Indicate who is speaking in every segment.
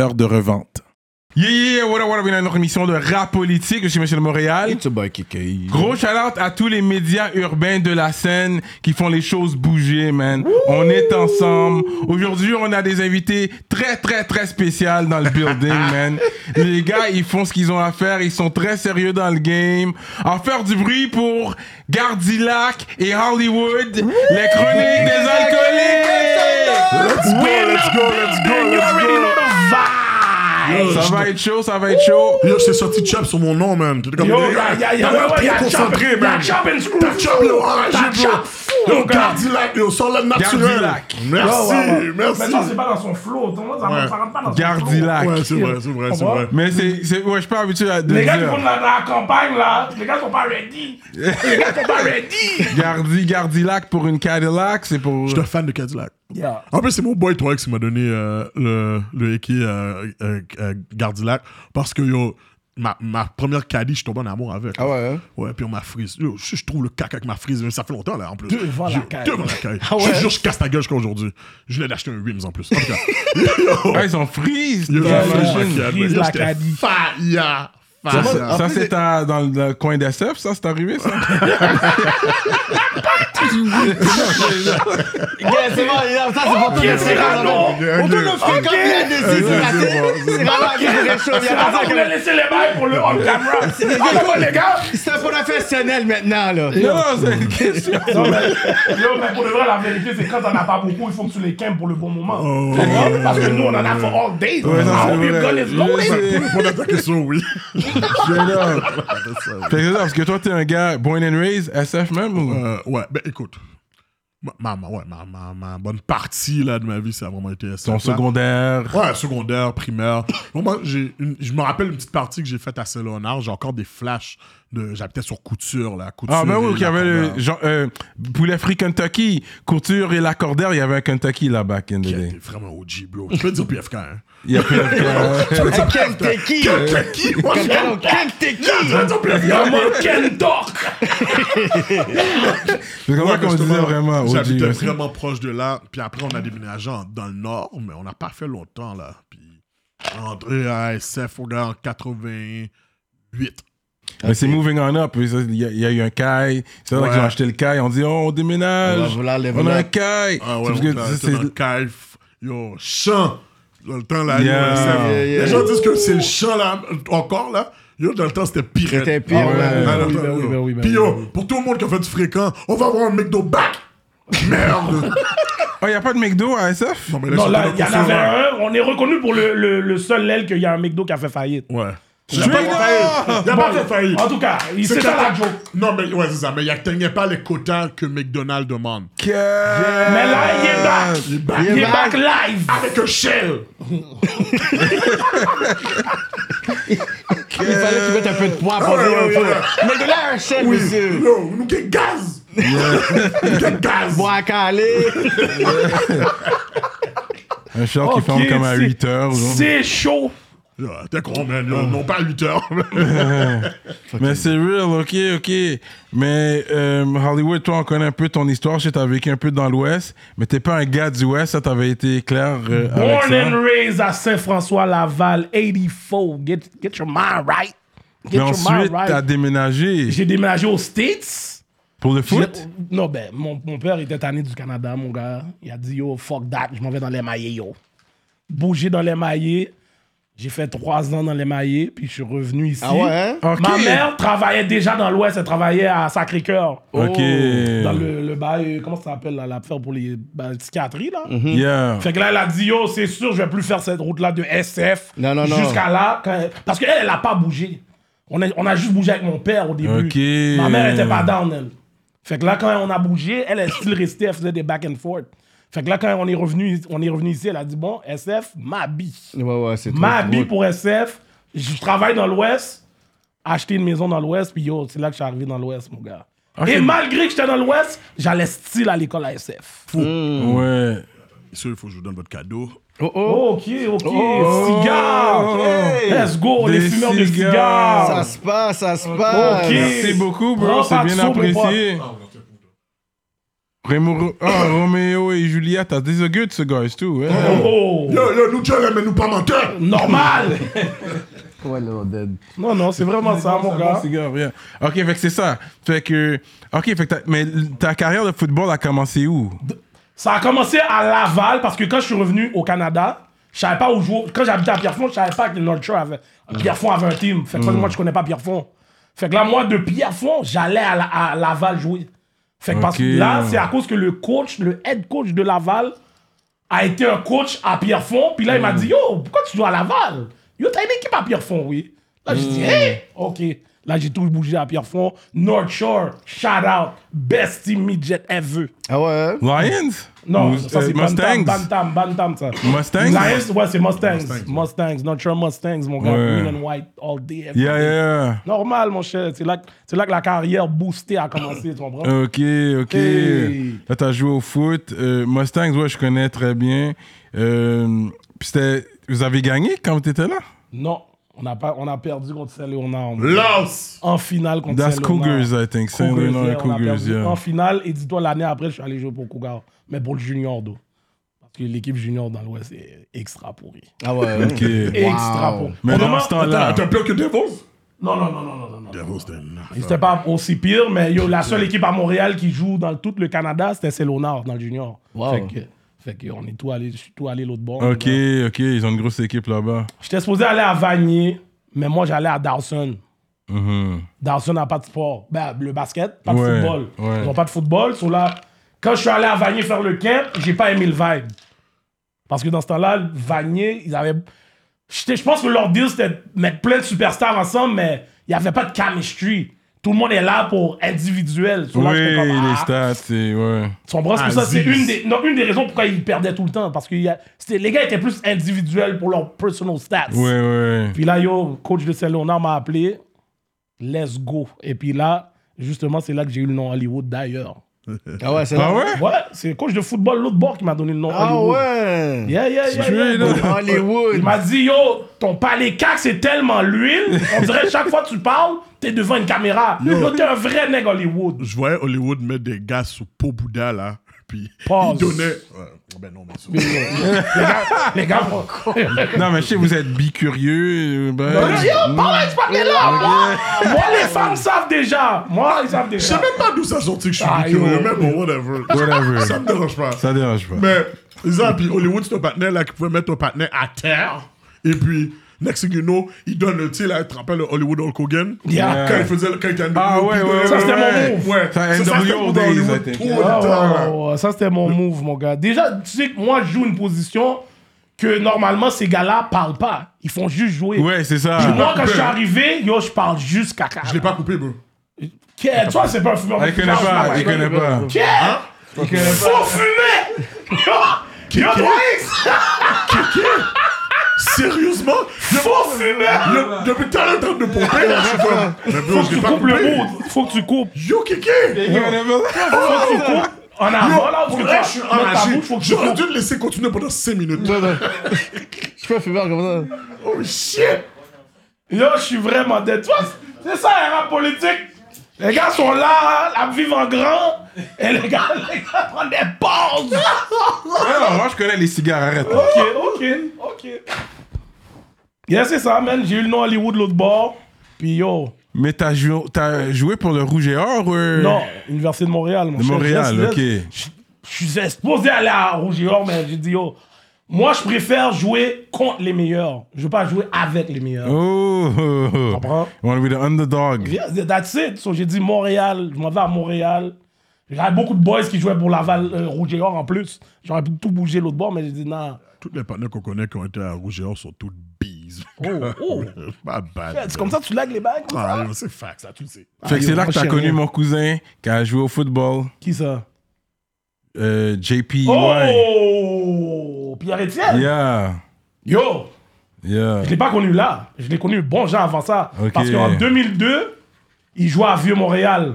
Speaker 1: de revente. Yeah, yeah, yeah, what up, what up, bienvenue à notre émission de rap politique, je suis Michel de Montréal. Gros shout-out à tous les médias urbains de la scène qui font les choses bouger, man. On est ensemble. Aujourd'hui, on a des invités très, très, très spéciales dans le building, man. Les gars, ils font ce qu'ils ont à faire. Ils sont très sérieux dans le game. En faire du bruit pour Gardilac et Hollywood, les chroniques des alcooliques.
Speaker 2: Let's go, let's go, let's go, let's go.
Speaker 1: Ça va être chaud, ça va être chaud.
Speaker 2: Yo, j'étais sorti chop sur mon nom, man. J'étais comme,
Speaker 3: Yo,
Speaker 2: Hey,
Speaker 3: yeah, yeah, yeah,
Speaker 2: t'as l'air
Speaker 3: ouais,
Speaker 2: trop
Speaker 3: yeah, chop,
Speaker 2: concentré,
Speaker 3: yeah,
Speaker 2: man.
Speaker 3: chop and screw.
Speaker 2: T'as chop le enragé,
Speaker 3: T'as
Speaker 2: bro.
Speaker 3: chop.
Speaker 2: Yo,
Speaker 3: Yo,
Speaker 2: Gardilac, yo, sors le naturel.
Speaker 1: Gardilac.
Speaker 2: Merci,
Speaker 3: Mais ça,
Speaker 2: merci.
Speaker 3: c'est pas dans son flow. Ton ça
Speaker 2: Ouais.
Speaker 3: ça rentre pas dans son
Speaker 1: Gardilac.
Speaker 2: Ouais, c'est vrai, c'est vrai, c'est vrai.
Speaker 1: Mais c'est, c'est- ouais, je suis pas habitué à de
Speaker 3: flow. Les gars qui
Speaker 1: dire.
Speaker 3: font de la, de la campagne, là, les gars sont pas ready. les gars sont pas ready.
Speaker 1: Gardi, Gardilac pour une Cadillac, c'est pour.
Speaker 2: Je suis un fan de Cadillac.
Speaker 3: Yeah.
Speaker 2: En plus, c'est mon boy Twix qui m'a donné euh, le, le Eki euh, euh, euh, Gardilac parce que yo, ma, ma première Caddy, je suis tombé en amour avec.
Speaker 4: Ah ouais, hein?
Speaker 2: Ouais, puis on m'a frise. Yo, je, je trouve le caca avec ma frise, mais ça fait longtemps là en plus.
Speaker 3: Devant la
Speaker 2: Yo,
Speaker 3: caille.
Speaker 2: Devant la caille.
Speaker 4: Ah ouais?
Speaker 2: Je te jure, je casse ta gueule jusqu'à aujourd'hui. Je voulais d'acheter un Rims en plus. En tout cas,
Speaker 1: Ah, ils sont freeze!
Speaker 2: yo,
Speaker 1: dans la
Speaker 2: j'ai frise,
Speaker 1: machine.
Speaker 2: ma Caddy.
Speaker 3: frise
Speaker 2: Yo,
Speaker 3: la
Speaker 2: j'étais
Speaker 3: Caddy.
Speaker 2: Fire!
Speaker 1: Ça,
Speaker 2: Fire!
Speaker 1: c'est-
Speaker 4: En
Speaker 1: ça,
Speaker 4: plus,
Speaker 1: c'est
Speaker 4: les-
Speaker 1: à- dans le coin d'SF, ça, c'est arrivé, ça?
Speaker 4: Yeah, c'est bon, yeah, ça c'est pour toi.
Speaker 3: Cyrano.
Speaker 4: On te le fait comme il a décidé. c'est- C'est vraiment quelque chose. Il y a pas ça
Speaker 3: Attends,
Speaker 4: que
Speaker 3: on a laissé les bails pour le on camera. Ah, toi, les gars.
Speaker 4: C'est un professionnel maintenant, là.
Speaker 1: Non, non, c'est une question.
Speaker 3: Non, mais, yo, mais pour de vrai, la vérité, c'est quand t'en as pas beaucoup, il faut que tu les quèmes pour le bon moment.
Speaker 2: Oh.
Speaker 3: Tu comprends? Parce que nous, on en a for all day. Ah,
Speaker 1: Ouais, non,
Speaker 3: Our
Speaker 1: c'est
Speaker 3: gun
Speaker 1: vrai.
Speaker 3: is loaded.
Speaker 1: Je sais.
Speaker 2: Pour la question, oui.
Speaker 1: Je l'ai. Fait que c'est ça, Parce que toi, t'es un gars born and raised, SF même, ou?
Speaker 2: Euh, ouais, ben écoute. Ma, ma- ma- ouais, ma, ma- ma bonne partie là, de ma vie, ça a vraiment été
Speaker 1: Ton
Speaker 2: ça.
Speaker 1: secondaire.
Speaker 2: Ouais, secondaire, primaire. Bon, moi, j'ai une- je me rappelle une petite partie que j'ai faite à Saint-Léonard. J'ai encore des flashs. de J'habitais sur Couture, là. Couture
Speaker 1: Ah, mais oui,
Speaker 2: et
Speaker 1: qu'il y avait
Speaker 2: Lacombe,
Speaker 1: le
Speaker 2: là.
Speaker 1: genre, euh, poulet frit Kentucky, couture et lacordaire, il y avait un Kentucky là, back in the
Speaker 2: Qui était
Speaker 1: day.
Speaker 2: vraiment OG, bro. Je peux dire PFK, hein.
Speaker 1: Il y a poulet frit.
Speaker 4: Un Kentucky.
Speaker 1: Euh,
Speaker 2: Kentucky, moi, je
Speaker 4: Alors, Kentucky.
Speaker 2: je peux dire PFK.
Speaker 3: Yo, mon Ken Doc.
Speaker 1: C'est comme ça
Speaker 2: Ouais,
Speaker 1: qu'on disait
Speaker 2: justement,
Speaker 1: vraiment. hein. OG,
Speaker 2: J'habitais
Speaker 1: ouais.
Speaker 2: vraiment proche de là. Puis après, on a déménagé en- dans le nord, mais on n'a pas fait longtemps, là. Puis André à SF, on est en 88.
Speaker 1: Mais c'est moving on up. Il y, a- il y a eu un caille. C'est là
Speaker 2: Ouais.
Speaker 1: qu'ils ont acheté le caille. On dit, oh, on
Speaker 4: On va
Speaker 1: déménage.
Speaker 4: vouloir level
Speaker 1: on a un
Speaker 4: up.
Speaker 1: caille.
Speaker 2: Ah
Speaker 1: C'est
Speaker 2: ouais, on
Speaker 1: parce que
Speaker 2: était-
Speaker 1: ça,
Speaker 2: était
Speaker 1: c'est-
Speaker 2: dans le caif. Yo, chant. Dans le temps, là,
Speaker 1: Yeah.
Speaker 2: yo, ça-
Speaker 4: Yeah, yeah.
Speaker 2: les gens disent que c'est le chant, là, encore, là. Yo, dans le temps, c'était pire.
Speaker 4: C'était pire,
Speaker 2: Ah ouais,
Speaker 4: man.
Speaker 2: dans le
Speaker 3: Oui,
Speaker 2: temps,
Speaker 3: ben oui,
Speaker 2: yo.
Speaker 3: ben oui, ben
Speaker 2: Puis
Speaker 3: oui,
Speaker 2: yo, pour tout le monde qui a fait du fréquent, on va avoir un McDo back. Merde.
Speaker 1: Oh, il n'y a pas de McDo à SF?
Speaker 2: mais c'était
Speaker 3: Non, là, il y en
Speaker 2: dans le
Speaker 3: avait
Speaker 2: concert,
Speaker 3: un. On est reconnu pour le, le, le seul l'aile qu'il y a un McDo qui a fait faillite.
Speaker 2: Ouais.
Speaker 1: Je vais là!
Speaker 2: Il a pas fait faillite.
Speaker 3: Ah, En tout cas, il- c'est
Speaker 2: C'est
Speaker 3: ça la
Speaker 2: ça
Speaker 3: joke.
Speaker 2: Non, mais ouais, c'est ça. Mais il n'atteignait pas les quotas que McDonald's demande.
Speaker 3: Mais là, il est back.
Speaker 2: Il est back.
Speaker 3: Ah, Il est
Speaker 4: back.
Speaker 3: back Ah, live.
Speaker 2: Avec un shell.
Speaker 4: Il fallait qu'il mette un peu de poids pour
Speaker 2: Ouais,
Speaker 4: dire un
Speaker 2: ouais,
Speaker 4: peu.
Speaker 2: ouais.
Speaker 4: Mais de là, un chef,
Speaker 2: Oui.
Speaker 4: monsieur.
Speaker 2: Yo, nous qui gaz. Nous qui gaz.
Speaker 4: Bois à caler.
Speaker 1: Un short
Speaker 3: Ok,
Speaker 1: qui ferme comme à
Speaker 3: c'est-
Speaker 1: 8 heures. genre.
Speaker 3: C'est chaud.
Speaker 2: Yo, T'es con, man. Yo, Non, pas à 8 heures.
Speaker 1: Mais c'est real, ok, ok. Mais euh, Hollywood, toi, on connaît un peu ton histoire. Je sais, t'as vécu un peu dans l'Ouest, mais t'es pas un gars du Ouest. Ça, t'avais été clair euh, avec
Speaker 3: Born
Speaker 1: ça.
Speaker 3: and raised à Saint-François-Laval, 84. Get, get your mind right.
Speaker 1: Mais
Speaker 3: Get your mind
Speaker 1: ensuite, t'as
Speaker 3: right.
Speaker 1: déménagé
Speaker 3: J'ai déménagé aux States.
Speaker 1: pour le foot.
Speaker 3: J'ai- Non, ben, mon, mon père était tanné du Canada, mon gars. Il a dit, yo, fuck that, je m'en vais dans les maillets, yo. Bouger dans les maillets. J'ai fait trois ans dans les maillets, puis je suis revenu ici.
Speaker 4: Ah ouais, hein?
Speaker 1: Ok.
Speaker 3: Ma mère travaillait déjà dans l'Ouest, elle travaillait à Sacré-Cœur.
Speaker 1: Ok.
Speaker 3: Dans le, le bail, euh, comment ça s'appelle, là, l'affaire pour les bah, psychiatries, là.
Speaker 1: Yeah.
Speaker 3: Fait que là, elle a dit, yo, c'est sûr, je vais plus faire cette route-là de SF
Speaker 4: Non, non, non.
Speaker 3: jusqu'à là. quand- Parce qu'elle, elle a pas bougé. On, est- on a juste bougé avec mon père au début.
Speaker 1: Ok.
Speaker 3: Ma mère était pas down, elle. Fait que là, quand on a bougé, elle est still restée, elle faisait des back and forth. Fait que là, quand on est revenu, on est revenu ici, elle a dit bon, SF, ma bille.
Speaker 4: Ouais, ouais, c'est trop
Speaker 3: Ma bille
Speaker 4: drôle.
Speaker 3: pour SF, je travaille dans l'Ouest, acheter une maison dans l'Ouest, puis yo, c'est là que je suis arrivé dans l'Ouest, mon gars. Et malgré que j'étais dans l'Ouest, j'allais style à l'école à SF.
Speaker 1: Ouais.
Speaker 2: sûr, il faut que je vous donne votre cadeau.
Speaker 4: Oh, oh.
Speaker 3: Ok, ok, cigare. Let's go, les
Speaker 1: Des
Speaker 3: fumeurs de
Speaker 1: cigares.
Speaker 3: cigares.
Speaker 4: Ça se passe, ça se passe.
Speaker 3: Ok.
Speaker 1: Merci beaucoup, bro.
Speaker 3: Prends
Speaker 1: C'est
Speaker 3: pas de
Speaker 1: bien
Speaker 3: sous, mon
Speaker 1: apprécié. Remo- Ah, Roméo et Juliette. These are good cigars, too. eh?
Speaker 3: Oh,
Speaker 2: Yo, yo, nous Jerry, mais nous pas menteur.
Speaker 4: Mm.
Speaker 3: normal.
Speaker 4: Ouais, là, dead.
Speaker 3: non, non, c'est vraiment ça, mon
Speaker 1: Ah,
Speaker 3: gars.
Speaker 1: c'est grave, yeah. Ok, fait que c'est ça. Fait que. Ok, fait que t'as- mais ta carrière de football a commencé où
Speaker 3: Ça a commencé à Laval parce que quand je suis revenu au Canada, je savais pas où jouer. Quand j'habitais à Pierrefonds, je savais pas que le North Shore avait. Pierrefonds avait un team. Fait que moi, je connais pas Pierrefonds. Fait que là, moi, de Pierrefonds, j'allais à, la- à Laval jouer. Fait que parce que
Speaker 1: Ok.
Speaker 3: là, c'est à cause que le coach, le head coach de Laval, a été un coach à Pierrefonds. Puis là, il m'a dit Yo, pourquoi tu joues à Laval Yo, t'as une équipe à Pierrefonds, oui. Là, j'ai dit Hey, ok. Là, j'ai tout bougé à Pierrefonds. North Shore, shout out, best team midget ever.
Speaker 4: Ah ouais?
Speaker 1: Lions
Speaker 3: Non,
Speaker 1: Ou-
Speaker 3: ça
Speaker 1: euh,
Speaker 3: c'est Bantam,
Speaker 1: Mustangs
Speaker 3: Bantam, Bantam, ça.
Speaker 1: Mustangs?
Speaker 3: Lions, ouais, c'est Mustangs. Mustangs, not sure Mustangs, mon gars.
Speaker 1: Ouais.
Speaker 3: Green and white all day. every
Speaker 1: Yeah,
Speaker 3: day.
Speaker 1: yeah.
Speaker 3: Normal, mon cher. C'est là, que- c'est là que la carrière boostée a commencé, tu comprends?
Speaker 1: Ok, ok.
Speaker 3: Hey.
Speaker 1: Là, t'as joué au foot. Euh, Mustangs, ouais, je connais très bien. Euh, puis c'était. Vous avez gagné quand t'étais là
Speaker 3: Non, on a, pas, on a perdu contre Saint-Léonard. mon gars.
Speaker 2: Lance.
Speaker 3: En finale contre
Speaker 1: That's
Speaker 3: Saint-Léonard.
Speaker 1: Cougars, I think. Saint
Speaker 3: Cougars,
Speaker 1: Leonard
Speaker 3: yeah, on a
Speaker 1: Cougars,
Speaker 3: perdu
Speaker 1: yeah.
Speaker 3: En finale, et dis-toi, l'année après, je suis allé jouer pour Cougar. Mais pour le junior, d'eau. Parce que l'équipe junior dans l'Ouest est extra pourrie.
Speaker 4: Ah ouais.
Speaker 1: Ok.
Speaker 3: euh, Extra pourrie.
Speaker 1: Mais
Speaker 3: On
Speaker 1: dans
Speaker 3: demande-
Speaker 1: ce
Speaker 4: Ah.
Speaker 1: temps-là.
Speaker 2: T'as peur que Devos
Speaker 3: Non, non, non, non, non, non, non.
Speaker 2: Devos, t'es un
Speaker 3: Et C'était pas aussi pire, mais yo, la seule équipe à Montréal qui joue dans tout le Canada, c'était Célonard dans le junior.
Speaker 4: Wow.
Speaker 3: Fait que, fait que on est tout allé, je suis tout allé l'autre bord.
Speaker 1: Ok,
Speaker 3: Là.
Speaker 1: ok. Ils ont une grosse équipe là-bas.
Speaker 3: J'étais supposé aller à Vanier, mais moi j'allais à Dawson.
Speaker 1: Mhm.
Speaker 3: Dawson n'a pas de sport. Ben, le basket, pas de
Speaker 1: Ouais,
Speaker 3: football.
Speaker 1: ouais.
Speaker 3: Ils n'ont pas de football. so là, quand je suis allé à Vanier faire le camp, j'ai pas aimé le vibe. Parce que dans ce temps-là, Vanier, ils avaient. J'étais- Je pense que leur deal, c'était de mettre plein de superstars ensemble, mais il n'y avait pas de chemistry. Tout le monde est là pour individuel. So là,
Speaker 1: Oui,
Speaker 3: j'étais comme,
Speaker 1: les
Speaker 3: ah.
Speaker 1: stats, c'est. Ouais.
Speaker 3: Tu comprends? C'est pour ça, c'est
Speaker 2: Aziz.
Speaker 3: une des, non, une des raisons pourquoi ils perdaient tout le temps. Parce que il y a- c'était- les gars étaient plus individuels pour leurs personal stats.
Speaker 1: Ouais, ouais.
Speaker 3: Puis là, yo, coach de Saint-Léonard m'a appelé. Let's go. Et puis là, justement, c'est là que j'ai eu le nom Hollywood d'ailleurs.
Speaker 4: Ah ouais, c'est
Speaker 1: Ah
Speaker 4: là.
Speaker 1: ouais
Speaker 3: Ouais, c'est le coach de football, l'autre bord, qui m'a donné le nom
Speaker 4: Ah
Speaker 3: Hollywood.
Speaker 4: ouais.
Speaker 3: Yeah, yeah, yeah, yeah.
Speaker 1: Straight up.
Speaker 3: Il
Speaker 4: Hollywood.
Speaker 3: m'a dit, yo, ton palais cac, c'est tellement l'huile. On dirait que chaque fois que tu parles, t'es devant une caméra. Yo, t'es un vrai nègre Hollywood.
Speaker 2: Je voyais Hollywood mettre des gars sous peau Bouddha, là. Puis
Speaker 3: Pause.
Speaker 2: ils donnaient. Ouais, ben non, mais ça.
Speaker 3: Les gars, moi,
Speaker 1: Non, mais je sais, vous êtes bicurieux. euh, ben-
Speaker 3: yo, parle avec ce palais-là, moi. Moi, les femmes savent déjà. Moi, ils savent
Speaker 2: Je
Speaker 3: déjà.
Speaker 2: sais même pas d'où ça sortit que je suis
Speaker 3: Ah,
Speaker 2: curieux,
Speaker 3: yo.
Speaker 2: mais bon, whatever.
Speaker 1: Whatever.
Speaker 2: Ça me dérange pas.
Speaker 1: Ça dérange pas.
Speaker 2: Mais, ça, puis Hollywood, c'est un partenaire là qui pouvait mettre un partenaire à terre. Et puis, next thing you know, il donne, tu sais, là, tu te rappelles le Hollywood Hulk Hogan
Speaker 3: Yeah.
Speaker 2: Quand il faisait, quand il était
Speaker 1: Ah,
Speaker 2: NWO,
Speaker 1: ouais,
Speaker 2: puis il
Speaker 1: ouais,
Speaker 2: donnait-
Speaker 1: ouais, Ça,
Speaker 3: c'était ouais. mon
Speaker 2: Ouais,
Speaker 3: move.
Speaker 1: Ça,
Speaker 2: Ça, c'était
Speaker 1: NWO
Speaker 2: pour
Speaker 1: days,
Speaker 2: Hollywood
Speaker 1: I think.
Speaker 2: tout le
Speaker 3: Ouais,
Speaker 2: temps, là.
Speaker 3: ouais, ouais, ouais, Oh, ça, c'était mon move, mon gars. Déjà, tu sais que moi, je joue une position que normalement, ces gars-là parlent pas. Ils font juste jouer.
Speaker 1: Ouais, c'est ça.
Speaker 3: Puis moi, quand
Speaker 2: coupé,
Speaker 3: je suis
Speaker 2: hein.
Speaker 3: arrivé, yo, je parle juste caca.
Speaker 2: Je l'ai pas coupé, bro.
Speaker 3: Quel- Toi, c'est pas un fumeur.
Speaker 1: Elle connaît pas, elle connaît pas.
Speaker 3: Quel-
Speaker 2: Hein?
Speaker 3: Faut fumer Yo, yo, Dwight,
Speaker 2: Sérieusement
Speaker 3: Faut fumer
Speaker 2: Le- Depuis tout à l'heure, en train de me pomper, là, je suis comme. Mais bro,
Speaker 3: Faut
Speaker 2: je
Speaker 3: que
Speaker 2: l'ai
Speaker 3: tu
Speaker 2: pas
Speaker 3: coupes
Speaker 2: coupé.
Speaker 3: le mood. Faut que tu coupes.
Speaker 2: Yo, Kéké
Speaker 1: Elle connaît pas.
Speaker 3: Faut que tu coupes. En avant, là, parce que
Speaker 2: Pour
Speaker 3: toi,
Speaker 2: vrai, je suis
Speaker 3: dans ta
Speaker 2: enragé.
Speaker 3: bouche, faut que tu
Speaker 2: J'aurais
Speaker 3: coupes.
Speaker 2: dû le laisser continuer pendant 5 minutes.
Speaker 4: Ouais, ouais. Je fais un fumeur comme ça.
Speaker 2: Oh shit
Speaker 3: Yo, je suis vraiment dead. Tu vois, c'est ça, un rap politique. Les gars sont là, la vivent en grand, et les gars, les gars prennent des pauses.
Speaker 1: Non, moi, je connais les cigares, arrête.
Speaker 3: ok, ok, ok. Yeah, c'est ça, man. J'ai eu le nom Hollywood l'autre bord. Puis yo,
Speaker 1: Mais t'as joué, t'as joué pour le Rouge et Or ou... euh?
Speaker 3: non, Université de Montréal, mon
Speaker 1: De
Speaker 3: cher.
Speaker 1: Montréal,
Speaker 3: Yes,
Speaker 1: ok.
Speaker 3: yes. Je suis exposé à la Rouge et Or, mais j'ai dit yo, moi je préfère jouer contre les meilleurs. Je veux pas jouer avec les meilleurs.
Speaker 1: Oh, oh, oh.
Speaker 3: Comprends?
Speaker 1: You wanna be the underdog.
Speaker 3: Yes, that's it. So, j'ai dit Montréal, je m'en vais à Montréal. J'avais beaucoup de boys qui jouaient pour Laval euh, Rouge et Or en plus. J'aurais pu tout bouger l'autre bord, mais j'ai dit non.
Speaker 2: Toutes les partenaires qu'on connaît qui ont été à Rouge et Or sont toutes bises. 80s.
Speaker 3: Oh, oh.
Speaker 2: Pas bad.
Speaker 3: C'est comme ça que tu lagues les bagues? comme ça?
Speaker 2: Ah, yo, c'est fact, ça, tu le sais.
Speaker 1: Fait que
Speaker 3: yo,
Speaker 1: c'est là
Speaker 3: moi,
Speaker 1: que t'as
Speaker 3: je sais
Speaker 1: connu
Speaker 3: rien.
Speaker 1: mon cousin qui a joué au football,
Speaker 3: Qui ça?
Speaker 1: euh, JP.
Speaker 3: Oh! Pierre Etienne?
Speaker 1: Yeah,
Speaker 3: Yo!
Speaker 1: yeah.
Speaker 3: Je l'ai pas connu là. Je l'ai connu bon genre avant ça.
Speaker 1: Ok.
Speaker 3: Parce qu'en 2002, il jouait à Vieux-Montréal.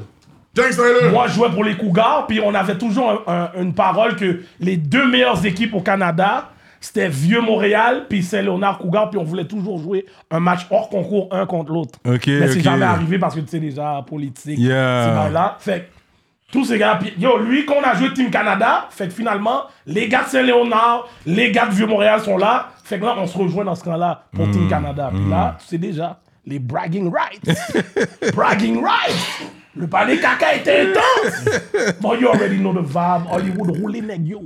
Speaker 2: Jack Snyder!
Speaker 3: Moi, je jouais pour les Cougars, puis on avait toujours un- un- une parole que les deux meilleures équipes au Canada, c'était Vieux-Montréal, puis Saint-Léonard Cougar, puis on voulait toujours jouer un match hors concours, un contre l'autre.
Speaker 1: Ok,
Speaker 3: Mais c'est
Speaker 1: ok.
Speaker 3: jamais arrivé parce que tu sais déjà, politique,
Speaker 1: Yeah.
Speaker 3: ces là Fait que tous ces gars, puis yo, lui, qu'on a joué Team Canada, fait que finalement, les gars de Saint-Léonard, les gars de Vieux-Montréal sont là, fait que là, on se rejoint dans ce camp-là
Speaker 1: Hmm.
Speaker 3: pour Team Canada. Puis là, tu sais déjà, les bragging rights. bragging rights. Le palais caca était intense. But you already know the vibe. Hollywood, roulez nèg yo.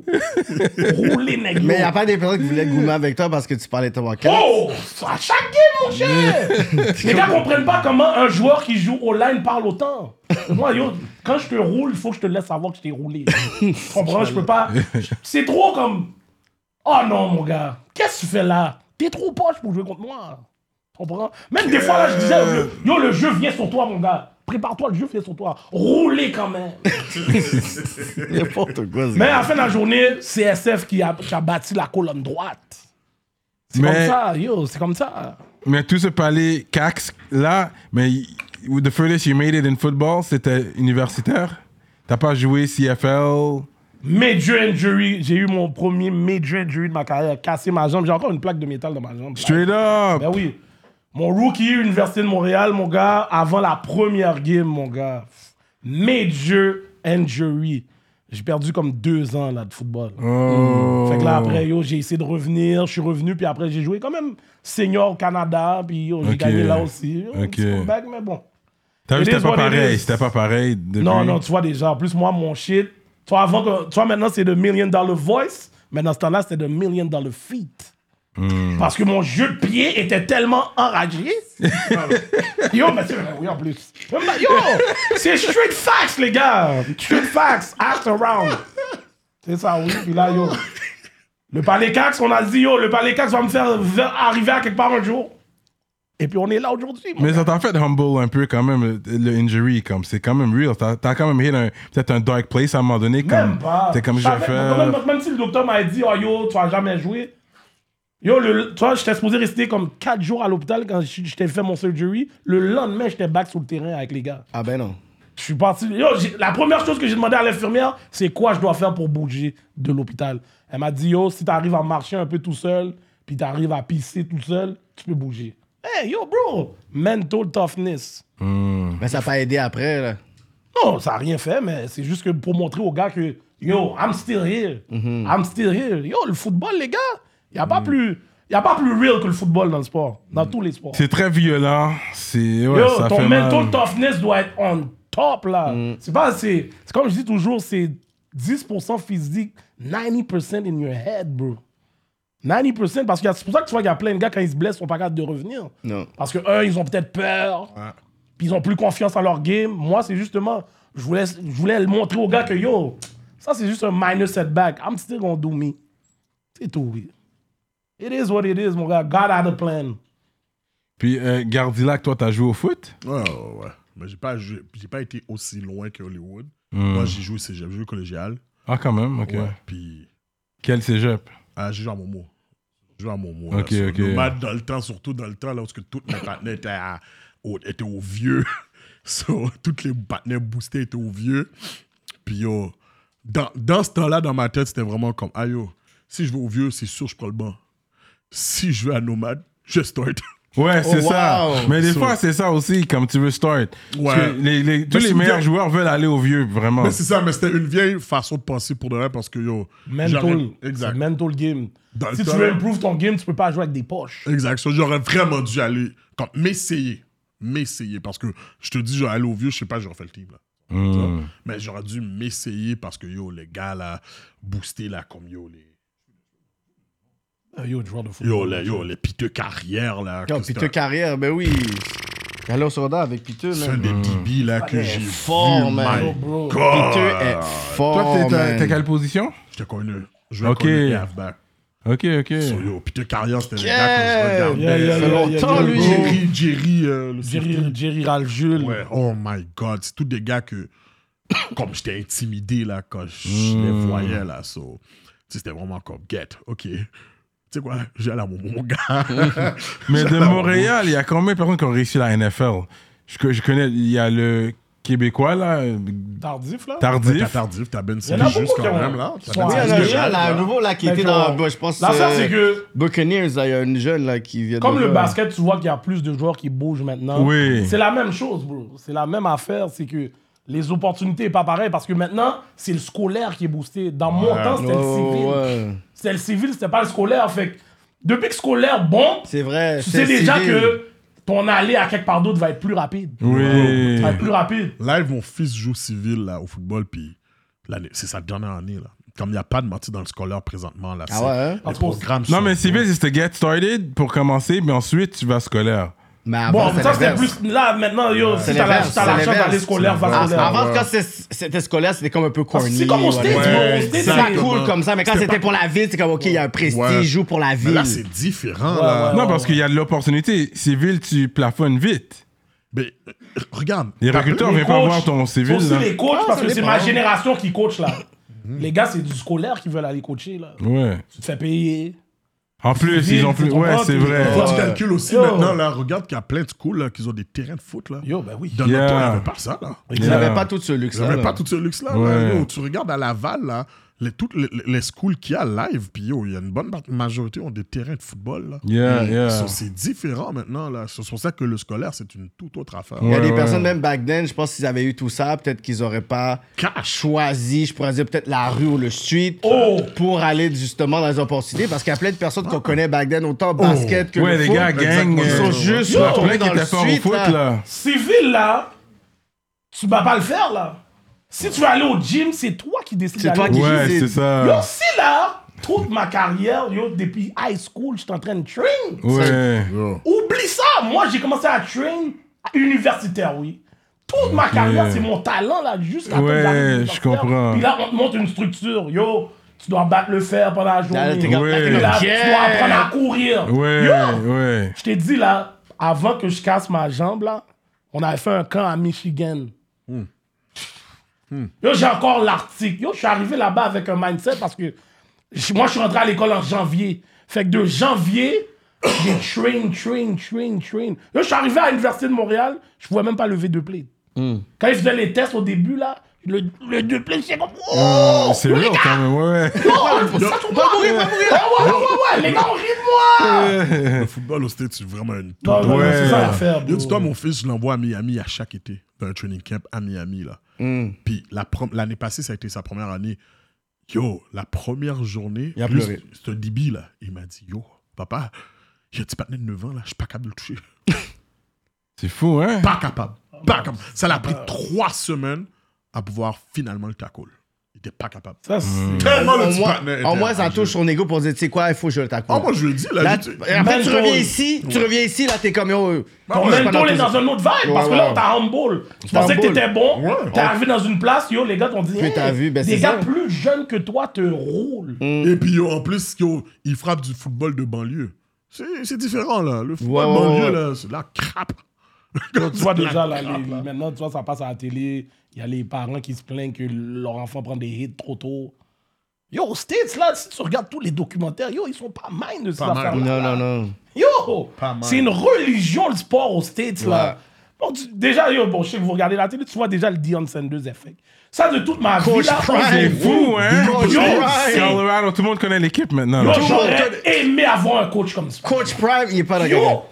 Speaker 3: Roulez nèg yo.
Speaker 4: Mais y a pas des personnes qui voulaient goumer avec toi parce que tu parlais tabac.
Speaker 3: Oh! À chaque game, mon cher! Les gars comprennent pas comment un joueur qui joue au line parle autant. Moi, yo, quand je te roule, il faut que je te laisse savoir que je t'ai roulé. Tu comprends? Je peux pas. C'est trop comme. Oh non, mon gars, qu'est-ce que tu fais là? T'es trop poche pour jouer contre moi. Tu comprends? Même des fois, là, je disais, le- yo, le jeu vient sur toi, mon gars. Prépare-toi, le jeu vient sur toi. Roulez quand même.
Speaker 4: N'importe quoi.
Speaker 3: Mais à la fin de la journée, CSF qui a, qui a bâti la colonne droite. C'est comme
Speaker 1: Mais-
Speaker 3: ça, yo, c'est comme ça.
Speaker 1: Mais tout ce palais cax là, mais y- the furthest you made it in football, c'était universitaire. T'as pas joué CFL.
Speaker 3: Major injury, j'ai eu mon premier major injury de ma carrière, cassé ma jambe, j'ai encore une plaque de métal dans ma jambe.
Speaker 1: Straight up.
Speaker 3: Ben oui. Mon rookie, Université de Montréal, mon gars, avant la première game, mon gars. Major injury. J'ai perdu comme deux ans là de football.
Speaker 1: Oh.
Speaker 3: Fait que là, après, yo, j'ai essayé de revenir, je suis revenu, puis après, j'ai joué quand même senior au Canada, puis yo, j'ai
Speaker 1: Ok.
Speaker 3: gagné là aussi. Yo, un
Speaker 1: Ok.
Speaker 3: petit comeback, mais bon.
Speaker 1: T'as vu,
Speaker 3: It
Speaker 1: c'était
Speaker 3: is
Speaker 1: pas
Speaker 3: what it
Speaker 1: pareil.
Speaker 3: is.
Speaker 1: C'était pas pareil. depuis.
Speaker 3: Non, non, tu vois déjà. En plus, moi, mon shit. Toi, avant que, toi maintenant, c'est de Million Dollar Voice. Mais dans ce temps-là, c'était de Million Dollar Feet. Parce que mon jeu de pied était tellement enragé. yo, mais c'est. Oui, en plus. Yo, c'est street facts, les gars. Street facts, act around. C'est ça, oui. Puis là, yo. Le palais Cax, on a dit, yo, le palais Cax va me faire ver- arriver à quelque part un jour. Et puis, on est là aujourd'hui. mon
Speaker 1: Mais ça t'a fait humble un peu quand même, le- le injury, comme c'est quand même real. T'as t'as quand même hit un- peut-être un dark place à un moment donné.
Speaker 3: Même
Speaker 1: Comme,
Speaker 3: pas.
Speaker 1: T'es comme, je
Speaker 3: Ça
Speaker 1: vais
Speaker 3: fait- Même,
Speaker 1: faire.
Speaker 3: même si le docteur m'a dit, oh yo, tu vas jamais jouer. Yo, le, toi, j'étais supposé rester comme 4 jours à l'hôpital quand je je t'ai fait mon surgery. Le lendemain, j'étais back sur le terrain avec les gars.
Speaker 4: Ah ben non.
Speaker 3: Je suis parti. Yo, j'ai- la première chose que j'ai demandé à l'infirmière, c'est quoi je dois faire pour bouger de l'hôpital. Elle m'a dit, yo, si t'arrives à marcher un peu tout seul, puis t'arrives à pisser tout seul, tu peux bouger. Hey, yo, bro, mental toughness.
Speaker 4: Mais Ben, ça n'a pas aidé après, là.
Speaker 3: Non, ça n'a rien fait, mais c'est juste que pour montrer aux gars que yo, I'm still here. I'm still here. Yo, le football, les gars, il n'y a, pas plus- y a pas plus real que le football dans le sport, dans tous les sports.
Speaker 1: C'est très violent. C'est. Ouais,
Speaker 3: yo,
Speaker 1: ça
Speaker 3: ton
Speaker 1: fait mal. Mm.
Speaker 3: mental toughness doit être on top, là. C'est pas assez. C'est comme je dis toujours, c'est 10% physique, 90% in your head, bro. 90% parce que c'est pour ça que tu vois qu'il y a plein de gars quand ils se blessent, ils sont pas capables de revenir.
Speaker 4: Non.
Speaker 3: Parce que eux, ils ont peut-être peur. Puis ils ont plus confiance en leur game. Moi, c'est justement, je voulais, je voulais le montrer aux gars que yo, ça c'est juste un minor setback. I'm still gonna do me. C'est tout, oui. It is what it is, mon gars. God had a plan.
Speaker 1: Puis euh, Gardilac, toi, t'as joué au foot?
Speaker 2: Ouais, ouais, ouais. Mais j'ai pas, joué- j'ai pas été aussi loin que Hollywood. Moi, j'ai joué au cégep, j'ai joué au collégial.
Speaker 1: Ah, quand même, ok.
Speaker 2: Ouais, Puis,
Speaker 1: Quel cégep?
Speaker 2: ah, j'ai joué à Momo. J'ai joué à Momo.
Speaker 1: Ok, ok.
Speaker 2: Nomade dans le temps, surtout dans le temps là, où tous mes partenaires étaient, à- au, étaient au vieux. so, toutes les partenaires boostés étaient au vieux. Puis, yo, dans, dans ce temps-là, dans ma tête, c'était vraiment comme, ah yo, si je vais au vieux, c'est sûr, je prends le banc. Si je vais à Nomade, je start.
Speaker 1: Ouais, c'est
Speaker 4: wow.
Speaker 1: ça. Mais des
Speaker 2: So-
Speaker 1: fois, c'est ça aussi, comme tu veux start. Parce
Speaker 2: Ouais.
Speaker 1: que les- les- tous
Speaker 2: Mais
Speaker 1: les
Speaker 2: c'est
Speaker 1: meilleurs
Speaker 2: bien.
Speaker 1: joueurs veulent aller au vieux, vraiment.
Speaker 2: Mais c'est ça, mais c'était une vieille façon de penser pour de vrai parce que yo. j'aurais-
Speaker 3: Mental.
Speaker 2: Exact.
Speaker 3: C'est Mental game.
Speaker 2: Dans le
Speaker 3: si tu
Speaker 2: temps-
Speaker 3: veux improve ton game, tu peux pas jouer avec des poches.
Speaker 2: Exact. So, j'aurais vraiment dû aller. Comme m'essayer. M'essayer. Parce que je te dis, j'aurais allé au vieux, je sais pas, j'aurais fait le team. Là. Tu
Speaker 1: Hmm.
Speaker 2: vois? Mais j'aurais dû m'essayer parce que yo, les gars là, boosté là, comme yo, les.
Speaker 3: Euh, Yo, joueur de foot.
Speaker 2: Yo, les, yo, les piteux carrières là.
Speaker 4: Yo,
Speaker 2: que
Speaker 4: Piteux
Speaker 2: c'était-
Speaker 4: Carrière, ben oui. J'allais au soda avec Piteux,
Speaker 2: C'est un
Speaker 4: man.
Speaker 2: des DB là que
Speaker 4: est
Speaker 2: j'ai
Speaker 4: fort,
Speaker 2: vu,
Speaker 4: man.
Speaker 3: Yo, bro.
Speaker 2: God.
Speaker 4: Piteux est
Speaker 2: Ah,
Speaker 1: Toi,
Speaker 4: fort,
Speaker 1: t'es- t'as
Speaker 4: Oh, man.
Speaker 1: t'as quelle position?
Speaker 2: J'étais connu. Je vais
Speaker 1: Ok.
Speaker 2: connu les halfback.
Speaker 1: Ok, ok.
Speaker 2: So, yo, Peter Carrière, c'était le gars qu'on se
Speaker 3: Yeah,
Speaker 2: regardait.
Speaker 3: yeah, yeah, yeah,
Speaker 4: longtemps,
Speaker 3: yeah,
Speaker 4: Oh, lui.
Speaker 3: yeah.
Speaker 2: Jerry, Jerry, euh, le
Speaker 3: Jerry, Jerry Raljul.
Speaker 2: Ouais, oh my god, c'est tous des gars que, comme j'étais intimidé là, quand je les voyais là, so, tu sais, c'était vraiment comme get, ok. Tu sais quoi, j'ai la mon mon gars.
Speaker 1: Mais de
Speaker 2: J'allais à mon-
Speaker 1: Montréal, il y a combien de personnes qui ont réussi la NFL je, co- je connais, il y a le Québécois, là, euh,
Speaker 3: Tardif, là.
Speaker 2: T'as
Speaker 1: Tardif.
Speaker 2: tardif, t'as Ben
Speaker 3: Il y en a
Speaker 2: Simmons juste
Speaker 3: beaucoup qui
Speaker 2: quand
Speaker 3: ont-
Speaker 2: même là.
Speaker 3: qui
Speaker 2: T'as
Speaker 3: sont
Speaker 2: Ben
Speaker 4: Oui, il y
Speaker 3: Ah,
Speaker 4: en a
Speaker 2: Simmons
Speaker 4: un
Speaker 3: c'est
Speaker 4: jeune, là,
Speaker 3: vrai.
Speaker 4: un nouveau, là, qui
Speaker 3: Mais
Speaker 4: était
Speaker 3: genre,
Speaker 4: dans, bah, je pense,
Speaker 3: L'affaire,
Speaker 4: euh,
Speaker 3: c'est que,
Speaker 4: Buccaneers, là, il y a un jeune, là, qui vient de
Speaker 3: comme le
Speaker 4: là.
Speaker 3: basket, tu vois qu'il y a plus de joueurs qui bougent maintenant.
Speaker 1: Oui.
Speaker 3: C'est la même chose, bro. C'est la même affaire. C'est que les opportunités n'est pas pareilles parce que maintenant, c'est le scolaire qui est boosté. Dans mon temps, c'était
Speaker 4: Ouais,
Speaker 3: le civil.
Speaker 4: Oh, ouais, ouais.
Speaker 3: C'était le civil, c'était pas le scolaire. Fait que depuis que scolaire bombe,
Speaker 4: C'est vrai.
Speaker 3: tu sais
Speaker 4: c'est
Speaker 3: déjà
Speaker 4: civil.
Speaker 3: que ton aller à quelque part d'autre va être plus rapide.
Speaker 1: Oui.
Speaker 3: Ça va être plus rapide.
Speaker 2: Live, mon fils joue civil là, au football, puis l'année- c'est sa dernière année là. Comme il n'y a pas de matière dans le scolaire présentement
Speaker 3: Ah
Speaker 2: là. c'est-
Speaker 4: ouais, hein?
Speaker 2: Les programmes
Speaker 1: Non,
Speaker 2: sont-
Speaker 1: mais civil, c'est to get started pour commencer, mais ensuite tu vas scolaire.
Speaker 4: Mais
Speaker 3: Bon,
Speaker 4: avant, c'est
Speaker 3: ça c'était
Speaker 4: l'inverse.
Speaker 3: plus. Là, maintenant, yo, si
Speaker 4: C'est
Speaker 3: t'as la,
Speaker 4: l'inverse,
Speaker 3: si t'as la
Speaker 4: c'est
Speaker 3: chance
Speaker 4: l'inverse.
Speaker 3: d'aller scolaire, va
Speaker 4: Ah,
Speaker 3: scolaire.
Speaker 4: Avant, quand c'est- c'était scolaire, c'était comme un peu corny.
Speaker 3: C'est comme au
Speaker 4: voilà.
Speaker 3: States,
Speaker 4: Ouais.
Speaker 3: bro. Au
Speaker 4: C'était
Speaker 3: States,
Speaker 4: pas
Speaker 3: c'est-
Speaker 4: cool comme ça, mais quand c'était pour la ville, c'est comme, OK, il y a un prestige,
Speaker 2: Ouais.
Speaker 4: il joue pour la
Speaker 2: Mais
Speaker 4: ville.
Speaker 2: là, c'est différent là.
Speaker 3: ouais.
Speaker 1: Non, parce qu'il y a de l'opportunité. Civil, tu plafonnes vite.
Speaker 2: Mais euh, regarde.
Speaker 1: Les
Speaker 2: t'as-
Speaker 1: recruteurs
Speaker 3: Les
Speaker 1: viennent pas
Speaker 3: coachs,
Speaker 1: voir ton
Speaker 3: Faut
Speaker 1: civil.
Speaker 3: aussi
Speaker 1: là.
Speaker 3: les coachs, parce
Speaker 4: ça
Speaker 3: que c'est
Speaker 4: dépend.
Speaker 3: ma génération qui coach, là.
Speaker 4: Mhm.
Speaker 3: Les gars, c'est du scolaire qui veulent aller coacher, là.
Speaker 1: Ouais.
Speaker 3: Tu te fais payer.
Speaker 1: En plus,
Speaker 3: Civil,
Speaker 1: ils ont plus.
Speaker 3: tu comprends,
Speaker 1: Ouais, c'est
Speaker 3: tu-
Speaker 1: vrai.
Speaker 2: Faut que tu calcules aussi
Speaker 3: Yo.
Speaker 2: maintenant là. Regarde qu'il y a plein de schools là, qui ont des terrains de foot là.
Speaker 3: Yo, ben oui.
Speaker 2: Dans notre
Speaker 1: Yeah.
Speaker 2: temps, il n'y avait pas ça là.
Speaker 4: Ils
Speaker 1: Yeah.
Speaker 4: n'avaient pas tout ce
Speaker 2: Ils
Speaker 4: luxe-là.
Speaker 2: n'avaient
Speaker 4: là.
Speaker 2: pas tout ce luxe là.
Speaker 1: Ouais.
Speaker 2: Yo, tu regardes à Laval là. Les, toutes les, les schools qu'il y a live, puis yo, il y a une bonne ma- majorité ont des terrains de football. là. Mm.
Speaker 1: Yeah, yeah.
Speaker 2: So, C'est différent maintenant. là. C'est pour ça que le scolaire, c'est une toute autre affaire.
Speaker 4: Il y a
Speaker 1: Ouais,
Speaker 4: des
Speaker 1: ouais.
Speaker 4: personnes, même back then, je pense qu'ils avaient eu tout ça, peut-être qu'ils auraient pas
Speaker 2: Cash.
Speaker 4: choisi, je pourrais dire peut-être la rue ou le street
Speaker 3: Oh!
Speaker 4: pour aller justement dans les opportunités parce qu'il y a plein de personnes qu'on connaît back then autant basket que
Speaker 1: Ouais,
Speaker 4: le
Speaker 1: les
Speaker 4: foot.
Speaker 1: gars, gang.
Speaker 4: Ils sont
Speaker 1: euh,
Speaker 4: juste
Speaker 1: tu vois,
Speaker 4: retournés
Speaker 1: plein qui
Speaker 4: dans le
Speaker 1: étaient forts au
Speaker 4: street,
Speaker 1: foot,
Speaker 4: là.
Speaker 1: là.
Speaker 3: Civil, là, tu vas pas le faire, là. Si tu veux aller au gym, c'est toi qui décides
Speaker 4: C'est toi
Speaker 3: d'aller au
Speaker 4: qui
Speaker 3: gym.
Speaker 1: Ouais,
Speaker 4: disent-
Speaker 1: c'est
Speaker 3: Yo,
Speaker 1: ça.
Speaker 3: si, là, toute ma carrière, yo, depuis high school, je suis en train de train.
Speaker 1: Ouais.
Speaker 2: Yo.
Speaker 3: Oublie ça. Moi, j'ai commencé à train à universitaire, oui. Toute ma carrière, c'est mon talent, là, jusqu'à temps
Speaker 1: Ouais,
Speaker 3: d'arriver à
Speaker 1: je
Speaker 3: l'universitaire.
Speaker 1: comprends.
Speaker 3: Puis là, on te montre une structure. Yo, tu dois battre le fer pendant la
Speaker 4: Là,
Speaker 3: journée.
Speaker 4: t'es comme-
Speaker 1: Ouais.
Speaker 4: t'es
Speaker 3: Puis
Speaker 4: comme,
Speaker 3: là, tu dois
Speaker 4: yeah!
Speaker 3: apprendre à courir.
Speaker 1: Ouais,
Speaker 3: Yo,
Speaker 1: ouais.
Speaker 3: je t'ai dit, là, avant que je casse ma jambe, là, on avait fait un camp à Michigan. Yo, j'ai encore l'article. Yo, je suis arrivé là-bas avec un mindset parce que j- moi, je suis rentré à l'école en janvier. Fait que de janvier, j'ai train, train, train, train. Yo, je suis arrivé à l'Université de Montréal, je pouvais même pas lever deux plates. Quand ils faisaient les tests au début, là, le, le deux plates, j'étais comme... Oh,
Speaker 1: Euh, C'est lourd quand même, ouais.
Speaker 3: Oh, ça, tu vois, Ah Ouais, ouais, ouais, ouais, les gars, on rit de moi! Ah!
Speaker 2: Le football au States, c'est vraiment une toute
Speaker 3: Non, non, non, c'est
Speaker 1: Ouais.
Speaker 3: ça l'affaire,
Speaker 2: Yo,
Speaker 3: bro.
Speaker 2: dis-toi, mon fils, je l'envoie à Miami à chaque été, dans un training camp à Miami, là.
Speaker 3: Mm.
Speaker 2: Puis la prom- l'année passée, ça a été sa première année. Yo, la première journée,
Speaker 4: Il a
Speaker 2: lui,
Speaker 4: pleuré.
Speaker 2: ce ce débit, là, il m'a dit, yo, papa, il y a un petit patin de 9 ans, là, je suis pas capable de le toucher.
Speaker 1: C'est fou, hein?
Speaker 2: Pas capable. Pas capable. Ça l'a pris trois semaines à pouvoir finalement le tackle. Il était pas capable.
Speaker 3: Ça, c'est-
Speaker 2: Tellement le
Speaker 4: Au
Speaker 2: petit
Speaker 4: moins,
Speaker 2: patin était
Speaker 4: au moins, ça
Speaker 2: âgé.
Speaker 4: touche son ego pour dire, tu sais quoi, il faut que je le tacle.
Speaker 2: Ah, moi, je le dis, là.
Speaker 4: Là,
Speaker 2: je dis-
Speaker 4: tu- et après, tu
Speaker 3: Mental.
Speaker 4: reviens ici, tu reviens ici, là, t'es comme, oh, yo,
Speaker 1: Ah,
Speaker 3: Ton
Speaker 4: je suis pas
Speaker 3: mental est
Speaker 4: tout-
Speaker 3: dans un autre vibe parce que
Speaker 4: Ouais,
Speaker 3: là,
Speaker 4: ouais.
Speaker 3: on t'a humble. Tu
Speaker 4: T'as
Speaker 3: pensais que
Speaker 4: humble.
Speaker 3: t'étais bon,
Speaker 2: Ouais.
Speaker 3: t'es arrivé dans une place, yo, les gars t'ont dit,
Speaker 4: Puis t'as
Speaker 3: hey,
Speaker 4: vu, ben,
Speaker 3: des
Speaker 4: c'est
Speaker 3: gars
Speaker 4: ça. Mm.
Speaker 3: plus jeunes que toi te roulent.
Speaker 2: Et puis, yo, en plus, yo, il frappe du football de banlieue. C'est c'est différent, là. Le football
Speaker 4: Ouais,
Speaker 2: de
Speaker 4: ouais,
Speaker 2: banlieue,
Speaker 4: ouais.
Speaker 2: là, c'est la crappe.
Speaker 3: Tu vois déjà, là, les- maintenant, tu vois, ça passe à la télé, il y a les parents qui se plaignent que leur enfant prend des hits trop tôt. Yo, aux States, là, si tu regardes tous les documentaires, yo, ils sont pas mind de ces
Speaker 2: Pas mind.
Speaker 3: affaires
Speaker 4: Non, non, non.
Speaker 3: Yo!
Speaker 2: Pas mal.
Speaker 3: C'est une religion, le sport aux States, là. Bon, tu- déjà, yo, bon, je sais que vous regardez la télé, tu vois déjà le Dion Sanders effect. Ça, de toute ma vie,
Speaker 4: Coach
Speaker 3: là, on
Speaker 4: Prime.
Speaker 1: C'est
Speaker 3: est
Speaker 1: fou, hein?
Speaker 4: Coach
Speaker 3: Yo,
Speaker 4: Prime.
Speaker 3: c'est-
Speaker 1: Colorado, tout le monde connaît l'équipe maintenant.
Speaker 3: Yo,
Speaker 1: là.
Speaker 3: j'aurais aimé avoir un coach comme ça.
Speaker 4: Coach Prime, il est pas dans le
Speaker 3: Yo!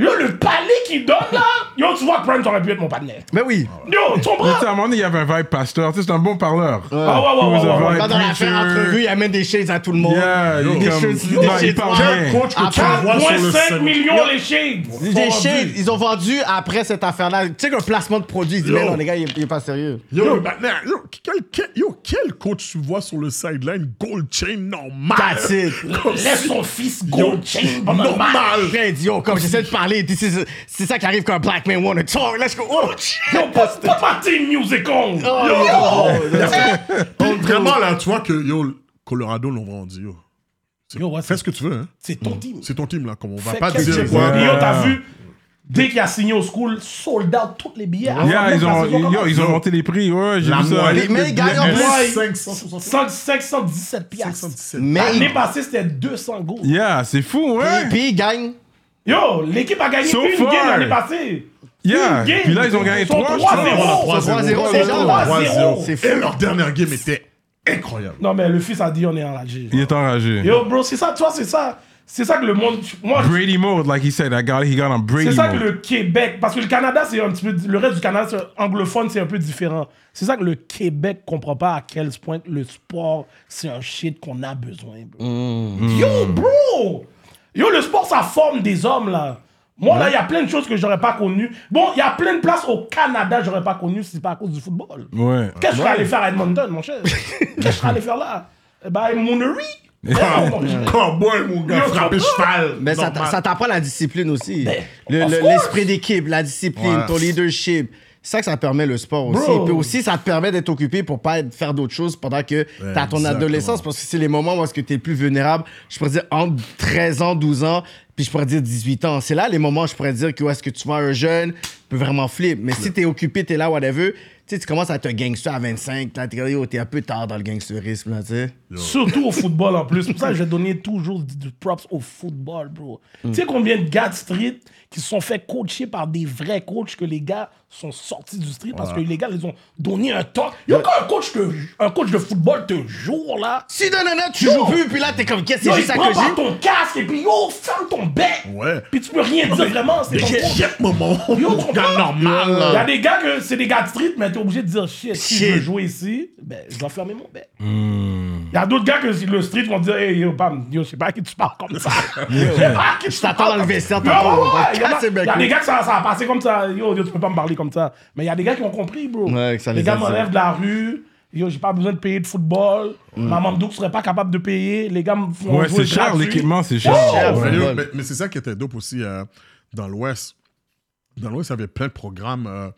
Speaker 3: Yo, le palais qu'il donne, là! Yo, tu vois, Prime, t'aurais pu être mon partenaire.
Speaker 4: Mais oui.
Speaker 1: Ah,
Speaker 3: Yo, tu comprends?
Speaker 1: Tu sais, à un moment donné, il y avait un vibe pasteur. Tu sais, c'est un bon parleur.
Speaker 3: Ah ouais, ouais, ouais, ouais, ouais.
Speaker 4: Pas dans la fin entrevue, il amène des chaises à tout le monde.
Speaker 1: Yeah, il
Speaker 4: des
Speaker 1: est comme...
Speaker 4: choses- des
Speaker 1: Non, il
Speaker 4: choses-
Speaker 1: parle
Speaker 4: Quel
Speaker 1: bien.
Speaker 2: Coach que tu
Speaker 4: Après,
Speaker 2: vois sur le
Speaker 3: 1,5
Speaker 2: scène.
Speaker 3: millions les shades! Oh,
Speaker 4: Des shades, ils ont vendu après cette affaire-là. Tu sais qu'un placement de produit, ils disent,
Speaker 2: Yo.
Speaker 4: mais non, les gars, il est- il est pas sérieux.
Speaker 2: Yo, le partenaire, yo, quel, quel- yo, quel coach tu vois sur le sideline gold chain normal?
Speaker 4: That's it.
Speaker 2: Comme
Speaker 3: Laisse
Speaker 2: si-
Speaker 3: son fils
Speaker 2: Yo,
Speaker 3: gold chain pendant le match.
Speaker 4: Rien dit, yo, comme j'essaie de parler, this is- c'est ça qui arrive quand un black man wanna talk. Let's go. Oh,
Speaker 3: Yo, put, put my team music on!
Speaker 4: oh,
Speaker 3: Yo!
Speaker 4: oh, oh.
Speaker 2: Vraiment, là, tu vois que, yo, Colorado l'ont vendu, yo. C'est-
Speaker 3: Yo, ouais,
Speaker 2: Fais ce que tu veux. hein.
Speaker 3: C'est ton team.
Speaker 2: C'est ton team, là. Comme on va
Speaker 3: Fais
Speaker 2: pas
Speaker 3: qu'est-ce
Speaker 2: dire euh,
Speaker 3: que
Speaker 2: quoi.
Speaker 3: tu veux. Yo, t'as vu, dès qu'il a signé au school, sold out tous les billets. avant
Speaker 1: Yeah,
Speaker 3: même
Speaker 1: ils
Speaker 3: la
Speaker 1: ont,
Speaker 3: saison
Speaker 1: yo, ils ont monté les prix. Ouais, j'ai vu ça.
Speaker 4: moitié. Mais il gagne en
Speaker 3: commence.
Speaker 4: moins.
Speaker 3: Ouais,
Speaker 2: Yo,
Speaker 3: 100 517 piastres.
Speaker 2: 517.
Speaker 4: Mais
Speaker 3: L'année passée, c'était 200 go.
Speaker 1: Yeah, c'est fou, hein? ouais.
Speaker 4: puis, puis il gagne.
Speaker 3: Yo, l'équipe a gagné
Speaker 1: So
Speaker 3: une
Speaker 1: far.
Speaker 3: game l'année passée.
Speaker 1: Yeah.
Speaker 3: Une game.
Speaker 1: Puis là, ils ont gagné
Speaker 3: Ils sont
Speaker 1: trois. je
Speaker 3: trois,
Speaker 1: pense.
Speaker 3: zéro.
Speaker 4: Ils sont 3-0, c'est genre.
Speaker 2: Ah, 3-0.
Speaker 4: C'est fou.
Speaker 2: Et leur dernière game était incroyable.
Speaker 3: Non, mais le fils a dit on est enragé.
Speaker 1: Il est enragé.
Speaker 3: Yo, bro, c'est ça, toi, c'est ça. C'est ça que le monde. Moi,
Speaker 1: Brady mode, like he said, I got, he got on Brady
Speaker 3: c'est ça que
Speaker 1: mode.
Speaker 3: le Québec. Parce que le Canada, c'est un petit peu. Le reste du Canada c'est anglophone, c'est un peu différent. C'est ça que le Québec comprend pas à quel point le sport, c'est un shit qu'on a besoin. bro.
Speaker 1: Mm.
Speaker 3: Yo, bro! Yo, le sport, ça forme des hommes, là. Moi, là, il y a plein de choses que j'aurais pas connues. Bon, il y a plein de places au Canada, j'aurais pas connues si c'est pas à cause du football.
Speaker 1: Ouais.
Speaker 3: Qu'est-ce que je serais allé faire à Edmonton, mon cher Qu'est-ce que je serais allé faire là Eh ben, mounerie Ouais, mon cher.
Speaker 2: Cowboy, Oh, mon gars,
Speaker 3: Yo,
Speaker 2: frappé cheval.
Speaker 4: Mais Ben, ça t'a-
Speaker 2: normal.
Speaker 4: ça t'apprend la discipline aussi. Le-
Speaker 3: Ben, of
Speaker 4: le-
Speaker 3: course.
Speaker 4: L'esprit d'équipe, la discipline,
Speaker 2: Ouais.
Speaker 4: ton leadership. C'est ça que ça permet le sport aussi.
Speaker 3: Bro.
Speaker 4: Puis aussi, ça te permet d'être occupé pour pas être- faire d'autres choses pendant que
Speaker 2: Ouais,
Speaker 4: t'as ton
Speaker 2: exactement.
Speaker 4: adolescence. Parce que c'est les moments où est-ce que t'es le plus vulnérable. Je pourrais dire entre 13 ans, 12 ans, puis je pourrais dire 18 ans. C'est là les moments où je pourrais dire que où est-ce que tu vois un jeune peut vraiment flipper. Mais si t'es occupé, t'es là, whatever, tu sais, tu commences à être un gangster à 25, là, t'es yo, t'es un peu tard dans le gangsterisme, là, tu sais.
Speaker 3: Surtout au football en plus. C'est pour ça que je vais donner toujours du du props au football, bro.
Speaker 4: Mm.
Speaker 3: Tu sais combien de gars de street qui se sont fait coacher par des vrais coachs que les gars sont sortis du street parce que les gars, ils ont donné un temps. Yo, quand un coach, te- un coach de football te joue là,
Speaker 4: Si non, non, non, tu
Speaker 3: Yo.
Speaker 4: joues plus, puis là, t'es comme, qu'est-ce que
Speaker 3: yo,
Speaker 4: c'est
Speaker 3: il
Speaker 4: juste
Speaker 3: te
Speaker 4: à
Speaker 3: prend
Speaker 4: cause
Speaker 3: par ton casque et puis yo, ferme ton bec.
Speaker 2: Ouais.
Speaker 3: Puis tu peux rien dire vraiment. C'est ton coach.
Speaker 2: Yep, maman.
Speaker 3: Yo, tu
Speaker 2: Mon gars,
Speaker 3: comprends?
Speaker 2: normal.
Speaker 3: Il y a
Speaker 2: là.
Speaker 3: des gars que c'est des gars de street, mais t'es obligé de dire shit, si je veux
Speaker 4: Shit. Hmm.
Speaker 3: jouer ici, ben, je dois fermer mon bec. Il y a d'autres gars que si le street vont dire, hey, yo, bam, yo, je sais pas à qui tu parles comme ça. Je sais pas à qui tu
Speaker 4: Je t'attends dans le vestiaire, t'as pas-
Speaker 3: parles. Il y, en a-
Speaker 4: Casse les becs,
Speaker 3: y a
Speaker 4: oui.
Speaker 3: des gars que ça, ça a passé comme ça. Yo, yo, tu peux pas me parler comme ça. Mais il y a des gars qui ont compris, bro.
Speaker 4: Ouais, que ça
Speaker 3: les
Speaker 4: les
Speaker 3: gars
Speaker 4: a dit.
Speaker 3: m'enlèvent de la rue. Yo, j'ai pas besoin de payer de football.
Speaker 4: Hmm.
Speaker 3: Ma Maman Douk serait pas capable de payer. Les gars me font
Speaker 1: Ouais,
Speaker 3: jouer
Speaker 1: c'est cher,
Speaker 3: gratuit.
Speaker 1: l'équipement, c'est cher.
Speaker 3: Oh!
Speaker 2: Mais,
Speaker 4: Ouais.
Speaker 2: mais- mais c'est ça qui était dope aussi euh, dans l'Ouest. Dans l'Ouest, il y avait plein de programmes euh,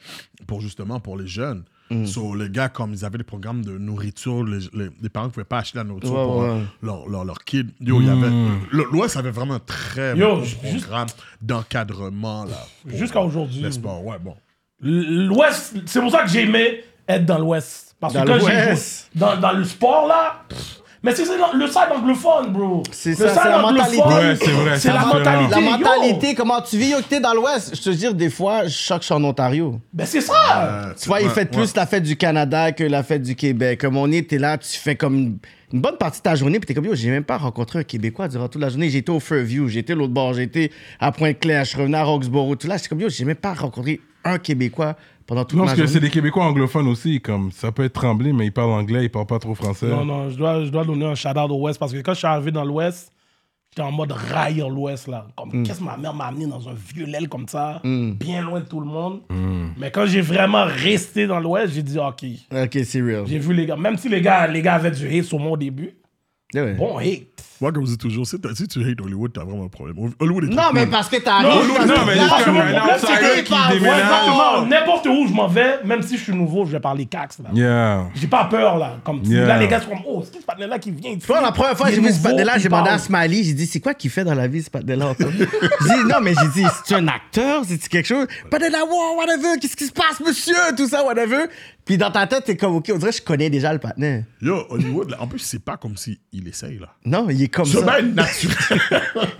Speaker 2: pour justement pour les jeunes.
Speaker 4: Mm.
Speaker 2: So, les gars, comme ils avaient des programmes de nourriture, les, les- les parents ne pouvaient pas acheter la nourriture
Speaker 4: Ouais,
Speaker 2: pour
Speaker 4: ouais. Mm.
Speaker 2: euh, leur, leur, leur kid. Yo, il y avait- le- L'Ouest avait vraiment un très
Speaker 3: Yo,
Speaker 2: bon
Speaker 3: juste-
Speaker 2: programme d'encadrement. là, pour
Speaker 3: Jusqu'à aujourd'hui.
Speaker 4: Hmm.
Speaker 2: Le sport, ouais, bon.
Speaker 3: L'Ouest, c'est pour ça que j'aimais être dans l'Ouest. Parce que
Speaker 4: Dans
Speaker 3: quand j'ai joué
Speaker 4: l'Ouest.
Speaker 3: dans, dans le sport, là. pff, Mais c'est c'est le side anglophone, bro.
Speaker 4: C'est
Speaker 3: Le
Speaker 4: ça,
Speaker 3: side
Speaker 4: c'est la
Speaker 3: anglophone,
Speaker 4: mentalité.
Speaker 1: Ouais, c'est vrai,
Speaker 3: C'est
Speaker 1: ça,
Speaker 3: la
Speaker 1: c'est vrai.
Speaker 3: mentalité.
Speaker 4: La
Speaker 3: yo.
Speaker 4: mentalité, comment tu vis, yo, que t'es dans l'Ouest. Je te dis, des fois, je choque que je suis en Ontario.
Speaker 3: Ben, c'est ça.
Speaker 4: Tu vois, ils fêtent plus la fête du Canada que la fête du Québec. Comme on est, t'es là, tu fais comme une, une bonne partie de ta journée, puis t'es comme, yo, j'ai même pas rencontré un Québécois durant toute la journée. J'étais au Fairview, j'étais l'autre bord, j'étais à Pointe-Claire, je revenais à Roxborough, tout là. J'étais comme, yo, j'ai même pas rencontré un Québécois pendant toute
Speaker 1: Non,
Speaker 4: ma
Speaker 1: parce que c'est
Speaker 4: journée.
Speaker 1: des Québécois anglophones aussi, comme ça peut être tremblé, mais ils parlent anglais, ils parlent pas trop français.
Speaker 3: Non, non, je dois, je dois donner un shout-out au Ouest parce que quand je suis arrivé dans l'Ouest, j'étais en mode railleur l'Ouest, là.
Speaker 4: Mm.
Speaker 3: Comme, qu'est-ce que ma mère m'a amené dans un vieux l'aile comme ça, bien loin de tout le monde.
Speaker 1: Mm.
Speaker 3: Mais quand j'ai vraiment resté dans l'Ouest, j'ai dit, OK.
Speaker 4: Ok, c'est real.
Speaker 3: J'ai vu les gars, même si les gars, les gars avaient du hate sur mon début,
Speaker 4: Ouais.
Speaker 3: bon hate.
Speaker 2: Moi, comme je dis toujours, si, t'as- si tu hates Hollywood, t'as vraiment un problème. Hollywood est
Speaker 4: Non,
Speaker 2: trop
Speaker 4: mais
Speaker 2: cool.
Speaker 4: parce que t'arrives.
Speaker 3: Non,
Speaker 4: parce
Speaker 3: non,
Speaker 4: que
Speaker 3: mais
Speaker 4: là,
Speaker 3: parce que
Speaker 4: tu
Speaker 3: mon
Speaker 4: veux
Speaker 3: problème,
Speaker 4: pas
Speaker 3: c'est
Speaker 4: parler
Speaker 3: que-
Speaker 4: par-
Speaker 1: qui déménage.
Speaker 4: Ouais,
Speaker 3: Exactement.
Speaker 4: non.
Speaker 3: N'importe où je m'en vais, même si je suis nouveau, je vais parler cax. Là.
Speaker 1: Yeah.
Speaker 3: J'ai pas peur, là. Comme,
Speaker 1: Yeah.
Speaker 3: Là, les gars sont comme, oh, c'est qui ce panel-là qui vient ici?
Speaker 4: Tu vois, la première fois que
Speaker 3: Il
Speaker 4: j'ai
Speaker 3: est
Speaker 4: vu ce
Speaker 3: nouveau,
Speaker 4: panel-là,
Speaker 3: il
Speaker 4: j'ai demandé à
Speaker 3: parle.
Speaker 4: Smiley, j'ai dit, c'est quoi qu'il fait dans la vie, ce panel-là? encore? j'ai dit, non, mais j'ai dit, c'est un acteur, c'est quelque chose. Panel-là, wow, whatever, qu'est-ce qui se passe, monsieur, tout ça, whatever. Puis dans ta tête, t'es comme, ok, on dirait que je connais déjà le panel.
Speaker 2: Yo, Hollywood, là, en plus, c'est pas comme s'il il essaye, là.
Speaker 4: Non, il est comme
Speaker 2: C'est
Speaker 4: ça.
Speaker 2: bien naturel.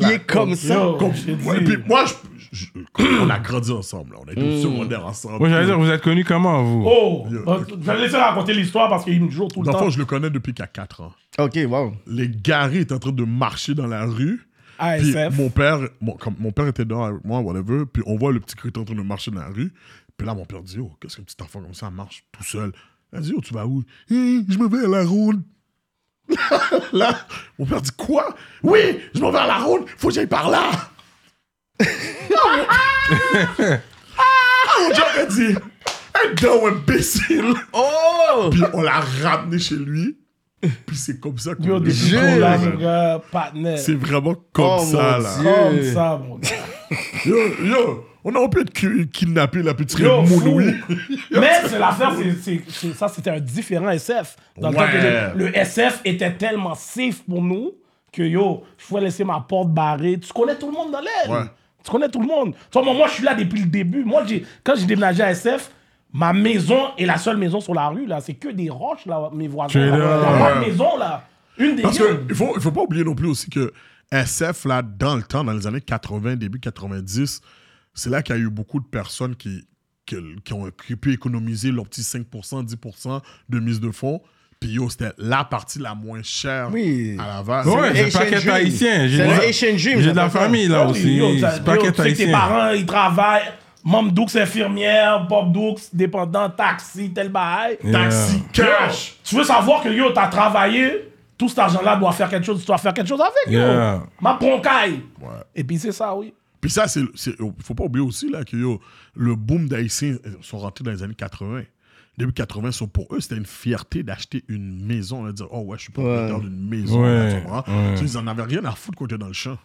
Speaker 4: Il est comme ça.
Speaker 3: Yo,
Speaker 2: Comme-
Speaker 3: j'ai dit,
Speaker 2: Ouais, puis moi, je- je- je- on a grandi ensemble. là. On a été
Speaker 4: Hmm.
Speaker 2: au secondaire ensemble.
Speaker 1: Moi, j'allais dire, vous êtes connus comment, vous
Speaker 3: Oh,
Speaker 2: Yo.
Speaker 3: bah, je vais le laisser raconter l'histoire parce qu'il me joue tout le
Speaker 2: Dans le
Speaker 3: temps.
Speaker 2: fond, je le connais depuis qu'il a 4 ans.
Speaker 4: Ok, wow.
Speaker 2: Les garés étaient en train de marcher dans la rue. Puis
Speaker 3: ASF.
Speaker 2: mon père, mon, comme mon père était dehors avec moi, whatever. Puis on voit le petit crit en train de marcher dans la rue. Puis là, mon père dit Oh, qu'est-ce qu'un petit enfant comme ça marche tout seul Il dit Oh, tu vas où Hum, Je me vais à la ronde. là, mon père dit Quoi Oui, je m'en vais à la ronde, faut que j'aille par là. Ah, mon job a dit Don imbécile.
Speaker 4: Oh!
Speaker 2: Puis on l'a ramené chez lui. Puis c'est comme ça qu'on
Speaker 3: Yo,
Speaker 2: l'a
Speaker 3: des
Speaker 2: joué,
Speaker 3: gros là,
Speaker 2: man.
Speaker 3: mon gars, partner.
Speaker 2: C'est vraiment comme
Speaker 4: Oh,
Speaker 2: ça,
Speaker 4: mon
Speaker 2: là.
Speaker 4: Dieu.
Speaker 3: Comme ça, mon gars.
Speaker 2: Yo, yo, on aurait pu être ki- kidnappé, la petite
Speaker 3: Yo, fou.
Speaker 2: Mounoui.
Speaker 3: Mais c'est l'affaire, c'est- c'est- c'est- ça c'était un différent SF. Dans le temps que
Speaker 2: Ouais.
Speaker 3: le, le SF était tellement safe pour nous que yo, je pouvais laisser ma porte barrée. Tu connais tout le monde dans l'aile.
Speaker 2: Ouais.
Speaker 3: Tu connais tout le monde. Tu vois, moi, moi, je suis là depuis le début. Moi, j'ai- quand j'ai déménagé à SF, ma maison est la seule maison sur la rue, là. C'est que des roches, là, mes voisins.
Speaker 1: es là,
Speaker 3: là. Il y a pas de
Speaker 2: ouais.
Speaker 3: maison, là. Une des
Speaker 2: Parce
Speaker 3: deux.
Speaker 2: qu'il faut, il faut pas oublier non plus aussi que SF, là, dans le temps, dans les années 80, début 90, c'est là qu'il y a eu beaucoup de personnes qui, qui, qui ont qui pu économiser leur petit 5%, 10% de mise de fonds. Puis yo, c'était la partie la moins chère
Speaker 4: Oui.
Speaker 2: à la base.
Speaker 1: Ouais,
Speaker 4: le
Speaker 1: j'ai pas
Speaker 4: Asian
Speaker 1: qu'être
Speaker 4: Dream.
Speaker 1: haïtien. J'ai
Speaker 4: C'est
Speaker 1: de
Speaker 4: le
Speaker 1: la-
Speaker 4: Asian Dream,
Speaker 1: J'ai de
Speaker 4: ça
Speaker 1: la
Speaker 4: fait ça.
Speaker 1: famille là aussi.
Speaker 3: Yo, ça-
Speaker 1: C'est pas
Speaker 3: yo,
Speaker 1: qu'être
Speaker 3: tu sais que tes
Speaker 1: haïtien.
Speaker 3: parents, ils travaillent. Mom Dux, infirmière. Bob Dux, dépendant, taxi, tel bail.
Speaker 2: Taxi,
Speaker 3: Yo,
Speaker 2: cash.
Speaker 3: tu veux savoir que yo, t'as travaillé, tout cet argent-là doit faire quelque chose, tu dois faire quelque chose avec, yo.
Speaker 1: Yeah.
Speaker 3: Ma broncaille. Et puis c'est ça, oui.
Speaker 2: Puis ça, c'est, c'est- oh, faut pas oublier aussi là, que yo, le boom d'Haïtiens euh, sont rentrés dans les années 80. Début 80, so, pour eux, c'était une fierté d'acheter une maison. Là, de dire, oh ouais, je suis propriétaire d'une maison. là,
Speaker 1: Ouais,
Speaker 2: tu comprends?
Speaker 1: ouais.
Speaker 2: So, ils en avaient rien à foutre quand t'es dans le champ.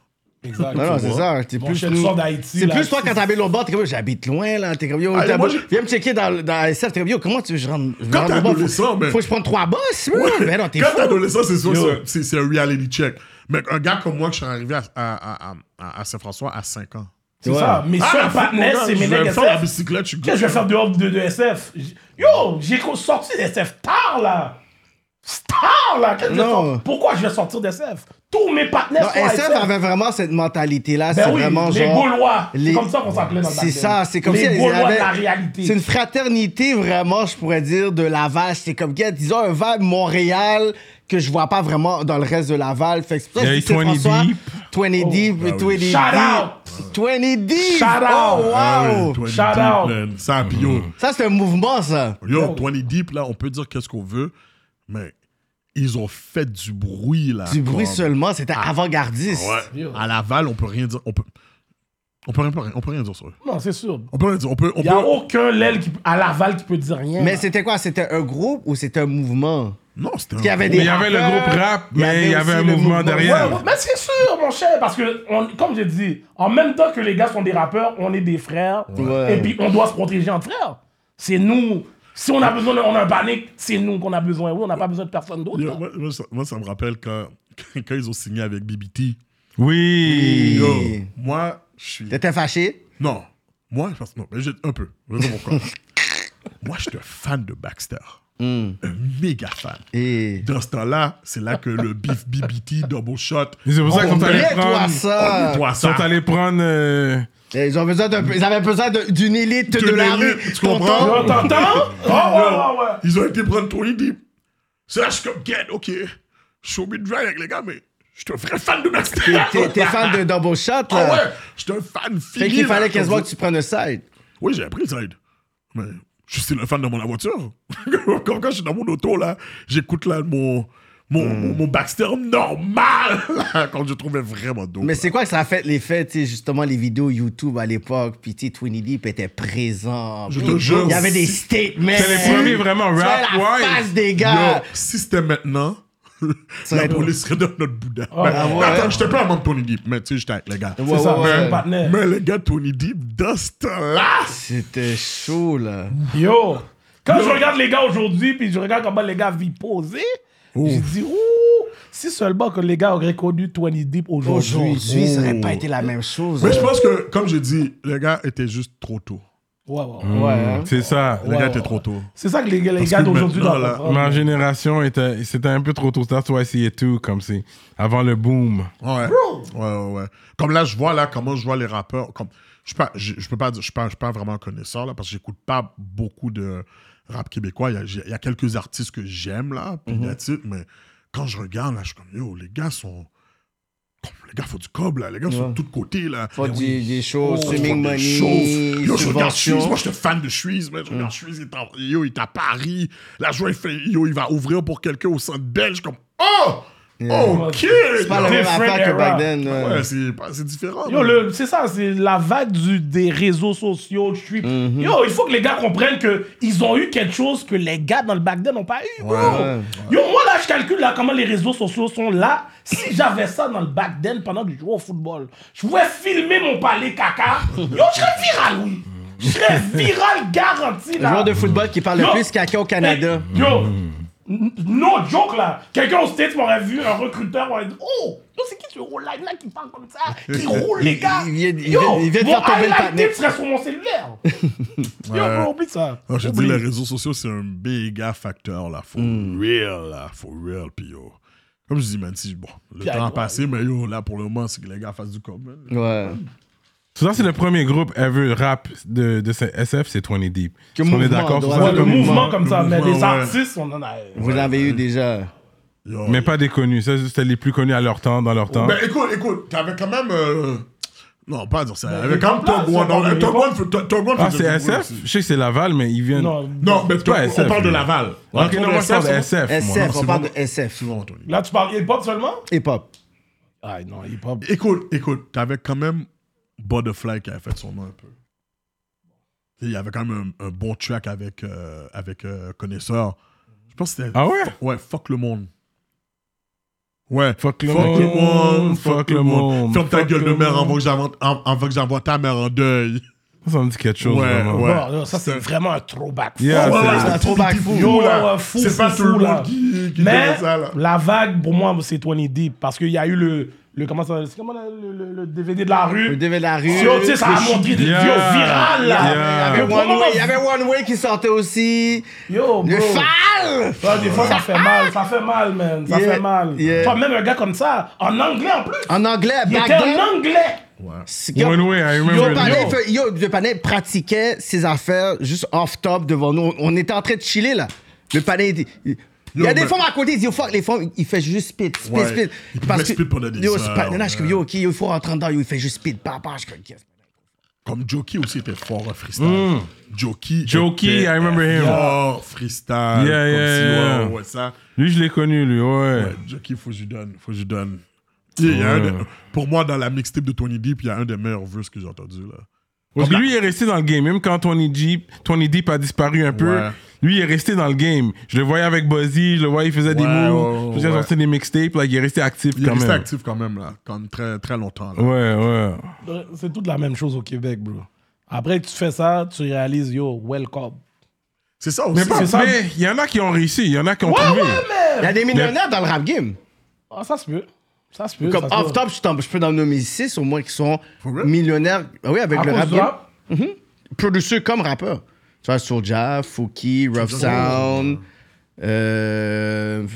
Speaker 3: Exact.
Speaker 4: Non, non, c'est ça. T'es
Speaker 3: Mon
Speaker 4: plus
Speaker 3: chef
Speaker 4: nous-
Speaker 3: sort d'Haïti,
Speaker 4: C'est
Speaker 3: là,
Speaker 4: plus toi
Speaker 3: c'est-
Speaker 4: quand t'habites l'autre bord, t'es comme, yo, j'habite loin, là. T'es comme, yo,
Speaker 2: Allez,
Speaker 4: t'as-
Speaker 2: moi, je-
Speaker 4: viens me checker dans, dans SF, t'es comme, yo, comment tu veux que je rentre je
Speaker 2: Quand
Speaker 4: rentre
Speaker 2: t'es
Speaker 4: au bord?
Speaker 2: adolescent,
Speaker 4: faut,
Speaker 2: ben-
Speaker 4: faut que je prenne trois bosses, ouais. Mais non, t'es
Speaker 2: Quand t'es
Speaker 4: fou.
Speaker 2: adolescent, c'est sûr,
Speaker 3: Yo.
Speaker 2: c'est- c'est, c'est un reality check. Mais un gars comme moi, que je suis arrivé à, à, à- à- à Saint-François à 5 ans.
Speaker 3: C'est
Speaker 4: Ouais.
Speaker 3: ça. Mes
Speaker 2: Ah,
Speaker 3: seuls
Speaker 2: la foutre, mon
Speaker 3: partenaires,
Speaker 2: gars,
Speaker 3: c'est mes
Speaker 2: Je vais
Speaker 3: nègres
Speaker 2: me faire la
Speaker 3: SF.
Speaker 2: bicyclette, je suis
Speaker 3: Qu'est-ce que je vais faire dehors de, de SF J- Yo, j'ai co- sorti d'SF tard, là. Star, là. Qu'est-ce que je vais
Speaker 4: Non.
Speaker 3: faire Pourquoi je vais sortir d'SF Tous mes
Speaker 4: Non,
Speaker 3: partenaires sont
Speaker 4: SF
Speaker 3: SF.
Speaker 4: avait vraiment cette mentalité-là.
Speaker 3: Ben
Speaker 4: c'est
Speaker 3: oui,
Speaker 4: vraiment
Speaker 3: les
Speaker 4: genre.
Speaker 3: Gaulois. C'est
Speaker 4: les-
Speaker 3: comme ça qu'on s'appelait dans le
Speaker 4: C'est
Speaker 3: Bac-Bel.
Speaker 4: ça, c'est comme
Speaker 3: les
Speaker 4: ça.
Speaker 3: Gaulois de la réalité.
Speaker 4: C'est une fraternité vraiment, je pourrais dire, de Laval. C'est comme, gars, disons un vibe Montréal que je vois pas vraiment dans le reste de Laval. Fait que c'est pour ça que
Speaker 1: Il y
Speaker 4: je dis, c'est
Speaker 1: a eu 20
Speaker 4: François,
Speaker 1: Deep.
Speaker 4: 20 Deep, 20 Deep.
Speaker 3: Oh, ben Shout out.
Speaker 4: 20 Deep. Oh,
Speaker 3: Shout out.
Speaker 1: Ah
Speaker 2: Ah
Speaker 4: wow.
Speaker 3: Shout out.
Speaker 2: Ça, puis yo,
Speaker 4: Ça, c'est un mouvement, ça.
Speaker 2: Yo, 20 Deep, là, on peut dire qu'est-ce qu'on veut, mais ils ont fait du bruit, là.
Speaker 1: Ah,
Speaker 4: Du bruit
Speaker 2: comme-
Speaker 4: seulement, c'était avant-gardiste.
Speaker 2: Ouais. À Laval, on peut rien dire. On peut, on peut, rien, on peut rien dire sur eux.
Speaker 3: Non, c'est sûr.
Speaker 2: On peut rien dire. On peut, on
Speaker 3: Il n'y a
Speaker 2: peut...
Speaker 3: aucun l'aile qui, à Laval qui peut dire rien.
Speaker 4: Mais
Speaker 3: là.
Speaker 4: c'était quoi? C'était un groupe ou c'était un mouvement?
Speaker 2: Non, c'était un...
Speaker 4: Il y avait des
Speaker 1: Mais il y avait le
Speaker 4: rappeurs,
Speaker 1: groupe rap, mais il y avait
Speaker 4: aussi
Speaker 1: un
Speaker 4: le
Speaker 1: mouvement derrière.
Speaker 3: Ouais, ouais, mais c'est sûr, mon cher, parce que, on- comme j'ai dit, en même temps que les gars sont des rappeurs, on est des frères.
Speaker 4: Ouais.
Speaker 3: Et puis, on doit se protéger entre frères. C'est nous. Si on a besoin, de- on a un panique, c'est nous qu'on a besoin. Oui, on n'a pas besoin de personne d'autre.
Speaker 2: Yo,
Speaker 3: là.
Speaker 2: moi, moi, ça, moi, ça me rappelle quand, quand ils ont signé avec BBT.
Speaker 1: Oui.
Speaker 2: Yo,
Speaker 4: Et-
Speaker 2: moi, je suis...
Speaker 4: T'étais fâché?
Speaker 2: Non. Moi, je pense... Non, mais j'ai- un peu. Je sais pas pourquoi. moi, je suis un fan de Baxter.
Speaker 4: Hmm.
Speaker 2: Un méga fan.
Speaker 4: Et...
Speaker 2: Dans ce temps-là, c'est là que le beef BBT, double shot...
Speaker 1: C'est pour ça
Speaker 2: on
Speaker 1: qu'on t'a-
Speaker 2: met-
Speaker 4: Mais toi
Speaker 1: prendre-
Speaker 4: Oh, ça!
Speaker 2: toi,
Speaker 1: Ils sont
Speaker 2: ça.
Speaker 1: allés prendre. euh,
Speaker 4: Eh, Ils, ont besoin d'un peu- ils avaient besoin de- d'une élite de,
Speaker 2: D'une
Speaker 4: la
Speaker 2: élite,
Speaker 4: rue.
Speaker 2: tu comprends?
Speaker 3: Yo, T'entends? Oh, ouais, ouais, ouais.
Speaker 2: Ils ont été prendre Tony Deep. C'est là, je suis comme, get, ok, show me dry avec les gars, mais je suis un vrai fan de Master.
Speaker 4: T'es- T'es t'es fan de Double Shot,
Speaker 2: Ah
Speaker 4: là.
Speaker 2: ouais, je suis un fan fini.
Speaker 4: Fait qu'il
Speaker 2: là,
Speaker 4: fallait
Speaker 2: je
Speaker 4: quasiment
Speaker 2: veux-
Speaker 4: que tu prennes le side.
Speaker 2: Oui, j'ai appris ça. Mais je suis still un fan de mon voiture. Comme quand je suis dans mon auto, là, j'écoute là mon... Mon,
Speaker 4: Hmm.
Speaker 2: mon, mon Baxter normal, là, quand je trouvais vraiment dope.
Speaker 4: Mais
Speaker 2: là.
Speaker 4: c'est quoi que ça a fait l'effet, tu sais, justement, les vidéos YouTube à l'époque, puis tu sais, Twinny Deep était présent.
Speaker 2: Je
Speaker 4: puis
Speaker 2: te jure,
Speaker 4: Il y avait des
Speaker 2: si-
Speaker 4: statements.
Speaker 1: C'est les premiers vraiment
Speaker 4: Tu vois
Speaker 1: rap.
Speaker 4: la
Speaker 1: ouais.
Speaker 4: face des
Speaker 2: Yo,
Speaker 4: gars.
Speaker 2: si c'était maintenant, la
Speaker 4: serait-
Speaker 2: police serait dans notre boudin. Mais-
Speaker 3: ah
Speaker 2: mais
Speaker 4: ouais.
Speaker 2: Attends, j'étais pas un de Tony Deep, mais tu sais, j'étais avec les gars.
Speaker 4: Ouais,
Speaker 3: C'est ça,
Speaker 4: ouais,
Speaker 3: c'est
Speaker 2: Ben,
Speaker 4: ouais.
Speaker 3: un partenaire.
Speaker 2: Mais les gars, Tony Deep, dans ce temps-là,
Speaker 4: C'était chaud, là.
Speaker 3: Yo, quand je regarde les gars aujourd'hui, puis je regarde comment les gars vivent posés, je dis, ouh, si seulement que les gars auraient connu 20 Deep aujourd'hui.
Speaker 4: Aujourd'hui, oh. ça aurait pas été la même chose.
Speaker 2: Mais je
Speaker 4: hein.
Speaker 2: pense que, comme j'ai dit, les gars étaient juste trop tôt.
Speaker 3: Ouais, ouais, ouais.
Speaker 4: Ouais, hein.
Speaker 1: C'est ça.
Speaker 2: Les gars
Speaker 3: ouais,
Speaker 2: étaient
Speaker 3: ouais.
Speaker 2: trop tôt.
Speaker 3: C'est ça que les, les
Speaker 2: Parce
Speaker 3: gars
Speaker 2: que
Speaker 3: d'aujourd'hui
Speaker 2: maintenant,
Speaker 3: doivent
Speaker 2: là,
Speaker 3: comprendre.
Speaker 1: Ma génération était, c'était un peu trop tôt. That's why I see it too, comme c'est avant le boom.
Speaker 2: Ouais. Ouais, ouais, ouais. Comme là, je vois là comment je vois les rappeurs. Comme, je suis pas, je, je peux pas dire, je suis pas, je suis pas vraiment un connaisseur là parce que j'écoute pas beaucoup de rap québécois. Il y a, j'ai- il y a quelques artistes que j'aime là, puis that's it, mais quand je regarde là, je suis comme yo, les gars sont, comme, les gars font du cob là, les gars sont de tous côtés là.
Speaker 4: Faut
Speaker 2: Eh oui,
Speaker 4: des, des choses,
Speaker 2: Faut
Speaker 4: streaming
Speaker 2: faire des
Speaker 4: Oh, money,
Speaker 2: choses. Yo, je regarde
Speaker 4: subventions.
Speaker 2: Suisse. Moi, j'étais fan de Suisse. man. Je
Speaker 4: Mm.
Speaker 2: regarde Suisse. Il est, en- yo, il est à Paris. La joie, il fait. Yo, il va ouvrir pour quelqu'un au centre belge. Comme, oh! OK!
Speaker 4: C'est pas la
Speaker 2: Yo.
Speaker 4: même
Speaker 3: Different
Speaker 4: affaire que
Speaker 3: era.
Speaker 4: back then. ouais.
Speaker 2: Ouais, c'est pas- c'est différent.
Speaker 3: Yo,
Speaker 2: man.
Speaker 3: le- c'est ça, c'est la vague du, des réseaux sociaux. Je suis...
Speaker 4: Mhm.
Speaker 3: Yo, il faut que les gars comprennent qu'ils ont eu quelque chose que les gars dans le Bagdad n'ont pas eu. bro.
Speaker 4: ouais.
Speaker 3: Yo, moi là, je calcule là comment les réseaux sociaux sont là. Si j'avais ça dans le Bagdad pendant que je jouais au football, je pouvais filmer mon palais caca. Yo, je serais viral, oui. Je serais viral garanti
Speaker 4: Le
Speaker 3: là.
Speaker 4: joueur de football qui parle
Speaker 3: Yo.
Speaker 4: le plus caca au Canada.
Speaker 3: Hey, Yo, n- No joke là. Quelqu'un aux States m'aurait vu, un recruteur m'aurait dit Oh, yo, c'est qui ce Roland là qui parle comme ça Qui roule les gars
Speaker 4: Il vient- il
Speaker 3: Yo,
Speaker 4: vient- il vient de
Speaker 3: mon
Speaker 4: faire tomber le
Speaker 3: highlight
Speaker 4: partner.
Speaker 3: tape serait sur mon cellulaire. Yo, bro, oublie ça.
Speaker 2: Non, Ah, je te dis,
Speaker 3: Oublie.
Speaker 2: les réseaux sociaux, c'est un méga facteur, là. For
Speaker 4: Mm.
Speaker 2: real, là. For real, puis yo. Comme je dis, man, si, bon, le
Speaker 3: Puis,
Speaker 2: temps
Speaker 3: ouais.
Speaker 2: a passé, mais yo, là, pour le moment, c'est que les gars fassent du com, man.
Speaker 4: Ouais.
Speaker 1: So, ça, c'est le premier groupe ever rap de, de ce- SF, c'est 20 Deep.
Speaker 4: Que
Speaker 1: Est-ce qu'on est
Speaker 4: mouvement,
Speaker 1: d'accord sur
Speaker 4: on
Speaker 1: ça?
Speaker 4: doit-
Speaker 3: Ouais, le
Speaker 1: comme-
Speaker 3: mouvement comme
Speaker 2: le
Speaker 3: ça, mais
Speaker 2: mouvement,
Speaker 3: les
Speaker 2: ouais.
Speaker 3: artistes, on en a. euh,
Speaker 4: Vous l'avez eu déjà.
Speaker 2: Yo,
Speaker 1: Mais pas des connus. Ça, c'était les plus connus à leur temps, dans leur temps.
Speaker 2: Ben écoute, écoute, t'avais quand même. euh, Non, pas dire ça.
Speaker 3: Ben,
Speaker 2: Avec
Speaker 3: il est en
Speaker 2: quand même Tog
Speaker 3: place,
Speaker 2: One.
Speaker 3: il est en
Speaker 2: Non, Tog
Speaker 3: place.
Speaker 2: One fait- Tog- Tog One
Speaker 1: Ah,
Speaker 2: fait
Speaker 1: c'est
Speaker 2: du bruit
Speaker 1: SF?
Speaker 2: aussi.
Speaker 1: Je sais que c'est Laval, mais ils viennent.
Speaker 3: Non,
Speaker 2: Non, mais
Speaker 1: C'est pas
Speaker 2: Tog-
Speaker 1: SF,
Speaker 2: on parle de
Speaker 1: lui.
Speaker 2: Laval.
Speaker 1: Ok, non, moi, je parle de SF. moi.
Speaker 4: SF,
Speaker 2: c'est
Speaker 4: on parle
Speaker 2: bon.
Speaker 4: de SF.
Speaker 2: Souvent, Anthony.
Speaker 3: Là, tu parles hip-hop seulement
Speaker 4: Hip-hop.
Speaker 3: Ah non, hip-hop.
Speaker 2: Écoute, écoute, t'avais quand même Butterfly qui avait fait son nom un peu. Il y avait quand même un, un bon track avec, euh, avec euh, Connaisseur. Je pense que c'était.
Speaker 1: Ah ouais?
Speaker 2: Fu- Ouais, fuck le monde. Ouais.
Speaker 1: Fuck le monde, fuck le monde.
Speaker 2: Ferme ta
Speaker 1: Fuck
Speaker 2: gueule
Speaker 1: le
Speaker 2: de mère
Speaker 1: monde.
Speaker 2: avant que j'invente- av- avant que j'envoie ta mère en deuil.
Speaker 1: Ça me dit quelque chose.
Speaker 2: Ouais,
Speaker 1: vraiment.
Speaker 2: ouais.
Speaker 3: Bon, là, ça, c'est vraiment un throwback.
Speaker 1: Yeah,
Speaker 2: Ah,
Speaker 3: Fou,
Speaker 1: c'est-
Speaker 3: ouais, ouais,
Speaker 1: c'est
Speaker 4: un throwback fou.
Speaker 3: Yo,
Speaker 2: là.
Speaker 3: ouais, fou,
Speaker 2: C'est
Speaker 3: fou,
Speaker 2: pas
Speaker 3: fou,
Speaker 2: tout le
Speaker 3: là.
Speaker 2: monde qui, qui
Speaker 3: Mais
Speaker 2: connaît ça, là.
Speaker 3: la vague, pour moi, c'est 20 Deep. Parce qu'il y a eu le. le comment ça, c'est comment le, le- le DVD de la rue
Speaker 4: Le devait de la rue.
Speaker 3: Yo, tu sais, ça a
Speaker 4: le chi-
Speaker 3: montré des
Speaker 1: Yeah.
Speaker 3: vidéos virales, là.
Speaker 1: Yeah.
Speaker 4: Il y avait
Speaker 3: Yo,
Speaker 4: One
Speaker 3: bro,
Speaker 4: Way- Il y avait One Way qui sortait aussi.
Speaker 3: Yo, bro.
Speaker 4: Le FAL!
Speaker 3: Ouais, des fois, ça fait mal, ça fait mal, man. Ça
Speaker 4: Yeah,
Speaker 3: fait mal.
Speaker 4: yeah.
Speaker 3: Toi, même un gars comme ça, en anglais en plus.
Speaker 4: En anglais,
Speaker 3: Il
Speaker 4: back
Speaker 3: était
Speaker 4: then.
Speaker 3: en anglais.
Speaker 4: c'est-
Speaker 1: One way, I
Speaker 2: hein,
Speaker 4: Yo,
Speaker 1: remember.
Speaker 4: Panay,
Speaker 1: Yo.
Speaker 4: fait- yo, le panel pratiquait ses affaires juste off-top devant nous. On- On était en train de chiller, là. Le panel était... Il y a
Speaker 2: Yo,
Speaker 4: des
Speaker 2: mais-
Speaker 4: formes à côté, il dit, yo, fuck, les formes, il fait juste spit, spit,
Speaker 2: Ouais.
Speaker 4: spit.
Speaker 2: Il peut faire spit pendant des
Speaker 4: Yo,
Speaker 2: heures,
Speaker 4: ce panel là, je suis comme,
Speaker 2: ouais.
Speaker 4: yo, ok, yo, il faut rentrer dedans, yo, il fait juste spit, papa, je suis comme, yes.
Speaker 2: Comme Jokey aussi était fort en freestyle. Jokey.
Speaker 1: Jokey,
Speaker 2: était
Speaker 1: Hmm. I remember him.
Speaker 2: Fort freestyle.
Speaker 1: Yeah,
Speaker 2: comme
Speaker 1: yeah,
Speaker 2: si,
Speaker 1: yeah.
Speaker 2: ouais, ouais, ça.
Speaker 1: Lui, je l'ai connu, lui, ouais.
Speaker 2: Ouais, Jokey, faut que je lui donne. Faut que je lui donne. Il y a un des- pour moi, dans la mixtape de Tony Deep, il y a un des meilleurs verses que j'ai entendu. Là.
Speaker 1: Parce que lui, il est resté dans le game. Même quand Tony Deep, Tony Deep a disparu un peu,
Speaker 2: Ouais.
Speaker 1: lui, il est resté dans le game. Je le voyais avec Buzzy, je le voyais, il faisait des
Speaker 2: Ouais, ouais,
Speaker 1: moves,
Speaker 2: ouais,
Speaker 1: je faisais
Speaker 2: ouais.
Speaker 1: sortir des mixtapes, like, il est resté actif
Speaker 2: Il est
Speaker 1: quand
Speaker 2: resté
Speaker 1: même.
Speaker 2: actif quand même, là. Comme très, très longtemps. Là.
Speaker 1: Ouais, ouais.
Speaker 3: C'est toute la même chose au Québec, bro. Après que tu fais ça, tu réalises, yo, welcome.
Speaker 2: C'est ça aussi.
Speaker 1: Mais pas,
Speaker 3: c'est ça.
Speaker 1: mais il y en a qui ont réussi, il y en a qui ont trouvé.
Speaker 4: Il y a des millionnaires dans le rap game.
Speaker 3: Ah, ça se peut. Ça se peut.
Speaker 4: Comme
Speaker 3: ça se peut.
Speaker 4: off-top, je, t'en- je peux en nommer six, au moins, qui sont
Speaker 2: For real?
Speaker 4: millionnaires, ah oui, avec
Speaker 3: À
Speaker 4: le
Speaker 3: cause
Speaker 4: rap
Speaker 3: du
Speaker 4: game.
Speaker 3: rap,
Speaker 4: Producteurs comme rappeurs. Tu vois, Soulja, Fouki, Rough Sound, euh,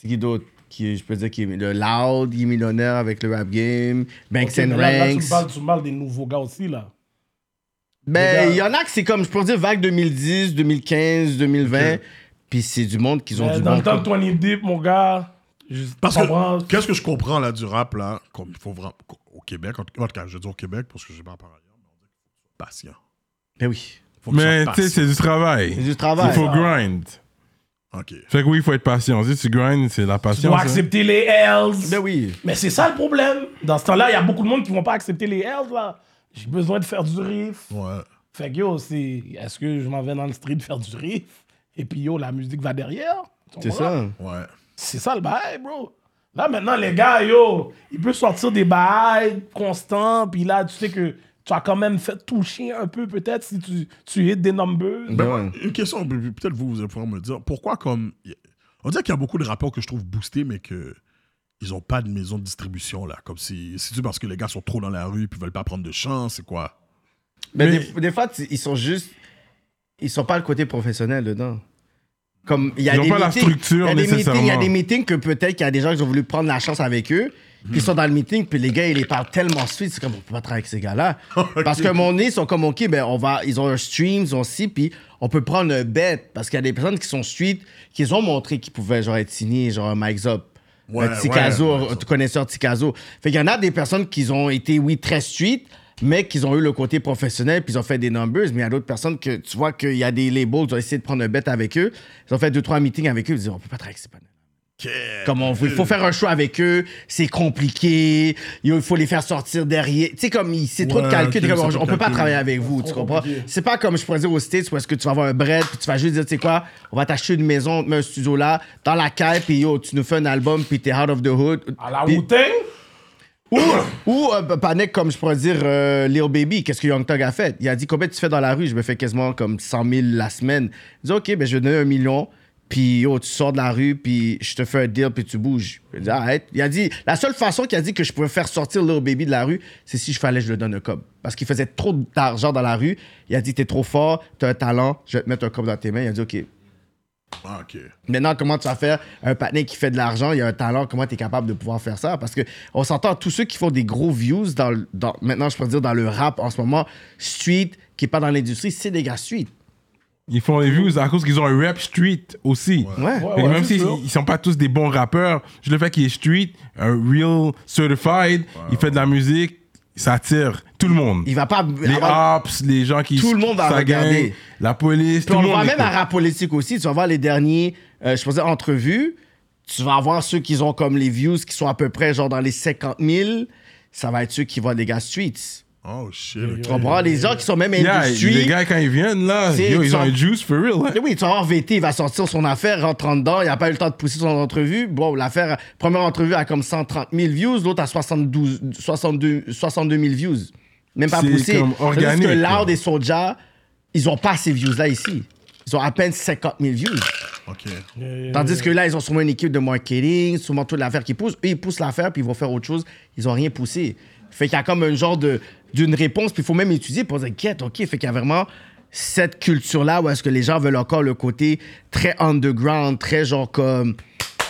Speaker 4: c'est qui d'autre qui, je peux dire, qui est le Loud, qui est millionnaire avec le rap game, Banks
Speaker 3: ok,
Speaker 4: and
Speaker 3: là, là, tu, me
Speaker 4: Ranks.
Speaker 3: parles, tu me parles des nouveaux gars aussi, là.
Speaker 4: Ben,
Speaker 3: Regarde.
Speaker 4: il y en a que c'est comme, je peux dire, vague 2010, 2015, 2020, puis c'est du monde qui ont
Speaker 3: Mais
Speaker 4: du
Speaker 3: dans
Speaker 4: bon
Speaker 3: le temps de
Speaker 4: coup.
Speaker 3: 20 Deep, mon gars, je
Speaker 2: Parce
Speaker 3: comprends.
Speaker 2: que, qu'est-ce que je comprends, là, du rap, là, comme il faut vraiment. Au Québec, en tout cas, je dis au Québec, parce que je sais pas par ailleurs, mais on dit qu'il faut être patient.
Speaker 4: Ben oui,
Speaker 2: Faut que
Speaker 1: Mais
Speaker 2: sois
Speaker 1: tu sais, c'est du travail.
Speaker 4: c'est du
Speaker 1: Il
Speaker 4: travail.
Speaker 1: faut grind.
Speaker 2: patient. Ok.
Speaker 1: Fait que oui, il faut être patient. Si tu grind, c'est la
Speaker 3: Tu dois
Speaker 1: patience. hein.
Speaker 3: accepter les Hells.
Speaker 4: Ben oui.
Speaker 3: Mais c'est ça le problème. Dans ce temps-là, il y a beaucoup de monde qui vont pas accepter les Hells, là. J'ai besoin de faire du riff.
Speaker 2: Ouais.
Speaker 3: Fait que yo, c'est. Est-ce que je m'en vais dans le street faire du riff? Et puis yo, la musique va derrière. Tu
Speaker 4: C'est
Speaker 3: comprends?
Speaker 4: ça.
Speaker 2: Ouais.
Speaker 3: C'est ça le bail, bro. Là, maintenant, les gars, yo, ils peuvent sortir des bails constants, puis là, tu sais que tu as quand même fait toucher un peu, peut-être, si tu, tu hits des numbers.
Speaker 4: Ben ouais.
Speaker 2: Une question, peut-être vous, vous allez pouvoir me dire, pourquoi comme... On dirait qu'il y a beaucoup de rapports que je trouve boostés, mais que ils ont pas de maison de distribution, là. Comme si... C'est-tu parce que les gars sont trop dans la rue puis veulent pas prendre de chance, c'est quoi?
Speaker 4: Ben,
Speaker 1: Mais-
Speaker 4: des, des fois, tu- ils sont juste. Ils sont pas le côté professionnel dedans. Comme, il y a
Speaker 1: Ils ont
Speaker 4: des
Speaker 1: pas la
Speaker 4: meetings-
Speaker 1: structure,
Speaker 4: il y a des meetings- Il y a
Speaker 1: nécessairement.
Speaker 4: des meetings que peut-être qu'il y a des gens qui ont voulu prendre la chance avec eux. Puis ils sont dans le meeting, puis les gars, ils les parlent tellement suite. C'est comme, on peut pas travailler avec ces gars-là. Parce que mon nez, ils sont comme, OK, ben, on va, ils ont un stream, ils ont ci, puis on peut prendre un bet. Parce qu'il y a des personnes qui sont suites, qui ont montré qu'ils pouvaient, genre, être signés, genre, Mike's Up.
Speaker 2: Ouais,
Speaker 4: Euh, Tikazo,
Speaker 2: ouais,
Speaker 4: euh, connaisseur Tikazo. Fait qu'il y en a des personnes qui ont été, oui, très suite, mais qui ont eu le côté professionnel, puis ils ont fait des numbers. Mais il y a d'autres personnes que tu vois qu'il y a des labels qui ont essayé de prendre un bet avec eux. Ils ont fait deux, trois meetings avec eux. Ils disent, on peut pas travailler avec ces panels. Comme on, il faut faire un choix avec eux, c'est compliqué, yo, il faut les faire sortir derrière. Tu sais, comme il- c'est trop de
Speaker 2: Ouais,
Speaker 4: calculs,
Speaker 2: ok,
Speaker 4: t'es comme,
Speaker 2: c'est
Speaker 4: on,
Speaker 2: trop de
Speaker 4: on peut pas
Speaker 2: calculs.
Speaker 4: travailler avec vous, tu comprends? C'est pas comme je pourrais dire aux States où est-ce que tu vas avoir un bread, puis tu vas juste dire, tu sais quoi, on va t'acheter une maison, on te met un studio là, dans la caille, puis yo, tu nous fais un album, puis t'es out of the hood.
Speaker 3: À la
Speaker 4: Puis-
Speaker 3: Wu-Tang,
Speaker 4: ou, ou euh, panique, comme je pourrais dire, euh, Lil Baby, qu'est-ce que Young Thug a fait? Il a dit, combien tu fais dans la rue? Je me fais quasiment comme 100 000 la semaine. Il dit, OK, ben, je vais donner un million. puis yo, tu sors de la rue, puis je te fais un deal, puis tu bouges. Il a dit, arrête. Il a dit, la seule façon qu'il a dit que je pouvais faire sortir Little Baby de la rue, c'est si je fallait que je le donne un cob. Parce qu'il faisait trop d'argent dans la rue. Il a dit, t'es trop fort, t'as un talent, je vais te mettre un cob dans tes mains. Il a dit, OK.
Speaker 2: Ah, ok.
Speaker 4: Maintenant, comment tu vas faire un patiné qui fait de l'argent, il y a un talent, comment tu es capable de pouvoir faire ça? Parce que on s'entend, tous ceux qui font des gros views, dans, le- dans- maintenant, je peux dire dans le rap en ce moment, street, qui est pas dans l'industrie, c'est des gars street.
Speaker 1: Ils font les views à cause qu'ils ont un rap street aussi.
Speaker 4: Ouais.
Speaker 3: Ouais,
Speaker 1: Fait que
Speaker 3: ouais,
Speaker 1: même
Speaker 3: c'est
Speaker 1: s'ils
Speaker 3: sûr.
Speaker 1: ils sont pas tous des bons rappeurs, je le fait qu'il est street, un real certified, il fait de la musique, ça attire tout le monde.
Speaker 4: Il va pas.
Speaker 1: les
Speaker 4: avoir-
Speaker 1: ops, les gens qui
Speaker 4: Tout le monde va
Speaker 1: ça gagne,
Speaker 4: regarder.
Speaker 1: la police,
Speaker 4: Puis
Speaker 1: tout
Speaker 4: on le
Speaker 1: le monde.
Speaker 4: voit même
Speaker 1: écoute.
Speaker 4: à rap politique aussi. Tu vas voir les derniers, euh, je faisais entrevues. Tu vas avoir ceux qui ont comme les views qui sont à peu près genre dans les 50 000. Ça va être ceux qui vont les gars streets.
Speaker 2: Oh, shit.
Speaker 4: Tu comprends? Les gens qui sont même
Speaker 1: Yeah,
Speaker 4: industry.
Speaker 1: les gars quand ils viennent là,
Speaker 4: C'est-
Speaker 1: yo, ils
Speaker 4: ils
Speaker 1: ont
Speaker 4: sont-
Speaker 1: un juice for real. hein.
Speaker 4: Mais oui, tu vas voir VT, il va sortir son affaire, rentre en dedans, il n'a pas eu le temps de pousser son entrevue. Bon, l'affaire, première entrevue a comme 130 000 views, l'autre a 72, 62, 62 000 views. Même pas
Speaker 1: C'est
Speaker 4: poussé.
Speaker 1: comme
Speaker 4: Tandis
Speaker 1: organique,
Speaker 4: que
Speaker 1: là.
Speaker 4: Loud et Soja, ils n'ont pas ces views-là ici. Ils ont à peine 50 000 views.
Speaker 2: Ok.
Speaker 4: Tandis que là, ils ont souvent une équipe de marketing, souvent toute l'affaire qui pousse. Eux, ils poussent l'affaire, puis ils vont faire autre chose. Ils ont rien poussé. Fait qu'il y a comme un genre de, d'une réponse, puis il faut même étudier pour dire, quête, OK. Fait qu'il y a vraiment cette culture-là où est-ce que les gens veulent encore le côté très underground, très genre comme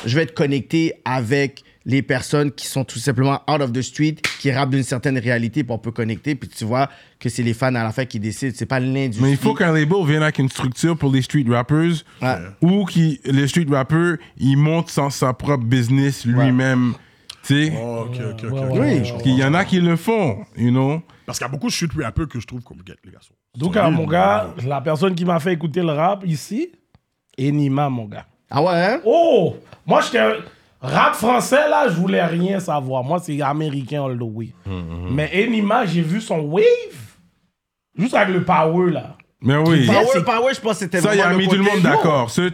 Speaker 4: je vais être connecté avec les personnes qui sont tout simplement out of the street, qui rappent d'une certaine réalité, puis on peut connecter, puis tu vois que c'est les fans à la fin qui décident, c'est pas l'industrie.
Speaker 1: Mais il faut qu'un label vienne avec une structure pour les street rappers
Speaker 4: Ouais.
Speaker 1: ou qui les street rappers ils montent sans sa propre business lui-même. Tu sais,
Speaker 2: Oh, ok, ok, ok.
Speaker 3: Ouais,
Speaker 2: ok.
Speaker 3: ouais,
Speaker 4: Oui.
Speaker 3: ouais, ouais.
Speaker 1: il y en a qui le font, you know.
Speaker 2: Parce qu'il y a beaucoup de chutes rappeurs que je trouve comme get, les garçons.
Speaker 3: Donc,
Speaker 2: Sérieux,
Speaker 3: hein, mon gars, la personne qui m'a fait écouter le rap ici, Enima, mon gars.
Speaker 4: Ah ouais, hein?
Speaker 3: Oh! Moi, j'étais. un- Rap français, là, je voulais rien savoir. Moi, c'est américain all the way.
Speaker 1: Hmm,
Speaker 3: Mais Enima, j'ai vu son wave. Juste avec le power, là.
Speaker 1: Mais oui.
Speaker 4: Power,
Speaker 3: c'est-
Speaker 4: Power, je pense que c'était
Speaker 1: Ça, il a
Speaker 4: vraiment
Speaker 1: mis tout
Speaker 4: côté-
Speaker 1: le monde
Speaker 4: Yo,
Speaker 1: d'accord. Ce,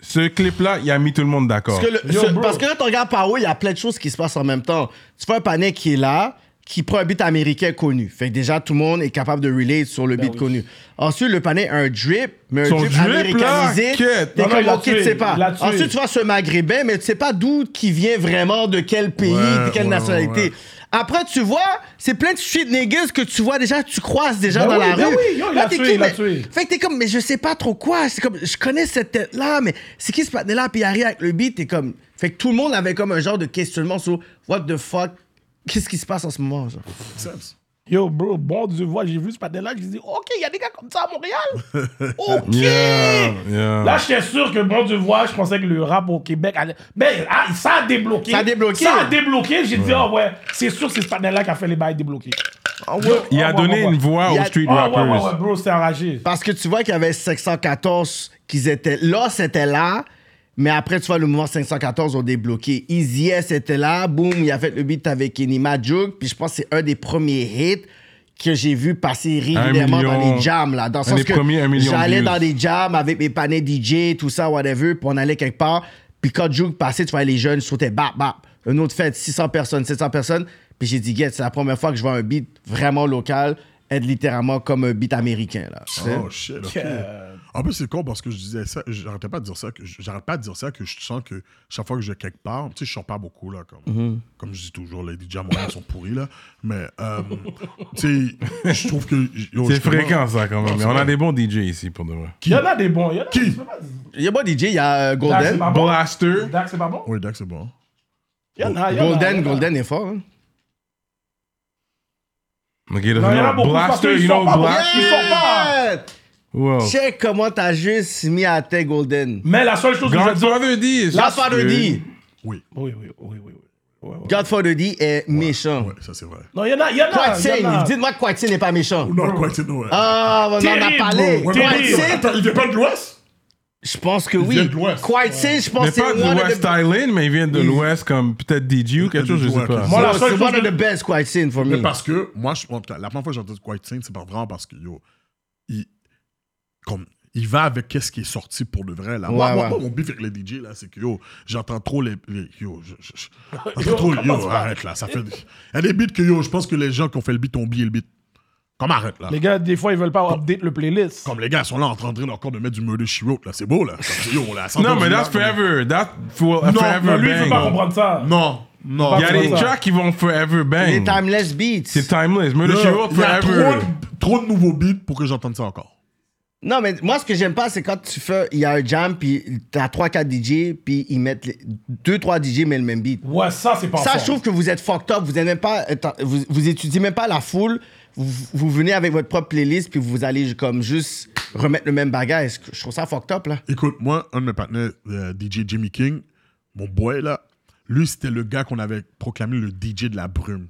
Speaker 1: ce clip-là, il a mis tout le monde d'accord.
Speaker 4: Parce que, le-
Speaker 3: Yo,
Speaker 4: ce-
Speaker 3: bro.
Speaker 4: parce que là, tu regardes par où, il y a plein de choses qui se passent en même temps. Tu fais un panier qui est là, qui prend un beat américain connu. Fait que déjà, tout le monde est capable de relate sur
Speaker 3: Ben
Speaker 4: le beat connu. Ensuite, le panier a un drip, mais un
Speaker 1: Son
Speaker 4: drip,
Speaker 1: drip, là,
Speaker 4: américanisé.
Speaker 1: quête.
Speaker 4: T'es
Speaker 3: Non, non,
Speaker 4: comme,
Speaker 3: il l'a
Speaker 4: OK, tu
Speaker 3: tué,
Speaker 4: sais pas.
Speaker 3: il l'a tué.
Speaker 4: Ensuite, tu vois ce maghrébin, mais tu sais pas d'où qui vient vraiment, de quel pays,
Speaker 2: Ouais,
Speaker 4: de quelle
Speaker 2: ouais,
Speaker 4: nationalité.
Speaker 2: ouais.
Speaker 4: Après, tu vois, c'est plein de shit niggas que tu vois déjà, tu croises déjà
Speaker 3: Ben
Speaker 4: dans
Speaker 3: oui,
Speaker 4: la
Speaker 3: ben
Speaker 4: rue.
Speaker 3: oui, yo, il
Speaker 4: Là,
Speaker 3: l'a
Speaker 4: t'es
Speaker 3: tué,
Speaker 4: qui,
Speaker 3: il l'a
Speaker 4: mais-
Speaker 3: tué.
Speaker 4: fait que t'es comme, mais je sais pas trop quoi. C'est comme, je connais cette tête-là, mais c'est qui ce patin-là? Puis il arrive avec le beat, t'es comme. Fait que tout le monde avait comme un genre de questionnement sur what the fuck, qu'est-ce qui se passe en ce moment, genre.
Speaker 2: Sense.
Speaker 3: Yo, bro, bon Dieu, moi, j'ai vu ce patin-là, j'ai dit, OK, il y a des gars comme ça à Montréal. OK.
Speaker 1: Yeah, yeah.
Speaker 3: Là, j'étais sûr que, bon Dieu, voix, je pensais que le rap au Québec allait. Ben, ah, ça a débloqué.
Speaker 4: Ça a débloqué.
Speaker 3: Ça a débloqué. J'ai dit, oh ouais, c'est sûr que c'est ce patin-là qui a fait les bails débloqués.
Speaker 1: il a
Speaker 3: Ah, ouais,
Speaker 1: donné
Speaker 3: ouais, ouais.
Speaker 1: une voix
Speaker 4: Il
Speaker 1: aux
Speaker 4: a-
Speaker 1: street
Speaker 3: Oh, ouais,
Speaker 1: rappers.
Speaker 3: ouais, ouais, bro, c'est enragé.
Speaker 4: Parce que tu vois qu'il y avait 514 qu'ils étaient là, c'était là. Mais après, tu vois, le mouvement 514 ont débloqué. Easy S était là, boum, il a fait le beat avec Enima Juke. Puis je pense que c'est un des premiers hits que j'ai vu passer régulièrement dans
Speaker 1: million.
Speaker 4: les jams, là. Dans le
Speaker 1: Un
Speaker 4: sens
Speaker 1: des
Speaker 4: que
Speaker 1: premiers, un million de
Speaker 4: j'allais
Speaker 1: views.
Speaker 4: dans des jams avec mes panais DJ, tout ça, whatever, puis on allait quelque part. Puis quand Juke passait, tu vois, les jeunes sautaient, bap, bap. Une autre fête, 600 personnes, 700 personnes. Puis j'ai dit, get, c'est la première fois que je vois un beat vraiment local être littéralement comme un beat américain, là. tu sais.
Speaker 2: Oh shit, ok. En plus, c'est con parce que je disais ça, j'arrêtais pas de dire ça, que j'arrête pas de dire ça, que je sens que chaque fois que je vais quelque part, tu sais, je sors pas beaucoup, là, comme,
Speaker 4: Mm-hmm.
Speaker 2: comme je dis toujours, les DJ à Montréal sont pourris, là, mais, euh, tu sais, je trouve que. yo,
Speaker 1: C'est
Speaker 2: justement-
Speaker 1: fréquent, ça, quand même.
Speaker 2: Non,
Speaker 1: Mais
Speaker 2: c'est
Speaker 1: on a
Speaker 2: vrai.
Speaker 1: des bons DJ ici, pour de vrai.
Speaker 3: Il y en a des bons. Il y en a
Speaker 2: Qui?
Speaker 3: je peux pas dire.
Speaker 4: Il y a pas DJ, il y a euh,
Speaker 3: Dax, c'est
Speaker 4: Golden.
Speaker 3: pas Bah, bon.
Speaker 1: Blaster.
Speaker 3: Dax, c'est pas bon.
Speaker 2: Oui, d'accord, c'est bon.
Speaker 3: Il y en a. il y en a, il y
Speaker 4: Golden,
Speaker 3: en a.
Speaker 4: Golden est fort. hein.
Speaker 1: Ok, là,
Speaker 3: Non, il y en a
Speaker 1: non,
Speaker 3: beaucoup, parce
Speaker 1: Blaster,
Speaker 3: qu'ils
Speaker 1: you
Speaker 3: sont
Speaker 1: know,
Speaker 3: pas-
Speaker 1: Blaster.
Speaker 3: Ils sont pas-
Speaker 4: Yeah!
Speaker 1: Wow.
Speaker 4: Check comment t'as juste mis à terre Golden.
Speaker 3: Mais la seule chose que je veux dire.
Speaker 1: Godfather D.
Speaker 4: Godfather D.
Speaker 2: Oui,
Speaker 3: Oui, oui, oui, oui. oui. Ouais, ouais.
Speaker 4: Godfather D est méchant.
Speaker 2: ouais, ça c'est vrai.
Speaker 3: Non, il y en a. Il y en a. il y en
Speaker 4: Quatin,
Speaker 3: a.
Speaker 4: dites-moi que Quatin n'est pas méchant.
Speaker 2: Non, quoi, tu sais, non, ouais.
Speaker 4: Ah, on en
Speaker 3: Terrible,
Speaker 4: a parlé.
Speaker 3: bro.
Speaker 2: Ouais, mais
Speaker 3: terrible.
Speaker 2: attends,
Speaker 4: Quatin,
Speaker 2: attends, il vient pas de l'Ouest
Speaker 4: je pense que
Speaker 2: vient
Speaker 4: oui.
Speaker 2: de l'Ouest.
Speaker 4: Quatin, je pense
Speaker 1: Mais
Speaker 4: que c'est
Speaker 1: pas
Speaker 4: one
Speaker 1: de
Speaker 4: of
Speaker 1: West
Speaker 2: hein.
Speaker 4: the
Speaker 1: Island, mais il vient de l'Ouest, comme peut-être DJ ou quelque chose, je sais pas.
Speaker 3: Moi, la
Speaker 4: So,
Speaker 3: seule
Speaker 4: c'est
Speaker 3: chose
Speaker 4: one of
Speaker 3: que-
Speaker 4: the best Quatin for
Speaker 2: Mais
Speaker 4: me.
Speaker 2: parce que, moi, je, en tout cas, la première fois que j'ai entendu Quiet Saint, c'est pas vraiment parce que, yo, il, comme, il va avec qu'est-ce qui est sorti pour de vrai, là. moi,
Speaker 4: Ouais,
Speaker 2: moi,
Speaker 4: ouais.
Speaker 2: moi, mon bif avec les DJ, là, c'est que, yo, j'entends trop les, les- yo, je, je- je- j'entends
Speaker 3: Yo,
Speaker 2: trop,
Speaker 3: comment
Speaker 2: yo,
Speaker 3: tu parles?
Speaker 2: arrête, là, ça fait, il y a des beats que, yo, je pense que les gens qui ont fait le beat ont oublié le beat. Comme arrête, là.
Speaker 3: Les gars, des fois, ils veulent pas update le playlist.
Speaker 2: Comme les gars sont là en train de leur corps de mettre du murder she wrote, là. C'est beau, là. Comme, Yo, là. ça
Speaker 1: Non,
Speaker 2: tombe
Speaker 1: mais
Speaker 2: du
Speaker 1: that's
Speaker 2: lac,
Speaker 1: forever. That for, a
Speaker 2: Non,
Speaker 1: forever
Speaker 3: Mais lui, il
Speaker 1: bang.
Speaker 3: veut pas comprendre ça.
Speaker 2: Non, non.
Speaker 1: Il y a des
Speaker 3: ça.
Speaker 1: tracks qui vont forever
Speaker 4: Les
Speaker 1: bang.
Speaker 4: timeless beats.
Speaker 1: C'est timeless. Murder She Wrote
Speaker 2: Il y a
Speaker 1: forever.
Speaker 2: trop, de- trop de nouveaux beats pour que j'entende ça encore.
Speaker 4: Non, mais moi, ce que j'aime pas, c'est quand tu fais, il y a un jam, puis t'as 3-4 DJ, puis ils mettent les- deux trois DJ, mais le même beat.
Speaker 3: Ouais, ça, c'est pas
Speaker 4: Ça,
Speaker 3: fort.
Speaker 4: je trouve que vous êtes fucked up. Vous, êtes même pas, attends, vous, vous étudiez même pas la foule. Vous, vous venez avec votre propre playlist, puis vous allez comme juste remettre le même bagage. Je trouve ça fucked up, là.
Speaker 2: Écoute, moi, un de mes partenaires, euh, DJ Jimmy King, mon boy là, lui, c'était le gars qu'on avait proclamé le DJ de la brume.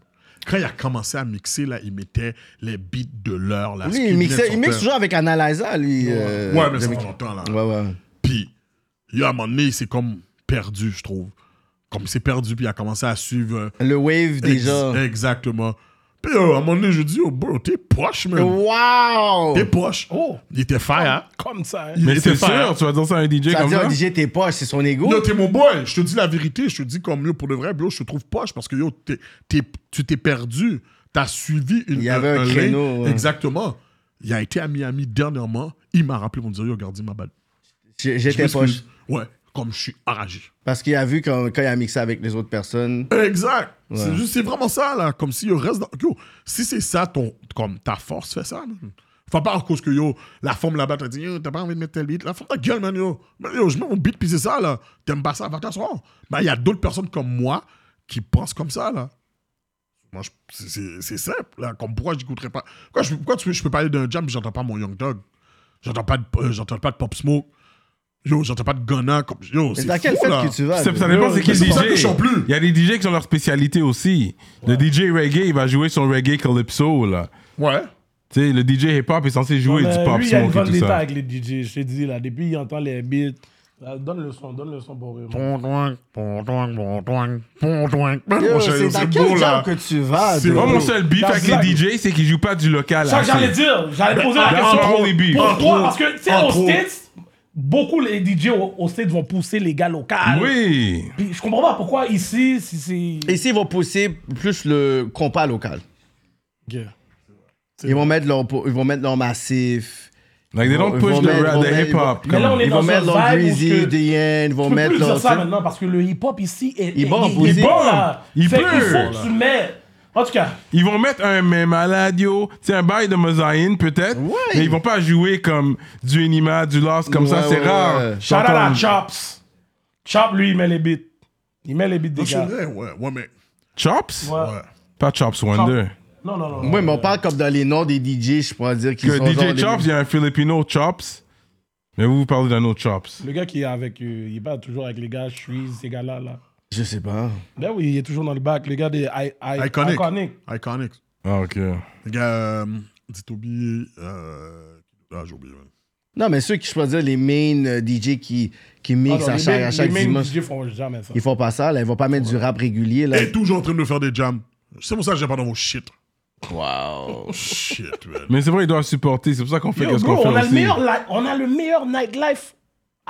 Speaker 2: Quand il a commencé à mixer, là, il mettait les beats de l'heure. là, Ah, ce
Speaker 4: Lui,
Speaker 2: qui
Speaker 4: il,
Speaker 2: venait
Speaker 4: mixait-
Speaker 2: de
Speaker 4: il mixe
Speaker 2: sortir.
Speaker 4: toujours avec Analyza, lui. euh,
Speaker 2: Ouais, mais ça
Speaker 4: Jimmy-
Speaker 2: fait longtemps, là.
Speaker 4: Ouais, ouais.
Speaker 2: Puis, il y a un moment donné, il s'est comme perdu, je trouve. Comme il s'est perdu, puis il a commencé à suivre. euh,
Speaker 4: Le wave,
Speaker 2: ex-
Speaker 4: déjà.
Speaker 2: Exactement. Puis, euh, à un moment donné, je dis, oh, bro, t'es poche,
Speaker 4: Oh.
Speaker 2: man.
Speaker 4: Wow!
Speaker 2: T'es poche.
Speaker 3: Oh.
Speaker 2: Il était fire.
Speaker 3: Comme ça. hein.
Speaker 2: Il
Speaker 1: Mais
Speaker 2: était
Speaker 1: c'est
Speaker 2: fire.
Speaker 1: sûr, tu vas dire ça à un DJ
Speaker 4: Ça
Speaker 1: comme
Speaker 4: dit,
Speaker 1: ça.
Speaker 4: oh, DJ, t'es poche, c'est son ego.
Speaker 2: Yo, t'es mon boy, je te dis la vérité, je te dis comme yo, pour de vrai, bro, je te trouve poche parce que yo, t'es- t'es- tu t'es perdu, t'as suivi une,
Speaker 4: Il y avait un
Speaker 2: lane.
Speaker 4: créneau, ouais.
Speaker 2: Exactement. Il a été à Miami dernièrement, il m'a rappelé pour me dire yo, regardez ma balle.
Speaker 4: J'ai-
Speaker 2: Je
Speaker 4: J'étais
Speaker 2: m'excuse.
Speaker 4: poche.
Speaker 2: Ouais, comme je suis enragé.
Speaker 4: Parce qu'il a vu quand, quand il a mixé avec les autres personnes.
Speaker 2: Exact. C'est juste, c'est vraiment ça, là. Comme si yo, reste dans. Yo, si c'est ça, ton, comme ta force, fais ça, man. Faut pas en cause que yo, la forme là-bas, t'as dit, yo, t'as pas envie de mettre tel beat. La forme, ta gueule, man, yo. Man, yo, je mets mon beat, puis c'est ça, là. T'aimes pas ça, va t'asseoir. Ben, il y a d'autres personnes comme moi qui pensent comme ça, là. Moi, je- c'est- c'est c'est simple, là. Comme pourquoi j'écouterais pas. Pourquoi, je, pourquoi tu, je peux parler d'un jam, puis j'entends pas mon Young Dog J'entends pas, de- euh, j'entends pas de Pop Smoke. Yo, j'entends pas de Ghana. Comme, yo,
Speaker 4: Mais
Speaker 2: c'est
Speaker 4: dans quelle
Speaker 2: fou,
Speaker 4: fête
Speaker 2: là.
Speaker 4: que tu vas?
Speaker 1: Ça, ça
Speaker 4: là?
Speaker 1: dépend c'est qui
Speaker 2: C'est pour ça que
Speaker 1: le
Speaker 2: je
Speaker 1: DJ.
Speaker 2: chante plus.
Speaker 1: Il y a des DJ qui ont leur spécialité aussi. Le DJ reggae, il va jouer son reggae calypso, là.
Speaker 2: Ouais.
Speaker 1: Tu sais, le DJ hip-hop est censé jouer
Speaker 3: Mais
Speaker 1: du pop
Speaker 3: Euh, lui, il y a une
Speaker 1: smoke
Speaker 3: bonne
Speaker 1: et tout
Speaker 3: d'état
Speaker 1: ça.
Speaker 3: avec les DJ, je te dis, là. Depuis, il entend les beats. Là, donne le son, donne le son pour eux.
Speaker 2: Pondoing, pondoing, pondoing, pondoing. Man,
Speaker 4: Yo,
Speaker 2: mon cher,
Speaker 4: C'est
Speaker 2: c'est
Speaker 4: dans
Speaker 2: beau,
Speaker 4: quel
Speaker 2: là.
Speaker 4: genre que tu vas?
Speaker 2: C'est
Speaker 4: bro?
Speaker 1: Moi, mon seul beef
Speaker 3: That's
Speaker 1: avec les
Speaker 3: like-
Speaker 1: DJ, c'est qu'ils jouent pas du local.
Speaker 3: Ça,
Speaker 1: assez.
Speaker 3: j'allais dire. J'allais poser la
Speaker 1: that's
Speaker 3: question.
Speaker 1: my only beef.
Speaker 3: Pour
Speaker 2: Entre
Speaker 3: toi, parce que, tu sais, aux
Speaker 2: autres.
Speaker 3: States, beaucoup les DJ au- aux States vont pousser les gars locaux.
Speaker 1: Oui.
Speaker 3: Puis je comprends pas pourquoi ici, si c'est.
Speaker 4: Ici, ils vont pousser plus le compas local.
Speaker 3: Ok.
Speaker 4: Ils vont mettre leur, po- ils vont mettre leur massif.
Speaker 1: Like, they don't
Speaker 4: Ils
Speaker 1: push
Speaker 4: vont
Speaker 1: the,
Speaker 4: mettre-
Speaker 1: ra-
Speaker 4: ils vont
Speaker 1: the
Speaker 4: mettre-
Speaker 1: hip-hop.
Speaker 3: Mais là, on est
Speaker 4: Ils
Speaker 3: dans
Speaker 4: vont mettre
Speaker 3: un
Speaker 4: leur
Speaker 3: vibe où ce
Speaker 4: greasy,
Speaker 3: que-
Speaker 4: DN, ils vont
Speaker 3: Tu peux
Speaker 4: mettre
Speaker 3: plus dire
Speaker 4: leur.
Speaker 3: ça maintenant parce que le hip-hop ici est.
Speaker 4: Il bombe
Speaker 3: Il,
Speaker 4: aussi.
Speaker 3: il bombe, là.
Speaker 1: Il
Speaker 3: Fait
Speaker 1: pleut,
Speaker 3: qu'il faut
Speaker 1: là.
Speaker 3: que tu mets. En tout cas,
Speaker 1: Ils vont mettre un mais malade, yo. C'est un bail de Mosaïne, peut-être.
Speaker 4: Ouais.
Speaker 1: Mais ils vont pas jouer comme du Enima, du Lost, comme ça.
Speaker 4: Ouais,
Speaker 1: C'est
Speaker 4: ouais,
Speaker 1: rare.
Speaker 4: ouais.
Speaker 3: shout out à
Speaker 1: J'entends-
Speaker 3: Chops. Chop, lui, il met les beats. Il met les beats des
Speaker 2: Ah, c'est
Speaker 3: gars.
Speaker 2: vrai, ouais, ouais, mais.
Speaker 1: Chops?
Speaker 3: Ouais.
Speaker 2: Ouais.
Speaker 1: Pas Chops Wonder.
Speaker 3: Non, non, non.
Speaker 4: Oui, mais on parle comme dans les noms des DJ, je pourrais dire qu'ils
Speaker 1: Que
Speaker 4: sont. genre
Speaker 1: DJ
Speaker 4: des-
Speaker 1: Chops, il y a un Filipino Chops. Mais vous, vous parlez d'un autre Chops.
Speaker 3: Le gars qui est avec. euh, il est pas toujours avec les gars, suis ces gars-là. Là.
Speaker 4: Je sais pas.
Speaker 3: Là, oui, il est toujours dans le bac. Le gars des I, I-
Speaker 2: Iconic.
Speaker 3: Iconic.
Speaker 2: Iconic.
Speaker 1: Ah, ok.
Speaker 2: Les gars, euh, dit Toby. euh, Ah, j'ai oublié, man.
Speaker 4: Non, mais ceux qui, je pourrais dire, les main euh, DJ qui, qui
Speaker 3: Ah,
Speaker 4: mixent
Speaker 3: non,
Speaker 4: à,
Speaker 3: les
Speaker 4: chaque,
Speaker 3: mêmes-
Speaker 4: à chaque
Speaker 3: les mêmes
Speaker 4: dimanche,
Speaker 3: DJ font jamais ça.
Speaker 4: ils font pas ça, là. Ils vont pas mettre du rap régulier, là.
Speaker 2: Et toujours en train de faire des jams. C'est pour ça que j'ai pas dans vos shit.
Speaker 4: Wow.
Speaker 2: Shit, man.
Speaker 1: Mais c'est vrai, ils doivent supporter. C'est pour ça qu'on fait
Speaker 3: Yo,
Speaker 1: qu'est-ce
Speaker 3: bro,
Speaker 1: qu'on fait
Speaker 3: on, a le
Speaker 1: aussi.
Speaker 3: meilleur, li- on a le meilleur nightlife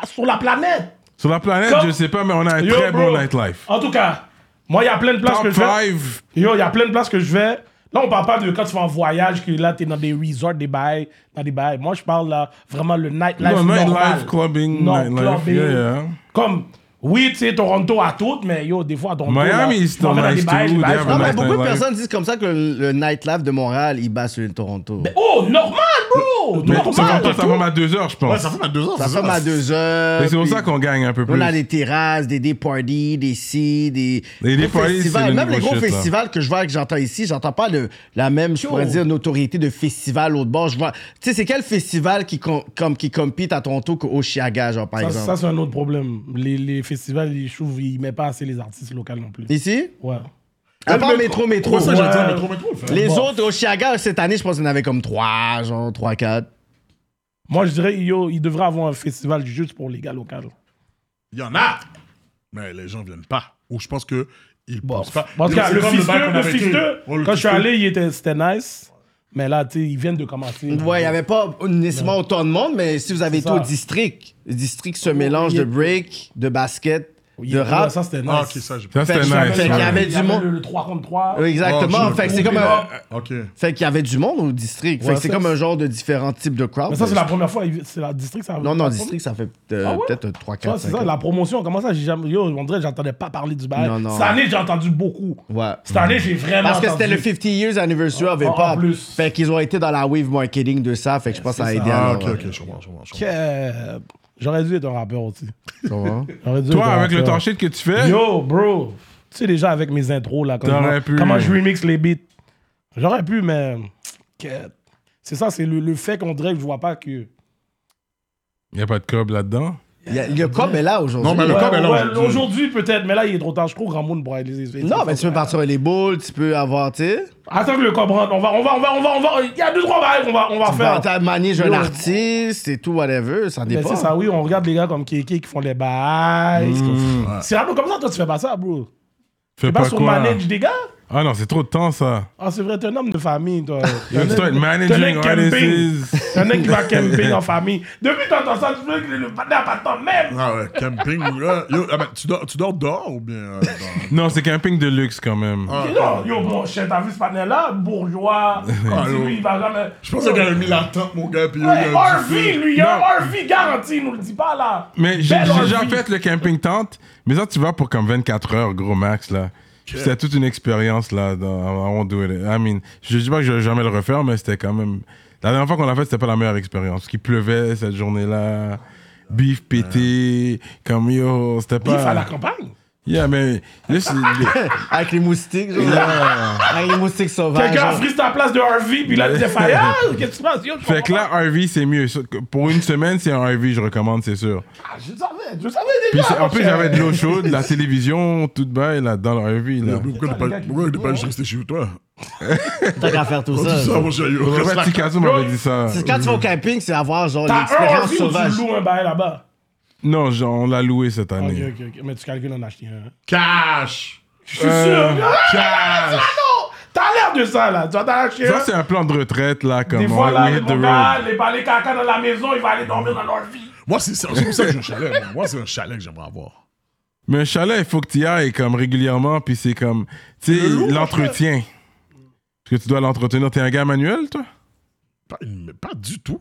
Speaker 3: à- sur la planète.
Speaker 1: Sur la planète,
Speaker 3: Comme-
Speaker 1: je sais pas, mais on a un
Speaker 3: Yo,
Speaker 1: très
Speaker 3: bro.
Speaker 1: bon nightlife.
Speaker 3: En tout cas, moi, il y a plein de places que
Speaker 1: Top
Speaker 3: je vais.
Speaker 1: 5.
Speaker 3: Yo, il y a plein de places que je vais. Là, on parle pas de quand tu vas en voyage, que là, t'es dans des resorts, des bails, dans des bails. Moi, je parle là, vraiment le nightlife.
Speaker 1: Non,
Speaker 3: normal.
Speaker 1: nightlife, clubbing,
Speaker 3: Non,
Speaker 1: nightlife.
Speaker 3: clubbing.
Speaker 1: Yeah, yeah.
Speaker 3: Comme, oui, tu sais, Toronto à toutes, mais yo, des fois, à Toronto.
Speaker 1: Miami,
Speaker 3: là,
Speaker 1: c'est
Speaker 3: je m'en vais
Speaker 1: nice
Speaker 3: des bails,
Speaker 1: too,
Speaker 3: des bails,
Speaker 1: they have a
Speaker 3: je
Speaker 4: Non,
Speaker 3: m'en vais-
Speaker 4: Ah, mais
Speaker 1: Night
Speaker 4: beaucoup de
Speaker 1: nightlife.
Speaker 4: personnes disent comme ça que le, le nightlife de Montréal, il bat sur le Toronto.
Speaker 3: Oh, normal, bro!
Speaker 1: Mais
Speaker 3: normal!
Speaker 1: ça va pas,
Speaker 3: et
Speaker 1: ça
Speaker 3: tout.
Speaker 1: va à deux heures, je
Speaker 2: Ouais,
Speaker 1: pense.
Speaker 2: ça fait ma deux ans.
Speaker 4: ça
Speaker 2: c'est
Speaker 4: forme à deux heures.
Speaker 1: Mais Ben, c'est pour
Speaker 4: puis-
Speaker 1: ça qu'on gagne un peu plus.
Speaker 4: On a des terrasses, des day parties, des ci, des,
Speaker 1: Les day
Speaker 4: des
Speaker 1: parties, c'est
Speaker 4: festivals.
Speaker 1: le
Speaker 4: Même les
Speaker 1: nouveau
Speaker 4: gros
Speaker 1: shit, là.
Speaker 4: festivals que je vois et que j'entends ici, j'entends pas le- la même, je pourrais dire, notoriété de festival au bord. Je vois. Tu sais, c'est quel festival qui, com- comme, qui compite à Toronto qu'Oshiaga, genre, par
Speaker 3: Ça,
Speaker 4: exemple?
Speaker 3: ça, c'est un autre problème. Les, les festivals, ils, je trouve, ils mettent pas assez les artistes locaux non plus.
Speaker 4: Ici?
Speaker 3: Ouais.
Speaker 4: À part métro,
Speaker 2: métro.
Speaker 4: métro.
Speaker 2: Pourquoi ça, j'ai
Speaker 3: Ouais.
Speaker 2: dit à métro, métro? frère?
Speaker 4: Les
Speaker 3: Bon.
Speaker 4: autres, Oshiaga, cette année, je pense qu'il y en avait comme trois, genre, trois, quatre.
Speaker 3: Moi, je dirais, yo, il devrait avoir un festival juste pour les gars locaux.
Speaker 2: Il y en a. Mais les gens viennent pas. Ou je pense que. Ils
Speaker 3: Bon,
Speaker 2: pensent pas.
Speaker 3: en tout cas,
Speaker 2: C'est
Speaker 3: le
Speaker 2: comme
Speaker 3: fisteux,
Speaker 2: bail qu'on
Speaker 3: le
Speaker 2: avait créé.
Speaker 3: fisteux,
Speaker 2: Ouais, le
Speaker 3: quand je
Speaker 2: fisteux.
Speaker 3: suis allé, il était- c'était nice. Mais là, tu sais, ils viennent de commencer.
Speaker 4: Ouais, il n'y avait pas nécessairement autant de monde, mais si vous avez été
Speaker 3: ça.
Speaker 4: au district, le district, ce mélange
Speaker 3: il y a-
Speaker 4: de break, de basket, de rap.
Speaker 3: Ça, c'était nice.
Speaker 2: Ah, ok, ça, j'ai pas.
Speaker 1: Ça, c'était
Speaker 4: Fait que ça
Speaker 1: nice.
Speaker 4: fait
Speaker 1: ouais.
Speaker 4: qu'il y avait
Speaker 3: Il y
Speaker 4: du monde.
Speaker 3: le, le 3 contre 3.
Speaker 4: Oui, Exactement.
Speaker 2: Oh, je
Speaker 4: fait que c'est
Speaker 3: me
Speaker 4: comme
Speaker 3: trompe,
Speaker 4: un-
Speaker 3: mais
Speaker 2: Ok.
Speaker 4: fait qu'il y avait du monde au district. fait
Speaker 3: Ouais,
Speaker 4: que c'est
Speaker 3: ça,
Speaker 4: comme
Speaker 3: c'est-
Speaker 4: un genre de différents types de crowd. Euh,
Speaker 3: Mais ça, c'est la première fois. il- C'est la district, ça.
Speaker 4: Non, non,
Speaker 3: la
Speaker 4: district, ça fait euh,
Speaker 3: Ah ouais?
Speaker 4: peut-être 3,
Speaker 3: Tu vois,
Speaker 4: 4,
Speaker 3: c'est
Speaker 4: 5
Speaker 3: ça, la promotion. Comment ça, j'ai jamais. Yo, on dirait, que j'entendais pas parler du bail.
Speaker 4: Non, non.
Speaker 3: Cette année, j'ai entendu beaucoup.
Speaker 4: Ouais.
Speaker 3: Cette année, j'ai vraiment.
Speaker 4: Parce que c'était
Speaker 3: entendu.
Speaker 4: le 50 years anniversary of hip
Speaker 3: Ah, en
Speaker 4: hop.
Speaker 3: plus.
Speaker 4: Fait qu'ils ont été dans la wave marketing de ça. Fait que je pense que ça a
Speaker 3: C'est
Speaker 4: aidé
Speaker 3: ça.
Speaker 2: Ah,
Speaker 4: à
Speaker 2: ok,
Speaker 4: leur- euh,
Speaker 2: ok, je comprends, je comprends. je comprends.
Speaker 3: Que- euh, J'aurais dû être un rappeur aussi.
Speaker 4: Ça va?
Speaker 3: J'aurais dû
Speaker 1: Toi,
Speaker 3: être un
Speaker 1: avec le
Speaker 3: rappeur.
Speaker 1: torchette que tu fais,
Speaker 3: Yo, bro. Tu sais, déjà, avec mes intros, là, comment,
Speaker 1: T'aurais pu.
Speaker 3: comment je remix les beats. J'aurais pu, mais. que- C'est ça, c'est le, le fait qu'on dirait que je vois pas que.
Speaker 1: il n'y a pas de cob là-dedans.
Speaker 4: Il y a- Le com est là aujourd'hui.
Speaker 2: Non, mais le
Speaker 3: Ouais,
Speaker 2: com est là
Speaker 3: ouais,
Speaker 2: aujourd'hui.
Speaker 3: Aujourd'hui, peut-être, mais là, il est trop tard. Je suis trop grand monde pour aller les
Speaker 4: Non, mais tu peux partir avec les boules, tu peux avoir, tu sais.
Speaker 3: Attends que le cob rentre. On va, on va, on va, on va, on va. Il y a deux, trois barrières qu'on va, on va
Speaker 4: Tu
Speaker 3: faire.
Speaker 4: peux t'as manège un
Speaker 3: Yo.
Speaker 4: artiste et tout, whatever. Ça
Speaker 3: Mais
Speaker 4: dépend.
Speaker 3: c'est ça, oui, on regarde les gars comme Kéké qui font les bails.
Speaker 2: Ouais.
Speaker 3: C'est rare, comme ça, toi, tu fais pas ça, bro.
Speaker 1: Fais
Speaker 3: T'es pas
Speaker 1: pas
Speaker 3: sur
Speaker 1: quoi.
Speaker 3: manage des gars
Speaker 1: Ah non, c'est trop de temps, ça.
Speaker 3: Ah, c'est vrai, t'es un homme de famille, toi. T'es
Speaker 1: You
Speaker 3: un-
Speaker 1: start
Speaker 3: t'es un
Speaker 1: managing
Speaker 3: camping.
Speaker 1: artists.
Speaker 3: T'es un mec qui va camping en famille. Depuis t'entends ça, tu veux que le panneau n'a pas de temps même.
Speaker 2: Ah ouais, camping, là. Yo, ah, ben, tu, dors, tu dors dehors ou bien euh, dans-
Speaker 1: Non, c'est camping de luxe quand même.
Speaker 2: Ah,
Speaker 3: Et Non, yo, bon, chien, t'as vu ce panel là Bourgeois. Tu dis,
Speaker 2: yo.
Speaker 3: lui, il va jamais.
Speaker 2: Je pensais qu'elle a mis la tente, mon gars, puis yo, il
Speaker 3: Ouais,
Speaker 2: y a
Speaker 3: RV,
Speaker 2: du feu.
Speaker 3: lui, il y a
Speaker 1: Non.
Speaker 3: un RV garanti, il nous le dit pas là.
Speaker 1: Mais j'ai
Speaker 3: Belle
Speaker 1: j'ai
Speaker 3: RV.
Speaker 1: déjà fait le camping tente, mais ça, tu vas pour comme 24 heures, gros max, là. Puis C'était toute une expérience, là. Dans, I won't do it. I mean, je dis pas que je vais jamais le refaire, mais c'était quand même. La dernière fois qu'on l'a fait, c'était pas la meilleure expérience. Parce qu'il pleuvait cette journée-là. Beef pété, comme yo, c'était
Speaker 3: Il fait à la
Speaker 1: pas.
Speaker 3: campagne.
Speaker 1: Yeah, mais. là, c'est-
Speaker 4: Avec les moustiques, genre.
Speaker 1: Yeah.
Speaker 4: Avec les moustiques sauvages.
Speaker 3: Quelqu'un a
Speaker 4: genre.
Speaker 3: frise ta place de RV, puis là, tu t'es fait, ah, qu'est-ce qui se passe Yo, je
Speaker 1: Fait que
Speaker 3: comprends
Speaker 1: là,
Speaker 3: pas.
Speaker 1: RV, c'est mieux. Pour une semaine, c'est un RV, je recommande, c'est sûr.
Speaker 3: Ah, je savais, je savais
Speaker 1: Puis
Speaker 3: déjà.
Speaker 1: c'est- en
Speaker 3: mon
Speaker 1: plus,
Speaker 3: cher.
Speaker 1: j'avais de l'eau chaude, la télévision, tout de bail, là, dans le RV, là.
Speaker 2: Pourquoi t'es pas- pourquoi t'es pas juste resté chez toi?
Speaker 4: T'as qu'à faire tout
Speaker 2: Tout
Speaker 4: ça.
Speaker 2: ça, mon cher, yo.
Speaker 1: Robert
Speaker 2: Reste là.
Speaker 1: Picasso m'avait dit ça.
Speaker 4: C'est quand tu vas au camping, c'est avoir genre
Speaker 3: T'as un
Speaker 4: l'expérience
Speaker 3: RV ou
Speaker 4: sauvage.
Speaker 3: tu loues un bail là-bas
Speaker 1: Non, genre, on l'a loué cette
Speaker 3: Ok,
Speaker 1: année.
Speaker 3: ok, ok. Mais tu calcules en acheter un. hein.
Speaker 2: Cash!
Speaker 3: Je suis
Speaker 1: Euh,
Speaker 3: sûr. Ah, ça, non T'as l'air de ça, là. Tu vas t'en acheter
Speaker 1: Ça,
Speaker 3: un.
Speaker 1: c'est un plan de retraite, là, comme
Speaker 3: Des
Speaker 1: on
Speaker 3: fois, là,
Speaker 1: we
Speaker 3: le
Speaker 1: hit the
Speaker 3: mon
Speaker 1: road.
Speaker 3: gars, les balais caca dans la maison, il va aller dormir dans leur vie.
Speaker 2: Moi, c'est ça- c'est pour ça que j'ai un chalet. moi. Moi, c'est un chalet que j'aimerais avoir.
Speaker 1: Mais un chalet, il faut que tu y ailles, comme, régulièrement, puis c'est comme, tu
Speaker 3: Le loup,
Speaker 1: sais, l'entretien. Parce que tu dois l'entretenir. T'es un gars manuel, toi?
Speaker 2: Pas, mais pas du tout.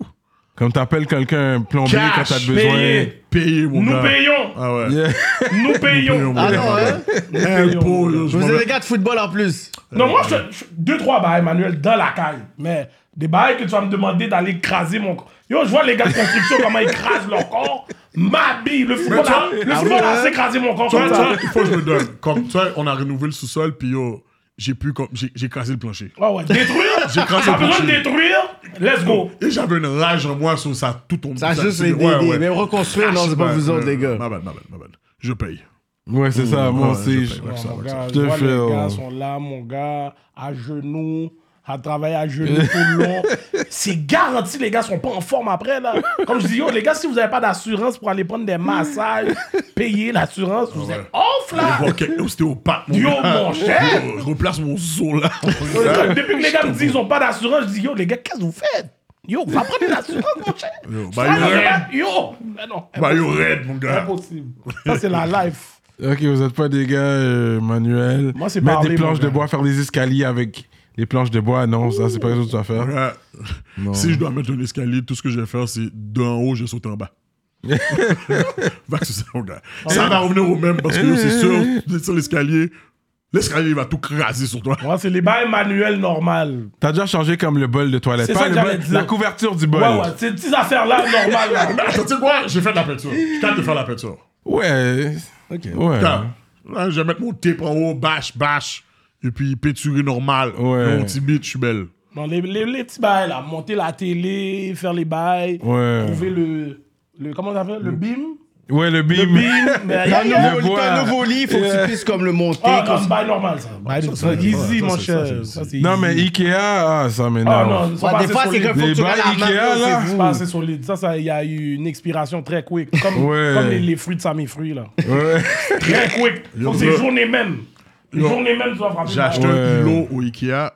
Speaker 1: Comme t'appelles quelqu'un un plombier quand
Speaker 2: Cash,
Speaker 1: t'as besoin.
Speaker 3: Payé.
Speaker 2: Payé, mon
Speaker 3: Nous
Speaker 2: gars.
Speaker 3: payons.
Speaker 2: Ah ouais.
Speaker 1: Yeah.
Speaker 3: Nous payons.
Speaker 4: Ah non, hein?
Speaker 2: Impôt, yo, je
Speaker 4: Vous
Speaker 2: m'en
Speaker 4: êtes
Speaker 2: vais-
Speaker 4: des gars de football en plus.
Speaker 3: Non, moi, je, je- deux, trois bails, Manuel, dans la caille. Mais des bails que tu vas me demander d'aller écraser mon corps. Yo, je vois les gars de construction, comment ils écrasent leur corps. M'habille. Le football, a, le football a assez écrasé mon corps.
Speaker 2: Toi,
Speaker 3: comme ça.
Speaker 2: toi, il faut que je me donne. Comme toi, on a rénové le sous-sol, puis yo, j'ai pu, comme, j'ai j'ai cassé le plancher.
Speaker 3: Ah ouais, détruire.
Speaker 2: J'ai écrasé
Speaker 3: T'as
Speaker 2: le
Speaker 3: besoin de
Speaker 2: plancher.
Speaker 3: détruire. Let's go.
Speaker 2: Et j'avais une rage en moi sur ça, a tout tombé.
Speaker 4: Ça a juste
Speaker 2: c'est-
Speaker 4: les
Speaker 2: ouais,
Speaker 4: DD.
Speaker 2: ouais.
Speaker 4: Mais reconstruire, non, c'est pas
Speaker 2: Ouais,
Speaker 4: vous autres,
Speaker 2: ouais,
Speaker 4: les gars.
Speaker 2: Ma bad, ma bad, ma bad. Je paye.
Speaker 1: Ouais, c'est ça, moi
Speaker 2: ouais,
Speaker 1: aussi.
Speaker 2: Mmh. Ah, je
Speaker 1: je- euh,
Speaker 2: paye, ouais.
Speaker 3: mon
Speaker 2: ça,
Speaker 3: gars,
Speaker 1: ça.
Speaker 3: je vois
Speaker 1: Tout à
Speaker 3: les
Speaker 1: fait,
Speaker 3: gars
Speaker 1: ouais.
Speaker 3: sont là, mon gars, à genoux, à travailler à genoux tout le long. C'est garanti, les gars sont pas en forme après, là. Comme je dis, yo, les gars, si vous n'avez pas d'assurance pour aller prendre des massages, payer l'assurance, vous êtes off, là.
Speaker 2: Voir quelqu'un où c'était au pape, mon
Speaker 3: Yo,
Speaker 2: gars.
Speaker 3: mon cher.
Speaker 2: Yo, replace mon zoo, là.
Speaker 3: Depuis que les gars me disent qu'ils ont pas d'assurance, je dis, yo, les gars, qu'est-ce que vous faites Yo, va prendre une assurance, mon cher.
Speaker 2: Yo,
Speaker 3: Ça,
Speaker 2: bah, yo,
Speaker 3: les
Speaker 2: raide.
Speaker 3: gars, Yo, mais non,
Speaker 2: Bah, yo, raide, mon gars.
Speaker 3: impossible. Ça, c'est la life.
Speaker 1: Ok, vous êtes pas des gars euh, manuels.
Speaker 3: Moi, c'est
Speaker 1: Mettre
Speaker 3: parler,
Speaker 1: des planches
Speaker 3: mon gars.
Speaker 1: de bois, faire des escaliers avec des planches de bois, non, ça, c'est pas quelque chose que tu vas faire.
Speaker 2: Ouais. Si je dois mettre un escalier, tout ce que je vais faire, c'est d'en haut, je saute en bas. Va que c'est ça, mon gars.
Speaker 3: Ah
Speaker 2: Ça va revenir au même parce que yo, c'est sûr, tu es sur l'escalier, l'escalier il va tout craser sur toi.
Speaker 3: Moi, c'est les bails manuels normales.
Speaker 1: T'as déjà changé comme le bol de toilette.
Speaker 3: C'est
Speaker 1: Pas
Speaker 3: ça
Speaker 1: le
Speaker 3: que j'allais
Speaker 1: bol,
Speaker 3: dire.
Speaker 1: la couverture du bol.
Speaker 3: Ouais, ouais, ces petites affaires-là, normales. là.
Speaker 2: Mais attends, tu sais quoi? J'ai fait de la peinture. Je tâte de faire la peinture.
Speaker 1: Ouais. Ouais.
Speaker 2: Là, là, je vais mettre mon tape en haut, bâche, bâche. Et puis peinturer normal.
Speaker 1: Ouais.
Speaker 2: Mon petit bit, je suis belle.
Speaker 3: Non, les, les, les petits bails, là, monter la télé, faire les bails,
Speaker 1: Ouais.
Speaker 3: trouver le, le. Comment on appelle Le BIM
Speaker 1: Ouais, le
Speaker 3: Le
Speaker 1: bim.
Speaker 3: BIM mais y a-
Speaker 4: T'as
Speaker 3: y
Speaker 1: non.
Speaker 3: a-
Speaker 4: un
Speaker 1: le
Speaker 4: nouveau-
Speaker 1: bois.
Speaker 4: t'as un nouveau lit, faut que
Speaker 1: Yeah.
Speaker 4: tu puisses comme le monter.
Speaker 3: Ah, non,
Speaker 4: comme-
Speaker 3: c'est bail normal, ça. Bail
Speaker 2: ça,
Speaker 3: de-
Speaker 2: ça,
Speaker 3: ça, easy,
Speaker 2: ça,
Speaker 3: mon
Speaker 2: ça, ça,
Speaker 3: cher.
Speaker 2: c'est-
Speaker 3: Ça, c'est
Speaker 1: non,
Speaker 3: easy.
Speaker 1: mais Ikea, ah, ça
Speaker 3: Ah,
Speaker 1: m'énerve.
Speaker 3: non, ils sont
Speaker 4: Ouais,
Speaker 3: pas
Speaker 4: des
Speaker 3: assez
Speaker 4: fois, c'est
Speaker 3: solides.
Speaker 4: comme faut
Speaker 1: Les
Speaker 4: que tu regardes
Speaker 1: bails
Speaker 4: la main,
Speaker 1: Ikea, là.
Speaker 3: Ah, C'est
Speaker 4: c'est
Speaker 3: pas
Speaker 4: vous.
Speaker 3: assez solide. Ça, ça, il y a eu une expiration très quick. Comme,
Speaker 1: Ouais.
Speaker 3: comme les, les fruits de Samy Fruits, là.
Speaker 1: Ouais.
Speaker 3: Très quick. Donc, c'est
Speaker 2: bro.
Speaker 3: journée même. Les
Speaker 2: Yo.
Speaker 3: journées même, tu vas frapper.
Speaker 2: J'ai acheté
Speaker 1: Ouais.
Speaker 2: un îlot au Ikea.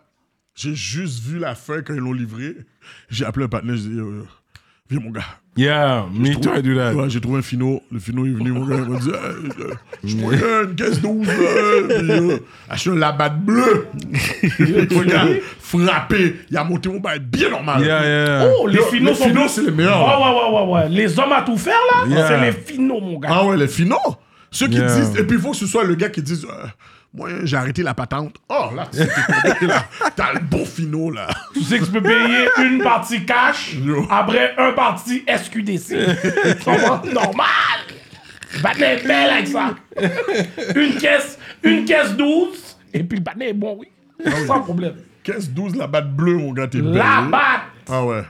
Speaker 2: J'ai juste vu la feuille quand ils l'ont livré. J'ai appelé un partenaire, j'ai dit, euh, Viens, mon gars.
Speaker 1: Yeah, me too, I do that.
Speaker 2: Ouais, j'ai trouvé un finot. Le finot est venu, mon gars, il m'a dit Hey, euh, Je moyenne, une caisse 12, euh, achète un labatt bleu. Regarde, frappé. Il a monté mon bail bien normal.
Speaker 1: Yeah, yeah.
Speaker 3: Oh, les
Speaker 2: Yo,
Speaker 3: finaux
Speaker 2: les
Speaker 3: sont Ah
Speaker 2: finaux, c'est les meilleurs.
Speaker 3: Ouais, ouais, ouais, ouais, ouais. Les hommes à tout faire, là,
Speaker 1: Yeah.
Speaker 3: c'est les finaux, mon gars.
Speaker 2: Ah ouais, les finaux. Ceux qui
Speaker 1: Yeah.
Speaker 2: disent, et puis il faut que ce soit le gars qui dise Euh, Moi, j'ai arrêté la patente. Oh là, tu sais, t'es tombé, là. T'as le bon finot, là.
Speaker 3: Tu sais que tu peux payer une partie cash,
Speaker 2: Yo.
Speaker 3: après un parti SQDC. Tu comprends? Normal! Batman est belle avec ça. Une caisse, une caisse 12, et puis le Batman est bon, oui. Sans problème.
Speaker 2: Caisse 12, labatt bleu, mon gars, t'es belle.
Speaker 3: La batte!
Speaker 2: Ah ouais.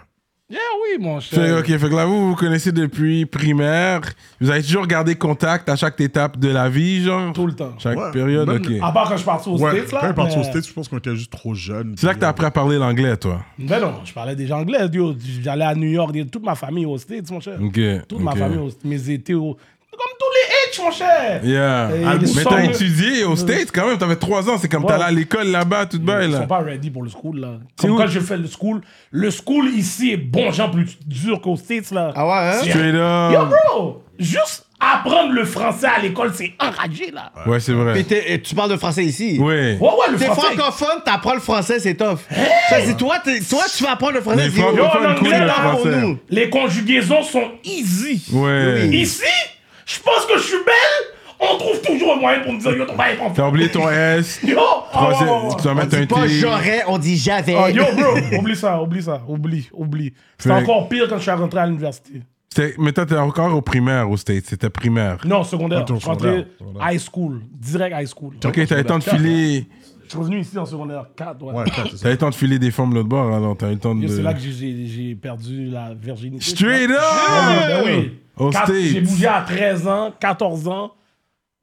Speaker 3: Yeah, oui, mon cher.
Speaker 1: Fait, ok, fait que là, vous vous connaissez depuis primaire. Vous avez toujours gardé contact à chaque étape de la vie, genre
Speaker 3: Tout le temps.
Speaker 1: Chaque
Speaker 2: Ouais.
Speaker 1: période,
Speaker 2: Même-
Speaker 1: ok.
Speaker 3: À part quand je partais aux
Speaker 2: Ouais,
Speaker 3: States, là.
Speaker 2: quand il parti
Speaker 3: mais-
Speaker 2: aux States, je pense qu'on était juste trop jeunes.
Speaker 1: C'est là que t'as appris à parler l'anglais, toi.
Speaker 3: Ben non, je parlais déjà anglais. yo. J'allais à New York, yo, toute ma famille aux States, mon cher.
Speaker 1: Ok,
Speaker 3: Toute ma
Speaker 1: ok.
Speaker 3: famille aux States. Mes étés au- Comme tous les H, mon cher.
Speaker 1: Yeah. Ah,
Speaker 3: Et ils
Speaker 1: mais
Speaker 3: sont- Euh,
Speaker 1: t'as étudié aux States quand même, t'avais 3 ans, c'est comme t'allais à l'école là-bas, tout de bail,
Speaker 3: Ils
Speaker 1: là.
Speaker 3: sont pas ready pour le school, là.
Speaker 1: C'est
Speaker 3: Comme
Speaker 1: où?
Speaker 3: quand je fais le school, le school ici est bon, genre plus dur qu'aux States, là.
Speaker 4: Ah ouais, hein?
Speaker 3: C'est-
Speaker 1: Straight
Speaker 3: Yo,
Speaker 1: up.
Speaker 3: bro! Juste apprendre le français à l'école, c'est enragé, là.
Speaker 1: Ouais, c'est
Speaker 4: Puis
Speaker 1: vrai.
Speaker 4: t'es- et tu parles de français ici?
Speaker 1: Ouais.
Speaker 3: Ouais, ouais, le
Speaker 4: T'es
Speaker 3: français.
Speaker 4: francophone, t'apprends le français, c'est tough. Ça, c'est toi, t'es- toi, tu oh, vas apprendre le français.
Speaker 1: Les
Speaker 4: c'est-
Speaker 3: Yo,
Speaker 1: francophones
Speaker 3: l'anglais,
Speaker 1: coulent le
Speaker 3: là, pour
Speaker 1: français.
Speaker 4: nous.
Speaker 3: Les conjugaisons sont easy.
Speaker 1: Ouais.
Speaker 4: Oui.
Speaker 3: Ici, je pense que je suis belle. On trouve toujours un moyen pour me dire, yo, ton bail est en
Speaker 1: T'as oublié ton S.
Speaker 3: Yo! Ah, ouais,
Speaker 1: Troisième-
Speaker 3: ouais, ouais.
Speaker 1: Tu dois
Speaker 4: On
Speaker 1: mettre un
Speaker 4: dit pas
Speaker 1: T.
Speaker 4: j'aurais, on dit j'avais.
Speaker 3: Ah, yo, bro, oublie ça, oublie ça, oublie, oublie. C'était
Speaker 1: Fait-
Speaker 3: encore pire quand je suis rentré à l'université.
Speaker 1: C'était- Mais toi, t'es encore au primaire aux States. C'était primaire.
Speaker 3: Non, secondaire.
Speaker 2: Attends,
Speaker 3: je suis rentré
Speaker 2: secondaire, secondaire.
Speaker 3: high school, direct high school.
Speaker 1: Ok, t'as eu le temps de filer.
Speaker 3: Je suis revenu ici en secondaire 4. Ouais.
Speaker 2: Ouais, Ah, attends, c'est ça.
Speaker 1: T'as eu le temps de filer des formes l'autre bord, alors t'as eu le temps de.
Speaker 3: Yo, C'est là que j'ai- j'ai j'ai perdu la virginité.
Speaker 1: Straight
Speaker 3: Ah,
Speaker 1: up!
Speaker 3: ben oui.
Speaker 1: Aux
Speaker 3: Quatre-
Speaker 1: States.
Speaker 3: J'ai bougé à 13 ans, 14 ans.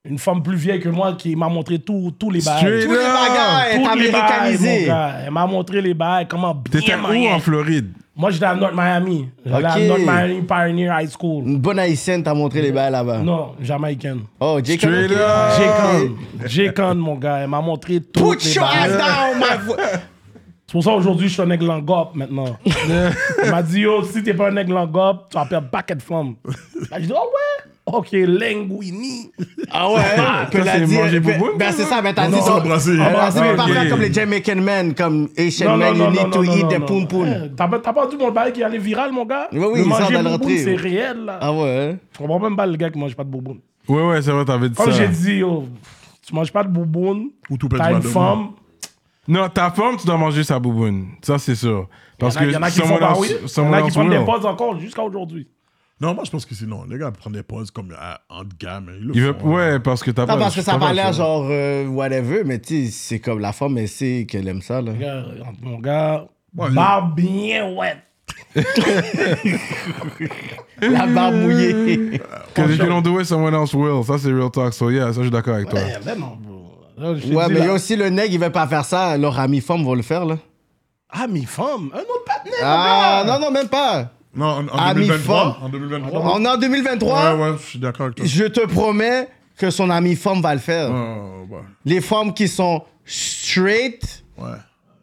Speaker 3: Une femme plus vieille que moi qui m'a montré tous tous les bails.
Speaker 1: Straight
Speaker 4: Tous les
Speaker 1: up!
Speaker 4: bagages.
Speaker 3: Toutes
Speaker 4: T'es
Speaker 3: les bails,
Speaker 4: américanisé.
Speaker 3: mon gars. Elle m'a montré les bails, comment bien
Speaker 1: T'étais où hein?
Speaker 3: manier.
Speaker 1: en Floride?
Speaker 3: Moi, j'étais à North Miami. J'allais à
Speaker 4: Ok.
Speaker 3: North Miami Pioneer High School.
Speaker 4: Une bonne haïtienne t'a montré les balles là-bas.
Speaker 3: Non, jamaïcaine.
Speaker 4: Oh, Jake.
Speaker 1: Straight
Speaker 4: ok.
Speaker 1: up!
Speaker 3: J-Con. J-Con, mon gars. Elle m'a montré tout.
Speaker 4: Put your ass down, my vo-
Speaker 3: C'est pour ça aujourd'hui, je suis un aigle langop maintenant. Elle m'a dit, yo, si t'es pas un aigle langop, tu vas perdre paquet de femmes. J'ai dit, oh ouais. Ok, linguini.
Speaker 4: Ah ouais, hein, on peut
Speaker 1: Ça,
Speaker 4: la
Speaker 1: c'est
Speaker 4: dire.
Speaker 1: manger
Speaker 4: Ben,
Speaker 1: boubou,
Speaker 4: Ben,
Speaker 1: ça,
Speaker 4: c'est ça,
Speaker 3: Ah,
Speaker 4: mais t'as dit
Speaker 2: Non,
Speaker 4: ça.
Speaker 2: embrasser.
Speaker 3: bah,
Speaker 4: Embrasser, mais pas
Speaker 1: Ok.
Speaker 4: faire comme les Jamaican men, comme Asian men, you need to eat the poum poum.
Speaker 3: Eh, T'as pas- t'as pas entendu mon bail qui allait viral, mon gars?
Speaker 4: Oui, oui, ça,
Speaker 3: Le
Speaker 4: on
Speaker 3: manger
Speaker 4: va le
Speaker 3: bouboune,
Speaker 4: rentrer.
Speaker 3: c'est réel, là.
Speaker 4: Ah ouais, hein?
Speaker 3: Je comprends même pas le gars qui mange pas de bouboune.
Speaker 1: Ouais, ouais, ça va, t'avais dit ça.
Speaker 3: Comme Oh, j'ai dit, yo, tu manges pas de bouboune,
Speaker 2: Ou tout pète
Speaker 3: t'as
Speaker 2: du
Speaker 3: une
Speaker 2: mal de
Speaker 3: femme,
Speaker 1: Non, ta femme, tu dois manger sa bouboune. Ça, c'est sûr. Parce
Speaker 3: Il y en a
Speaker 1: que
Speaker 3: qui font
Speaker 1: someone
Speaker 3: pas
Speaker 1: else-
Speaker 3: oui. Il y en
Speaker 1: someone
Speaker 3: a qui
Speaker 1: else
Speaker 3: prennent des
Speaker 1: will.
Speaker 3: pauses encore jusqu'à aujourd'hui.
Speaker 2: Non, moi, je pense que c'est non. Les gars prennent des pauses comme à- entre gars, mais ils le
Speaker 1: Il veut-
Speaker 2: font, hein.
Speaker 1: Ouais, parce que t'as pas.
Speaker 4: Non, parce que
Speaker 1: t'as
Speaker 4: ça
Speaker 1: pas
Speaker 4: va
Speaker 1: le
Speaker 4: l'air
Speaker 1: choix.
Speaker 4: genre euh, whatever, mais tu sais, c'est comme la femme, elle sait qu'elle aime ça, là.
Speaker 3: Gars, Mon gars, barbe bien ouais.
Speaker 4: La barbe mouillée.
Speaker 1: Cause if you don't do it, someone else will. Ça, c'est real talk. So, yeah, ça, je suis d'accord avec toi.
Speaker 3: Eh ben non, bro. Là, je te
Speaker 4: Ouais,
Speaker 3: dis,
Speaker 4: mais
Speaker 3: là,
Speaker 4: yo, si le nègre, il veut pas faire ça, leur ami femme va le faire, là.
Speaker 3: Ah, mes femmes, un autre partenaire,
Speaker 4: Ah, non, non, même pas.
Speaker 2: Non, en, en
Speaker 4: Ah,
Speaker 2: 2023.
Speaker 4: mi-fond.
Speaker 2: En 2023.
Speaker 4: On est en 2023.
Speaker 2: Ouais, ouais, je suis d'accord avec toi.
Speaker 4: Je te promets que son ami femme va le faire.
Speaker 2: Oh, ouais.
Speaker 4: Les femmes qui sont straight,
Speaker 2: ouais.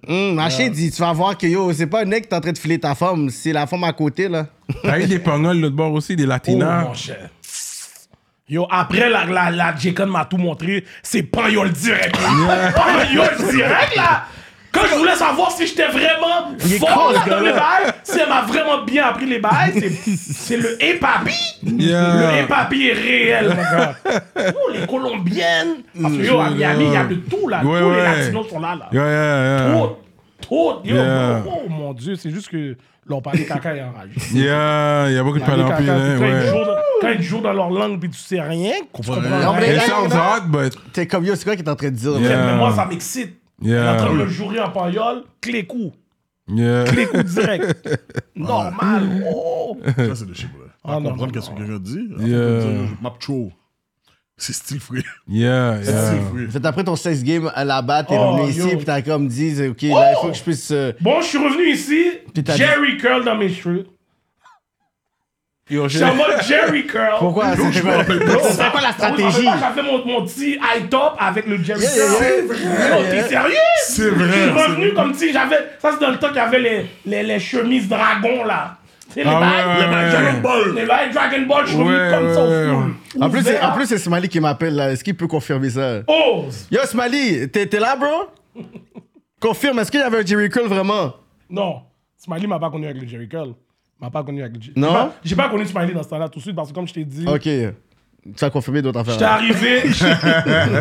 Speaker 4: hum, machin dit, tu vas voir que yo, c'est pas un nègre qui est en train de filer ta femme, c'est la femme à côté, là.
Speaker 1: T'as eu des pangoles l'autre bord aussi, des
Speaker 3: Oh,
Speaker 1: latinas.
Speaker 3: mon cher. Yo, après, la, la, la J-Con m'a tout montré. C'est Pagnol direct, là. Pagnol direct, là. Quand je voulais savoir si j'étais vraiment
Speaker 4: est
Speaker 3: fort
Speaker 4: con,
Speaker 3: là,
Speaker 4: ce
Speaker 3: dans les
Speaker 4: gars-là.
Speaker 3: bails, si elle m'a vraiment bien appris les bails, c'est- c'est le épapi.
Speaker 1: Yeah.
Speaker 3: Le épapi est réel, mon gars. Oh, les Colombiennes.
Speaker 4: Mm,
Speaker 3: Parce que, yo, à Miami, il y a de tout, là.
Speaker 1: Ouais,
Speaker 3: Tous
Speaker 1: ouais.
Speaker 3: les Latinos sont là, là.
Speaker 1: Yeah, yeah, yeah.
Speaker 3: Tout, tout. Yo,
Speaker 1: Hein? Yeah.
Speaker 3: oh, oh, mon Dieu, c'est juste que leur parler caca est enragé.
Speaker 1: Yeah, il y a beaucoup de
Speaker 3: Parler
Speaker 1: palanpines.
Speaker 3: caca, c'est
Speaker 1: hein,
Speaker 3: quand ils jouent
Speaker 1: Ouais.
Speaker 3: dans- Quand ils jouent dans leur langue, puis tu sais rien, tu comprends
Speaker 2: rien.
Speaker 3: rien.
Speaker 4: Mais
Speaker 1: It
Speaker 4: là,
Speaker 1: sounds
Speaker 4: il y en a-
Speaker 1: hot, but.
Speaker 4: T'es comme yo, c'est quoi qui est en train de dire,
Speaker 1: Yeah.
Speaker 4: là?
Speaker 3: Mais moi, ça m'excite. Elle est en train de
Speaker 1: Yeah.
Speaker 3: me jouer en pagnol, clé coup.
Speaker 1: Yeah.
Speaker 3: Clé coup direct. Normal. Oh.
Speaker 2: Ça, c'est des chiffres. là.
Speaker 3: Ah,
Speaker 2: À
Speaker 3: non,
Speaker 2: comprendre
Speaker 3: non,
Speaker 2: qu'est-ce que quelqu'un dit.
Speaker 1: Yeah.
Speaker 2: Map show. C'est style free.
Speaker 1: Yeah,
Speaker 2: Style
Speaker 1: yeah.
Speaker 2: free.
Speaker 4: Fait après ton sex game à la batte, t'es
Speaker 3: Oh,
Speaker 4: revenu ici,
Speaker 3: yo.
Speaker 4: pis t'as comme dit, ok, là, il faut que je puisse. euh,
Speaker 3: Bon, je suis revenu ici.
Speaker 4: Puis t'as dit-
Speaker 3: Jerry Curl dans mes cheveux.
Speaker 1: Yo,
Speaker 3: J'étais en mode Jerry Curl.
Speaker 4: Pourquoi C'était quoi, c'était quoi la stratégie
Speaker 3: J'avais mon, mon petit high top avec le Jerry
Speaker 4: Yeah, yeah,
Speaker 3: Curl. Non, T'es sérieux?
Speaker 2: C'est vrai,
Speaker 3: Je suis
Speaker 2: c'est
Speaker 3: revenu comme si j'avais. Ça, c'est dans le temps qu'il y avait les, les, les chemises dragons là. C'est les
Speaker 1: Ah
Speaker 3: bails.
Speaker 1: ouais,
Speaker 3: les bails
Speaker 1: ouais,
Speaker 3: Dragon
Speaker 1: ouais.
Speaker 3: Ball. Les bails Dragon Ball, je suis
Speaker 1: Ouais,
Speaker 3: comme ça au
Speaker 1: ouais,
Speaker 3: full.
Speaker 4: En plus, c'est-
Speaker 3: Ouvert.
Speaker 4: en plus, c'est Smiley qui m'appelle là. Est-ce qu'il peut confirmer ça?
Speaker 3: Oh!
Speaker 4: Yo, Smiley, t'es t'es là, bro? Confirme, est-ce qu'il y avait un Jerry Curl vraiment?
Speaker 3: Non. Smiley m'a pas connu avec le Jerry Curl. M'a pas connu avec le Jerry
Speaker 4: Non?
Speaker 3: J'ai pas- J'ai pas connu Smiley dans ce temps-là tout de suite parce que, comme je t'ai dit,
Speaker 4: Ok. Tu as confirmé d'autres affaires.
Speaker 3: j'étais
Speaker 4: là.
Speaker 3: arrivé.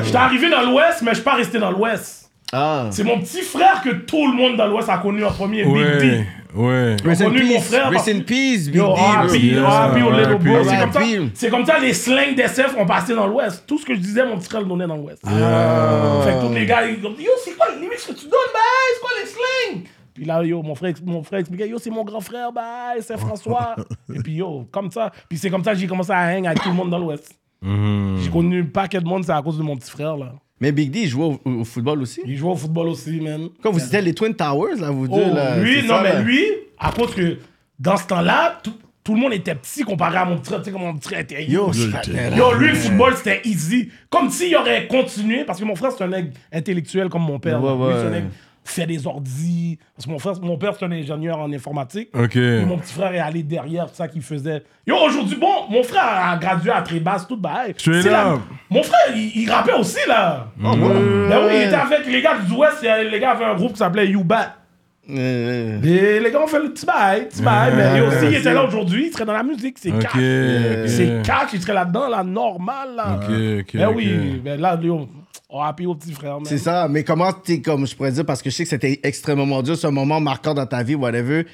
Speaker 3: J'étais arrivé dans l'Ouest, mais je suis pas resté dans l'Ouest.
Speaker 4: Ah.
Speaker 3: C'est mon petit frère que tout le monde dans l'Ouest a connu en premier, Big D.
Speaker 1: Ouais, ouais.
Speaker 4: Rest
Speaker 3: connu mon frère,
Speaker 4: Rest
Speaker 3: parce-
Speaker 4: in peace, Big D.
Speaker 3: Yo, ah,
Speaker 4: bro.
Speaker 3: R.I.P.
Speaker 1: Yeah,
Speaker 3: R.I.P. au Lego
Speaker 1: R.I.P.
Speaker 3: Boy. C'est comme ça-
Speaker 4: R.I.P..
Speaker 3: C'est comme ça, les slangs des SF ont passé dans l'Ouest. Tout ce que je disais, mon petit frère le donnait dans l'Ouest. Fait que tous les gars, ils disent Yo, c'est quoi les limites que tu donnes, bah C'est quoi les slangs Puis là, yo, mon frère, ex- mon frère expliquait Yo, c'est mon grand frère, bah c'est François. Et puis yo, comme ça. Puis c'est comme ça que j'ai commencé à hang avec tout le monde dans l'Ouest. J'ai connu un paquet de monde, c'est à cause de mon petit frère, là.
Speaker 4: Mais Big D, il jouait au, au football aussi.
Speaker 3: Il jouait au football aussi, man.
Speaker 4: Quand vous étiez les Twin Towers, là, vous
Speaker 3: Oh,
Speaker 4: deux, là.
Speaker 3: lui,
Speaker 4: c'est
Speaker 3: non,
Speaker 4: ça,
Speaker 3: mais
Speaker 4: là.
Speaker 3: lui, à cause que dans ce temps-là, tout, tout le monde était petit comparé à mon petit frère. Tu sais, comme mon petit frère était.
Speaker 4: Yo,
Speaker 2: Yo,
Speaker 4: c'est pas
Speaker 2: t'es-
Speaker 4: vrai.
Speaker 3: Yo, lui, le football, c'était easy. Comme s'il aurait continué, parce que mon frère, c'est un mec intellectuel comme mon père.
Speaker 4: Ouais,
Speaker 3: Lui,
Speaker 4: ouais.
Speaker 3: c'est un mec qui fait des ordis. Parce que mon, frère, mon père, c'est un ingénieur en informatique.
Speaker 1: Ok.
Speaker 3: Et mon petit frère est allé derrière, c'est ça qu'il faisait. Yo, aujourd'hui, bon, mon frère a gradué à très basse, tout bail.
Speaker 1: Straight
Speaker 3: C'est la-
Speaker 1: up.
Speaker 3: Mon frère, il, il rappait aussi, là.
Speaker 4: Ah
Speaker 3: Ben oui, il était avec les gars du Ouest, et les gars avaient un groupe qui s'appelait You Bat.
Speaker 4: Euh,
Speaker 3: Et les gars ont fait le petit bail, petit bail. Mais aussi, il était là aujourd'hui, il serait dans la musique, c'est
Speaker 1: Ok.
Speaker 3: cash.
Speaker 1: ok.
Speaker 3: C'est catch, il serait là-dedans, là, normal, là.
Speaker 1: Ok, ok,
Speaker 3: Ben
Speaker 1: ok.
Speaker 3: oui, ben là, yo, on a appris au petit frère, man.
Speaker 4: C'est ça, mais comment t'es, comme je pourrais dire, parce que je sais que c'était extrêmement dur, c'est un moment marquant dans ta vie, whatever.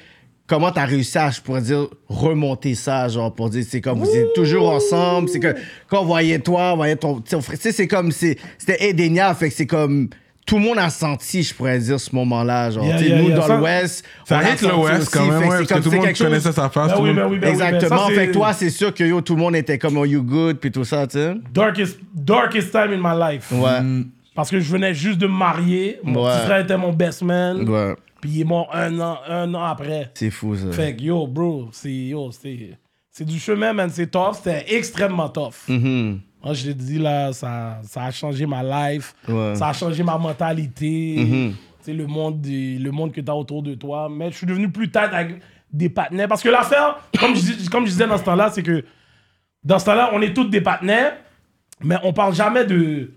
Speaker 4: Comment t'as réussi à, je pourrais dire, remonter ça, genre, pour dire, c'est comme, vous êtes toujours ensemble, c'est que, quand on voyait toi, on voyait ton, tu sais, on- tu sais, c'est comme, c'est- c'était indéniable, fait que c'est comme, tout le monde a senti, je pourrais dire, ce moment-là, genre,
Speaker 3: Yeah,
Speaker 4: tu sais,
Speaker 3: yeah,
Speaker 4: nous,
Speaker 3: yeah,
Speaker 4: dans
Speaker 3: ça-
Speaker 4: l'Ouest,
Speaker 1: Ça
Speaker 4: on l'a
Speaker 1: hit le
Speaker 4: senti
Speaker 1: West
Speaker 4: aussi,
Speaker 1: quand
Speaker 4: fait
Speaker 1: même,
Speaker 4: que
Speaker 1: ouais,
Speaker 4: c'est
Speaker 1: parce
Speaker 4: comme,
Speaker 1: que tout le
Speaker 4: c'est
Speaker 1: monde
Speaker 4: quelque chose-
Speaker 1: connaissait sa face.
Speaker 3: Ben
Speaker 1: tout
Speaker 3: oui,
Speaker 1: le
Speaker 3: ben
Speaker 1: monde-
Speaker 3: oui, ben oui, ben
Speaker 4: Exactement,
Speaker 3: ça, c'est
Speaker 4: fait que toi, c'est sûr que, yo, tout le monde était comme, oh, you good, puis tout ça, tu sais.
Speaker 3: Darkest, darkest time in my life.
Speaker 4: Ouais.
Speaker 1: Mm.
Speaker 3: Parce que je venais juste de me marier, mon
Speaker 4: Ouais.
Speaker 3: petit frère était mon best man,
Speaker 4: Ouais.
Speaker 3: puis il est mort un an, un an après.
Speaker 4: C'est fou, ça.
Speaker 3: Fait que yo, bro, c'est yo, c'est c'est du chemin, man, c'est tough, c'était extrêmement tough. Moi, je l'ai dit là, ça, ça a changé ma life,
Speaker 4: Ouais.
Speaker 3: ça a changé ma mentalité, c'est le monde, du- le monde que t'as autour de toi. Mais je suis devenu plus tard avec des partenaires parce que l'affaire, comme je, dis- comme je disais dans ce temps-là, c'est que dans ce temps-là, on est tous des partenaires, mais on parle jamais de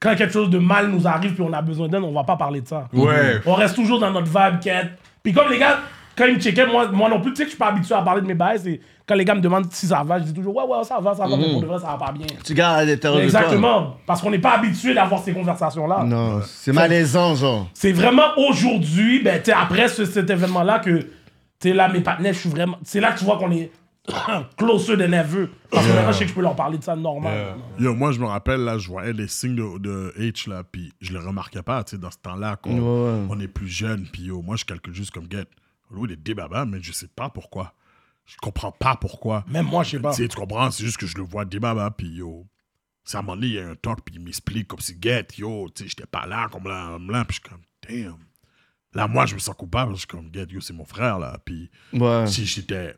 Speaker 3: quand quelque chose de mal nous arrive puis on a besoin d'aide, on va pas parler de ça.
Speaker 1: Ouais.
Speaker 3: On reste toujours dans notre vibe quête. Puis comme les gars, quand ils me checkaient, moi, moi non plus, tu sais que je suis pas habitué à parler de mes bails. C'est quand les gars me demandent si ça va, je dis toujours ouais, ouais, ça va, ça va, mais pour de vrai, ça va pas bien.
Speaker 4: Tu gardes à l'intérieur de toi.
Speaker 3: Exactement, parce qu'on n'est pas habitué d'avoir ces conversations-là.
Speaker 4: Non, c'est malaisant, genre.
Speaker 3: C'est vraiment aujourd'hui, ben, tu sais, après ce- cet événement-là que, tu sais, là, mes partenaires, je suis vraiment. C'est là que tu vois qu'on est closer des nerveux. Parce que maintenant, je sais que je peux leur parler de ça normal.
Speaker 2: Yo, moi, je me rappelle, là, je voyais les signes de, de H, là, puis je les remarquais pas, tu sais, dans ce temps-là, quand
Speaker 4: Ouais, ouais.
Speaker 2: on est plus jeune, puis yo, moi, je calcule juste comme get. Louis, il est débaba, mais je sais pas pourquoi. Je comprends pas pourquoi.
Speaker 3: Même moi, je
Speaker 4: Bah.
Speaker 3: sais pas.
Speaker 2: Tu sais, tu comprends, c'est juste que je le vois débaba, puis yo. Ça m'a dit, il y a un talk, puis il m'explique comme si get, yo, tu sais, j'étais pas là, comme là, comme là, puis je suis comme, damn. Là, moi, je me sens coupable, je suis comme get, yo, c'est mon frère, là, puis
Speaker 4: Ouais.
Speaker 2: si j'étais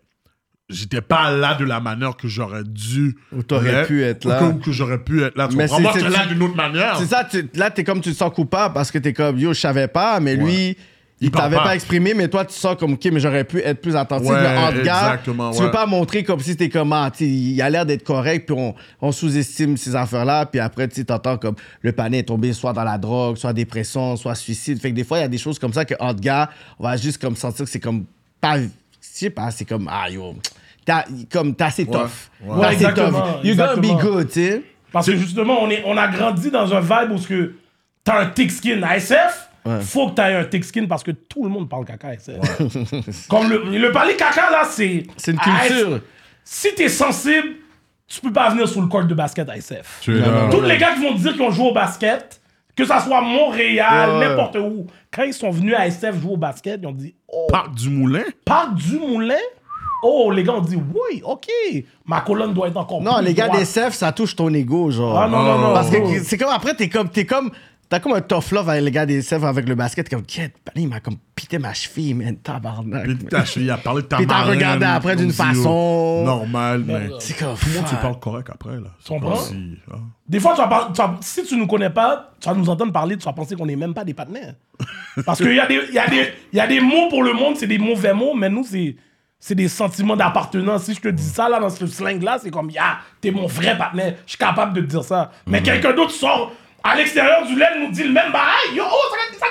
Speaker 2: j'étais pas là de la manière que j'aurais dû
Speaker 4: Ou t'aurais
Speaker 2: l'être,
Speaker 4: pu être
Speaker 2: ou
Speaker 4: là.
Speaker 2: que- ou que j'aurais pu être là tu
Speaker 4: Mais
Speaker 2: comprends
Speaker 4: c'est-
Speaker 2: moi
Speaker 4: c'est-
Speaker 2: j'étais là
Speaker 4: tu-
Speaker 2: d'une autre manière
Speaker 4: C'est ça, tu- là, t'es comme tu te sens coupable parce que t'es comme, yo, je savais pas, mais lui, il,
Speaker 2: Il parle
Speaker 4: t'avait pas.
Speaker 2: pas.
Speaker 4: exprimé, mais toi, tu sens comme, ok, mais j'aurais pu être plus attentif.
Speaker 2: Ouais,
Speaker 4: mais en tout cas,
Speaker 2: exactement,
Speaker 4: tu
Speaker 2: ouais.
Speaker 4: veux pas montrer comme si t'es comme, ah, tu sais, il a l'air d'être correct, puis on, on sous-estime ces affaires-là, puis après, tu sais, t'entends comme le panier est tombé soit dans la drogue, soit dépression, soit suicide. Fait que des fois, il y a des choses comme ça que, en tout cas, on va juste comme sentir que c'est comme pas, je sais pas, c'est comme, ah, yo, t'as, comme, t'as assez tough.
Speaker 2: ouais.
Speaker 4: T'as assez tough.
Speaker 3: Exactement,
Speaker 4: You're gonna be
Speaker 3: exactement.
Speaker 4: good, tu sais.
Speaker 3: Parce que justement, on, est, on a grandi dans un vibe où ce que t'as un thick skin à SF. Faut que t'aies un thick skin parce que tout le monde parle caca à SF. Comme le, le parler caca là, c'est.
Speaker 4: C'est une culture.
Speaker 3: Ah, Si t'es sensible, tu peux pas venir sur le court de basket à SF.
Speaker 1: Tu es là.
Speaker 3: Tous les gars qui vont te dire qu'ils ont joué au basket, que ça soit à Montréal,
Speaker 4: Ouais.
Speaker 3: n'importe où, quand ils sont venus à SF jouer au basket, ils ont dit Oh,
Speaker 2: Parc du moulin
Speaker 3: Parc du Moulin Oh, les gars ont dit Oui, ok, ma colonne doit être encore
Speaker 4: Non,
Speaker 3: plus
Speaker 4: les gars
Speaker 3: droite.
Speaker 4: des SF, ça touche ton ego, genre.
Speaker 3: Ah non, non, non.
Speaker 4: Parce
Speaker 3: Oh.
Speaker 4: que c'est comme après, t'es comme, t'es comme, t'as comme un tough love avec les gars des SF avec le basket, t'es comme, Get, ben, il m'a comme pité ma cheville, man, tabarnak.
Speaker 2: puis
Speaker 4: man.
Speaker 2: t'as il a parlé de ta
Speaker 4: Puis t'as
Speaker 2: marraine,
Speaker 4: regardé après
Speaker 2: comme
Speaker 4: d'une
Speaker 2: si, yo,
Speaker 4: façon.
Speaker 2: normal mais
Speaker 4: C'est comme,
Speaker 2: tout le monde se
Speaker 4: fuck.
Speaker 2: parle correct après là C'est
Speaker 3: Son
Speaker 2: pas
Speaker 3: bras.
Speaker 2: si- ah.
Speaker 3: Des fois, tu vas par- tu vas- si tu nous connais pas, tu vas nous entendre parler, tu vas penser qu'on n'est même pas des partenaires. Parce qu'il y, a des- il y, a des- il y a des mots pour le monde, c'est des mauvais mots, mais nous, c'est. C'est des sentiments d'appartenance. Si je te dis ça, là, dans ce slang-là, c'est comme, ya, t'es mon vrai partenaire. Je suis capable de te dire ça. Mais quelqu'un d'autre sort à l'extérieur du lait, nous dit le même bail. Yo, oh, ça, ça,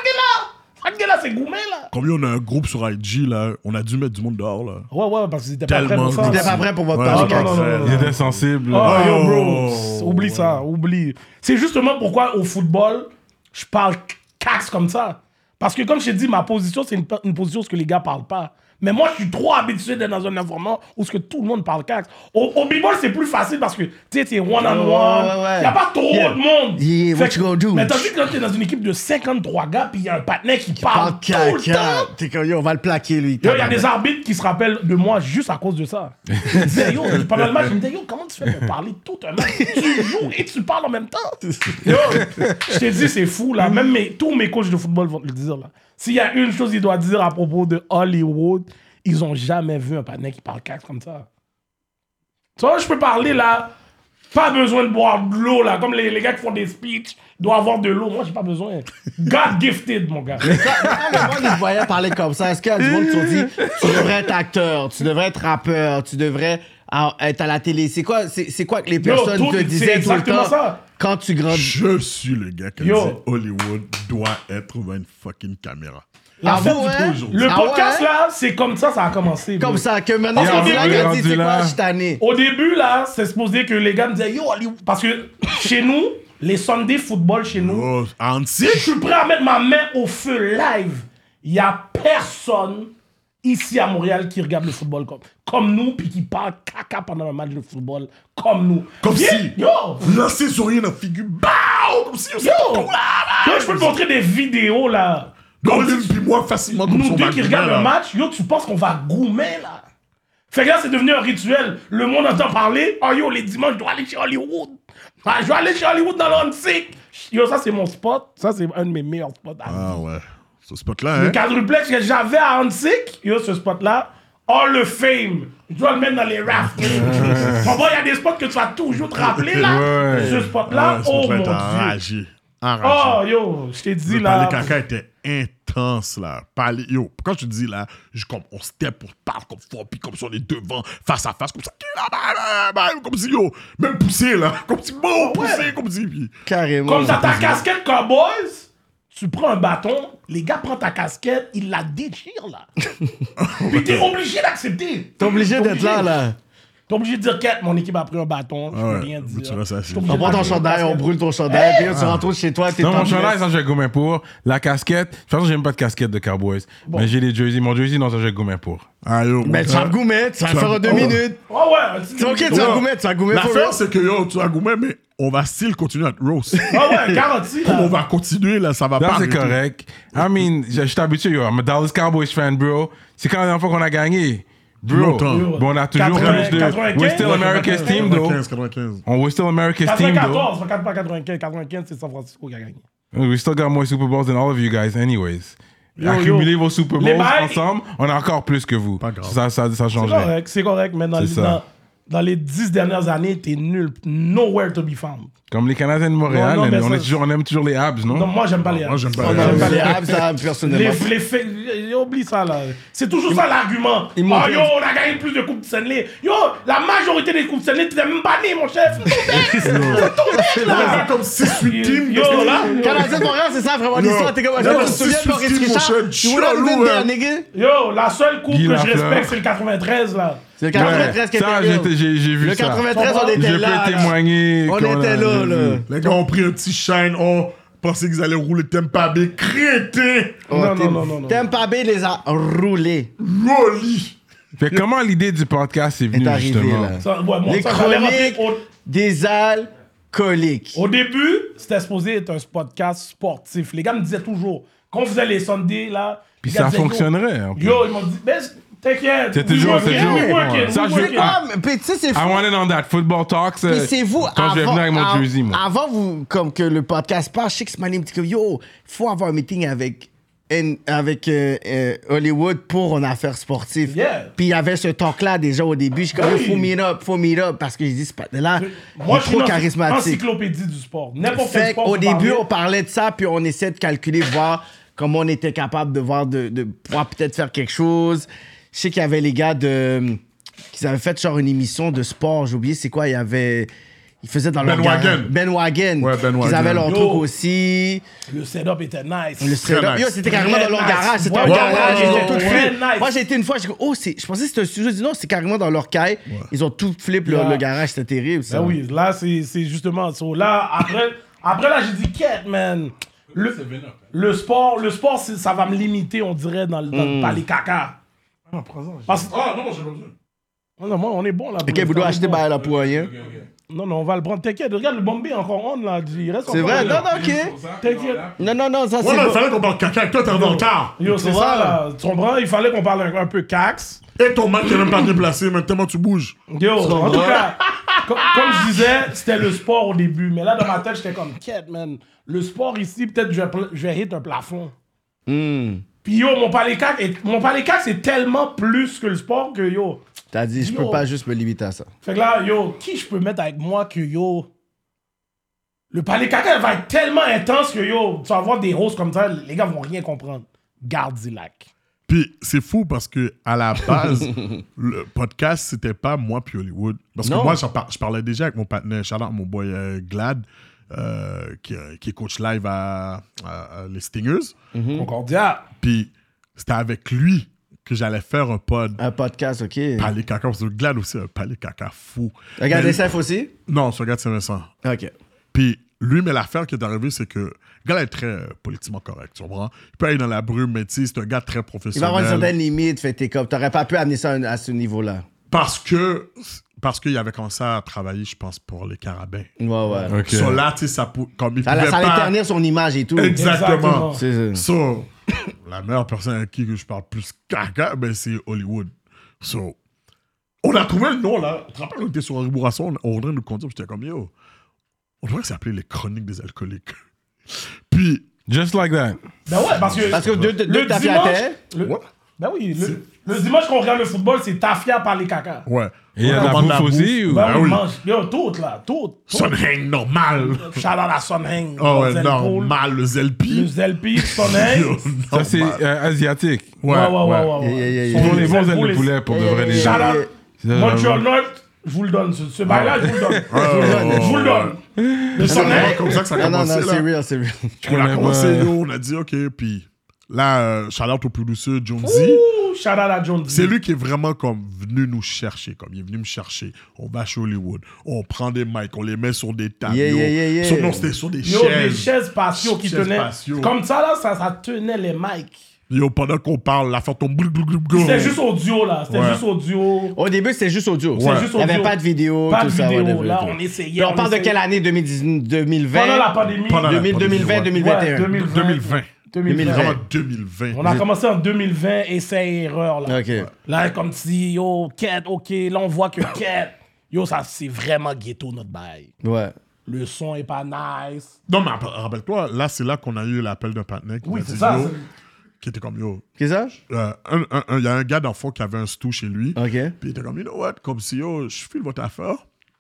Speaker 3: ça, ça, là, c'est gourmet, là.
Speaker 2: Comme lui, on a un groupe sur IG, là, on a dû mettre du monde dehors, là.
Speaker 3: Ouais, ouais, parce que c'était pas prêt
Speaker 2: Tellement
Speaker 3: pour ça.
Speaker 2: gourmet.
Speaker 4: T'es pas prêt pour votre
Speaker 2: Ouais,
Speaker 4: parler
Speaker 2: non,
Speaker 4: avec
Speaker 3: non, non,
Speaker 4: ça.
Speaker 3: non, non.
Speaker 1: Il était sensible.
Speaker 3: Oh, yo, bro.
Speaker 2: Oh,
Speaker 3: Oublie ça, oublie. C'est justement pourquoi au football, je parle cax comme ça. Parce que comme je t'ai dit, ma position, c'est une, une position où ce que les gars parlent pas. Mais moi, je suis trop habitué d'être dans un environnement où ce que tout le monde parle cax. Au, au b-ball, c'est plus facile parce que, tu sais, t'es one-on-one.
Speaker 4: ouais, ouais.
Speaker 3: Il n'y a pas trop
Speaker 4: Yeah.
Speaker 3: de monde.
Speaker 4: Yeah, what
Speaker 3: Fait
Speaker 4: you
Speaker 3: que-
Speaker 4: gonna do?
Speaker 3: Mais tandis que quand t'es dans une équipe de 53 gars, puis il y a un partenaire qui parle
Speaker 4: Parle
Speaker 3: tout le
Speaker 4: caca.
Speaker 3: temps.
Speaker 4: T'es comme, yo, on va le plaquer, lui.
Speaker 3: Yo, Il y a des arbitres qui se rappellent de moi juste à cause de ça. Ils me disaient, yo, pendant le match, ils me disaient, yo, comment tu fais pour parler tout un match Tu joues et tu parles en même temps. Yo, je t'ai dit, c'est fou, là. Même mes- tous mes coachs de football vont te le dire, là. S'il y a une chose qu'ils doivent dire à propos de Hollywood, ils ont jamais vu un panneau qui parle cax comme ça. Tu vois, je peux parler, là. Pas besoin de boire de l'eau, là. Comme les, les gars qui font des speeches doivent avoir de l'eau. Moi, j'ai pas besoin. God gifted, mon gars.
Speaker 4: Quand le monde il te voyait parler comme ça, est-ce qu'il y a du monde qui t'ont dit tu devrais être acteur, tu devrais être rappeur, tu devrais ah, être à la télé C'est quoi, c'est, c'est quoi que les personnes
Speaker 3: tout-
Speaker 4: te
Speaker 3: c'est
Speaker 4: disaient tout le
Speaker 3: exactement
Speaker 4: temps
Speaker 3: ça.
Speaker 4: quand tu grandis
Speaker 2: Je suis le gars qui a
Speaker 3: Yo.
Speaker 2: dit Hollywood doit être devant une fucking caméra.
Speaker 4: Ah
Speaker 3: fête
Speaker 4: ouais?
Speaker 3: du tout
Speaker 2: aujourd'hui.
Speaker 3: Le
Speaker 4: Ah
Speaker 3: podcast
Speaker 4: ouais?
Speaker 3: là, c'est comme ça, ça a commencé. bro.
Speaker 4: Comme ça, que maintenant,
Speaker 3: Parce
Speaker 4: on
Speaker 3: qu'on est
Speaker 4: dirait qu'on
Speaker 1: rendu
Speaker 4: dit c'est
Speaker 1: là.
Speaker 4: quoi, je suis tanné.
Speaker 3: Au début là, c'est supposé que les gars me disaient yo Hollywood. Parce que chez nous, les Sunday football chez nous,
Speaker 2: Oh, anti
Speaker 3: je suis prêt à mettre ma main au feu live. Il y a personne ici à Montréal qui regarde le football comme, comme nous puis qui parle caca pendant un match de football comme nous.
Speaker 2: Comme
Speaker 3: Viens-
Speaker 2: si-
Speaker 3: yo
Speaker 2: Lancé sur rien la figure. Bao! Comme si on
Speaker 3: Yo Yo, je peux te montrer des vidéos là.
Speaker 2: Golden puis moi facilement comme
Speaker 3: nous
Speaker 2: son
Speaker 3: deux qui
Speaker 2: background,
Speaker 3: regardent
Speaker 2: là.
Speaker 3: le match, yo, tu penses qu'on va goumer là. Fait que là, c'est devenu un rituel. Le monde entend parler. Oh yo, les dimanches, je dois aller chez Hollywood. Ah, je dois aller chez Hollywood dans l'Antique. Yo, ça, c'est mon spot. Ça, c'est un de mes meilleurs spots. à vie.
Speaker 2: Ah ouais. Ce spot-là, hein.
Speaker 3: Le quadruplex que j'avais à Antique, yo, ce spot-là, All of Fame. Je dois le mettre dans les rafters. Bon, bon, il y a des spots que tu vas toujours te rappeler là.
Speaker 1: Ouais.
Speaker 3: Ce spot-là,
Speaker 2: Ouais, ce
Speaker 3: oh
Speaker 2: spot-là
Speaker 3: mon
Speaker 2: était
Speaker 3: dieu.
Speaker 2: enragé.
Speaker 3: Oh
Speaker 2: Enragé.
Speaker 3: yo, je t'ai dit
Speaker 2: Le
Speaker 3: là.
Speaker 2: palais caca était intense, là. Palais, yo, quand je te dis, là, je, comme, on step, on parle comme fort, puis comme si on est devant, face à face, comme ça, bah, comme si, yo, même poussé, là, comme si, bon, poussé, comme si, puis...
Speaker 4: Carrément.
Speaker 3: Comme t'as ta casquette Cowboys, tu prends un bâton, les gars prennent ta casquette, ils la déchirent là. Puis t'es obligé d'accepter.
Speaker 4: T'es obligé d'être là, là.
Speaker 3: T'es obligé de dire qu'est mon équipe a pris un bâton, je
Speaker 2: Ah
Speaker 3: peux
Speaker 2: ouais,
Speaker 3: rien dire.
Speaker 2: tu restes assis.
Speaker 3: Je suis obligé
Speaker 4: On prend
Speaker 3: de
Speaker 4: ton
Speaker 3: prendre une
Speaker 4: chandail, on
Speaker 3: casquette.
Speaker 4: brûle ton chandail, puis là, tu rentres chez toi, t'es
Speaker 1: Non, mon
Speaker 4: tendu.
Speaker 1: chandail, ça, je vais gommer pour. La casquette, je pense que j'aime pas de casquette de Cowboys. Mais j'ai les jerseys. Mon jersey, non, ça, je vais gommer pour.
Speaker 2: Ah, yo, mon
Speaker 4: Mais tu
Speaker 2: gars.
Speaker 4: vas me goumer, tu vas le
Speaker 2: vas-
Speaker 4: faire en deux
Speaker 2: Oh.
Speaker 4: minutes.
Speaker 3: Ah ouais, un petit-
Speaker 4: C'est ok, tu vas
Speaker 2: Ouais.
Speaker 4: me goumer, tu vas me goumer pour
Speaker 2: L'affaire, c'est que, yo, tu as gourmet, mais on va still continuer à te roast.
Speaker 3: Ah ouais, garanti là.
Speaker 2: on va continuer, là, ça va
Speaker 1: Non,
Speaker 2: pas...
Speaker 1: c'est
Speaker 2: arrêter.
Speaker 1: correct. I mean, je je suis habitué, yo. I'm a Dallas Cowboys fan, bro. C'est quand la dernière fois qu'on a gagné. Bro,
Speaker 2: Longtemps.
Speaker 1: bon, on a toujours
Speaker 3: 80,
Speaker 1: plus de.
Speaker 3: 95,
Speaker 1: We're still America's team, though.
Speaker 2: 95, 95.
Speaker 1: On we're still America's team, though.
Speaker 3: 94, regarde pas 95, 95 c'est San Francisco qui a gagné.
Speaker 1: We still got more Super Bowls than all of you guys, anyways. Accumulez vos Super
Speaker 3: Les
Speaker 1: Bowls
Speaker 3: bails-
Speaker 1: ensemble, on a encore plus que vous.
Speaker 2: grave.
Speaker 1: Ça, ça, ça
Speaker 3: C'est
Speaker 1: change rien.
Speaker 3: correct, c'est correct, mais dans,
Speaker 1: C'est
Speaker 3: les-
Speaker 1: ça.
Speaker 3: dans, dans les 10 dernières années, t'es nul, nowhere to be found.
Speaker 1: Comme les Canadiens de Montréal,
Speaker 3: Non, non, mais
Speaker 1: on, est
Speaker 3: ça-
Speaker 1: toujours, on aime toujours les abs, non?
Speaker 3: Non, moi j'aime pas les
Speaker 2: Moi, j'aime pas
Speaker 4: Non,
Speaker 2: les
Speaker 4: mais les Habs, ça,
Speaker 3: Les,
Speaker 4: personnellement.
Speaker 3: les faits, euh, oublie ça là. C'est toujours ça l'argument.
Speaker 4: ils m'ont
Speaker 3: Ah
Speaker 4: dit-
Speaker 3: yo, on a gagné plus de coupes Stanley. Yo, la majorité des coupes Stanley, t'étais même pas né, mon chef. Ton mec là.
Speaker 2: Comme 6-8 teams,
Speaker 3: Yo là.
Speaker 4: Canadien de Montréal, c'est ça vraiment l'histoire. T'es comme,
Speaker 2: Non,
Speaker 4: je me
Speaker 2: non,
Speaker 4: souviens
Speaker 2: c'est
Speaker 4: de Maurice
Speaker 2: Suzuki, mon
Speaker 4: Richard.
Speaker 2: chum.
Speaker 4: Tu voulais
Speaker 2: Chalou,
Speaker 4: nous
Speaker 2: hein.
Speaker 4: dire, nigga?
Speaker 3: Yo, la seule coupe
Speaker 1: Guy
Speaker 3: que je
Speaker 1: Lafleur.
Speaker 3: respecte, c'est le 93 là.
Speaker 4: C'est le
Speaker 1: Ouais,
Speaker 4: 93 qui était
Speaker 1: ça,
Speaker 4: là.
Speaker 1: j'ai- j'ai j'ai vu
Speaker 4: Le
Speaker 1: ça.
Speaker 4: 93, on
Speaker 1: Je
Speaker 4: était
Speaker 1: peux
Speaker 4: là. là.
Speaker 1: témoigner.
Speaker 4: On
Speaker 1: qu'on
Speaker 4: était
Speaker 1: a-
Speaker 4: là, là.
Speaker 2: Les gars ont pris un petit shine, on pensait qu'ils allaient rouler Tempa B, crété,
Speaker 3: Non, non, non, non, non.
Speaker 4: Oh, Tampa Bay les a roulés.
Speaker 2: Rolly.
Speaker 1: Fait que comment l'idée du podcast est venue,
Speaker 4: Est arrivée,
Speaker 1: justement?
Speaker 4: là.
Speaker 3: Ça, ouais, bon,
Speaker 4: Les
Speaker 3: ça, j'allais rappeler
Speaker 4: chroniques
Speaker 3: au-
Speaker 4: des alcooliques.
Speaker 3: Au début, c'était supposé être un podcast sportif. Les gars me disaient toujours, quand on faisait les Sundays, là.
Speaker 1: Puis
Speaker 3: les gars
Speaker 1: ça
Speaker 3: disaient, yo,
Speaker 1: fonctionnerait, en plus.
Speaker 3: Yo, ils m'ont dit, ben, t'inquiète.
Speaker 1: C'est
Speaker 3: we
Speaker 1: toujours-
Speaker 3: working,
Speaker 1: c'est toujours-
Speaker 3: we working,
Speaker 1: ouais.
Speaker 3: we
Speaker 1: Ça, je-
Speaker 3: working.
Speaker 1: ah,
Speaker 4: Comme, puis tu sais, c'est fou.
Speaker 1: I wanted on that football talk.
Speaker 4: Puis c'est vous
Speaker 1: Quand je vais venir avec mon
Speaker 4: av-
Speaker 1: jersey, moi.
Speaker 4: avant vous, comme que le podcast passe, je sais que ce matin, il me dit que yo, faut avoir un meeting avec, N- avec euh, euh, Hollywood pour une affaire sportive.
Speaker 3: Yeah.
Speaker 4: Puis il y avait ce talk-là déjà au début. Je suis comme, yo,
Speaker 3: Oui.
Speaker 4: faut meet up, faut meet up, parce que j'ai dit, c'est pas de là, il
Speaker 3: Moi,
Speaker 4: est
Speaker 3: je suis
Speaker 4: trop
Speaker 3: une
Speaker 1: Ah,
Speaker 4: charismatique.
Speaker 3: encyclopédie du sport. N'importe quel
Speaker 4: Fait
Speaker 3: sport.
Speaker 4: qu'au
Speaker 3: vous
Speaker 4: début,
Speaker 3: parlez.
Speaker 4: on parlait de ça, puis on essaie de calculer, voir comment on était capable de voir, de, de pouvoir peut-être faire quelque chose. Je sais qu'il y avait les gars de. Qu'ils avaient fait genre une émission de sport, j'ai oublié c'est quoi, il y avait. Ils faisaient dans
Speaker 2: Ben
Speaker 4: leur garage.
Speaker 2: Wagen.
Speaker 4: Ben Wagen.
Speaker 2: Ouais, Ben
Speaker 4: Ils
Speaker 2: Wagen.
Speaker 4: avaient leur
Speaker 3: Yo.
Speaker 4: truc aussi.
Speaker 3: Le setup était nice.
Speaker 4: Le setup.
Speaker 2: nice.
Speaker 4: Yo, c'était carrément dans leur
Speaker 3: Très
Speaker 4: garage.
Speaker 3: nice.
Speaker 4: C'était un
Speaker 3: Ouais,
Speaker 4: garage.
Speaker 3: ouais,
Speaker 4: ils
Speaker 3: ouais,
Speaker 4: ont tout
Speaker 3: ouais.
Speaker 4: flip.
Speaker 3: Très nice.
Speaker 4: Moi, j'ai été une fois, je, oh, c'est- je pensais que c'était un studio. Je dis non, c'est carrément dans leur caille. Ils ont tout flip le,
Speaker 3: Yeah.
Speaker 4: le garage. C'était terrible. Ça.
Speaker 3: Ben oui, là, c'est c'est justement. so, là, après, après là, j'ai dit, quête, man. Le, le sport, le sport c'est- ça va me limiter, on dirait, dans, le- dans
Speaker 4: Hmm.
Speaker 3: le palais caca. Parce que.
Speaker 2: Ah non, j'ai pas besoin.
Speaker 3: Non, non, moi, on est bon là.
Speaker 4: Ok, vous devez acheter
Speaker 3: bah
Speaker 4: bah, là pour rien.
Speaker 3: Non, non, on va le prendre. T'inquiète, regarde le Bombay encore on là. Il reste
Speaker 4: C'est
Speaker 3: encore
Speaker 4: vrai?
Speaker 3: on,
Speaker 4: Non,
Speaker 3: là.
Speaker 4: non, ok.
Speaker 3: T'inquiète.
Speaker 4: Non, non, non, ça c'est.
Speaker 2: Voilà, il
Speaker 4: bon.
Speaker 2: fallait qu'on parle caca. Toi, t'es arrivé en retard.
Speaker 3: Yo, c'est
Speaker 4: vois,
Speaker 3: ça là. Tu comprends? Il fallait qu'on parle un, un peu cax.
Speaker 2: Et ton match n'est même pas déplacé, mais tellement tu bouges.
Speaker 3: Yo, en tout cas, com- comme je disais, c'était le sport au début. Mais là, dans ma tête, j'étais comme, quête, man. Le sport ici, peut-être je, vais pla- je vais hit un plafond.
Speaker 4: Hmm.
Speaker 3: Puis yo, mon palais 4, est- mon palais 4, c'est tellement plus que le sport que yo.
Speaker 4: T'as dit, je
Speaker 3: Yo.
Speaker 4: peux pas juste me limiter à ça.
Speaker 3: Fait que là, yo, qui je peux mettre avec moi que yo. Le palais 4 elle va être tellement intense que yo, tu vas avoir des roses comme ça, les gars vont rien comprendre. Gardilac.
Speaker 2: Puis c'est fou parce que à la base, le podcast, c'était pas moi puis Hollywood. Parce
Speaker 4: Non.
Speaker 2: que moi, j'en par- je parlais déjà avec mon partenaire, shout out mon boy euh, Glad, euh, qui, euh, qui est coach live à, à- à Les Stingers.
Speaker 4: Mm-hmm.
Speaker 3: Concordia.
Speaker 2: Puis c'était avec lui que j'allais faire un pod.
Speaker 4: Un podcast, ok.
Speaker 2: Palais caca, parce que Glad aussi, un palais caca fou.
Speaker 4: Regardez
Speaker 2: Mais-
Speaker 4: SF aussi.
Speaker 2: Non, je regarde Saint-Vincent.
Speaker 4: Ok.
Speaker 2: Puis lui, mais l'affaire qui est arrivée, c'est que le gars est très euh, politiquement correct, tu comprends? Il peut aller dans la brume, mais tu sais, c'est un gars très
Speaker 4: Il va
Speaker 2: professionnel.
Speaker 4: avoir une certaine limite. Fait que t'es comme, t'aurais pas pu amener ça à un- à ce niveau-là.
Speaker 2: Parce que parce qu'il avait commencé à travailler, je pense, pour les carabins.
Speaker 4: Ouais, ouais.
Speaker 1: Ok.
Speaker 2: So là, tu sais, ça pou- comme il
Speaker 4: Ça,
Speaker 2: pouvait
Speaker 4: allait- ça allait
Speaker 2: pas-
Speaker 4: ternir son image et tout.
Speaker 2: Exactement.
Speaker 3: Exactement.
Speaker 4: C'est c'est-
Speaker 2: So, la meilleure personne à qui que je parle plus caca, ben, c'est Hollywood. So, on a trouvé le nom, là. Tu te rappelles, on était sur un bourrasson, on on voudrait nous conduire, puis j'étais comme, yo, on devrait s'appeler les chroniques des alcooliques. Puis,
Speaker 1: Just like that.
Speaker 3: Ben ouais, parce que.
Speaker 4: Parce que deux, deux, deux
Speaker 3: le
Speaker 4: tapis à
Speaker 3: dimanche.
Speaker 4: terre.
Speaker 3: le-
Speaker 2: Ouais.
Speaker 3: ben oui, le, le dimanche qu'on regarde le football, c'est Tafia par les caca.
Speaker 2: ouais.
Speaker 1: Et il y a
Speaker 2: On
Speaker 1: la
Speaker 2: commande
Speaker 1: bouffe aussi, ou-
Speaker 3: Ben
Speaker 2: Ben
Speaker 3: on
Speaker 2: oui.
Speaker 3: mange. Yo, tout là, tout. tout.
Speaker 2: Sonheng normal.
Speaker 3: Shout out à Sonheng.
Speaker 2: Oh, ouais,
Speaker 3: Denzel Poole,
Speaker 2: normal, le
Speaker 3: Le
Speaker 2: Zelpi.
Speaker 3: Zelpi, Sonheng.
Speaker 2: Yo,
Speaker 4: Oh,
Speaker 1: Ça, c'est
Speaker 4: bah.
Speaker 2: normal.
Speaker 1: euh, asiatique.
Speaker 3: Ouais, ouais, ouais, ouais.
Speaker 4: Yeah, yeah, yeah,
Speaker 3: ouais.
Speaker 4: yeah.
Speaker 3: Son-
Speaker 1: Ils ont les bons
Speaker 3: Denzel
Speaker 1: ailes
Speaker 3: Poole
Speaker 1: de
Speaker 3: est-
Speaker 1: poulet pour de vrai, les
Speaker 3: Shout
Speaker 1: gens.
Speaker 3: out.
Speaker 1: C'est ça,
Speaker 3: Montreal
Speaker 1: j'avoue.
Speaker 3: North, je vous le donne. Ce, ce bail-là, je vous le donne.
Speaker 2: ouais,
Speaker 3: Je vous le donne. Le
Speaker 2: C'est vraiment
Speaker 3: Sonheng.
Speaker 2: comme ça que ça a
Speaker 4: Non, non,
Speaker 2: commencé.
Speaker 4: non, c'est
Speaker 2: là.
Speaker 4: real, c'est real.
Speaker 2: On a
Speaker 1: connais
Speaker 2: commencé,
Speaker 1: pas.
Speaker 2: yo, on a dit, OK, puis là, euh, shout out au plus douceux, Jonesy.
Speaker 3: Ouh, Shout out à John D.
Speaker 2: C'est lui qui est vraiment comme venu nous chercher, comme il est venu me chercher. On va chez Hollywood, on prend des mics, on les met sur des tables.
Speaker 4: Yeah,
Speaker 2: yo.
Speaker 4: yeah, yeah, yeah.
Speaker 2: Sur, non, c'était sur des
Speaker 3: Yo,
Speaker 2: chaises.
Speaker 3: les chaises patio qui
Speaker 2: Chaises
Speaker 3: tenaient.
Speaker 2: patio.
Speaker 3: Comme ça, là, ça, ça tenait les mics.
Speaker 2: Yo, pendant qu'on parle, la fête, on blou, blou, blou, blou.
Speaker 3: C'était juste audio, là. C'était
Speaker 2: Ouais.
Speaker 3: juste audio.
Speaker 4: Au début, c'était juste audio.
Speaker 3: C'est juste
Speaker 4: Il n'y avait
Speaker 3: audio.
Speaker 4: pas de vidéo,
Speaker 3: Pas
Speaker 4: tout
Speaker 3: de
Speaker 4: ça.
Speaker 3: vidéo,
Speaker 4: whatever,
Speaker 3: là,
Speaker 4: tout.
Speaker 3: on essayait,
Speaker 4: Puis on,
Speaker 3: on
Speaker 4: parle de
Speaker 3: essayait.
Speaker 4: quelle année 2019, 2020
Speaker 3: Pendant la pandémie.
Speaker 2: Pendant la
Speaker 4: 2000, 2020,
Speaker 2: Ouais,
Speaker 4: 2021.
Speaker 3: 2020.
Speaker 2: 2020.
Speaker 3: 2020.
Speaker 2: Vraiment 2020.
Speaker 3: On a commencé en 2020, essai erreur là.
Speaker 4: Ok.
Speaker 3: Là, comme si, yo, quête, ok, là on voit que quête, yo, ça c'est vraiment ghetto notre bail.
Speaker 4: Ouais.
Speaker 3: Le son est pas nice.
Speaker 2: Non, mais rappel- rappelle-toi, là, c'est là qu'on a eu l'appel d'un partenaire qui
Speaker 3: Oui,
Speaker 2: nous a
Speaker 3: c'est
Speaker 2: dit,
Speaker 3: ça,
Speaker 2: yo,
Speaker 3: c'est-
Speaker 2: qui était comme, yo,
Speaker 4: Qu'est-ce que ça?
Speaker 2: euh, un- un- un- il y a un gars d'enfant qui avait un stou chez lui.
Speaker 4: Ok.
Speaker 2: Puis il était comme, you know what, comme si, yo, je file votre affaire.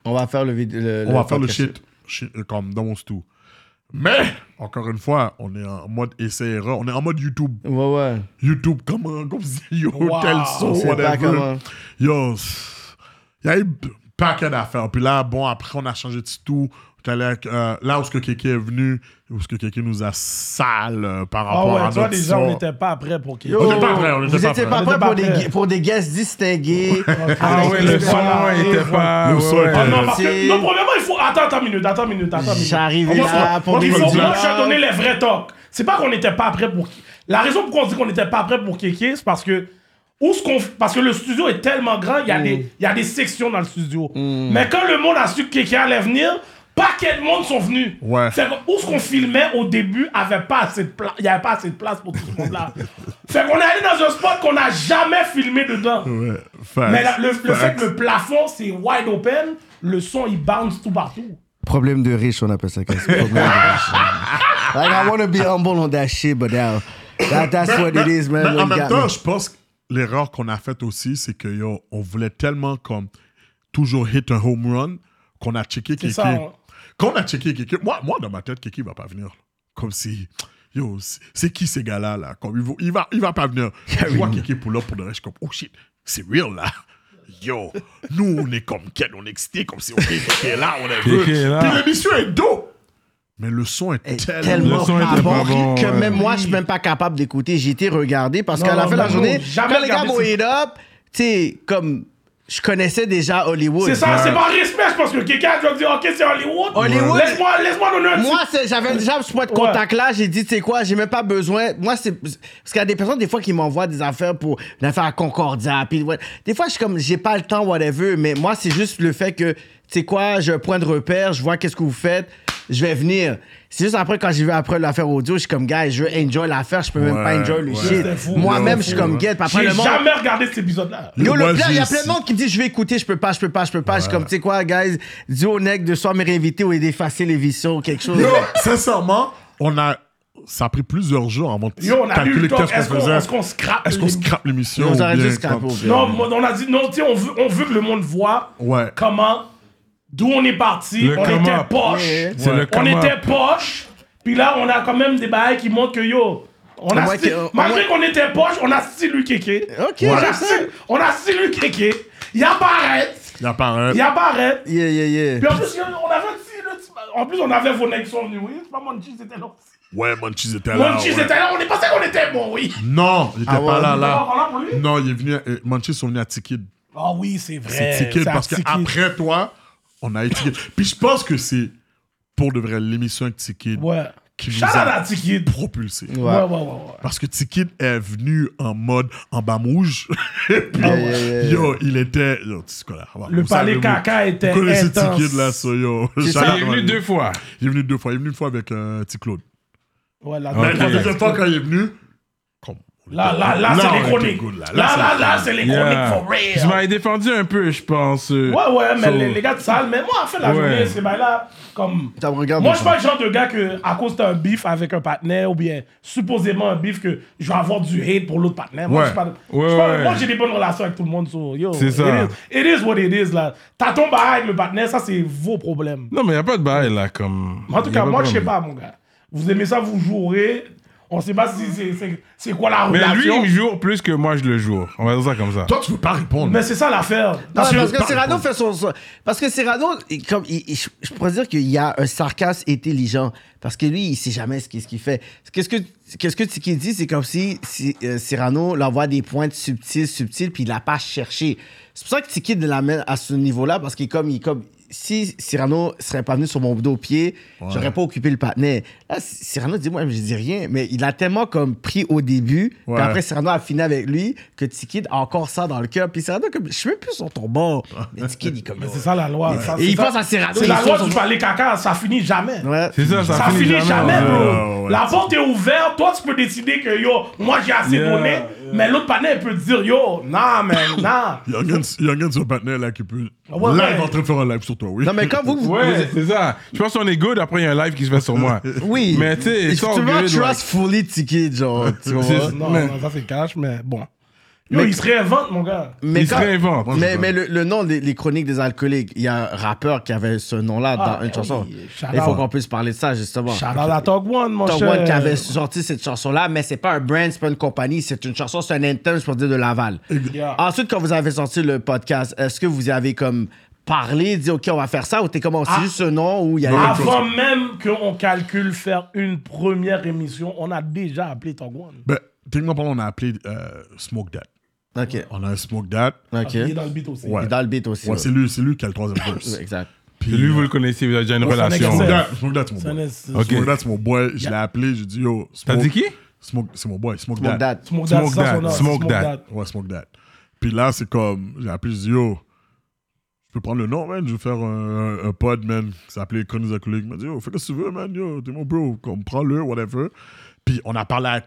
Speaker 4: On va faire le vidéo.
Speaker 2: on va faire le shit, shit, euh, comme dans mon stou. Mais, encore une fois, on est en mode essai-erreur, on est en mode YouTube.
Speaker 4: Ouais, ouais.
Speaker 2: YouTube, comment, comme si, yo,
Speaker 3: Wow,
Speaker 2: tel son,
Speaker 4: on sait pas
Speaker 2: whatever.
Speaker 4: comment.
Speaker 2: Yo, pff, il y a eu un paquet d'affaires. Puis là, bon, après, on a changé de tout. On est allé avec, euh, là où ce que Kéké est venu, où ce que Kéké nous a sale euh, par
Speaker 3: Ah
Speaker 2: rapport à
Speaker 3: ouais, tu vois,
Speaker 2: notre
Speaker 3: déjà,
Speaker 2: histoire.
Speaker 3: on n'était pas prêt pour qu'il.
Speaker 2: On était pas prêts, on était
Speaker 4: Vous
Speaker 2: pas
Speaker 4: étiez
Speaker 2: prêts.
Speaker 4: pas
Speaker 3: On était
Speaker 4: prêt
Speaker 3: pas
Speaker 4: pour des,
Speaker 3: prêts.
Speaker 4: gu- pour des guests distingués.
Speaker 1: Ah
Speaker 4: avec
Speaker 1: ouais,
Speaker 4: des
Speaker 1: le
Speaker 4: stars.
Speaker 1: son était pas.
Speaker 2: Le
Speaker 1: ouais,
Speaker 2: son
Speaker 1: ouais.
Speaker 2: était-
Speaker 3: Ah non, parce que,
Speaker 4: C'est-
Speaker 3: non, premièrement, il faut. Attends, attends une minute, attends une minute, attends une minute.
Speaker 4: J'arrive
Speaker 3: Moi,
Speaker 4: là
Speaker 3: faut-
Speaker 4: pour
Speaker 3: moi, il
Speaker 4: des
Speaker 3: faut-
Speaker 4: vidéos.
Speaker 3: moi, je vais donner les vrais talks. C'est pas qu'on n'était pas prêt pour. La raison pour qu'on dit qu'on n'était pas prêt pour Kéké, c'est parce que. Où ce qu'on- Parce que le studio est tellement grand, il y, a
Speaker 4: Mm.
Speaker 3: des- il y a des sections dans le studio. Mais quand le monde a su que Kéké allait venir, paquet de monde sont venus.
Speaker 2: Ouais.
Speaker 3: Fait que où ce qu'on filmait au début, avait pas assez de pla- il n'y avait pas assez de place pour tout ce monde-là. fait qu'on est allé dans un spot qu'on n'a jamais filmé dedans.
Speaker 4: Mm.
Speaker 2: Ouais, facts,
Speaker 3: Mais la- le, le fait
Speaker 2: facts.
Speaker 3: que le plafond, c'est wide open, le son, il bounce tout partout.
Speaker 4: Problème de riche, on appelle ça comme ça. Problème de riche. like, I want to be humble on that shit, but now, that, that's what it is, man.
Speaker 2: Mais en
Speaker 4: What you
Speaker 2: même
Speaker 4: got,
Speaker 2: temps,
Speaker 4: man.
Speaker 2: je pense que l'erreur qu'on a faite aussi, c'est que yo, on voulait tellement comme toujours hit un home run qu'on a checké Kiki.
Speaker 3: ça, hein.
Speaker 2: Qu'on a checké Kiki. Moi, moi, dans ma tête, Kiki va pas venir. Comme si. yo, c'est- c'est qui ces gars-là, là? Comme, il, va, il, va, il va pas venir. Je vois quelqu'un pour là, pour de vrai, je suis comme, oh shit, c'est real, là. Yo, nous, on est comme Ken, on est excité, comme si, ok, qui est là, on est heureux.
Speaker 1: Qui est là?
Speaker 2: Puis l'émission est dope. Mais le son est,
Speaker 4: est
Speaker 2: tellement...
Speaker 4: tellement
Speaker 1: Le son était
Speaker 4: pas bon
Speaker 1: pas bon,
Speaker 4: que
Speaker 1: ouais.
Speaker 4: même moi, je suis même pas capable d'écouter. J'ai été regardé parce
Speaker 3: Non,
Speaker 4: qu'à la
Speaker 3: non,
Speaker 4: fin de la
Speaker 3: non,
Speaker 4: journée,
Speaker 3: non, jamais
Speaker 4: quand les gars
Speaker 3: regardé
Speaker 4: m'ont
Speaker 3: ça.
Speaker 4: hit up, tu sais, comme je connaissais déjà Hollywood.
Speaker 3: C'est ça, c'est par respect, je pense que quelqu'un doit dire, ok, c'est Hollywood.
Speaker 4: Hollywood.
Speaker 3: Laisse-moi laisse donner un
Speaker 4: Moi,
Speaker 3: petit.
Speaker 4: c'est- j'avais déjà ce point de contact là. J'ai dit, tu sais quoi, j'ai même pas besoin. Moi, c'est. Parce qu'il y a des personnes, des fois, qui m'envoient des affaires pour une affaire à Concordia. Puis, ouais. Des fois, je suis comme, j'ai pas le temps, whatever. Mais moi, c'est juste le fait que, tu sais quoi, j'ai un point de repère, je vois qu'est-ce que vous faites, je vais venir. C'est juste après, quand j'ai vu après l'affaire audio, je suis comme, guys, je veux enjoy l'affaire, je peux même pas
Speaker 2: Ouais,
Speaker 4: enjoy le
Speaker 2: ouais.
Speaker 3: C'était fou,
Speaker 4: shit. Moi-même,
Speaker 3: ouais,
Speaker 4: je suis
Speaker 3: fou, hein.
Speaker 4: comme,
Speaker 2: ouais.
Speaker 4: guette. Après,
Speaker 3: J'ai
Speaker 4: le monde.
Speaker 3: jamais regardé cet épisode-là.
Speaker 2: Yo,
Speaker 4: Yo,
Speaker 2: moi,
Speaker 4: le pire, il y a
Speaker 2: j'ai-
Speaker 4: plein de monde qui me dit je vais écouter, je peux pas, je peux pas, je peux pas. Je suis comme, tu sais quoi, guys, dis au nec de soit me réinviter ou d'effacer les visions ou quelque chose.
Speaker 2: Yo, sincèrement, on a... Ça a pris plusieurs jours avant de
Speaker 3: Yo, on a eu
Speaker 2: calculer
Speaker 3: le temps.
Speaker 2: qu'est-ce
Speaker 3: Est-ce
Speaker 2: qu'on
Speaker 3: qu'on
Speaker 2: faisait.
Speaker 3: est-ce qu'on scrape
Speaker 2: Est-ce qu'on
Speaker 3: les-
Speaker 2: scrape l'émission
Speaker 4: Nous
Speaker 2: ou
Speaker 4: aurait dû
Speaker 2: bien
Speaker 4: scraper
Speaker 2: comme-
Speaker 4: au pire.
Speaker 3: Non, moi, on a dit, non, tu sais, on veut, on veut que le monde voit
Speaker 2: Ouais.
Speaker 3: comment, d'où on est parti.
Speaker 1: Le
Speaker 3: on
Speaker 1: come
Speaker 3: était
Speaker 1: up.
Speaker 3: poche.
Speaker 4: Ouais.
Speaker 1: C'est le
Speaker 3: on
Speaker 1: come up.
Speaker 3: était poche. Puis là, on a quand même des bails qui montrent que yo, on a
Speaker 4: moins
Speaker 3: sti-
Speaker 4: que- euh,
Speaker 3: malgré qu'on était poche, on a still eu kéké.
Speaker 4: Ok,
Speaker 3: on,
Speaker 4: j'aime
Speaker 3: a
Speaker 4: ça.
Speaker 3: still, on a still eu kéké. Il apparaît.
Speaker 2: Il apparaît.
Speaker 3: Il apparaît.
Speaker 4: Yeah, yeah, yeah.
Speaker 3: Puis en plus, on avait aussi le petit- en plus, on avait vos necks qui sont venus, oui. C'est pas mon cheese était là.
Speaker 2: Ouais, Munchies
Speaker 1: Ah,
Speaker 2: était là.
Speaker 3: Mon cheese
Speaker 2: ouais.
Speaker 3: était là, on est pensé qu'on était bon, oui.
Speaker 2: Non, il était
Speaker 4: Ah
Speaker 2: pas
Speaker 4: ouais?
Speaker 2: là,
Speaker 3: On était pas
Speaker 2: là.
Speaker 3: là pour lui?
Speaker 2: Non, il est venu. euh, Munchies sont venus à Tikid.
Speaker 3: Ah oui, c'est vrai.
Speaker 2: C'est Tikid
Speaker 3: à
Speaker 2: parce
Speaker 3: Tikid.
Speaker 2: qu'après toi, on a Tikid. Puis je pense que c'est pour de vrai l'émission avec Tikid
Speaker 3: Ouais.
Speaker 2: qui nous
Speaker 3: Shout out à
Speaker 2: a
Speaker 3: Tikid.
Speaker 2: propulsé.
Speaker 3: Ouais, ouais, ouais. ouais.
Speaker 2: Parce que Tikid est venu en mode en bas mouge. Et puis, Yo, il était. Yo, tu sais quoi, là,
Speaker 3: Le
Speaker 2: vous
Speaker 3: palais
Speaker 2: savez,
Speaker 3: caca était
Speaker 2: Vous connaissez
Speaker 3: intense.
Speaker 2: Tikid là, so yo.
Speaker 1: Ça, il est venu deux fois.
Speaker 2: Il est venu deux fois. Il est venu une fois avec euh, T-Claude.
Speaker 3: Ouais, là,
Speaker 2: Mais
Speaker 1: Ok.
Speaker 2: la deuxième fois quand il est venu, comme.
Speaker 3: là, là, là,
Speaker 2: on
Speaker 3: c'est les
Speaker 2: était
Speaker 3: chroniques.
Speaker 2: good,
Speaker 3: Là, là, là,
Speaker 2: c'est-
Speaker 3: c'est les
Speaker 1: Yeah.
Speaker 3: chroniques for
Speaker 1: Je
Speaker 3: real.
Speaker 1: m'avais défendu un peu, je pense. euh,
Speaker 3: Ouais, ouais, mais
Speaker 1: so-
Speaker 3: les, les gars de salle, mais moi, en fait, la
Speaker 1: Ouais.
Speaker 3: journée, c'est ben là, comme.
Speaker 4: Ça me regarde.
Speaker 3: Moi, je
Speaker 4: pas.
Speaker 3: suis pas le genre de gars que, à cause d'un beef avec un partenaire, ou bien supposément un beef, que je vais avoir du hate pour l'autre partenaire. Moi,
Speaker 2: Ouais.
Speaker 3: je suis pas- je
Speaker 1: Ouais,
Speaker 3: suis pas-
Speaker 1: ouais.
Speaker 3: moi, j'ai des bonnes relations avec tout le monde. so, yo,
Speaker 1: C'est ça.
Speaker 3: It is, it is what it is, là. T'as ton bail avec le partenaire, ça, c'est vos problèmes.
Speaker 1: Non, mais il n'y a pas de bail, là, comme...
Speaker 3: En tout
Speaker 1: Y a
Speaker 3: cas,
Speaker 1: de
Speaker 3: moi, je sais
Speaker 1: problème.
Speaker 3: pas, mon gars. Vous aimez ça, vous jouerez. On sait pas si c'est- c'est c'est quoi la
Speaker 1: Mais lui,
Speaker 3: relation.
Speaker 1: il me joue plus que moi, je le joue. On va dire ça comme ça.
Speaker 2: Toi, tu peux pas répondre.
Speaker 3: Mais c'est ça l'affaire.
Speaker 4: Non,
Speaker 3: Parce que-
Speaker 4: parce que Cyrano fait son. son- Parce que Cyrano, il- comme, il- il- je je pourrais dire qu'il y a un sarcasme intelligent. Parce que lui, il sait jamais ce qu'il ce qu'il fait. Qu'est-ce que qu'est-ce que Tiki dit, c'est comme si, si, euh, Cyrano l'envoie des pointes subtiles, subtiles, puis il l'a pas cherché. C'est pour ça que Tiki l'amène à ce niveau-là, parce qu'il comme, il comme si Cyrano serait pas venu sur mon dos au pied, j'aurais pas occupé le patinet. Là, C- Cyrano dit, moi, je dis rien, mais il a tellement comme pris au début,
Speaker 2: Ouais.
Speaker 4: puis après, Cyrano a fini avec lui, que Tikid a encore ça dans le cœur. Puis Cyrano, comme, je suis même plus sur ton bord. Mais Tikid, il comme.
Speaker 3: Mais c'est ça la loi. Ça, c'est
Speaker 4: il
Speaker 3: ça.
Speaker 4: pense à Cyrano,
Speaker 3: C'est
Speaker 4: il
Speaker 3: la
Speaker 4: saute
Speaker 3: loi
Speaker 4: son-
Speaker 3: du palais caca, ça finit jamais.
Speaker 4: Ouais.
Speaker 1: C'est ça, ça,
Speaker 3: Ça finit jamais,
Speaker 1: ouais.
Speaker 3: bro.
Speaker 2: Ouais, ouais,
Speaker 3: la porte est ouverte, toi tu peux décider que yo, moi j'ai assez
Speaker 1: Yeah,
Speaker 3: donné,
Speaker 1: yeah.
Speaker 3: mais l'autre partenaire peut te dire yo, non, man, non.
Speaker 2: Il y a un gars de- il y a un gars de ce partenaire là qui peut.
Speaker 3: Ah Ouais,
Speaker 2: live
Speaker 3: ouais.
Speaker 2: en train de faire un live sur toi, oui.
Speaker 4: Non, mais quand vous. vous-
Speaker 1: Ouais,
Speaker 4: vous-
Speaker 1: c'est ça. Je pense qu'on est good, après, il y a un live qui se fait sur moi.
Speaker 4: oui.
Speaker 1: Mais tu sais,
Speaker 4: il
Speaker 1: ils
Speaker 4: faut
Speaker 1: sont
Speaker 4: toujours
Speaker 1: good,
Speaker 4: trust
Speaker 1: like-
Speaker 4: fully Tikid, genre. Tu vois.
Speaker 1: C'est-
Speaker 3: Non,
Speaker 1: Mais-
Speaker 3: non, ça c'est cash, mais bon. Yo, il se réinvente, mon gars.
Speaker 4: Mais
Speaker 1: Ils se
Speaker 4: quand-
Speaker 1: réinventent.
Speaker 2: Moi, je
Speaker 4: Mais,
Speaker 2: veux.
Speaker 4: mais le, le nom des les chroniques des alcooliques, il y a un rappeur qui avait ce nom-là
Speaker 3: Ah,
Speaker 4: dans une
Speaker 3: ben
Speaker 4: chanson.
Speaker 3: oui, shout
Speaker 4: Il faut
Speaker 3: out.
Speaker 4: qu'on puisse parler de ça, justement.
Speaker 3: Shout out à Tog One, mon
Speaker 4: Top
Speaker 3: cher.
Speaker 4: One qui avait sorti cette chanson-là, mais c'est pas un brand, c'est pas une compagnie, c'est une chanson, c'est un anthem, je pourrais dire, de Laval.
Speaker 3: Yeah.
Speaker 4: Ensuite, quand vous avez sorti le podcast, est-ce que vous y avez comme parlé, dit OK, on va faire ça, ou t'es comme, c'est
Speaker 3: Ah.
Speaker 4: juste ce nom où il y a quelque chose?
Speaker 3: Avant même qu'on calcule faire une première émission, on a déjà appelé Tog One.
Speaker 2: Ben, techniquement parlant, on a appelé euh, Smoke Dad.
Speaker 4: OK,
Speaker 2: On a un Smoke Dad.
Speaker 3: Parce qu'il Ah, est dans
Speaker 4: OK.
Speaker 3: le beat aussi.
Speaker 2: Ouais.
Speaker 4: Et dans le beat aussi.
Speaker 2: Ouais,
Speaker 4: ouais.
Speaker 2: c'est lui, c'est lui qui a le troisième verse.
Speaker 4: Exact.
Speaker 2: Puis,
Speaker 1: Lui,
Speaker 2: euh,
Speaker 1: vous le connaissez, vous avez déjà une
Speaker 3: c'est un
Speaker 1: relation.
Speaker 2: Smoke
Speaker 3: connaissez.
Speaker 2: Dad, Smoke Dad, c'est mon
Speaker 3: C'est un
Speaker 2: boy.
Speaker 3: es-
Speaker 1: Ok.
Speaker 2: Smoke Dad, c'est mon boy. Je
Speaker 3: Yeah.
Speaker 2: l'ai appelé, j'ai dit yo.
Speaker 1: T'as
Speaker 2: Smoke-
Speaker 1: dit qui?
Speaker 2: Smoke, c'est mon boy, Smoke,
Speaker 4: Mon
Speaker 2: Dad.
Speaker 4: dad.
Speaker 3: Smoke Dad,
Speaker 1: Smoke
Speaker 3: ça,
Speaker 1: Dad,
Speaker 3: son nom,
Speaker 1: Smoke Dad.
Speaker 2: Ouais, Smoke Dad. Puis là, c'est comme, j'ai appelé, j'ai dit yo, je peux prendre le nom, man, je vais faire un, un- un pod, man, qui s'appelait Chroniques Alcooliques. Il m'a dit yo, fais ce que tu veux, man, yo, t'es mon bro, comme, prends-le, whatever. Puis on a parlé à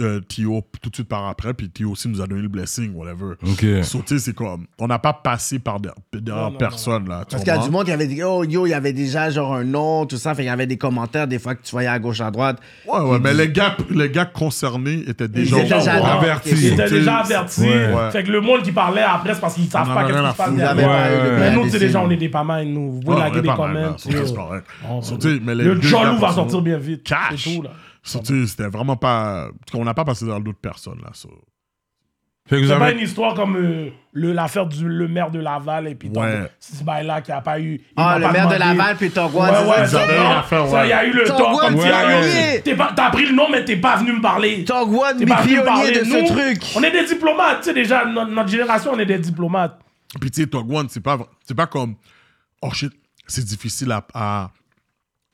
Speaker 2: euh, Tio tout de suite par après, puis Tio aussi nous a donné le blessing, whatever.
Speaker 1: Ok.
Speaker 2: So, tu sais, c'est comme, on n'a pas passé par de- derrière personne, là. tu
Speaker 4: Parce qu'il y a
Speaker 2: comprends?
Speaker 4: du monde qui avait dit, oh, yo, il y avait déjà genre un nom, tout ça. Fait qu'il y avait des commentaires des fois que tu voyais à gauche, à droite.
Speaker 2: Ouais, ouais, mais les gars, les gars concernés étaient déjà
Speaker 4: étaient
Speaker 2: au
Speaker 4: déjà
Speaker 2: courant.
Speaker 1: avertis.
Speaker 3: Ils étaient
Speaker 2: Tu-
Speaker 3: déjà avertis.
Speaker 2: Ouais.
Speaker 3: Fait que le monde qui parlait après, c'est parce qu'ils savent
Speaker 2: On en
Speaker 3: pas
Speaker 2: a
Speaker 3: qu'est-ce
Speaker 2: rien
Speaker 3: qui
Speaker 2: à
Speaker 3: se passe
Speaker 2: foutre.
Speaker 4: Ils
Speaker 3: derrière.
Speaker 4: avaient
Speaker 1: Ouais,
Speaker 4: pas eu
Speaker 1: ouais.
Speaker 4: de
Speaker 3: Mais nous,
Speaker 4: la
Speaker 3: tu sais, déjà,
Speaker 4: décennie.
Speaker 3: on est des pas mal, nous. Vous
Speaker 2: Ouais,
Speaker 3: pouvez laguer
Speaker 2: on est
Speaker 3: des
Speaker 2: pas mal,
Speaker 3: comments.
Speaker 2: là. So,
Speaker 3: yo.
Speaker 2: C'est correct.
Speaker 3: Oh,
Speaker 2: So,
Speaker 3: ouais.
Speaker 2: tu sais, mais les
Speaker 3: Le
Speaker 2: deux
Speaker 3: Jolou
Speaker 2: gars
Speaker 3: va
Speaker 2: sont-
Speaker 3: sortir bien vite.
Speaker 2: Cash.
Speaker 3: C'est tout, là.
Speaker 2: So, tu sais, C'était vraiment pas. On n'a pas passé dans d'autres personnes, là. so.
Speaker 1: Fait que vous
Speaker 3: C'est pas
Speaker 1: avez...
Speaker 3: une histoire comme euh, le- l'affaire du le maire de Laval et puis tant-
Speaker 2: Ouais.
Speaker 3: c'est ce bail-là qui a pas eu. il
Speaker 4: Ah,
Speaker 3: m'a
Speaker 4: le
Speaker 3: pas
Speaker 4: maire de
Speaker 3: demandé.
Speaker 4: Laval, puis Tongwa.
Speaker 3: Ouais,
Speaker 4: c'est
Speaker 3: ouais,
Speaker 4: ça.
Speaker 3: ça,
Speaker 5: avaient
Speaker 3: non,
Speaker 5: l'affaire,
Speaker 3: ça,
Speaker 5: ouais.
Speaker 3: il y a eu le
Speaker 4: T'en
Speaker 3: temps
Speaker 4: vois
Speaker 3: comme
Speaker 4: le
Speaker 3: tu as
Speaker 4: pionnier.
Speaker 3: eu. T'es pas- T'as pris le nom, mais t'es pas venu me parler.
Speaker 4: Tongwa,
Speaker 3: T'es pas venu me
Speaker 4: pionnier
Speaker 3: parler.
Speaker 4: de
Speaker 3: Nous,
Speaker 4: ce truc.
Speaker 3: On est des diplomates, tu sais, déjà, no- notre génération, on est des diplomates.
Speaker 2: Puis tu sais, Togwan, c'est pas, c'est pas comme. Oh shit, c'est difficile à. à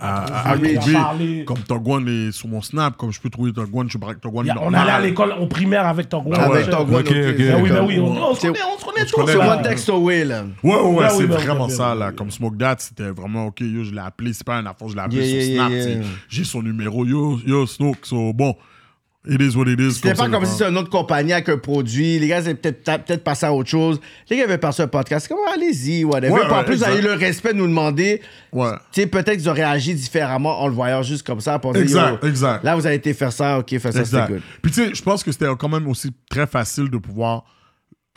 Speaker 2: à, à- à
Speaker 3: trouver, à
Speaker 2: trouver.
Speaker 3: parler.
Speaker 2: Comme Togwan est sur mon snap, comme je peux trouver Togwan, je braque Togwan.
Speaker 3: Il y a- On allait à l'école, en primaire avec ton gros.
Speaker 4: Avec
Speaker 3: Ouais.
Speaker 4: Tongwa,
Speaker 1: Ah Ok, ok.
Speaker 3: Ben oui, ben
Speaker 4: d'accord.
Speaker 3: oui, on, on se
Speaker 4: C'est-
Speaker 3: connaît, on se connaît
Speaker 4: C'est
Speaker 3: tous. là.
Speaker 4: one text away, là.
Speaker 2: Ouais, ouais, ouais,
Speaker 3: Ouais,
Speaker 2: c'est
Speaker 3: oui, ben,
Speaker 2: vraiment
Speaker 3: ben,
Speaker 2: ça,
Speaker 3: ben,
Speaker 2: là.
Speaker 3: ben.
Speaker 2: Comme Smoke Dad, c'était vraiment, OK, yo, je l'ai appelé, c'est pas un affaire, je l'ai appelé
Speaker 4: Yeah,
Speaker 2: sur
Speaker 4: yeah,
Speaker 2: Snap,
Speaker 4: yeah,
Speaker 2: tu sais.
Speaker 4: yeah.
Speaker 2: j'ai son numéro, yo, yo, Snoke, so, bon, it is what it is.
Speaker 4: C'était
Speaker 2: ça,
Speaker 4: pas comme
Speaker 2: là.
Speaker 4: si c'était une autre compagnie avec un produit. Les gars, c'est peut-être peut passé à autre chose. Les gars avaient passé un podcast. C'est comme, ah, allez-y, whatever.
Speaker 2: Ouais,
Speaker 4: Puis en
Speaker 2: ouais,
Speaker 4: plus, ils
Speaker 2: exact.
Speaker 4: avaient eu le respect de nous demander.
Speaker 2: Ouais.
Speaker 4: Tu sais, peut-être qu'ils ont réagi différemment en le voyant juste comme ça. Pour
Speaker 2: Exact, exact.
Speaker 4: Là, vous avez été faire ça, ok, faire ça, c'est
Speaker 2: Exact.
Speaker 4: good.
Speaker 2: Puis tu sais, je pense que c'était quand même aussi très facile de pouvoir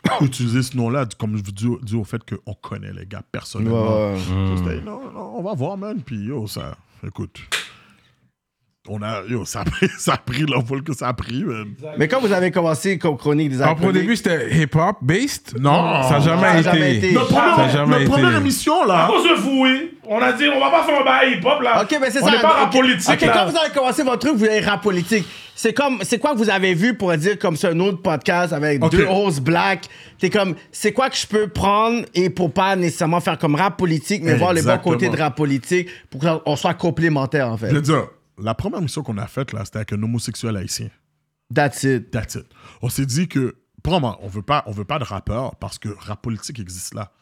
Speaker 2: utiliser ce nom-là, du- comme je vous dis, dû au fait qu'on connaît les gars personnellement.
Speaker 4: Ouais.
Speaker 3: Mm-hmm.
Speaker 2: So, c'était,
Speaker 1: Hmm.
Speaker 2: non, non, on va voir, man. Puis yo, ça, écoute, on a, yo, ça a pris, ça a pris l'envol que ça a pris, man.
Speaker 4: Mais quand vous avez commencé comme chronique des
Speaker 1: Alors,
Speaker 4: Après
Speaker 1: au début, c'était hip-hop based.
Speaker 2: Non.
Speaker 1: ça n'a jamais,
Speaker 4: ça a jamais été.
Speaker 1: été.
Speaker 4: Notre
Speaker 3: première-
Speaker 1: Ça a jamais
Speaker 2: Notre
Speaker 1: été. Ah
Speaker 2: première émission,
Speaker 3: À
Speaker 2: là.
Speaker 3: cause de vous, oui. On a dit, on va pas faire un bail hip-hop, là.
Speaker 4: Ah. Ok, mais c'est ça.
Speaker 3: On n'est pas rap
Speaker 4: ok.
Speaker 3: politique,
Speaker 4: Ok,
Speaker 3: là.
Speaker 4: quand vous avez commencé votre truc, vous avez rap politique. C'est comme, c'est quoi que vous avez vu pour dire comme c'est un autre podcast avec
Speaker 2: Ok.
Speaker 4: deux roses black. T'es comme, c'est quoi que je peux prendre et pour pas nécessairement faire comme rap politique, mais voir les bons
Speaker 2: Exactement.
Speaker 4: côtés de rap politique pour qu'on soit complémentaires en fait.
Speaker 2: Je veux dire, la première émission qu'on a faite, là, c'était avec un homosexuel haïtien.
Speaker 4: That's it.
Speaker 2: That's it. On s'est dit que, premièrement, on veut pas, on veut pas de rappeurs parce que rap politique existe là.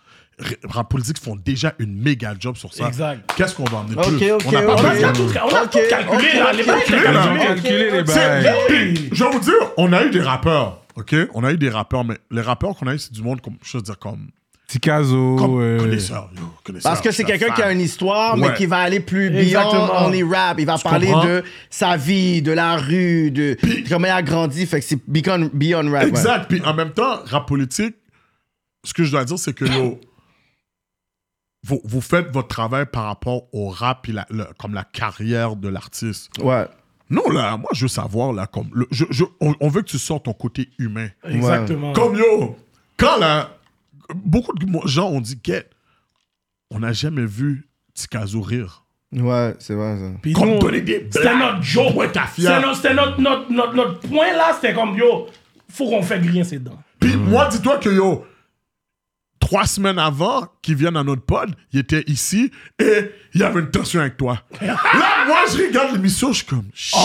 Speaker 2: R- Rap politique font déjà une méga job sur ça.
Speaker 3: Exact.
Speaker 2: Qu'est-ce qu'on va emmener
Speaker 4: Ok,
Speaker 2: plus
Speaker 4: ok,
Speaker 2: On a
Speaker 4: ok.
Speaker 3: On
Speaker 2: pas
Speaker 3: a, on a
Speaker 2: besoin
Speaker 3: tout,
Speaker 2: de-
Speaker 3: on a
Speaker 4: Ok,
Speaker 3: tout calculé,
Speaker 4: ok,
Speaker 3: là. Les
Speaker 4: ok,
Speaker 3: bails, c'est
Speaker 2: ok, là.
Speaker 3: calculé.
Speaker 1: On a calculé les
Speaker 2: C'est-
Speaker 1: bails.
Speaker 2: Puis, Je vais vous dire, on a eu des rappeurs, ok On a eu des rappeurs, mais les rappeurs qu'on a eu, c'est du monde comme, je veux dire comme, comme
Speaker 1: Ticazo. euh,
Speaker 2: connaisseur, yo, connaisseur.
Speaker 4: Parce que c'est
Speaker 2: je suis un
Speaker 4: quelqu'un qui a
Speaker 2: fan.
Speaker 4: une histoire,
Speaker 2: Ouais.
Speaker 4: mais qui va aller plus
Speaker 3: Exactement.
Speaker 4: beyond only rap. Il va parler
Speaker 2: comprends?
Speaker 4: de sa vie, de la rue, de comment il a grandi. Fait que c'est beyond, beyond rap. ouais.
Speaker 2: Exact. Puis en même temps, rap politique, ce que je dois dire, c'est que yo, vous, vous faites votre travail par rapport au rap, puis la- le- comme la carrière de l'artiste.
Speaker 4: Ouais.
Speaker 2: Non, là, moi, je veux savoir, là, comme. le- je- je- on, on veut que tu sortes ton côté humain.
Speaker 3: Exactement.
Speaker 2: Comme yo, quand là, beaucoup de mo- gens ont dit que on n'a jamais vu Tikazo rire.
Speaker 4: Ouais, c'est vrai ça.
Speaker 3: Puis
Speaker 2: Comme
Speaker 3: nous,
Speaker 2: donner des
Speaker 3: C'était
Speaker 2: blagues.
Speaker 3: notre joke.
Speaker 2: Ouais, t'as fier.
Speaker 3: C'était notre, c'était notre, notre, notre, notre point, là. C'était comme, yo, faut qu'on fait griller ses dents.
Speaker 2: Puis moi, dis-toi que yo, trois semaines avant qu'ils viennent à notre pod, ils étaient ici et il y avait une tension avec toi. là, moi, je regarde l'émission, je suis comme shit.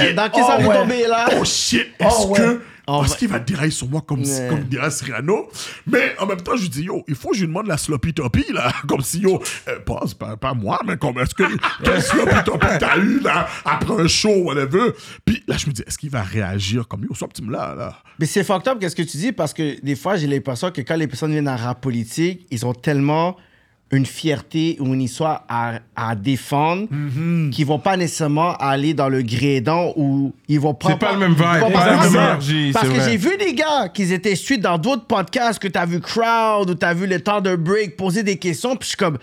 Speaker 4: Yeah, Dans qui ça
Speaker 3: Oh,
Speaker 4: vous
Speaker 3: ouais.
Speaker 4: tombez là?
Speaker 2: Oh shit, est-ce
Speaker 3: Oh, ouais.
Speaker 2: que.
Speaker 4: En
Speaker 2: Parce
Speaker 4: vrai-
Speaker 2: qu'il va dérailler sur moi comme,
Speaker 4: Ouais.
Speaker 2: comme déraille Cyrano. Mais en même temps, je dis, yo, il faut que je lui demande la sloppy toppy, là. Comme si, yo, euh, pas, c'est pas, pas moi, mais comme, est-ce que. Quelle sloppy toppy t'as eu, là, après un show, whatever. Puis là, je me dis, est-ce qu'il va réagir comme, yo, sois petit là, là.
Speaker 4: Mais c'est fucked up, qu'est-ce que tu dis? Parce que des fois, j'ai l'impression que quand les personnes viennent en rap politique, ils ont tellement une fierté ou une histoire à, à défendre qu'ils vont pas nécessairement aller dans le grédant ou ils vont prendre.
Speaker 1: C'est pas le même vibe,
Speaker 4: ils vont
Speaker 1: pas
Speaker 4: prendre-
Speaker 1: la même
Speaker 4: Ouais.
Speaker 1: énergie,
Speaker 4: Parce
Speaker 1: c'est
Speaker 4: que
Speaker 1: vrai.
Speaker 4: j'ai vu des gars qui étaient suite dans d'autres podcasts que t'as vu Crowd ou t'as vu le temps d'un break poser des questions, puis je suis comme.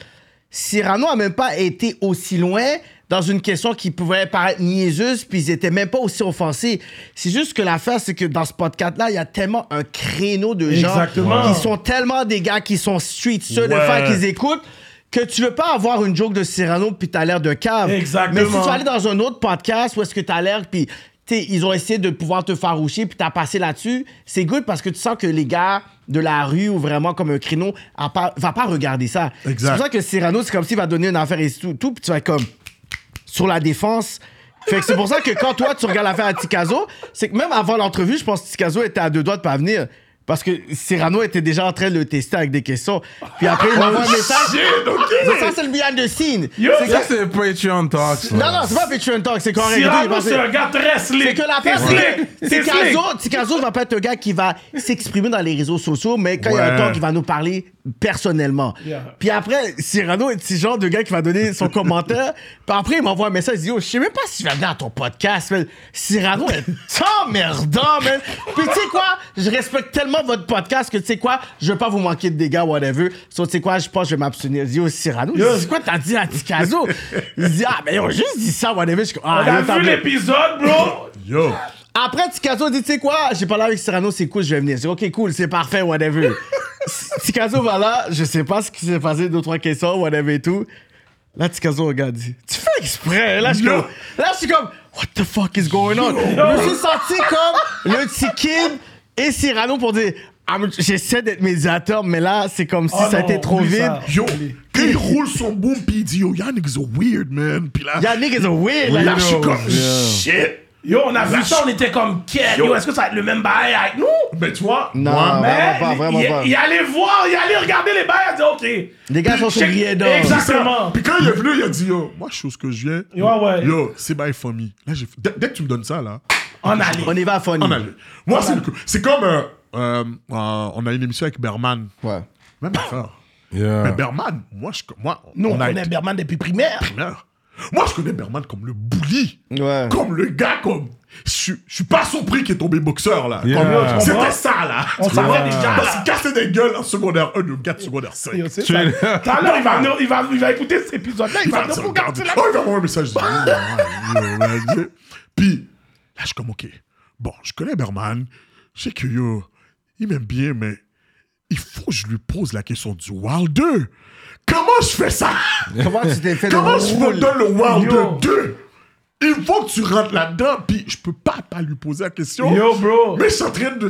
Speaker 4: Cyrano a même pas été aussi loin dans une question qui pouvait paraître niaiseuse, puis ils étaient même pas aussi offensés. C'est juste que l'affaire, c'est que dans ce podcast-là, il y a tellement un créneau de gens
Speaker 3: Exactement.
Speaker 4: qui sont tellement des gars qui sont street, ceux de
Speaker 2: Ouais.
Speaker 4: faire qu'ils écoutent, que tu veux pas avoir une joke de Cyrano, puis t'as l'air de cave.
Speaker 3: Exactement.
Speaker 4: Mais si tu vas aller dans un autre podcast où est-ce que t'as l'air, puis tu sais, ils ont essayé de pouvoir te faroucher, puis t'as passé là-dessus, c'est good parce que tu sens que les gars de la rue ou vraiment comme un créneau, à pas- va pas regarder ça.
Speaker 2: Exact.
Speaker 4: C'est pour ça que Cyrano, c'est comme s'il va donner une affaire et tout, tout puis tu vas être comme sur la défense. Fait que c'est pour ça que quand toi, tu regardes l'affaire à Ticazo, c'est que même avant l'entrevue, je pense que Ticazo était à deux doigts de pas venir. Parce que Cyrano était déjà en train de le tester avec des questions. Puis après, il m'envoie un message. Mais ça, c'est le behind the scene.
Speaker 3: Yo,
Speaker 4: C'est
Speaker 1: Ça,
Speaker 4: que-
Speaker 1: c'est Patreon Talks.
Speaker 4: Non, non,
Speaker 1: là.
Speaker 4: c'est pas Patreon Talk, c'est correct. Il est
Speaker 3: Cyrano,
Speaker 4: passé.
Speaker 3: c'est un gars très slick.
Speaker 4: C'est que l'affaire,
Speaker 3: T'es slick.
Speaker 4: c'est que
Speaker 3: T'es slick.
Speaker 4: Ticazo, Ticazo va pas être un gars qui va s'exprimer dans les réseaux sociaux, mais quand il y a un
Speaker 2: Ouais.
Speaker 4: temps qui va nous parler personnellement.
Speaker 3: Yeah.
Speaker 4: Puis après, Cyrano est ce genre de gars qui va donner son commentaire. Puis après, il m'envoie un message. Il dit Yo, je sais même pas si je vais venir à ton podcast, man. Cyrano est emmerdant, man. Puis tu sais quoi Je respecte tellement votre podcast que tu sais quoi Je vais pas vous manquer de dégâts, whatever. So, tu sais quoi Je pense que je vais m'abstenir. Il dit Yo, Cyrano, il dit, c'est quoi t'as dit à Ticazo Il dit Ah, ben, ils ont juste dit ça, whatever. Je suis comme, Ah,
Speaker 3: On a
Speaker 4: yo, t'as
Speaker 3: vu
Speaker 4: bien-
Speaker 3: l'épisode, bro.
Speaker 2: Yo,
Speaker 4: après, Ticazo dit, tu sais quoi, j'ai parlé avec Cyrano, c'est cool, je vais venir. Je dis, ok, cool, c'est parfait, whatever. Ticazo va là, je sais pas ce qui s'est passé, deux, trois questions, whatever et tout. Là, Ticazo regarde, dit, tu fais exprès. Là, je suis comme, là, je suis comme, what the fuck is going on? Je me suis senti comme le petit kid et Cyrano pour dire, I'm- j'essaie d'être médiateur, mais là, c'est comme si
Speaker 3: Oh
Speaker 4: ça a
Speaker 3: non,
Speaker 4: été trop
Speaker 3: oublie
Speaker 4: vite.
Speaker 3: ça.
Speaker 2: yo, quand il roule son boom, puis il dit Yo, Yannick is a weird man. Puis là,
Speaker 4: Yannick is a weird,
Speaker 2: là
Speaker 4: like,
Speaker 2: je suis comme Shit.
Speaker 3: Yo, on a vu ça, on était comme, quel, yo, est-ce que ça va être le même bail avec nous?
Speaker 2: Mais tu vois,
Speaker 4: Non,
Speaker 2: moi,
Speaker 3: Mais
Speaker 4: vraiment pas, vraiment
Speaker 3: il,
Speaker 4: pas.
Speaker 3: il allait voir, il allait regarder les bails, il a dit, ok.
Speaker 4: Les gars sont
Speaker 3: Check-
Speaker 4: souriants d'or.
Speaker 3: Exactement.
Speaker 2: Puis quand il est venu, il a dit Yo, moi, je suis ce que je viens.
Speaker 3: Yo, ouais.
Speaker 2: Yo, c'est by famille. Là, j'ai fait- dès, dès que tu me donnes ça, là,
Speaker 3: On allait.
Speaker 4: On y va, funny.
Speaker 3: Oh
Speaker 2: on a Moi, c'est le coup. C'est comme. euh, euh, euh, on a une émission avec Berman.
Speaker 4: Ouais.
Speaker 2: Même affaire.
Speaker 1: Yeah.
Speaker 2: Mais Berman, moi, je, moi
Speaker 3: Nous, on
Speaker 2: a
Speaker 3: connaît
Speaker 2: été
Speaker 3: Berman depuis primaire.
Speaker 2: primaire. Moi, je connais Berman comme le bully.
Speaker 4: Ouais.
Speaker 2: Comme le gars, comme. Je suis- je suis pas surpris qu'il est tombé boxeur, là.
Speaker 1: Yeah.
Speaker 2: Comme-
Speaker 1: Yo, tu
Speaker 3: comprends?
Speaker 2: C'était ça, là.
Speaker 3: On
Speaker 2: Tu vois?
Speaker 3: savait déjà,
Speaker 2: Parce
Speaker 3: là.
Speaker 2: qu'il cassait des gueules en secondaire 1, le gars de secondaire 5.
Speaker 3: Yo, c'est ça. Tout à l'heure, il va venir- il va- il va écouter cet épisode-là, il
Speaker 2: Il
Speaker 3: va
Speaker 2: va
Speaker 3: venir
Speaker 2: se
Speaker 3: pour
Speaker 2: regarder.
Speaker 3: garder la
Speaker 2: Oh, il va m'envoyer un message. Je dis, Oh, ouais, ouais, ouais, ouais. Puis, là, je suis comme, OK. Bon, je connais Berman. Je sais que, yo, il m'aime bien, mais il faut que je lui pose la question du World 2. Comment je fais ça?
Speaker 4: Comment tu t'es fait
Speaker 2: Comment
Speaker 4: le
Speaker 2: je
Speaker 4: roule?
Speaker 2: me donne le World
Speaker 3: Yo.
Speaker 2: 2? Il faut que tu rentres là-dedans, puis je peux pas pas lui poser la question.
Speaker 3: Yo, bro.
Speaker 2: Mais je suis en train de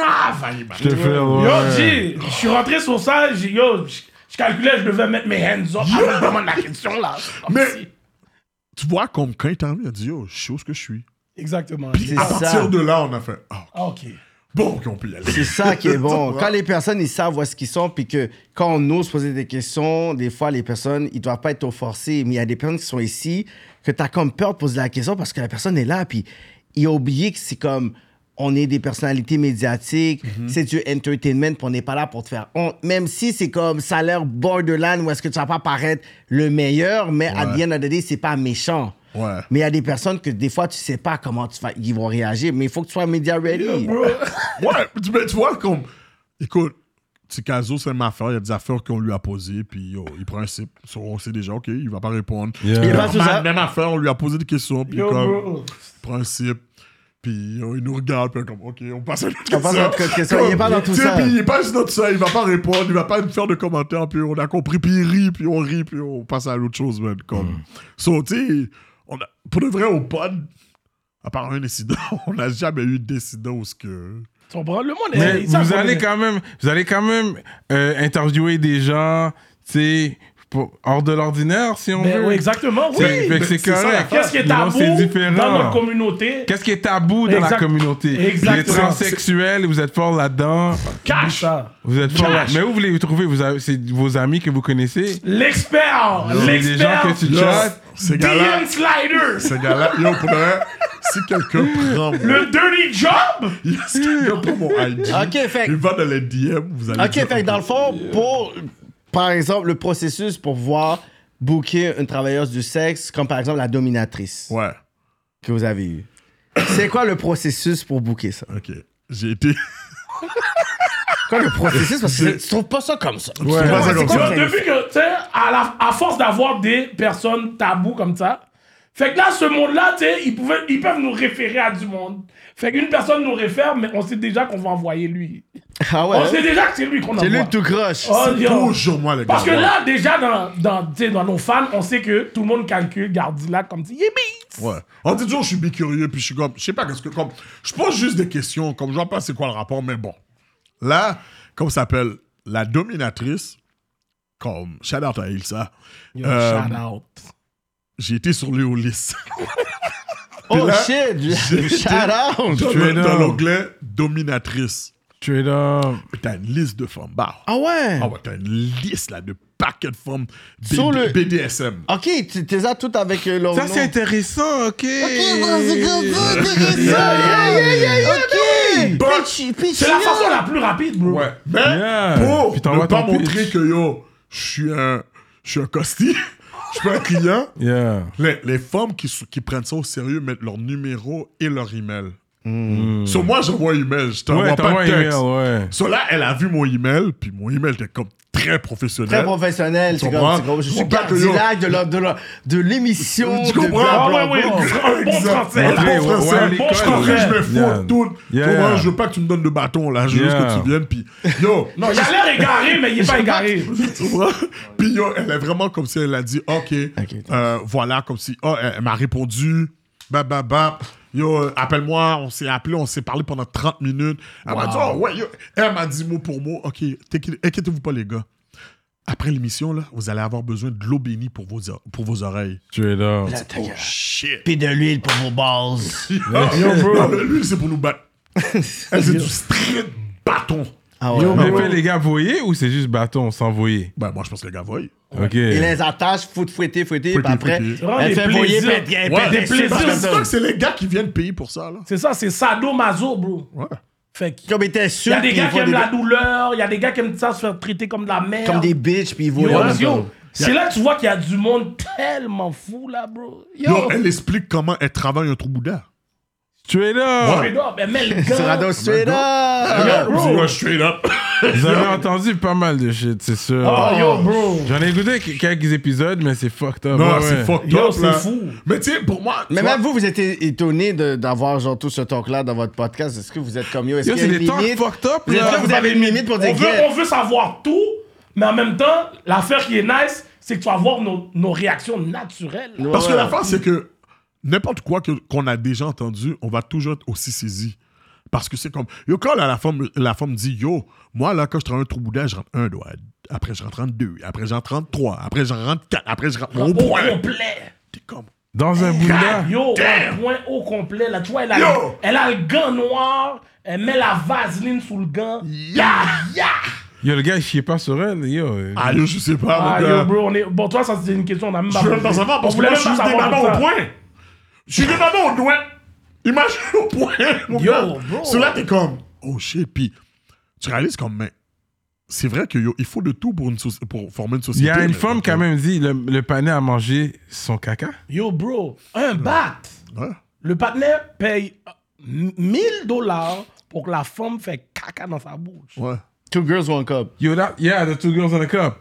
Speaker 2: travailler, man.
Speaker 1: Je te fais,
Speaker 3: Yo,
Speaker 1: ouais.
Speaker 3: G, je suis rentré sur ça, j'ai- yo, je je calculais, je devais mettre mes hands up avant de demander la question, là. Comme
Speaker 2: Mais-
Speaker 3: si-
Speaker 2: Tu vois, comme quand il t'a envie, il a dit, yo, je sais où ce que je suis.
Speaker 3: Exactement.
Speaker 2: Puis
Speaker 4: C'est
Speaker 2: à
Speaker 4: ça.
Speaker 2: partir de là, on a fait, ah,
Speaker 3: Ah, ok.
Speaker 2: bon, ok, on peut y aller.
Speaker 4: C'est ça qui est bon.
Speaker 2: Tu vois?
Speaker 4: Quand les personnes, ils savent où est-ce qu'ils sont, puis que quand on ose poser des questions, des fois, les personnes, ils doivent pas être forcés. Mais il y a des personnes qui sont ici, que tu as comme peur de poser la question parce que la personne est là, puis il a oublié que c'est comme... On est des personnalités médiatiques, c'est du entertainment, puis on n'est pas là pour te faire honte. Même si c'est comme ça a l'air borderline, où est-ce que tu vas pas paraître le meilleur, mais à the end of the day, c'est pas méchant.
Speaker 2: Ouais.
Speaker 4: Mais il y a des personnes que des fois, tu sais pas comment tu vas, ils vont réagir, mais il faut que tu sois media ready.
Speaker 3: Bro,
Speaker 2: Ouais, tu- mais tu vois, comme. Écoute, Ticazo, c'est ma affaire. Il y a des affaires qu'on lui a posées, puis yo, il prend un sip. So, on sait déjà, OK, il va pas répondre.
Speaker 1: Yeah. Il
Speaker 4: va sur
Speaker 2: Normal,
Speaker 4: ça.
Speaker 2: Même affaire, on lui a posé des questions, puis
Speaker 3: yo,
Speaker 2: comme,
Speaker 3: bro.
Speaker 2: il prend un sip. Puis yo, il nous regarde, puis comme, OK, on passe à notre
Speaker 4: On passe à notre question. Il est pas dans tout ça.
Speaker 2: Puis il est pas juste dans tout ça, il va pas répondre, il va pas faire de commentaires, puis on a compris, puis il rit, puis on rit, puis on passe à l'autre chose, man. Comme.
Speaker 4: Mm.
Speaker 2: So, tu sais, on a- pour de vrai, au pod, à part un incident, on n'a jamais eu d'incident où ce que.
Speaker 3: Tu comprends? Le monde
Speaker 1: Mais
Speaker 3: est. ils savent
Speaker 1: vous
Speaker 3: qu'on
Speaker 1: allez
Speaker 3: est-
Speaker 1: quand même, vous allez quand même euh, interviewer des gens, tu sais, pour- hors de l'ordinaire, si on
Speaker 3: Mais
Speaker 1: veut.
Speaker 3: Ben oui, exactement, oui.
Speaker 1: Fait- fait que c'est
Speaker 2: c'est ça,
Speaker 1: correct.
Speaker 3: Qu'est-ce qui est
Speaker 1: You know,
Speaker 3: tabou
Speaker 1: C'est différent.
Speaker 3: dans notre communauté?
Speaker 1: Qu'est-ce qui est tabou dans la
Speaker 3: Exact-
Speaker 1: communauté
Speaker 3: Exactement.
Speaker 1: Les transsexuels, vous êtes fort là-dedans.
Speaker 3: Cash.
Speaker 1: Vous êtes fort là
Speaker 3: Cash.
Speaker 1: Mais où vous les trouvez Vous avez- C'est vos amis que vous connaissez
Speaker 3: L'expert.
Speaker 1: C'est des gens
Speaker 3: L'expert.
Speaker 1: que tu
Speaker 2: Yo,
Speaker 1: chattes
Speaker 2: ces gars-là,
Speaker 3: DM Sliders.
Speaker 2: ces gars-là, yo, pour de vrai, si quelqu'un prend
Speaker 3: Le dirty job.
Speaker 2: mon, si quelqu'un prend mon ID,
Speaker 4: Ok, fait que-
Speaker 2: il va dans les DM, vous allez
Speaker 4: OK,
Speaker 2: dire,
Speaker 4: fait que dans le fond, pour, par exemple, le processus pour voir booker une travailleuse du sexe, comme par exemple la dominatrice
Speaker 2: Ouais,
Speaker 4: que vous avez eue. C'est quoi le processus pour booker ça?
Speaker 2: ok. J'ai été.
Speaker 4: Quoi le processus? Parce que tu trouves pas ça comme ça.
Speaker 2: Tu vois, c'est comme
Speaker 3: Yo,
Speaker 2: ça.
Speaker 3: depuis que, tu sais, à, la- à force d'avoir des personnes taboues comme ça, fait que là, ce monde-là, tu sais, ils, pouvaient- ils peuvent nous référer à du monde. Fait qu'une personne nous réfère, mais on sait déjà qu'on va envoyer lui.
Speaker 4: Ah
Speaker 3: On sait
Speaker 4: ouais?
Speaker 3: déjà que Oh, c'est lui qu'on envoie.
Speaker 4: C'est lui tout croche.
Speaker 3: Oh, yo.
Speaker 2: Toujours moi, les gars.
Speaker 3: Parce que là, déjà, dans, dans, tu sais, dans nos fans, on sait que tout le monde calcule Gardila comme si, yeah, beats.
Speaker 2: Ouais. On dit toujours, je suis bicurieux, puis je suis comme, je sais pas qu'est-ce que, comme, je pose juste des questions, comme, je vois pas c'est quoi le rapport, mais bon. Là, comme ça s'appelle, la dominatrice, comme, shout out à Ilsa, euh,
Speaker 3: Shout out.
Speaker 2: j'ai été sur Léolis.
Speaker 4: Oh
Speaker 2: là,
Speaker 4: shit!
Speaker 2: j'ai-
Speaker 4: Shout out!
Speaker 2: dans
Speaker 1: es
Speaker 2: le- dans
Speaker 1: énorme.
Speaker 2: l'onglet dominatrice.
Speaker 1: Straight up.
Speaker 2: Puis T'as une liste de femmes. Bah,
Speaker 4: Ah ouais?
Speaker 1: Mm.
Speaker 2: Ah ouais, t'as une liste là de paquets de femmes B-
Speaker 4: Sur le-
Speaker 2: BDSM.
Speaker 4: Ok, tu t'es à toutes avec euh, leur
Speaker 1: Ça,
Speaker 4: nom.
Speaker 1: c'est intéressant,
Speaker 4: Ok,
Speaker 1: ok.
Speaker 4: bon, c'est comme ça, intéressant.
Speaker 3: Yeah, yeah, yeah, yeah,
Speaker 4: Ok, Hey,
Speaker 2: but-
Speaker 4: pitch- pitch-
Speaker 3: C'est la façon la plus rapide, bro.
Speaker 2: Ouais. Mais
Speaker 1: Yeah.
Speaker 2: pour
Speaker 1: Puis t'envoies
Speaker 2: ne pas
Speaker 1: ton pitch.
Speaker 2: montrer que yo, je suis un, je suis un costi, je suis un client,
Speaker 1: Yeah.
Speaker 2: les, les femmes qui, sou- qui prennent ça au sérieux mettent leur numéro et leur email. Sur moi, j'envoie email, je t'envoie
Speaker 1: Mm. Ouais,
Speaker 2: pas
Speaker 1: t'envoies
Speaker 2: de
Speaker 1: un
Speaker 2: texte.
Speaker 1: email, ouais.
Speaker 2: So là, elle a vu mon email, puis mon email était comme très professionnel.
Speaker 4: Très professionnel,
Speaker 2: Tu
Speaker 4: c'est
Speaker 2: comprends?
Speaker 4: comme, c'est comme, je
Speaker 2: Tu
Speaker 4: suis
Speaker 2: comprends que
Speaker 4: cardiaque de la- de la- de l'émission.
Speaker 2: Tu
Speaker 4: de
Speaker 2: comprends?
Speaker 3: Ah
Speaker 4: blablabla.
Speaker 3: ouais, ouais, un bon
Speaker 2: Exact.
Speaker 3: français.
Speaker 2: Un
Speaker 1: Ouais,
Speaker 2: bon français.
Speaker 1: ouais, à
Speaker 2: Un bon
Speaker 1: l'école,
Speaker 2: je corrige
Speaker 3: ouais.
Speaker 2: mes
Speaker 1: Yeah.
Speaker 2: fautes, tout. Tu
Speaker 1: Yeah.
Speaker 2: comprends? Je veux pas que tu me donnes de bâton, là. Je veux juste
Speaker 1: Yeah.
Speaker 2: que tu viennes, puis yo. Non,
Speaker 3: Il a l'air égaré, mais il est pas égaré.
Speaker 2: Tu vois? Puis yo, elle est vraiment comme si elle a dit, OK, euh, voilà, comme si, oh, elle, elle m'a répondu, bam, bam, bam. Yo, euh, appelle-moi, on s'est appelé, on s'est parlé pendant 30 minutes. Elle m'a dit, oh ouais, yo. Elle m'a dit mot pour mot, OK, t'inqui- inquiétez-vous pas, les gars. Après l'émission, là, vous allez avoir besoin de l'eau bénie pour vos, pour vos oreilles.
Speaker 1: Tu es là.
Speaker 4: Ah, ta gueule.
Speaker 2: Shit.
Speaker 4: Puis de l'huile pour vos balls.
Speaker 2: Non, mais lui, c'est pour nous battre. Elle, Ah, c'est du straight bâton.
Speaker 4: Ah ouais.
Speaker 1: Mais fait, les gars voyaient ou c'est juste bâton sans voyer?
Speaker 2: Ben, moi, je pense que les gars voient.
Speaker 1: Ok.
Speaker 4: Il les attache, faut te fouetter, fouetter, puis
Speaker 2: Fouetter,
Speaker 4: après,
Speaker 2: fouetter.
Speaker 3: Vraiment
Speaker 4: elle
Speaker 3: des
Speaker 4: fait voyer,
Speaker 3: plaisirs.
Speaker 4: pète, elle
Speaker 3: Ouais,
Speaker 4: pète
Speaker 3: des
Speaker 4: des chiffres,
Speaker 3: plaisirs.
Speaker 4: comme
Speaker 2: C'est
Speaker 4: ça.
Speaker 2: pas que c'est les gars qui viennent payer pour ça, là.
Speaker 3: C'est ça, c'est sadomaso, bro.
Speaker 2: Ouais.
Speaker 3: Fait que.
Speaker 4: Comme était
Speaker 3: Il
Speaker 4: sûr.
Speaker 3: y a des
Speaker 4: puis
Speaker 3: gars
Speaker 4: ils
Speaker 3: qui
Speaker 4: voient
Speaker 3: aiment la douleur, il y a des gars qui aiment ça se faire traiter comme de la merde.
Speaker 4: Comme des bitches, puis ils
Speaker 3: Yo,
Speaker 4: voient. en même
Speaker 3: yo,
Speaker 4: temps.
Speaker 3: C'est là que tu vois qu'il y a du monde tellement fou là, bro. Yo,
Speaker 2: Yo, elle explique comment elle travaille un trou boudin.
Speaker 1: Tu es là.
Speaker 3: straight up, elle met le gars.
Speaker 4: C'est Rado straight
Speaker 3: Ah, Yo,
Speaker 4: up.
Speaker 3: bro. Ah,
Speaker 2: straight up.
Speaker 1: Vous avez entendu pas mal de shit, c'est sûr.
Speaker 3: Oh, yo, bro.
Speaker 1: J'en ai écouté que- quelques épisodes, mais c'est fucked up.
Speaker 2: Non,
Speaker 1: ouais,
Speaker 2: c'est
Speaker 1: ouais.
Speaker 2: fucked
Speaker 3: Yo,
Speaker 2: up,
Speaker 3: c'est
Speaker 2: là.
Speaker 3: fou.
Speaker 2: Mais tu sais, pour moi. tu
Speaker 4: Mais
Speaker 2: vois,
Speaker 4: même vous, vous êtes étonné d'avoir genre tout ce talk-là dans votre podcast. Est-ce que vous êtes comme yo? Est-ce
Speaker 1: Yo,
Speaker 4: qu'il y a
Speaker 1: c'est
Speaker 4: une
Speaker 1: des talks
Speaker 4: limite?
Speaker 1: fucked up,
Speaker 4: Est-ce
Speaker 1: là.
Speaker 4: que vous avez une limite pour
Speaker 3: on
Speaker 4: dire
Speaker 3: veut,
Speaker 4: yeah?
Speaker 3: on veut savoir tout, mais en même temps, l'affaire qui est nice, c'est que tu vas voir nos, nos réactions naturelles. là.
Speaker 2: Parce que
Speaker 4: Ouais.
Speaker 2: la fin, c'est que n'importe quoi que- qu'on a déjà entendu, on va toujours être aussi saisi. Parce que c'est comme. Yo, quand là, la femme, la femme dit Yo, moi, là, quand je travaille un trou boudin, je rentre un doigt. Après, je rentre en deux. Après, j'en rentre trois. Après, j'en rentre quatre. Après, je rentre. Au
Speaker 3: Au
Speaker 2: point.
Speaker 3: complet.
Speaker 2: T'es comme.
Speaker 1: Dans un bouddha.
Speaker 3: Yo,
Speaker 2: Damn.
Speaker 3: un point au complet. Là, tu vois, elle a,
Speaker 2: Yo.
Speaker 3: elle a le gant noir, elle met la vaseline sous le gant.
Speaker 2: Yeah!
Speaker 1: Yo, le gars, il chiait pas sur elle. Yo.
Speaker 2: Ah, yo, je sais pas,
Speaker 3: Ah,
Speaker 2: mon
Speaker 3: yo,
Speaker 2: gars.
Speaker 3: bro, on est... Bon, toi, ça, c'était une question, on a même pas
Speaker 2: Je veux
Speaker 3: posé.
Speaker 2: pas savoir parce
Speaker 3: On
Speaker 2: que
Speaker 3: voulait
Speaker 2: moi, je
Speaker 3: même
Speaker 2: suis
Speaker 3: pas
Speaker 2: des
Speaker 3: savoir
Speaker 2: mamans
Speaker 3: ça.
Speaker 2: au point. Je suis des mamans au doigt. Imagine au point, mon
Speaker 3: Yo,
Speaker 2: gars.
Speaker 3: bro.
Speaker 2: So là, t'es comme, oh shit. Puis tu réalises comme, mais c'est vrai que yo, il faut de tout pour, une soci- pour former une
Speaker 1: Il
Speaker 2: société.
Speaker 1: y a une
Speaker 2: mais-
Speaker 1: femme qui a même dit le, le panais a mangé son caca.
Speaker 3: Yo, bro, un bat.
Speaker 2: Ouais.
Speaker 3: Le partenaire paye euh, m- 1000 dollars pour que la femme fait caca dans sa bouche.
Speaker 2: Ouais.
Speaker 4: Two girls, one cup.
Speaker 1: Yo, that, yeah, the two girls in the cup.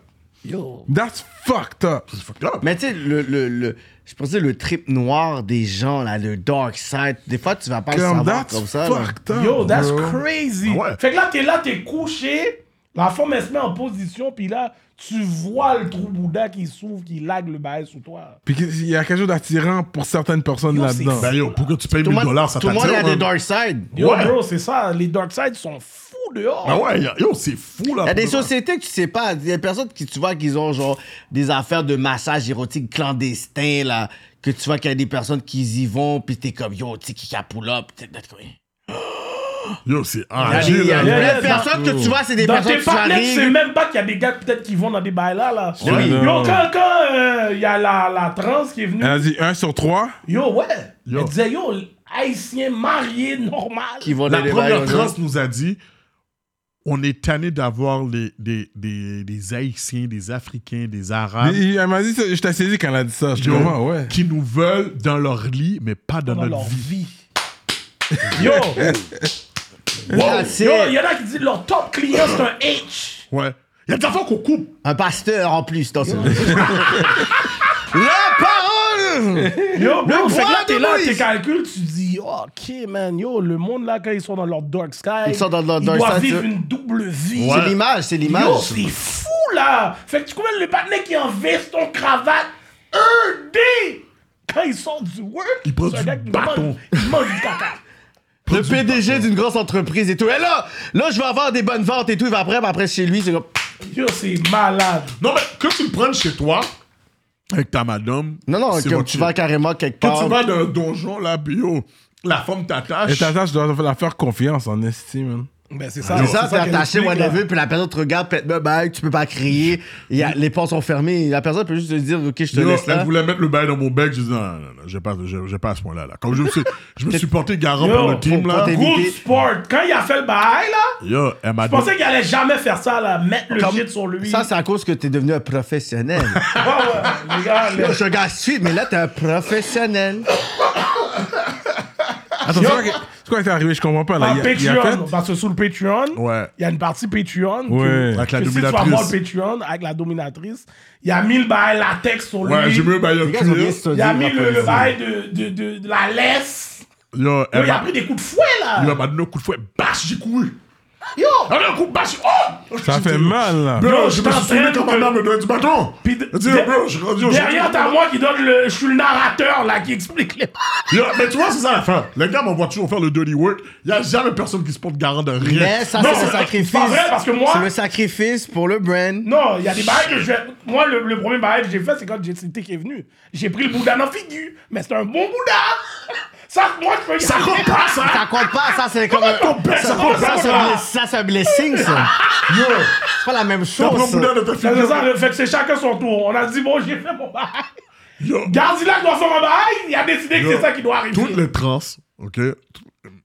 Speaker 3: Yo.
Speaker 1: That's fucked up.
Speaker 2: C'est fucked up.
Speaker 4: Mais tu sais, le, le, le, je pensais le trip noir des gens, là, le dark side. Des fois, tu vas pas le
Speaker 1: Comme
Speaker 4: savoir
Speaker 1: that's
Speaker 4: comme ça. là.
Speaker 1: fucked up.
Speaker 3: Yo, that's
Speaker 1: bro.
Speaker 3: crazy.
Speaker 2: Ah ouais.
Speaker 3: Fait que là, t'es là, t'es couché. La femme, elle se met en position, puis là, tu vois le trou boudin qui s'ouvre, qui lague le bail sous toi.
Speaker 1: Puis il y a quelque chose d'attirant pour certaines personnes
Speaker 3: Yo,
Speaker 1: là-dedans.
Speaker 3: c'est-
Speaker 2: Ben yo, pour que tu payes
Speaker 4: Tout le
Speaker 2: 1000
Speaker 4: monde,
Speaker 2: dollars, ça
Speaker 4: tout le
Speaker 2: t'attire. hein.
Speaker 4: monde a des
Speaker 2: man.
Speaker 4: dark side.
Speaker 3: Yo,
Speaker 2: Ouais.
Speaker 3: bro, c'est ça. Les dark sides sont fous dehors.
Speaker 2: Ben ouais, yo, yo, c'est fou là.
Speaker 4: Il y a des
Speaker 2: pour de vrai.
Speaker 4: sociétés que tu sais pas. Il y a des personnes qui tu vois qu'ils ont genre des affaires de massage érotique clandestin là. Que tu vois qu'il y a des personnes qui y vont, puis t'es comme yo, tu sais, qui pull up. T'es- t'es comme-
Speaker 2: Yo, c'est
Speaker 4: Il y a des-
Speaker 2: enragé
Speaker 4: il y a
Speaker 2: là.
Speaker 3: des-
Speaker 4: plein
Speaker 3: dans-
Speaker 4: de personnes que tu vois, c'est des
Speaker 3: Dans
Speaker 4: personnes
Speaker 3: tes
Speaker 4: qui
Speaker 3: partenaires, tu sais
Speaker 4: arrivent.
Speaker 3: même pas qu'il y a des gars peut-être qui vont dans des bails là. là.
Speaker 4: Oui.
Speaker 3: Yo, quand euh, il y a la, la trans qui est venue,
Speaker 1: Elle a dit 1 sur 3.
Speaker 3: yo, ouais.
Speaker 2: Hein? Yo.
Speaker 3: Elle disait, yo, haïtien marié normal.
Speaker 4: Qui vont
Speaker 2: La
Speaker 4: dans les
Speaker 2: première
Speaker 4: bails,
Speaker 2: trans nous a dit on est tanné d'avoir les- des, des, des Haïtiens, des Africains, des Arabes.
Speaker 1: Elle m'a dit, ça, je t'ai saisi quand elle a dit ça. Je dis,
Speaker 2: Ah. Yo,
Speaker 1: oh, ouais.
Speaker 2: qui nous veulent dans leur lit, mais pas dans,
Speaker 3: dans
Speaker 2: notre
Speaker 3: leur
Speaker 2: vie.
Speaker 3: vie. Yo,
Speaker 4: Ah, c'est
Speaker 3: yo, il y en a qui disent leur top client c'est un H.
Speaker 2: Ouais. Il y a des enfants qu'on coupe.
Speaker 4: Un pasteur en plus dans ce. La parole.
Speaker 3: Yo, bro, fait que là,
Speaker 4: bois
Speaker 3: t'es
Speaker 4: de
Speaker 3: là,
Speaker 4: Moïse.
Speaker 3: tes calculs, tu dis, ok, man, yo, le monde là, quand ils sont dans leur dark sky,
Speaker 4: Ils sont dans leur dark
Speaker 3: doivent
Speaker 4: sky,
Speaker 3: vivre
Speaker 4: tu-
Speaker 3: une double vie.
Speaker 4: C'est l'image, c'est l'image.
Speaker 3: Yo, c'est fou là! Fait que tu comprends le partenaire qui est en veston, cravate, un dé! Quand il sort du work,
Speaker 2: Il prend
Speaker 3: c'est un
Speaker 2: du
Speaker 3: gars qui
Speaker 2: bâton.
Speaker 3: mange- Il mange du caca.
Speaker 4: Le PDG d'une grosse entreprise et tout. Et là, là, je vais avoir des bonnes ventes et tout. Il va après, puis après chez lui, c'est comme.
Speaker 3: Yo, c'est malade.
Speaker 2: Non, mais que tu le prennes chez toi, avec ta madame.
Speaker 4: Non, non,
Speaker 2: c'est
Speaker 4: comme
Speaker 2: votre
Speaker 4: tu vas
Speaker 2: shit.
Speaker 4: carrément quelque
Speaker 2: Quand
Speaker 4: part.
Speaker 2: tu vas dans un donjon, là, puis yo, la femme t'attache.
Speaker 1: Et t'attends, je dois la faire confiance en estime. hein.
Speaker 3: Ben, c'est ça.
Speaker 4: C'est ça, t'es
Speaker 3: qu'elle
Speaker 4: attaché,
Speaker 3: explique, là.
Speaker 4: whatever, puis la personne te regarde, pète me bague, tu peux pas crier, il y a- les portes sont fermées, la personne peut juste te dire, ok, je te
Speaker 2: Yo,
Speaker 4: laisse
Speaker 2: elle
Speaker 4: là.
Speaker 2: voulait mettre le bail dans mon bec. Je dis, non, non, non, j'ai pas, j'ai- j'ai pas à ce point-là. Là. Comme je me suis, je me suis porté garant
Speaker 3: Yo,
Speaker 2: pour le team,
Speaker 4: faut
Speaker 2: là.
Speaker 4: protéger-
Speaker 3: Good sport. Quand il a fait le bail, là,
Speaker 2: Yo, elle m'a
Speaker 3: je pensais qu'il allait jamais faire ça, là, mettre le
Speaker 4: Comme-
Speaker 3: shit sur lui.
Speaker 4: Ça, c'est à cause que t'es devenu un professionnel.
Speaker 3: Ouais, ouais, les gars,
Speaker 4: Yo,
Speaker 3: les-
Speaker 4: je suis un gars suite, mais là, t'es un professionnel.
Speaker 1: Attends, c'est quoi qui- c'est quoi qui est arrivé? Je comprends pas, là.
Speaker 3: par
Speaker 1: Bah, Il a, il a
Speaker 3: Ah, Patreon.
Speaker 1: fait...
Speaker 3: Parce que sur le Patreon,
Speaker 2: Ouais.
Speaker 3: il y a une partie Patreon. que-
Speaker 1: Ouais.
Speaker 2: Avec la
Speaker 3: que si tu vas voir
Speaker 2: dominatrice.
Speaker 3: le Patreon avec la dominatrice, il a mis le bail latex sur lui.
Speaker 2: Ouais, j'ai mis le bail au
Speaker 4: Les gars, ils ont bien
Speaker 2: cul.
Speaker 4: studié
Speaker 3: Il a mis le, le
Speaker 4: poésie.
Speaker 3: bail de, de, de, de la laisse.
Speaker 2: Yo,
Speaker 3: Yo,
Speaker 2: elle
Speaker 3: il a
Speaker 2: m'a
Speaker 3: pris des coups de fouet, là.
Speaker 2: yo, elle m'a donné un coup de fouet. Bâche, j'ai couru.
Speaker 3: Yo,
Speaker 2: Elle a donné un coup de bâche. Oh
Speaker 1: Ça fait mal, là.
Speaker 2: Bro,
Speaker 3: Ah.
Speaker 2: je me
Speaker 3: Yo, je
Speaker 2: suis
Speaker 3: t'entraîne
Speaker 2: souvenu quand ma
Speaker 3: que-
Speaker 2: mère me donnait du bâton.
Speaker 3: Puis de-
Speaker 2: Elle dit,
Speaker 3: de-
Speaker 2: bro, je suis rendu au-
Speaker 3: derrière, t'as moi qui donne le... Je suis le narrateur, là, qui explique les
Speaker 2: Yo, mais tu vois, c'est ça la fin. Les gars m'envoient toujours faire le dirty work. Il a jamais personne qui se porte garant de rien.
Speaker 4: Mais ça,
Speaker 3: Non,
Speaker 4: c'est
Speaker 3: mais-
Speaker 4: le sacrifice.
Speaker 3: pas vrai, parce que moi-
Speaker 4: C'est le sacrifice pour le brand.
Speaker 3: Non, il y a des bails que je fais. Moi, le, le premier bail que j'ai fait, c'est quand j'ai cité qui est venu. J'ai pris le Bouddha dans la figure, mais c'est un bon Bouddha. Ça, moi, je peux y
Speaker 2: Ça
Speaker 3: aller.
Speaker 2: compte pas, ça.
Speaker 4: Ça compte pas, ça, c'est comme.
Speaker 3: Comment
Speaker 4: un-
Speaker 3: ton père, ça
Speaker 4: Ça,
Speaker 3: compte
Speaker 4: ça,
Speaker 3: pas,
Speaker 4: c'est
Speaker 3: là.
Speaker 4: un bless- ça, c'est un blessing, ça.
Speaker 2: Yo,
Speaker 4: C'est pas la même
Speaker 2: t'as
Speaker 4: chose.
Speaker 2: pris un
Speaker 4: ça.
Speaker 2: boudin de ta
Speaker 3: C'est
Speaker 2: figure.
Speaker 3: ça, le fait que c'est chacun son tour. On a dit, bon, j'ai fait mon bail.
Speaker 2: Yo.
Speaker 3: Gardilac doit faire un bail, il a décidé que
Speaker 2: Yo.
Speaker 3: c'est ça qui doit arriver.
Speaker 2: toutes les trans, ok, tout-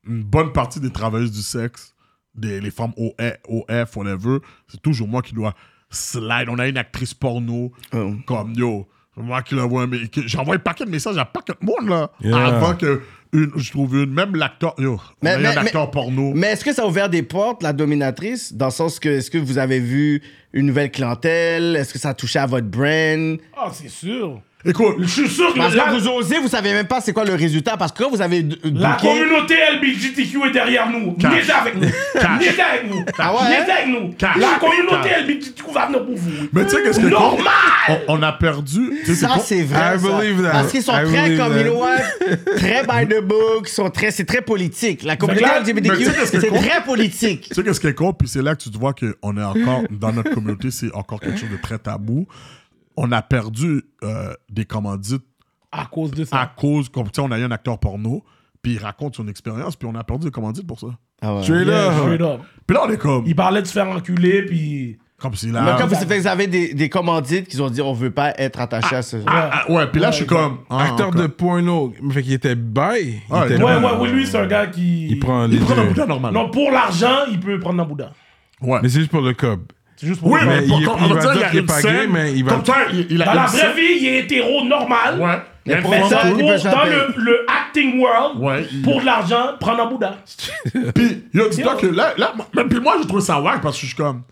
Speaker 2: une bonne partie des travailleuses du sexe, des, les femmes OF, OF, whatever, c'est toujours moi qui dois slide. On a une actrice porno,
Speaker 4: Oh.
Speaker 2: comme yo, c'est moi qui la vois, mais que- j'envoie un paquet de messages à paquet de monde, là,
Speaker 1: Yeah.
Speaker 2: avant que une, je trouve une, même l'acteur, yo, on
Speaker 4: Mais-
Speaker 2: a eu
Speaker 4: mais-
Speaker 2: un acteur porno.
Speaker 4: Mais est-ce que ça a ouvert des portes, la dominatrice, dans le sens que est-ce que vous avez vu une nouvelle clientèle? Est-ce que ça a touché à votre brand?
Speaker 3: Ah, c'est sûr.
Speaker 2: Écoute,
Speaker 3: Je suis sûr que
Speaker 4: Parce
Speaker 3: la,
Speaker 4: que vous osez, vous savez même pas c'est quoi le résultat. Parce que quand vous avez d-
Speaker 3: la
Speaker 4: booké-
Speaker 3: communauté LBGTQ est derrière nous.
Speaker 2: Cash.
Speaker 3: Niaisez avec nous.
Speaker 2: Cash.
Speaker 3: Niaisez avec nous.
Speaker 4: Ah ouais,
Speaker 3: Niaisez
Speaker 4: hein?
Speaker 3: avec nous.
Speaker 2: Cash.
Speaker 3: La communauté
Speaker 2: Cash.
Speaker 3: LBGTQ va venir pour vous.
Speaker 2: mais tu sais qu'est-ce que
Speaker 3: Normal.
Speaker 2: on, on a perdu. tu sais,
Speaker 4: ça,
Speaker 2: con-
Speaker 4: c'est vrai.
Speaker 1: I
Speaker 4: ça.
Speaker 1: believe that.
Speaker 4: Parce qu'ils sont
Speaker 1: I
Speaker 4: très
Speaker 1: believe
Speaker 4: comme,
Speaker 1: that.
Speaker 4: you know what, très by the book, ils sont très, c'est très politique. La communauté
Speaker 3: là,
Speaker 2: mais
Speaker 4: LGBTQ,
Speaker 2: tu sais qu'est-ce que
Speaker 4: c'est
Speaker 2: con-
Speaker 4: très politique.
Speaker 2: Tu sais qu'est-ce qui est con, puis c'est là que tu te vois qu'on est encore, dans notre communauté, c'est encore quelque chose de très tabou. On a perdu euh, des commandites
Speaker 3: À cause de
Speaker 2: à cause, comme tu sais, on a eu un acteur porno, puis il raconte son expérience, puis on a perdu des commandites pour ça.
Speaker 4: Ah ouais.
Speaker 1: Tu es
Speaker 3: Yeah,
Speaker 1: là.
Speaker 3: straight up.
Speaker 2: Puis là, on est comme,
Speaker 3: Il parlait de se faire enculer, puis.
Speaker 2: comme si
Speaker 4: Mais quand
Speaker 2: là...
Speaker 4: vous savez que vous avez des, des commandites qu'ils ont dit on veut pas être attaché à ce.
Speaker 2: Ah, ah, ouais, puis là, je suis comme... ah,
Speaker 1: Acteur
Speaker 2: encore.
Speaker 1: de porno. Fait qu'il était bail.
Speaker 2: Ouais,
Speaker 1: était
Speaker 2: ouais,
Speaker 3: Ouais,
Speaker 1: là.
Speaker 3: ouais, oui, lui, c'est un gars qui.
Speaker 1: Il prend les
Speaker 2: Il prend un
Speaker 1: deux.
Speaker 2: bouddha normal.
Speaker 3: Non, pour l'argent, il peut prendre un Bouddha.
Speaker 2: Ouais.
Speaker 1: Mais c'est juste pour le cob.
Speaker 3: C'est juste pour
Speaker 2: oui,
Speaker 3: le
Speaker 2: mais
Speaker 3: prendre.
Speaker 1: il
Speaker 2: pour-
Speaker 1: est-
Speaker 2: comme-
Speaker 1: il
Speaker 2: on
Speaker 1: va dire
Speaker 2: il y a
Speaker 1: qu'il est
Speaker 2: une
Speaker 1: pas
Speaker 2: scène,
Speaker 1: gay, mais il va-
Speaker 2: Comme ça, il, il a
Speaker 3: Dans la
Speaker 2: une
Speaker 3: vraie
Speaker 2: scène-
Speaker 3: vie, il est hétéro normal.
Speaker 2: Ouais. Il y a une
Speaker 3: Mais
Speaker 4: pour
Speaker 3: ça,
Speaker 4: ça,
Speaker 2: photo,
Speaker 3: pour,
Speaker 4: il peut jamais
Speaker 3: Ah. dans
Speaker 4: payer.
Speaker 3: le, le acting world,
Speaker 2: Ouais, il-
Speaker 3: pour de l'argent, prendre un Bouddha.
Speaker 2: Puis, yo, dis-toi
Speaker 3: Yo.
Speaker 2: que là, là moi- même puis moi, je trouve ça wack parce que je suis comme,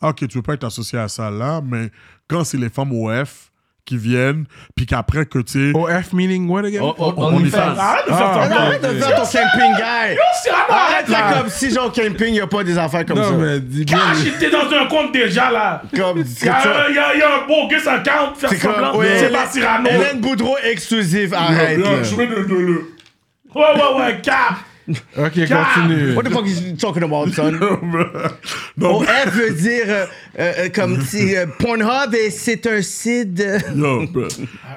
Speaker 2: Ah, ok, tu veux pas être associé à ça là, mais quand c'est les femmes OF qui viennent, puis qu'après que tu sais.
Speaker 1: OF Oh, meaning what
Speaker 4: Oh,
Speaker 1: again?
Speaker 2: on y
Speaker 4: OnlyFans.
Speaker 2: pense.
Speaker 3: Arrête de
Speaker 1: Ah,
Speaker 3: faire
Speaker 4: Mais non,
Speaker 3: ton
Speaker 4: Arrête de faire ton camping guy.
Speaker 3: C'est vraiment
Speaker 4: Arrête là
Speaker 3: là.
Speaker 4: comme si genre camping, y a pas des affaires comme ça.
Speaker 1: Non, mais dis bien.
Speaker 3: Cash, t'es dans un compte déjà là.
Speaker 4: Comme
Speaker 3: Il y, a un- il y a- il y a un beau gars sans compte, faire
Speaker 4: C'est
Speaker 3: semblant.
Speaker 4: comme ouais,
Speaker 3: c'est
Speaker 4: Hélène-
Speaker 3: pas Cyrano.
Speaker 4: Hélène Boudreau exclusive, arrête.
Speaker 2: Là,
Speaker 4: là.
Speaker 2: je vais de- de- le-
Speaker 3: Ouais, ouais, ouais, cap.
Speaker 1: Ok, continue.
Speaker 4: What the fuck is you talking about, son?
Speaker 3: Oh,
Speaker 2: Non, mais-
Speaker 4: OF veut dire euh, euh, euh, comme si euh, Pornhub et c'est un site. euh,
Speaker 2: Yo, mais-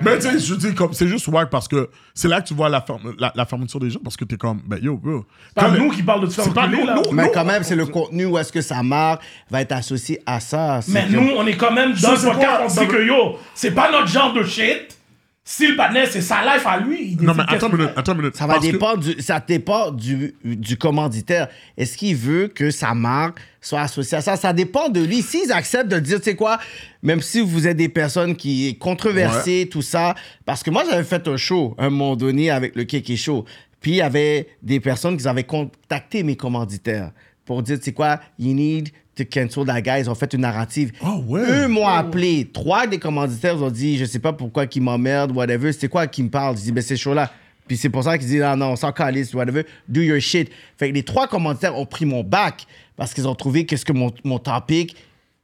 Speaker 2: mais tu sais, je dis comme, c'est juste wack parce que c'est là que tu vois la, ferme- la, la fermeture des gens parce que t'es comme, ben yo, bro.
Speaker 3: Pas
Speaker 2: Quand-
Speaker 3: nous qui parlons de se faire
Speaker 2: C'est pas
Speaker 3: enculer,
Speaker 2: nous,
Speaker 3: là.
Speaker 2: nous.
Speaker 4: Mais quand même, c'est le contenu où est-ce que ça marque va être associé à ça. c'est
Speaker 3: Mais
Speaker 4: comme-
Speaker 3: nous, on est quand même dans
Speaker 2: Ça,
Speaker 3: le
Speaker 2: c'est
Speaker 3: podcast,
Speaker 2: quoi?
Speaker 3: on
Speaker 2: Ça
Speaker 3: dit que yo, c'est pas notre genre de shit. Si le partner, c'est sa life à lui, il
Speaker 2: Non,
Speaker 3: décide
Speaker 2: mais attends
Speaker 3: qu'est-ce
Speaker 2: une
Speaker 3: qu'il
Speaker 2: minute, attends une minute.
Speaker 4: Ça va
Speaker 2: parce que-
Speaker 4: dépendre du, ça dépend du, du commanditaire. Est-ce qu'il veut que sa marque soit associée à ça? Ça dépend de lui. S'ils acceptent de dire, tu sais quoi, même si vous êtes des personnes qui est controversées, tout ça, parce que moi, j'avais fait un show, un moment donné, avec le Kéké Show. Puis, il y avait des personnes qui avaient contacté mes commanditaires pour dire, tu sais quoi, you need to cancel that guy. Ils ont fait une narrative.
Speaker 2: Oh, ouais.
Speaker 4: Eux m'ont appelé. Trois des commanditaires ils ont dit, je sais pas pourquoi qui m'emmerde, whatever. C'est quoi qui me parle? Je dis, ben, c'est chaud là. Puis c'est pour ça qu'ils disent, ah non, on s'en calisse, whatever, do your shit. Fait que les trois commentaires ont pris mon bac parce qu'ils ont trouvé que ce que mon, mon topic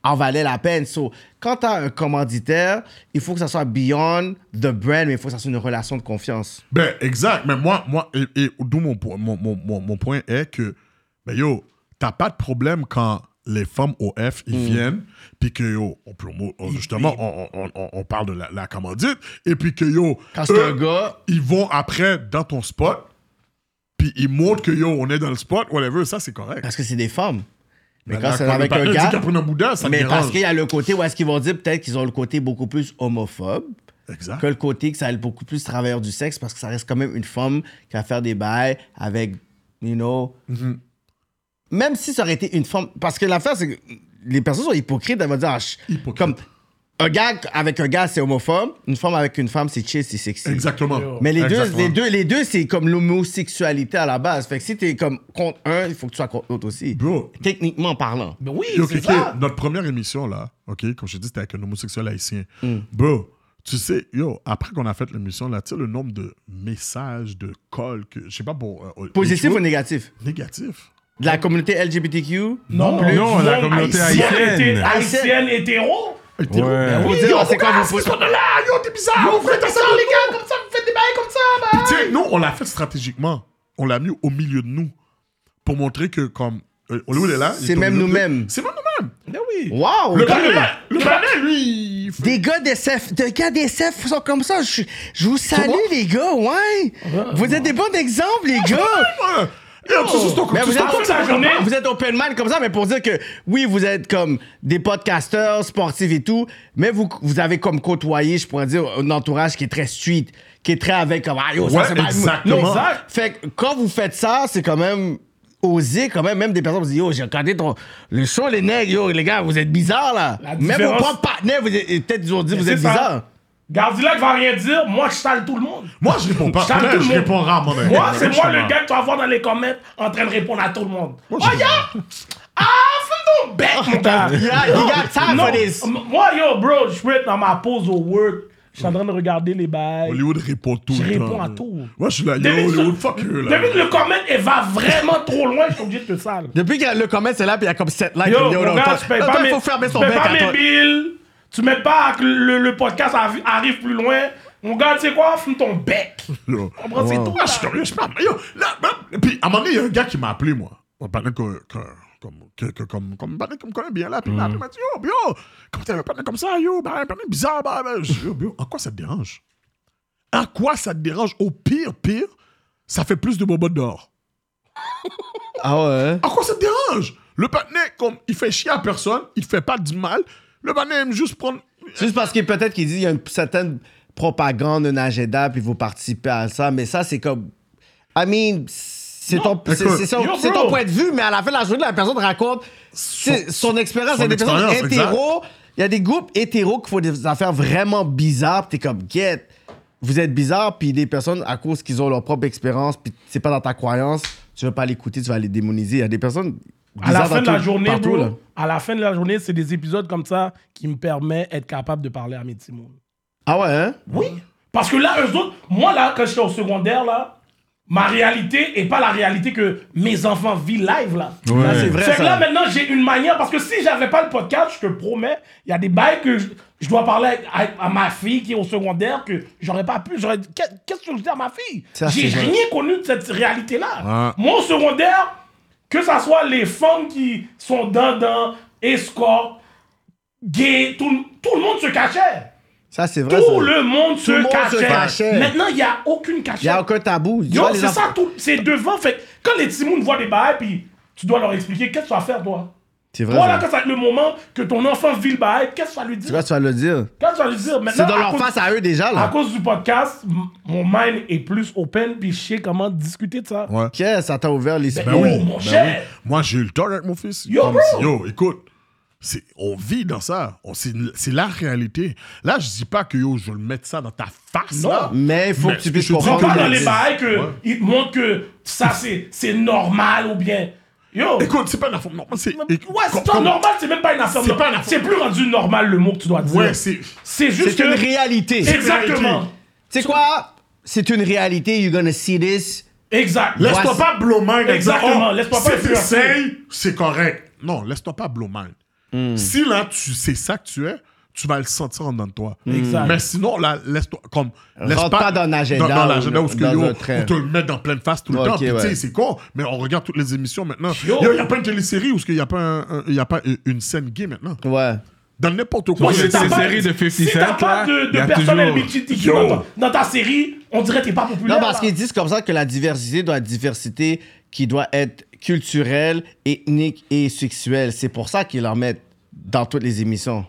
Speaker 4: en valait la peine. So, quand t'as un commanditaire, il faut que ça soit beyond the brand, mais il faut que ça soit une relation de confiance.
Speaker 2: Ben, exact. Mais moi, moi et, et d'où mon, po- mon, mon, mon, mon point est que, ben yo, t'as pas de problème quand les femmes OF,
Speaker 4: Mm.
Speaker 2: ils viennent, puis que yo, on promo, on- justement, on, on, on, on parle de la, la commandite, et puis que yo,
Speaker 4: Quand c'est
Speaker 2: eux,
Speaker 4: un gars,
Speaker 2: ils vont après dans ton spot, puis puis ils montrent que yo, on est dans le spot, whatever, ça c'est correct.
Speaker 4: Parce que c'est des femmes. Mais
Speaker 2: Ben
Speaker 4: quand
Speaker 2: là,
Speaker 4: c'est avec
Speaker 2: le
Speaker 4: un
Speaker 2: partner
Speaker 4: gars.
Speaker 2: dit qu'il a pris un Bouddha, ça me
Speaker 4: mais parce
Speaker 2: dérange.
Speaker 4: qu'il y a le côté où est-ce qu'ils vont dire peut-être qu'ils ont le côté beaucoup plus homophobe
Speaker 2: Exact.
Speaker 4: que le côté que ça a beaucoup plus travailleur du sexe parce que ça reste quand même une femme qui va faire des bails avec, you know. Même si ça aurait été une femme. Parce que l'affaire, c'est que les personnes sont hypocrites, elles vont dire. ah, je-
Speaker 2: Hypocrite.
Speaker 4: Comme un gars avec un gars, c'est homophobe. Une femme avec une femme, c'est chill, c'est sexy.
Speaker 2: Exactement.
Speaker 4: Mais les deux,
Speaker 2: Exactement.
Speaker 4: les deux, les deux c'est comme l'homosexualité à la base. Fait que si t'es comme contre un, il faut que tu sois contre l'autre aussi.
Speaker 2: Bro.
Speaker 4: Techniquement parlant.
Speaker 3: Mais oui,
Speaker 2: Yo,
Speaker 3: c'est
Speaker 2: Kéké,
Speaker 3: ça.
Speaker 2: notre première émission, là, OK, comme je te dis, c'était avec un homosexuel haïtien.
Speaker 4: Mm.
Speaker 2: Bro, tu sais, yo, après qu'on a fait l'émission, là, tu sais, le nombre de messages, de calls, que, je sais pas, bon... euh, euh,
Speaker 4: Positif
Speaker 2: autre
Speaker 4: ou
Speaker 2: chose,
Speaker 4: négatif?
Speaker 2: Négatif.
Speaker 4: De la communauté LGBTQ?
Speaker 3: Non,
Speaker 1: plus. Non,
Speaker 3: du
Speaker 1: la
Speaker 3: monde
Speaker 1: communauté haïtienne.
Speaker 3: hété- haïtienne hétéro.
Speaker 2: Hétéro.
Speaker 1: Ouais.
Speaker 4: Vous
Speaker 3: Oui,
Speaker 4: dites,
Speaker 3: yo,
Speaker 4: ah, c'est
Speaker 3: pourquoi
Speaker 4: quoi
Speaker 3: est-ce
Speaker 4: vos
Speaker 3: qu'ils sont de là, yo, t'es bizarre. vous faites ça, les gars, comme ça, vous faites des bails comme ça, bah.
Speaker 2: Tu sais, nous, on l'a fait stratégiquement. On l'a mis au milieu de nous pour montrer que, comme... euh, Hollywood est là. il
Speaker 4: C'est
Speaker 2: est au
Speaker 4: même
Speaker 2: milieu de-
Speaker 4: nous-mêmes.
Speaker 2: C'est même nous-mêmes.
Speaker 3: Mais oui.
Speaker 4: Wow!
Speaker 2: Le
Speaker 4: quand même.
Speaker 2: panel, le panel, lui, il fait-
Speaker 4: Des gars des CEF, des gars des CEF sont comme ça. Je, je vous salue, les gars, ouais.
Speaker 3: Ah,
Speaker 4: Vous êtes des bons exemples, les gars.
Speaker 2: Ouais. Yo, tu sais, c'est ton-
Speaker 4: Mais
Speaker 2: tu
Speaker 4: vous,
Speaker 2: sais,
Speaker 4: êtes
Speaker 2: ton-
Speaker 3: toute la journée.
Speaker 4: vous êtes open mind comme ça, mais pour dire que oui, vous êtes comme des podcasteurs, sportifs et tout, mais vous, vous avez comme côtoyé, je pourrais dire, un entourage qui est très street, qui est très avec comme ah, yo, ça
Speaker 2: Ouais,
Speaker 4: c'est mal.
Speaker 2: exactement.
Speaker 4: Non, exact. Fait que quand vous faites ça, c'est quand même oser quand même même des personnes vous disent yo j'ai regardé ton le show les nègres yo les gars vous êtes bizarres là
Speaker 3: La
Speaker 4: même vos
Speaker 3: différence-
Speaker 4: propres partenaires vous êtes- peut-être ils ont dit vous
Speaker 3: C'est
Speaker 4: êtes
Speaker 3: ça.
Speaker 4: bizarres
Speaker 3: Gardilac va rien dire, moi je sale tout le monde.
Speaker 2: Moi, je réponds pas.
Speaker 3: Je sale tout le
Speaker 2: Je
Speaker 3: monde.
Speaker 2: réponds rarement. mais-
Speaker 3: Moi, c'est moi
Speaker 2: Justement.
Speaker 3: le gars que tu vas voir dans les comments en train de répondre à tout le monde. Oh,
Speaker 2: je-
Speaker 3: yeah! Ah, fais ton bec, mon gars!
Speaker 4: Yeah, Ah, you got time
Speaker 3: Non,
Speaker 4: for this.
Speaker 3: m- Moi, yo, bro, je peux être dans ma pause au work. Je suis en train de regarder les bails.
Speaker 2: Hollywood répond tout
Speaker 3: Je
Speaker 2: le temps.
Speaker 3: réponds à
Speaker 2: là.
Speaker 3: tout.
Speaker 2: Moi, je suis là, yo,
Speaker 3: David,
Speaker 2: Hollywood,
Speaker 3: ce-
Speaker 2: fuck you, là.
Speaker 3: David, le comment, elle va vraiment trop loin, je suis obligé de te sale.
Speaker 4: depuis que le commerce est là puis il y a comme 7 likes
Speaker 3: Yo,
Speaker 4: yo,
Speaker 3: mon
Speaker 4: non,
Speaker 3: gars,
Speaker 4: toi-
Speaker 3: tu payes
Speaker 4: toi,
Speaker 3: pas mes,
Speaker 4: faut fermer son
Speaker 3: tu payes
Speaker 4: bec
Speaker 3: pas
Speaker 4: à
Speaker 3: mes
Speaker 4: toi.
Speaker 3: bills, tu mets pas que le, le podcast arri- arrive plus loin. Mon gars, tu sais quoi, fume ton bec.
Speaker 2: Yo.
Speaker 3: Comprends, c'est
Speaker 2: Moi,
Speaker 3: toi,
Speaker 2: Ah, je suis curieux, je parle. Yo, là, même- Puis, à un moment donné, il y a un gars qui m'a appelé, moi. On parlait que, que, comme, que, que- comme, comme, un partenaire qui me connaît bien, là. Puis, il m'a appelé, il m'a dit, yo, yo, comment t'as un partenaire comme ça, yo, ben, un partenaire bizarre, ben, ben. Je dis, Yo, yo, en quoi ça te dérange? En quoi ça te dérange? Au pire, pire, ça fait plus de bobos d'or.
Speaker 4: ah ouais
Speaker 2: En quoi ça te dérange? Le partenaire, comme, il fait chier à personne, il fait pas du mal. Le partenaire aime juste prendre.
Speaker 4: C'est juste parce que peut-être qu'il dit qu'il y a une certaine propagande, un agenda, puis vous participez à ça, mais ça, c'est comme. I mean, c'est ton, c'est-
Speaker 2: écoute,
Speaker 4: c'est son-
Speaker 3: yo,
Speaker 4: c'est
Speaker 3: bro.
Speaker 4: ton point de vue, mais à la fin de la journée, la personne raconte c'est- son, expérience. Il y a
Speaker 2: son
Speaker 4: des personnes
Speaker 2: expérience, exact.
Speaker 4: hétéros. Il y a des groupes hétéros qui font des affaires vraiment bizarres, puis t'es comme, get, vous êtes bizarre, puis des personnes, à cause qu'ils ont leur propre expérience, puis c'est pas dans ta croyance, tu vas pas l'écouter, tu vas les démoniser. Il y a des personnes.
Speaker 3: À la
Speaker 4: bizarres
Speaker 3: fin de
Speaker 4: Ah, dans
Speaker 3: la
Speaker 4: tout-
Speaker 3: journée,
Speaker 4: partout,
Speaker 3: bro,
Speaker 4: là.
Speaker 3: à la fin de la journée, c'est des épisodes comme ça qui me permettent d'être capable de parler à mes petits mondes.
Speaker 4: Ah ouais, hein?
Speaker 3: Oui. Parce que là, eux autres, moi, là, quand j'étais au secondaire, là, ma réalité est pas la réalité que mes enfants vivent live, là.
Speaker 4: Là, c'est vrai.
Speaker 3: Fait que
Speaker 4: ça.
Speaker 3: là, maintenant, j'ai une manière, parce que si j'avais pas le podcast, je te promets, il y a des bails que je, je dois parler avec- avec- à, ma fille qui est au secondaire que j'aurais pas pu. J'aurais dit, Qu'est- qu'est-ce que je dis à ma fille
Speaker 4: Ça,
Speaker 3: J'ai
Speaker 4: c'est
Speaker 3: rien
Speaker 4: vrai.
Speaker 3: connu de cette réalité-là.
Speaker 2: Ouais.
Speaker 3: Moi, au secondaire, que ça soit les femmes qui sont dans, dans, escorte, gay, tout, le- tout le monde se cachait.
Speaker 4: Ça, c'est vrai.
Speaker 3: Tout
Speaker 4: ça.
Speaker 3: le monde se
Speaker 4: le monde se
Speaker 3: cachait.
Speaker 4: cachait.
Speaker 3: Maintenant, il n'y a aucune
Speaker 4: Il y a
Speaker 3: cachette.
Speaker 4: aucun tabou. Tu
Speaker 3: Yo,
Speaker 4: vois, les
Speaker 3: c'est
Speaker 4: enfants-
Speaker 3: ça, tout. C'est devant. Fait que quand les timounes voient des bails, puis tu dois leur expliquer qu'est-ce que tu vas faire, toi.
Speaker 4: C'est vrai.
Speaker 3: Voilà,
Speaker 4: ça.
Speaker 3: quand ça va être le moment que ton enfant vit le bail, qu'est-ce que tu vas lui
Speaker 4: Tu
Speaker 3: dire
Speaker 4: vois, tu vas le dire.
Speaker 3: Qu'est-ce que tu vas lui dire Maintenant,
Speaker 4: C'est dans
Speaker 3: à
Speaker 4: leur
Speaker 3: cause-
Speaker 4: face à eux déjà,
Speaker 3: À
Speaker 4: là.
Speaker 3: cause du podcast, m- mon mind est plus open, puis je sais comment discuter de ça.
Speaker 2: Ouais.
Speaker 4: Ok, ça t'a ouvert l'esprit.
Speaker 3: Ben oui.
Speaker 2: Ben
Speaker 3: mon cher.
Speaker 2: Moi, j'ai eu le tort avec mon fils.
Speaker 3: Yo,
Speaker 2: Comme
Speaker 3: bro.
Speaker 2: si- yo, écoute, c'est- on vit dans ça. On- C'est c'est la réalité. Là, je dis pas que yo, je vais le mettre ça dans ta face.
Speaker 3: Non.
Speaker 2: là.
Speaker 4: Mais il faut
Speaker 2: Mais
Speaker 4: que tu puisses
Speaker 2: je te dis
Speaker 3: On
Speaker 4: comprendre.
Speaker 2: pas
Speaker 3: parle
Speaker 4: que-
Speaker 3: dans les bails que
Speaker 2: Ouais.
Speaker 3: ils te montrent que ça, c'est c'est normal ou bien. Yo,
Speaker 2: Écoute, c'est pas une affaire normale. C'est
Speaker 3: ouais, c'est pas normal, c'est même pas une affaire.
Speaker 2: C'est pas une affaire-
Speaker 3: C'est plus rendu normal le mot que tu dois dire.
Speaker 2: Ouais, c'est.
Speaker 3: C'est juste
Speaker 4: C'est une
Speaker 3: que.
Speaker 4: réalité. Tu
Speaker 3: Exactement.
Speaker 4: sais quoi? C'est une réalité. You're gonna see this.
Speaker 3: Exact.
Speaker 2: Laisse-toi
Speaker 4: Voici-
Speaker 2: pas blow mind. en
Speaker 3: Exactement,
Speaker 2: disant, oh,
Speaker 3: laisse-toi pas
Speaker 2: si
Speaker 3: influencer.
Speaker 2: t'essayes, c'est correct. Non, laisse-toi pas blow mind.
Speaker 4: Hmm.
Speaker 2: Si là, tu c'est ça que tu es, tu vas le sentir en dedans de toi.
Speaker 3: Exact.
Speaker 2: Mais sinon, là, laisse-toi comme. Laisse
Speaker 4: Rentre pas dans l'agenda
Speaker 2: Dans, dans l'agenda
Speaker 4: ou
Speaker 2: où ce que
Speaker 4: dans
Speaker 2: yo,
Speaker 4: un train.
Speaker 2: on te le met dans pleine face tout le
Speaker 4: Ok,
Speaker 2: temps. Puis tu sais,
Speaker 4: ouais.
Speaker 2: c'est con, mais on regarde toutes les émissions maintenant.
Speaker 3: Yo.
Speaker 2: Il y a pas une télésérie où il n'y a pas, un- un- y a pas une scène gay maintenant.
Speaker 4: Ouais.
Speaker 2: Dans n'importe quoi.
Speaker 3: Moi,
Speaker 1: Sur
Speaker 3: si
Speaker 1: les-
Speaker 3: t'as
Speaker 1: ces
Speaker 3: pas-
Speaker 1: séries de 50
Speaker 3: si t'as
Speaker 1: Cent, là,
Speaker 3: pas de, de
Speaker 1: y a
Speaker 3: personnel
Speaker 1: toujours-
Speaker 3: LGBTQ
Speaker 2: Yo.
Speaker 3: dans, ta- dans ta série, on dirait que t'es pas populaire.
Speaker 4: Non, parce
Speaker 3: là.
Speaker 4: qu'ils disent comme ça que la diversité doit être diversité qui doit être culturelle, ethnique et sexuelle. C'est pour ça qu'ils leur mettent dans toutes les émissions.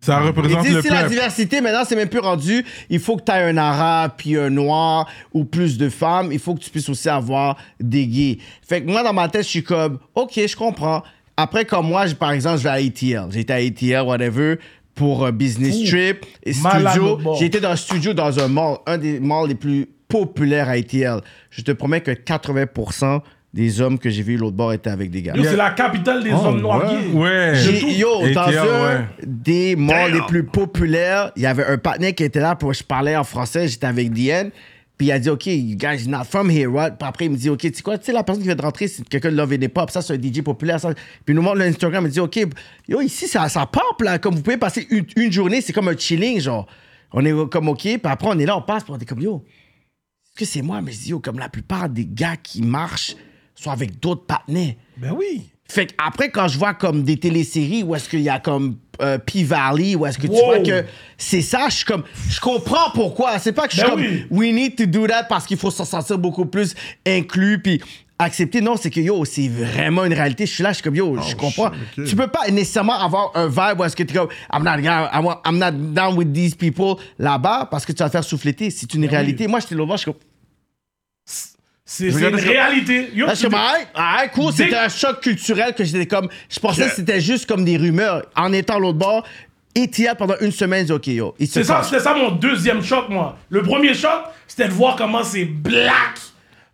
Speaker 1: Ça
Speaker 4: Ils
Speaker 1: représente
Speaker 4: disent
Speaker 1: le
Speaker 4: si la
Speaker 1: peuple.
Speaker 4: diversité, maintenant, c'est même plus rendu. Il faut que tu aies un arabe, puis un noir, ou plus de femmes. Il faut que tu puisses aussi avoir des gays. Fait que moi, dans ma tête, je suis comme, OK, je comprends. Après, comme moi, j'ai- par exemple, je vais à ATL. J'étais à ATL, whatever, pour euh, business trip, et
Speaker 3: malade
Speaker 4: studio.
Speaker 3: de bord.
Speaker 4: J'ai été dans un studio dans un mall, un des malls les plus populaires à ATL. Je te promets que 80% des hommes que j'ai vus l'autre bord étaient avec des gars.
Speaker 3: Yo, C'est la capitale
Speaker 4: Oh,
Speaker 3: des hommes noirs
Speaker 2: ouais.
Speaker 3: gays.
Speaker 1: Ouais.
Speaker 4: J'ai-
Speaker 1: Tout-
Speaker 4: Yo, dans
Speaker 1: ATL,
Speaker 4: un
Speaker 1: ouais.
Speaker 4: des malls les plus populaires, il y avait un partenaire qui était là pour je parlais en français, j'étais avec Diane. Puis il a dit, OK, you guys not from here, right? Puis après, il me dit, OK, tu sais quoi, tu sais, la personne qui vient de rentrer, c'est quelqu'un de Love and Hip Hop, ça, c'est un DJ populaire. Ça. Puis il nous montre l'Instagram, il dit, OK, yo, ici, ça, ça pop, là. Comme vous pouvez passer une, une journée, c'est comme un chilling, genre. On est comme OK, puis après, on est là, on passe, puis on est comme, yo, est-ce que c'est moi? Mais je dis, yo, comme la plupart des gars qui marchent sont avec d'autres partenaires.
Speaker 3: Ben oui.
Speaker 4: Fait que après quand je vois comme des téléséries où est-ce qu'il y a comme euh, P-Valley, où est-ce que tu
Speaker 3: Wow.
Speaker 4: vois que c'est ça, je suis comme, je comprends pourquoi. C'est pas que je suis
Speaker 3: Ben
Speaker 4: comme,
Speaker 3: oui.
Speaker 4: we need to do that parce qu'il faut se sentir beaucoup plus inclus puis accepter. Non, c'est que yo, c'est vraiment une réalité. Je suis là, je suis comme yo,
Speaker 3: Oh,
Speaker 4: je comprends.
Speaker 2: shit, ok.
Speaker 4: Tu peux pas nécessairement avoir un vibe où est-ce que tu es comme, I'm not, down- I want- I'm not down with these people là-bas parce que tu vas te faire souffleter. C'est
Speaker 3: Ben
Speaker 4: une réalité. Moi, j'étais là-bas, je suis comme,
Speaker 3: C'est c'est une réalité. Yo,
Speaker 4: Parce que,
Speaker 3: tu-
Speaker 4: bah, hey, hey, cool,
Speaker 3: Dès-
Speaker 4: c'était un choc culturel que j'étais comme. Je pensais que c'était juste comme des rumeurs. En étant l'autre bord, Etihad pendant une semaine, j'ai dit, OK, yo. il se
Speaker 3: C'est ça,
Speaker 4: passe.
Speaker 3: c'était ça mon deuxième choc, moi. Le premier choc, c'était de voir comment c'est black,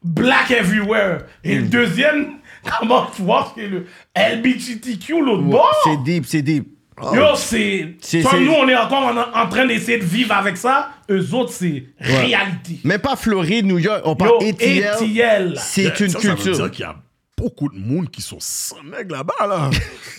Speaker 3: black everywhere. Et
Speaker 4: Hmm.
Speaker 3: le deuxième, comment tu vois que le LBGTQ, l'autre bord.
Speaker 4: C'est deep, c'est deep.
Speaker 3: Yo, c'est.
Speaker 4: C'est-
Speaker 3: Comme
Speaker 4: c'est-
Speaker 3: nous, on est encore en, en train d'essayer de vivre avec ça, eux autres, c'est réalité.
Speaker 4: Même pas Floride, New York, on
Speaker 3: Yo,
Speaker 4: parle Etihad.
Speaker 3: ATL.
Speaker 4: C'est une
Speaker 2: ça, ça veut
Speaker 4: culture.
Speaker 2: dire qu'il y a beaucoup de monde qui sont sans nègres là-bas, là.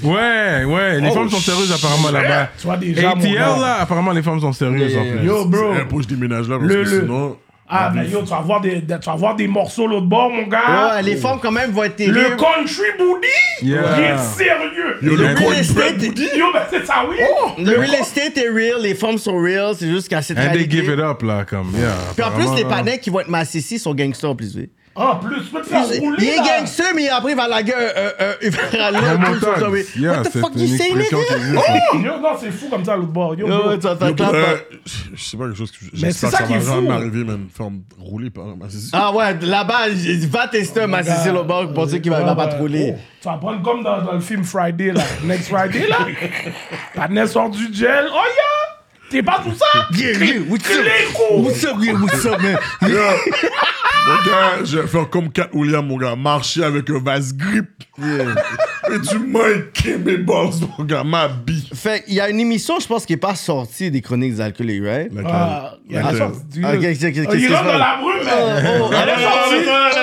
Speaker 1: Ouais, ouais. Les
Speaker 2: Oh,
Speaker 1: femmes sont sérieuses apparemment
Speaker 2: shit.
Speaker 1: là-bas.
Speaker 3: Tu vois déjà. mon
Speaker 1: ATL,
Speaker 3: gars.
Speaker 1: là, apparemment, les femmes sont sérieuses en plus.
Speaker 3: Yo, bro.
Speaker 2: C'est un peu, je déménage là, parce
Speaker 3: Le-
Speaker 2: que
Speaker 3: le-
Speaker 2: sinon...
Speaker 3: Ah, mais yo, tu vas voir des, des- tu vas voir des morceaux l'autre bord, mon gars.
Speaker 4: Ouais, les
Speaker 1: Oh.
Speaker 4: femmes, quand même, vont être
Speaker 3: Le
Speaker 4: terribles.
Speaker 3: country booty,
Speaker 1: Yeah.
Speaker 3: il est sérieux.
Speaker 2: Yo,
Speaker 4: Le Oh.
Speaker 2: le
Speaker 4: real
Speaker 2: cornbread
Speaker 4: estate-
Speaker 2: booty.
Speaker 3: Yo, ben c'est ça, oui.
Speaker 4: Le real estate est real, les femmes sont real, c'est juste qu'à cette
Speaker 1: And they give
Speaker 4: réalité.
Speaker 1: it up, là, comme. Yeah,
Speaker 4: Puis en plus,
Speaker 1: apparemment,
Speaker 4: les
Speaker 1: là.
Speaker 4: panneaux qui vont être massés ici sont gangsters en plus, oui.
Speaker 3: En plus, tu peux te faire
Speaker 4: Il il
Speaker 3: rouler,
Speaker 4: est
Speaker 3: là.
Speaker 4: gangster, mais après, il va laguer euh, un- un- un- il va râler un coup sur
Speaker 1: Montagne.
Speaker 4: son-
Speaker 1: Yeah,
Speaker 4: What the
Speaker 1: c'est
Speaker 4: fuck
Speaker 1: une
Speaker 4: you say,
Speaker 1: expression
Speaker 4: nigga?
Speaker 1: qui existe.
Speaker 3: Yo, non, c'est fou comme ça, l'autre bord. Yo,
Speaker 4: Oh, Ouais,
Speaker 3: bro.
Speaker 4: ouais, tu vas te faire hein.
Speaker 2: Yo,
Speaker 4: clapper.
Speaker 2: euh, je- je sais pas quelque chose que je- j'espère
Speaker 3: c'est
Speaker 2: que
Speaker 3: ça
Speaker 2: ça
Speaker 3: qui est
Speaker 2: va
Speaker 3: fou.
Speaker 2: jamais m'arriver, man. Faire me rouler par ma
Speaker 4: Ah ouais, là-bas, j- va tester un massicé au banc pour dire qu'il va, va pas te rouler.
Speaker 3: Oh, tu vas prendre comme dans, dans le film Friday, là. Next Friday, là. Panel sort du gel. Oh, yeah! T'es pas tout ça?
Speaker 4: Yeah, yeah, what's up?
Speaker 3: Les coups!
Speaker 4: What's up, yeah, what's up, man?
Speaker 2: Yeah. Mon gars, je vais faire comme Cat William, mon gars. Marcher avec un vase grip. Et tu manques mes balls, mon gars. Ma bille.
Speaker 4: Fait qu'il y a une émission, je pense, qui est pas sortie des chroniques alcooliques, right?
Speaker 2: La
Speaker 3: Ah, il a
Speaker 2: Laquelle?
Speaker 3: sorti du-
Speaker 4: Ah, qu'est- qu'est- qu'est-
Speaker 3: Oh, Il
Speaker 4: qu'est-ce
Speaker 3: rentre
Speaker 4: que
Speaker 3: dans
Speaker 4: je
Speaker 3: la brume, man.
Speaker 4: oh,
Speaker 3: Elle est sortie.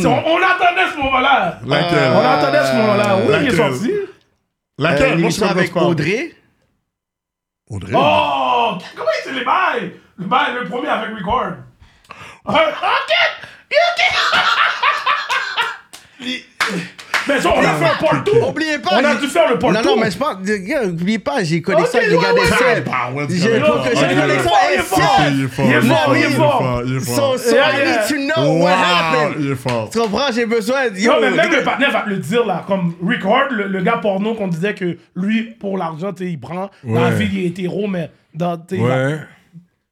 Speaker 3: Si
Speaker 4: Euh,
Speaker 3: On on l'attendait ce moment-là.
Speaker 2: Laquelle?
Speaker 3: On l'attendait ce moment-là. Oui, il est
Speaker 2: Laquelle?
Speaker 3: sorti.
Speaker 2: Laquelle?
Speaker 4: Une
Speaker 2: Moi, je sais
Speaker 4: émission
Speaker 2: pas de quoi tu
Speaker 4: Euh, avec
Speaker 2: parles.
Speaker 4: Audrey.
Speaker 2: Audrey.
Speaker 3: Oh! Comment c'est les bails? Le bail, le premier avec Record. Euh, ok! Mais ça, on a fait un part two.
Speaker 4: Oubliez pas.
Speaker 3: On a
Speaker 4: j'ai-
Speaker 3: dû faire le
Speaker 4: Non,
Speaker 3: porto.
Speaker 4: non, mais je parle. de- regarde, Oubliez pas, j'ai connu ça
Speaker 3: Ok,
Speaker 4: avec les
Speaker 3: ouais,
Speaker 4: gars
Speaker 3: ouais,
Speaker 4: des
Speaker 3: ouais.
Speaker 4: Sèvres.
Speaker 2: Ah ouais,
Speaker 4: J'ai
Speaker 2: c'est
Speaker 4: j'ai
Speaker 2: vrai.
Speaker 4: connu
Speaker 3: Il est
Speaker 4: ça.
Speaker 3: fort, il est fort.
Speaker 2: Il est fort,
Speaker 3: Il est fort,
Speaker 2: il
Speaker 3: il est
Speaker 2: est
Speaker 3: fort.
Speaker 2: fort, il est
Speaker 4: So,
Speaker 2: fort.
Speaker 4: so
Speaker 3: Yeah,
Speaker 4: I
Speaker 3: yeah.
Speaker 4: need to know
Speaker 2: Wow,
Speaker 4: what happened.
Speaker 2: Il est fort.
Speaker 4: Tu comprends, j'ai besoin de.
Speaker 3: Non,
Speaker 4: Yo,
Speaker 3: mais même
Speaker 4: les
Speaker 3: le
Speaker 4: gars-
Speaker 3: partenaire va te le dire, là. Comme Rick Hard, le, le gars porno qu'on disait que lui, pour l'argent, tu sais, il prend. Dans la
Speaker 1: Ouais.
Speaker 3: vie, il est hétéro, mais dans, tu sais, il va-
Speaker 1: Ouais.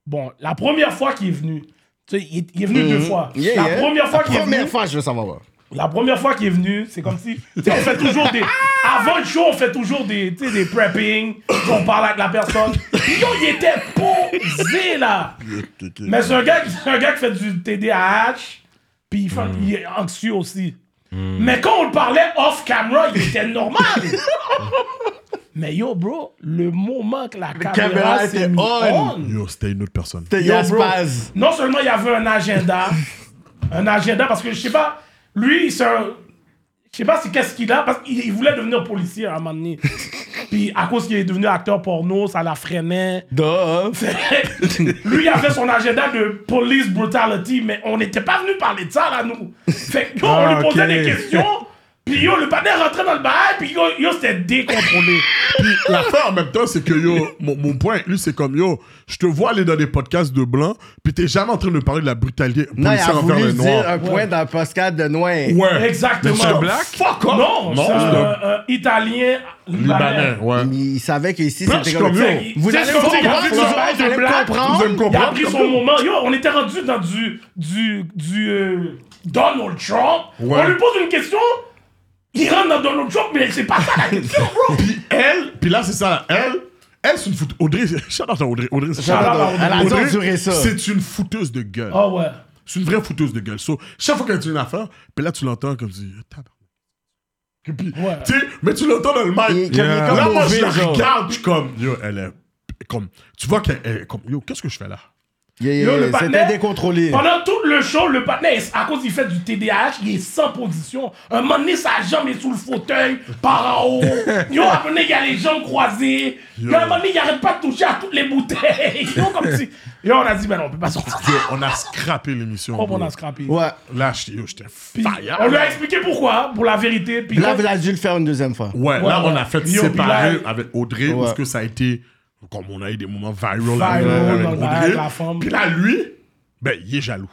Speaker 3: Bon, la première fois qu'il est venu, tu sais, il est- il est venu deux fois.
Speaker 4: Mhm. Yeah,
Speaker 3: la
Speaker 4: yeah.
Speaker 3: première fois qu'il est venu,
Speaker 4: Première fois, je veux savoir. ouais.
Speaker 3: La première fois qu'il est venu, c'est comme si. tu sais, On fait toujours des. Avant le show, on fait toujours des, tu sais, des prepping. On parle avec la personne. Puis yo, il était posé là. Mais c'est un gars, qui- c'est un gars qui fait du TDAH. Puis il, fait- il est anxieux aussi. Mais quand on le parlait off camera, il était normal. Mais yo, bro, le moment que la caméra,
Speaker 4: caméra
Speaker 3: s'est
Speaker 4: était
Speaker 3: mise
Speaker 4: on.
Speaker 3: on
Speaker 2: Yo, c'était une autre personne.
Speaker 4: Yo,
Speaker 3: Yo, bro,
Speaker 4: Yaspaz.
Speaker 3: Non seulement il y avait un agenda, un agenda parce que je sais pas, lui c'est un, je sais pas c'est qu'est-ce qu'il a parce qu'il il voulait devenir policier à un moment donné. Puis à cause qu'il est devenu acteur porno, ça la freinait.
Speaker 4: Duh.
Speaker 3: lui il avait son agenda de police brutality, mais on n'était pas venu parler de ça là nous. Fait que, nous, on
Speaker 1: Ah,
Speaker 3: lui posait
Speaker 1: ok.
Speaker 3: des questions. Puis yo, le partenaire rentrait dans le bail, puis yo, yo c'était décontrôlé.
Speaker 2: Puis l'affaire en même temps, c'est que yo, mon, mon point avec lui, c'est comme yo, je te vois aller dans des podcasts de blanc, puis t'es jamais en train de parler de la brutalité
Speaker 4: Non, il a
Speaker 2: policière envers les
Speaker 4: voulu dire
Speaker 2: noirs.
Speaker 4: un point dans le podcast de Noir.
Speaker 2: Ouais.
Speaker 3: Exactement.
Speaker 2: Mais c'est un black?
Speaker 3: Fuck off.
Speaker 2: Non,
Speaker 3: Non, c'est
Speaker 2: c'est
Speaker 3: un,
Speaker 2: un-
Speaker 3: un- un italien libanais.
Speaker 2: Libanais, ouais.
Speaker 4: Il il savait qu'ici,
Speaker 2: Blanche
Speaker 4: c'était
Speaker 2: comme
Speaker 4: comme...
Speaker 2: yo.
Speaker 4: Vous
Speaker 3: C'est
Speaker 4: allez
Speaker 3: ce qu'on dit,
Speaker 4: comprendre,
Speaker 3: il a pris
Speaker 4: vous
Speaker 3: son
Speaker 4: allez-
Speaker 3: moment
Speaker 4: vous allez
Speaker 3: de blague,
Speaker 4: comprendre.
Speaker 2: Vous allez
Speaker 3: Il a
Speaker 2: comprendre.
Speaker 3: pris son moment. Yo, on était rendu dans du, du, du euh, Donald Trump.
Speaker 2: Ouais.
Speaker 3: On lui pose une question. Il rentre dans Donald Trump, mais c'est pas ça la question, bro.
Speaker 2: Puis elle, puis là, c'est ça, elle, elle, c'est une fouteuse. Audrey, shout out à Audrey. Audrey, shout out à
Speaker 4: Elle a
Speaker 2: Audrey.
Speaker 4: enduré ça.
Speaker 2: C'est une fouteuse de gueule.
Speaker 3: Ah ouais.
Speaker 2: C'est une vraie fouteuse de gueule. So, chaque fois qu'elle dit une affaire, puis là, tu l'entends comme si. euh, Tabarnak. Et puis,
Speaker 3: Ouais.
Speaker 2: tu sais, mais tu l'entends dans le
Speaker 4: Il-
Speaker 2: mic.
Speaker 4: comme il est comme
Speaker 2: Là, moi,
Speaker 4: mauvais,
Speaker 2: je la
Speaker 4: genre.
Speaker 2: regarde, je suis comme. Yo, elle est. Comme, tu vois qu'elle est comme. Yo, qu'est-ce que je fais là?
Speaker 4: Yeah, yeah,
Speaker 3: Yo, le
Speaker 4: yeah, C'était
Speaker 3: partenaire-
Speaker 4: décontrôlé.
Speaker 3: Pendant tout le show, le partenaire, il- à cause qu'il fait du TDAH, il est sans position. Un moment donné, sa jambe est sous le fauteuil, par en haut. Yo, à un moment donné, il y a les jambes croisées. Yo, à un moment donné, il arrête pas de toucher à toutes les bouteilles. Yo, comme si... Yo, on a dit, ben non, on peut pas sortir.
Speaker 2: Yo, on a scrappé l'émission.
Speaker 3: Oh,
Speaker 2: bro.
Speaker 3: on a scrappé.
Speaker 4: Ouais.
Speaker 2: Là, j'étais, yo, j'étais
Speaker 3: Puis,
Speaker 2: fire.
Speaker 3: on lui a expliqué pourquoi, pour la vérité. Puis
Speaker 4: Là,
Speaker 3: quand-
Speaker 4: il a dû le faire une deuxième fois.
Speaker 2: Ouais, là,
Speaker 3: ouais.
Speaker 2: on a fait
Speaker 3: Yo,
Speaker 2: séparer
Speaker 3: puis là-
Speaker 2: avec Audrey
Speaker 4: Ouais.
Speaker 2: parce que ça a été. Comme on a eu des moments viral,
Speaker 3: Viral,
Speaker 2: avec, avec
Speaker 3: dans le bar, la
Speaker 2: Audrey.
Speaker 3: femme.
Speaker 2: Puis là, lui, ben, il est jaloux.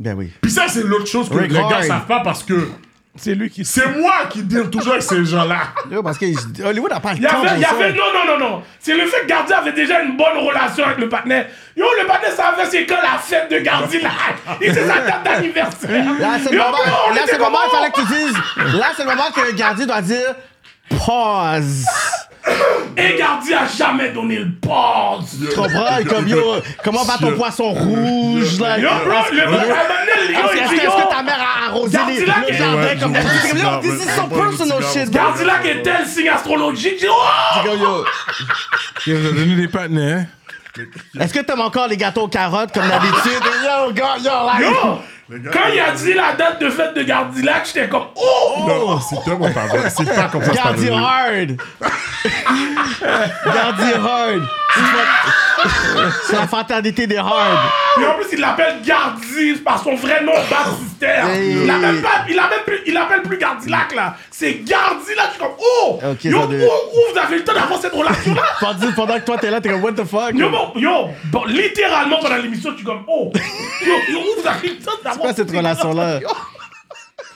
Speaker 4: Ben oui.
Speaker 2: Puis ça, c'est l'autre chose que
Speaker 4: Rick
Speaker 2: les gars
Speaker 4: Hard.
Speaker 2: savent pas parce que
Speaker 3: c'est lui qui...
Speaker 2: c'est moi qui deal toujours avec ces gens-là.
Speaker 4: Yo, parce que j- Hollywood a pas le
Speaker 3: Il y
Speaker 4: temps
Speaker 3: avait, il y
Speaker 4: pour ça.
Speaker 3: avait- non, non, non, non. C'est le fait que Gardi avait déjà une bonne relation avec le partenaire. Yo, le partenaire savait c'est quand la fête de Gardi, là. Et c'est sa date d'anniversaire.
Speaker 4: Là, c'est le
Speaker 3: Yo,
Speaker 4: moment,
Speaker 3: bro, on
Speaker 4: là,
Speaker 3: était
Speaker 4: c'est le
Speaker 3: comme,
Speaker 4: moment il
Speaker 3: oh,
Speaker 4: fallait que tu dises. Là, c'est le moment que le gardien doit dire pause.
Speaker 3: Et Gardi a jamais donné le pause.
Speaker 4: Tu comprends? Et Comme yo, comment va ton
Speaker 2: Yo.
Speaker 4: poisson rouge? Là,
Speaker 3: Yo, bro,
Speaker 4: Est-ce-
Speaker 3: le
Speaker 4: Est-ce-
Speaker 3: mec a donné le
Speaker 4: Ah, est-ce-
Speaker 3: yo,
Speaker 4: est-ce
Speaker 3: il dit, oh, yo,
Speaker 4: que ta mère a arrosé
Speaker 3: Garde-la
Speaker 4: les-
Speaker 3: qui-
Speaker 4: le jardin
Speaker 2: Ouais,
Speaker 4: comme
Speaker 2: je
Speaker 4: ça?
Speaker 2: vois,
Speaker 4: Yo,
Speaker 2: je
Speaker 4: This is
Speaker 2: vois,
Speaker 4: so
Speaker 2: je vois,
Speaker 4: personal
Speaker 2: je vois.
Speaker 4: shit, bro.
Speaker 3: Gardi, là, qui est tel signe astrologique, dit, oh!
Speaker 4: Yo, yo.
Speaker 1: Ils nous ont donné des partenaires.
Speaker 4: Est-ce que t'aimes encore les gâteaux aux carottes comme d'habitude? Yo, gars, yo, là.
Speaker 3: Yo!
Speaker 2: Les gars,
Speaker 3: Quand il a
Speaker 2: les
Speaker 3: dit la date de fête de Gardilac, j'étais comme Oh!
Speaker 2: Non, c'est tellement pas vrai. C'est pas comme ça. que ça
Speaker 4: Gardi
Speaker 2: devient.
Speaker 4: hard! Gardi hard! C'est la fatalité des hard!
Speaker 3: Et en plus, il l'appelle Gardi par son vrai nom baptistère.
Speaker 4: Hey.
Speaker 3: Il l'appelle pas, il l'appelle plus, il l'appelle plus Gardilac là. C'est Gardilac, je suis comme Oh!
Speaker 4: Ok,
Speaker 3: yo,
Speaker 4: ça
Speaker 3: où,
Speaker 4: devait-
Speaker 3: où vous avez le temps d'avoir cette relation là?
Speaker 4: Pendant, pendant que toi t'es là, t'es comme what the fuck?
Speaker 3: Yo, bon, yo, bon, littéralement pendant l'émission, tu es comme Oh! Yo, yo, où vous avez le temps d'avoir
Speaker 4: quoi cette relation-là?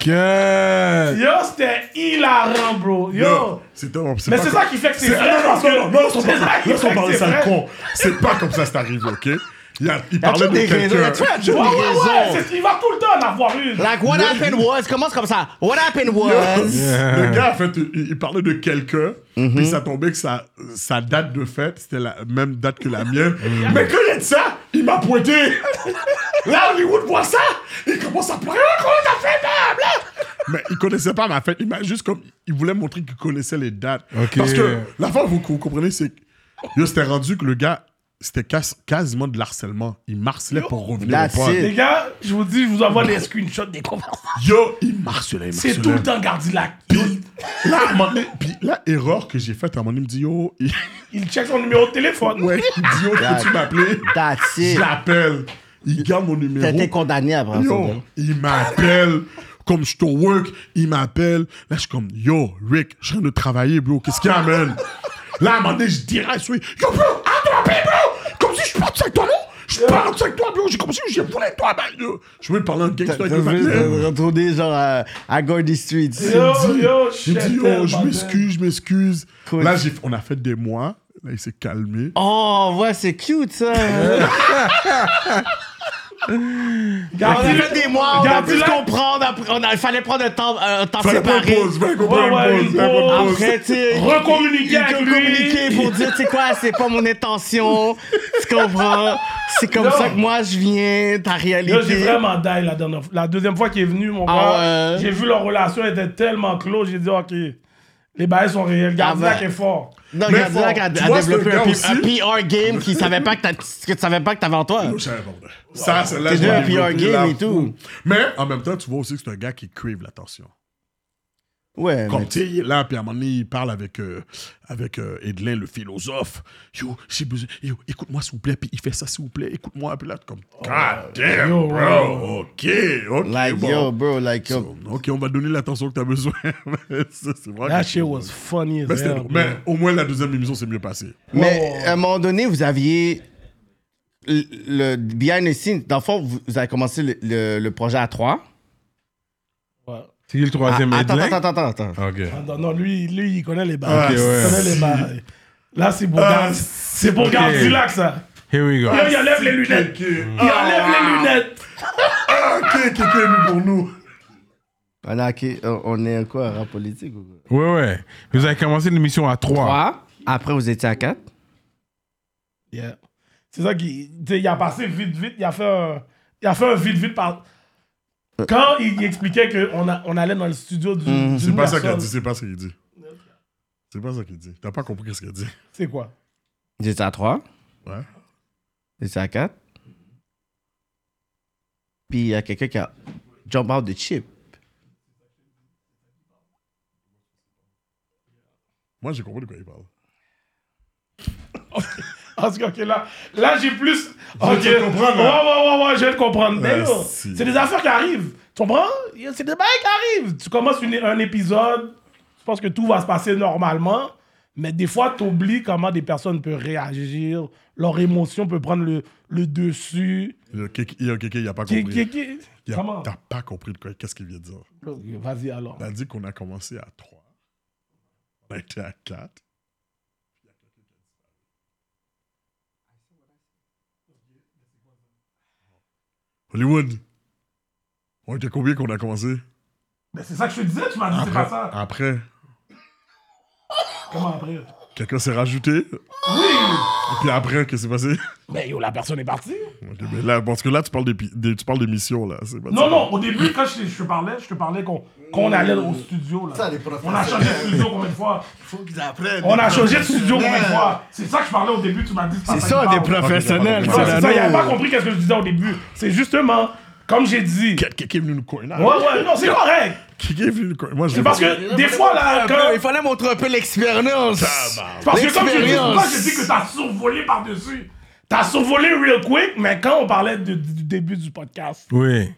Speaker 1: Que.
Speaker 3: Yo, c'était hilarant, bro. Yo!
Speaker 2: Non, C'est tellement.
Speaker 3: Mais
Speaker 2: pas
Speaker 3: c'est
Speaker 2: comme-
Speaker 3: ça qui fait que c'est
Speaker 2: Non,
Speaker 3: vrai, parce que-
Speaker 2: non, non, non, non,
Speaker 3: c'est ça qui
Speaker 2: laisse
Speaker 3: fait que
Speaker 2: parler
Speaker 3: c'est
Speaker 2: ça, le
Speaker 3: vrai.
Speaker 2: con. C'est pas comme ça que c'est arrivé, ok? Il, a- il
Speaker 4: Y'a-tu
Speaker 2: parlait de
Speaker 4: des raisons?
Speaker 2: quelqu'un.
Speaker 4: Y'a-tu des
Speaker 3: Ouais, ouais, ouais,
Speaker 4: raisons?
Speaker 3: c'est- il va tout le temps en avoir une.
Speaker 4: Like, what happened was, commence comme ça. What happened was.
Speaker 2: Le gars, en fait, il, il parlait de quelqu'un, puis ça tombait que sa, sa date de fête, c'était la même date que la mienne. Mais quand il a dit ça, il m'a pointé. Là, Hollywood voit ça, il commence à pleurer. Ah, Comment t'as fait, bla, bla? Mais il connaissait pas ma fête, il m'a juste comme. Il voulait montrer qu'il connaissait les dates.
Speaker 1: Ok.
Speaker 2: Parce que la fois, vous, vous comprenez, c'est. que, Yo, c'était rendu que le gars, c'était cas- quasiment de l'harcèlement. Il marcelait pour revenir au
Speaker 4: that's
Speaker 2: point.
Speaker 4: it.
Speaker 3: Les gars, je vous dis, je vous envoie des screenshots des conversations.
Speaker 2: Yo, il marcelait, il
Speaker 3: C'est
Speaker 2: marcelait.
Speaker 3: tout le temps Gardilac. Yo, il-
Speaker 2: Là, à un moment donné- puis la erreur que j'ai faite, à un moment donné, il me dit, yo, il-
Speaker 3: Il check son numéro de téléphone.
Speaker 2: Ouais, il me dit, yo, peux-tu m'appeler?
Speaker 4: That's it.
Speaker 2: Je l'appelle. Il garde mon numéro.
Speaker 4: T'as été condamné après ça.
Speaker 2: Yo, il m'appelle. Comme je suis au work, il m'appelle. Là, je suis comme, yo, Rick, je viens de travailler, bro. Qu'est-ce qu'il y a, man? Là, à un moment donné, je dirais, yo, bro, attrapé, bro! Comme si je parle avec toi, non? Je parle avec toi, bro. J'ai comme si je voulais toi, ben, yo. Je voulais parler en
Speaker 4: T'as
Speaker 2: gangster avec le
Speaker 4: de
Speaker 2: Wagner.
Speaker 4: retourner genre à, à Gordy Street.
Speaker 3: Yo,
Speaker 2: Il
Speaker 3: yo,
Speaker 2: dit- Il
Speaker 3: j'étais
Speaker 2: dit, yo, je
Speaker 3: bordel.
Speaker 2: m'excuse, je m'excuse.
Speaker 4: Cool.
Speaker 2: Là, j'ai- on a fait des mois. Là, il s'est calmé.
Speaker 4: Oh, ouais, c'est cute ça. on a fait des mois, on a pu se
Speaker 3: Gardilac-
Speaker 4: comprendre. après- On a, il fallait prendre un temps, un temps
Speaker 2: Fallait pas une
Speaker 4: séparé.
Speaker 2: pause, fallait qu'on prenne
Speaker 3: Ouais, ouais,
Speaker 2: une pause,
Speaker 3: une
Speaker 2: fallait qu'on prenne une
Speaker 3: pause.
Speaker 2: pause.
Speaker 4: Après, tu sais,
Speaker 3: Recommuniquer
Speaker 4: il
Speaker 3: avec
Speaker 4: peut
Speaker 3: lui.
Speaker 4: communiquer pour dire, tu sais quoi, c'est pas mon intention. Tu comprends? C'est comme
Speaker 3: Non.
Speaker 4: ça que moi je viens, ta
Speaker 3: Yo, j'ai
Speaker 4: réalité.
Speaker 3: vraiment die la dernière fois. La deuxième fois qu'il est venu, mon
Speaker 4: Ah
Speaker 3: gars,
Speaker 4: ouais.
Speaker 3: j'ai vu leur relation était tellement close, j'ai dit, OK, les bails sont réels. Gardilac
Speaker 4: Ah ben.
Speaker 3: est fort.
Speaker 4: Non,
Speaker 2: Mais
Speaker 4: Gardiac
Speaker 2: fort.
Speaker 4: a, a
Speaker 2: Tu vois, c'est
Speaker 4: développé
Speaker 2: le
Speaker 4: un,
Speaker 2: gars
Speaker 4: P-
Speaker 2: aussi.
Speaker 4: un PR game qui savait pas que, t'as- que tu Ah, savais pas que t'avais en toi.
Speaker 2: Yo, je savais pas, bro. Ça, c'est là
Speaker 4: T'es
Speaker 2: je
Speaker 4: déjà
Speaker 2: vais
Speaker 4: un PR game
Speaker 2: développer la
Speaker 4: et tout.
Speaker 2: fou. Mais en même temps, tu vois aussi que c'est un gars qui crave l'attention.
Speaker 4: Ouais,
Speaker 2: Comme,
Speaker 4: mais-
Speaker 2: tu sais, là, puis à un moment donné, il parle avec, euh, avec euh, Edlin, le philosophe. Yo, j'ai besoin. Yo, écoute-moi, s'il vous plaît. Puis il fait ça, s'il vous plaît. Écoute-moi. Puis là, t'es comme,
Speaker 4: Oh,
Speaker 2: God damn,
Speaker 3: yo,
Speaker 2: bro. OK, OK.
Speaker 4: Like,
Speaker 2: bon.
Speaker 4: yo, bro, like, yo.
Speaker 2: So, OK, on va donner l'attention que t'as besoin. Ça, c'est vrai.
Speaker 3: That
Speaker 2: que-
Speaker 3: shit was funny as
Speaker 2: Mais, c'était
Speaker 3: hell,
Speaker 2: drôle.
Speaker 3: bro.
Speaker 2: Mais au moins, la deuxième émission s'est mieux passée.
Speaker 4: Mais à un moment donné, vous aviez le, le behind the scenes. Dans le fond, vous, vous avez commencé le, le- le projet à 3.
Speaker 3: Ouais.
Speaker 1: C'est qui le troisième
Speaker 4: Ah, attends,
Speaker 1: Edlin?
Speaker 4: attends, attends, attends, attends.
Speaker 1: Ok.
Speaker 3: Ah, Non, non, lui, lui, il connaît les barres.
Speaker 1: Ok, ouais.
Speaker 3: Il connaît les barres. Là, c'est pour
Speaker 2: Ah,
Speaker 3: Gar- c'est pour
Speaker 1: ok.
Speaker 3: Gardilac, ça.
Speaker 1: Here we go.
Speaker 3: Yo, il enlève les lunettes.
Speaker 2: OK.
Speaker 3: Il enlève les lunettes.
Speaker 2: Ah, OK, qui est venu pour nous?
Speaker 4: On, a- ok, on- on est quoi, rap politique ou quoi?
Speaker 1: Ouais, ouais. Vous avez commencé l'émission à 3.
Speaker 4: 3. Après, vous étiez à 4.
Speaker 3: Yeah. C'est ça qui. tu sais, Il a passé vite, vite. Il a fait un, il a fait un vite, vite par. Quand il expliquait qu'on on allait dans le studio du. d'une
Speaker 2: Mm-hmm. C'est pas ça qu'il a
Speaker 3: personne,
Speaker 2: dit. C'est pas ce qu'il dit. C'est pas ça qu'il dit. T'as pas compris ce qu'il a dit.
Speaker 3: C'est quoi
Speaker 4: Vous étiez à 3.
Speaker 2: Ouais.
Speaker 4: Vous étiez à 4. Puis il y a quelqu'un qui a jump out the chip.
Speaker 2: Moi, j'ai compris de quoi il parle.
Speaker 3: Parce que, ok, là, là j'ai plus. Ok.
Speaker 2: viens de comprendre,
Speaker 3: Ouais,
Speaker 2: là.
Speaker 3: ouais, ouais, ouais, je vais te comprendre. Mais
Speaker 2: Ah,
Speaker 3: yo,
Speaker 2: si.
Speaker 3: c'est des affaires qui arrivent. Tu comprends C'est des bails qui arrivent. Tu commences une- un épisode, tu penses que tout va se passer normalement, mais des fois, tu oublies comment des personnes peuvent réagir, leur émotion peut prendre le, le dessus.
Speaker 2: Il y a quelqu'un il y a quelqu'un, il a pas
Speaker 3: Qui-
Speaker 2: compris.
Speaker 3: qui- qui-
Speaker 2: Il a-
Speaker 3: Comment
Speaker 2: T'as pas compris de quoi Qu'est-ce qu'il vient de dire
Speaker 3: Vas-y alors.
Speaker 2: On a dit qu'on a commencé à 3. On a été à 4. Hollywood. On était combien qu'on a commencé
Speaker 3: Mais ben, c'est ça que je te disais, tu m'as dit, c'est pas ça.
Speaker 2: Après,
Speaker 3: Comment après
Speaker 2: quelqu'un s'est rajouté. Oui Et puis après, qu'est-ce qui s'est passé
Speaker 3: Mais Ben, yo, la personne est partie.
Speaker 2: Ok, mais là, Parce que là, tu parles d'épi- de- tu parles d'émission, là. c'est pas ça.
Speaker 3: Non, non, au début, quand je, je te parlais, je te parlais qu'on
Speaker 5: Mm.
Speaker 3: qu'on allait au studio. Là. on a changé de studio combien de fois
Speaker 5: Faut qu'ils apprennent.
Speaker 3: On a changé de studio combien de fois C'est ça que je parlais au début, tu m'as dit.
Speaker 4: C'est ça, des professionnels.
Speaker 3: Non,
Speaker 2: Ok,
Speaker 3: c'est
Speaker 4: Cyrano.
Speaker 3: ça, il n'avait pas compris qu'est-ce que je disais au début. C'est justement, comme j'ai dit.
Speaker 2: Quel- Quelqu'un est venu nous corner.
Speaker 3: Ouais, ouais, non, c'est correct.
Speaker 2: Qui est venu nous corner Moi, je
Speaker 3: C'est parce que des fois, là,
Speaker 4: Ah,
Speaker 3: quand.
Speaker 4: Il fallait montrer un peu l'expérience.
Speaker 2: Tabarnak.
Speaker 3: Parce que comme je dis,
Speaker 4: L'expérience.
Speaker 3: quand je dis que t'as survolé par-dessus, t'as survolé real quick, mais quand on parlait de- du début du podcast,
Speaker 1: Oui.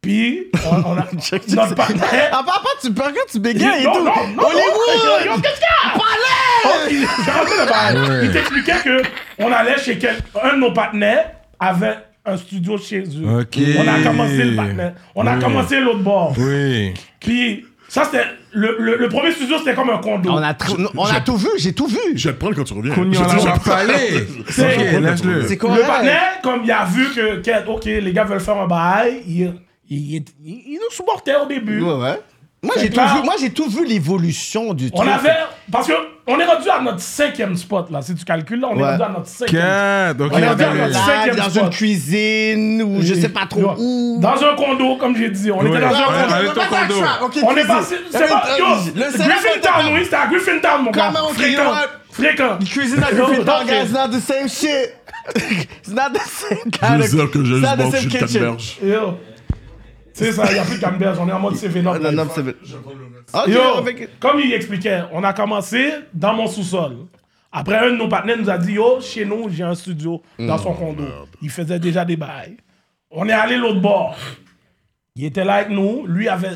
Speaker 3: puis on, on a. notre partenaire-
Speaker 4: Ah, papa, tu parles quand tu bégayes et
Speaker 3: Non,
Speaker 4: tout.
Speaker 3: non, non,
Speaker 4: Hollywood!
Speaker 3: yo, yo, qu'est-ce qu'il y a? Il- je raconte le bail. Il t'expliquait que on allait chez quel... un de nos partenaires avait un studio chez eux.
Speaker 1: Ok.
Speaker 3: On a commencé le partenaire. On a
Speaker 1: Oui.
Speaker 3: commencé l'autre bord.
Speaker 1: Oui.
Speaker 3: Puis ça c'était le, le- le premier studio c'était comme un condo.
Speaker 4: On a, tr- on a tout vu, j'ai tout vu.
Speaker 2: Je vais te prendre quand tu reviens.
Speaker 1: On
Speaker 2: Je- je-
Speaker 1: en a
Speaker 2: je-
Speaker 1: parlé.
Speaker 3: C'est-
Speaker 1: Ok, lâche-le.
Speaker 4: C'est
Speaker 3: Le
Speaker 4: correct.
Speaker 3: partenaire comme il a vu que, que, ok les gars veulent faire un bail, il, il, il- il nous supportait au début.
Speaker 4: Ouais, ouais. Moi,
Speaker 3: C'est
Speaker 4: j'ai tout
Speaker 3: clair.
Speaker 4: vu, moi, j'ai tout vu l'évolution du truc.
Speaker 3: On avait parce que on est rendu à notre cinquième spot là si tu calcules là on est
Speaker 4: Ouais.
Speaker 3: rendu à notre cinquième. spot.
Speaker 1: 4. Ok,
Speaker 3: On a
Speaker 4: Dans
Speaker 3: dit à
Speaker 4: un
Speaker 3: notre
Speaker 1: attendez.
Speaker 4: lab,
Speaker 3: cinquième
Speaker 4: dans
Speaker 3: spot.
Speaker 4: une cuisine ou je sais pas trop
Speaker 3: Ouais.
Speaker 4: où. Ah,
Speaker 3: Dans un condo, comme j'ai dit. On
Speaker 1: Ouais.
Speaker 3: était dans
Speaker 1: Ouais,
Speaker 3: un
Speaker 1: ouais,
Speaker 3: condo.
Speaker 1: ouais. ton condo.
Speaker 3: On est passé. C'est pas. Yo, Griffintown, oui, c'était à Griffintown, mon gars.
Speaker 4: Comment on crie,
Speaker 3: Fréquent.
Speaker 4: ouais.
Speaker 3: Fréquent.
Speaker 4: Cuisine à
Speaker 3: Yo,
Speaker 4: Griffintown,
Speaker 3: parfait.
Speaker 4: guys, it's not the same shit. It's not the same kind
Speaker 2: Je
Speaker 3: Ah,
Speaker 2: veux
Speaker 4: of-
Speaker 2: dire que j'ai
Speaker 4: it's not
Speaker 2: juste
Speaker 4: the
Speaker 2: mangé
Speaker 4: same
Speaker 2: une
Speaker 4: kitchen.
Speaker 2: canneberge.
Speaker 3: Yo. Tu sais, ça, y a plus de Canberge. On est en mode CV
Speaker 4: Ah, Non, non, c'est vrai. Ok, on
Speaker 3: Yo,
Speaker 4: fait que-
Speaker 3: comme il expliquait, on a commencé dans mon sous-sol. Après, un de nos partenaires nous a dit Yo, chez nous, j'ai un studio dans son condo. Il faisait déjà des bails. On est allé l'autre bord. Il était là avec nous. Lui avait.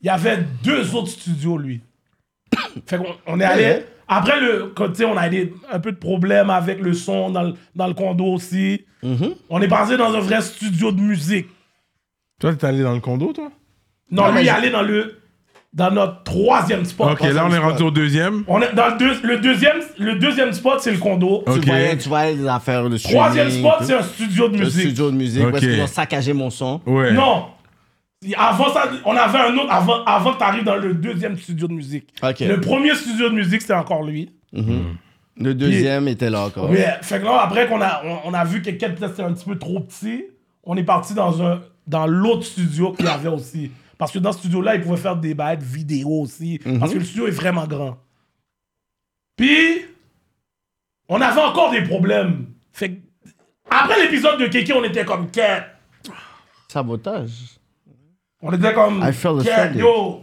Speaker 3: Il y avait deux autres studios, lui. fait qu'on on est allé.
Speaker 4: Ouais.
Speaker 3: Après, le, quand, tu sais, on a eu des- un peu de problèmes avec le son dans le, dans le condo aussi.
Speaker 4: Mm-hmm.
Speaker 3: On est passé dans un vrai studio de musique.
Speaker 1: Toi, t'es allé dans le condo, toi
Speaker 3: Non,
Speaker 4: mais
Speaker 3: lui, il est
Speaker 4: je-
Speaker 3: allé dans, le, dans notre troisième spot.
Speaker 1: Ok, là, on est rendu au deuxième.
Speaker 3: On est dans le, deux- le deuxième, le deuxième spot, c'est le condo.
Speaker 4: Tu
Speaker 1: Ok.
Speaker 4: voyais- Tu vois les affaires, le
Speaker 3: Troisième
Speaker 4: streaming,
Speaker 3: spot,
Speaker 4: tout.
Speaker 3: c'est un studio de
Speaker 4: le
Speaker 3: musique.
Speaker 4: studio de musique
Speaker 1: Ok.
Speaker 4: parce qu'ils ont saccagé mon son.
Speaker 1: Ouais.
Speaker 3: Non. Avant ça, on avait un autre avant, avant que tu arrives dans le deuxième studio de musique.
Speaker 4: Ok.
Speaker 3: Le premier studio de musique, c'était encore lui.
Speaker 4: Le deuxième était là encore.
Speaker 3: Mais fait que là, après qu'on a, on, on a vu que quelqu'un peut-être c'était un petit peu trop petit, on est parti dans un dans l'autre studio qu'il y avait aussi. Parce que dans ce studio-là, ils pouvaient faire des bails vidéo aussi.
Speaker 4: Mhm.
Speaker 3: Parce que le studio est vraiment grand. Puis, on avait encore des problèmes. Fait que, après l'épisode de Kéké, on était comme quête.
Speaker 4: Sabotage.
Speaker 3: On était comme
Speaker 4: I feel
Speaker 3: quête,
Speaker 4: offended.
Speaker 3: yo.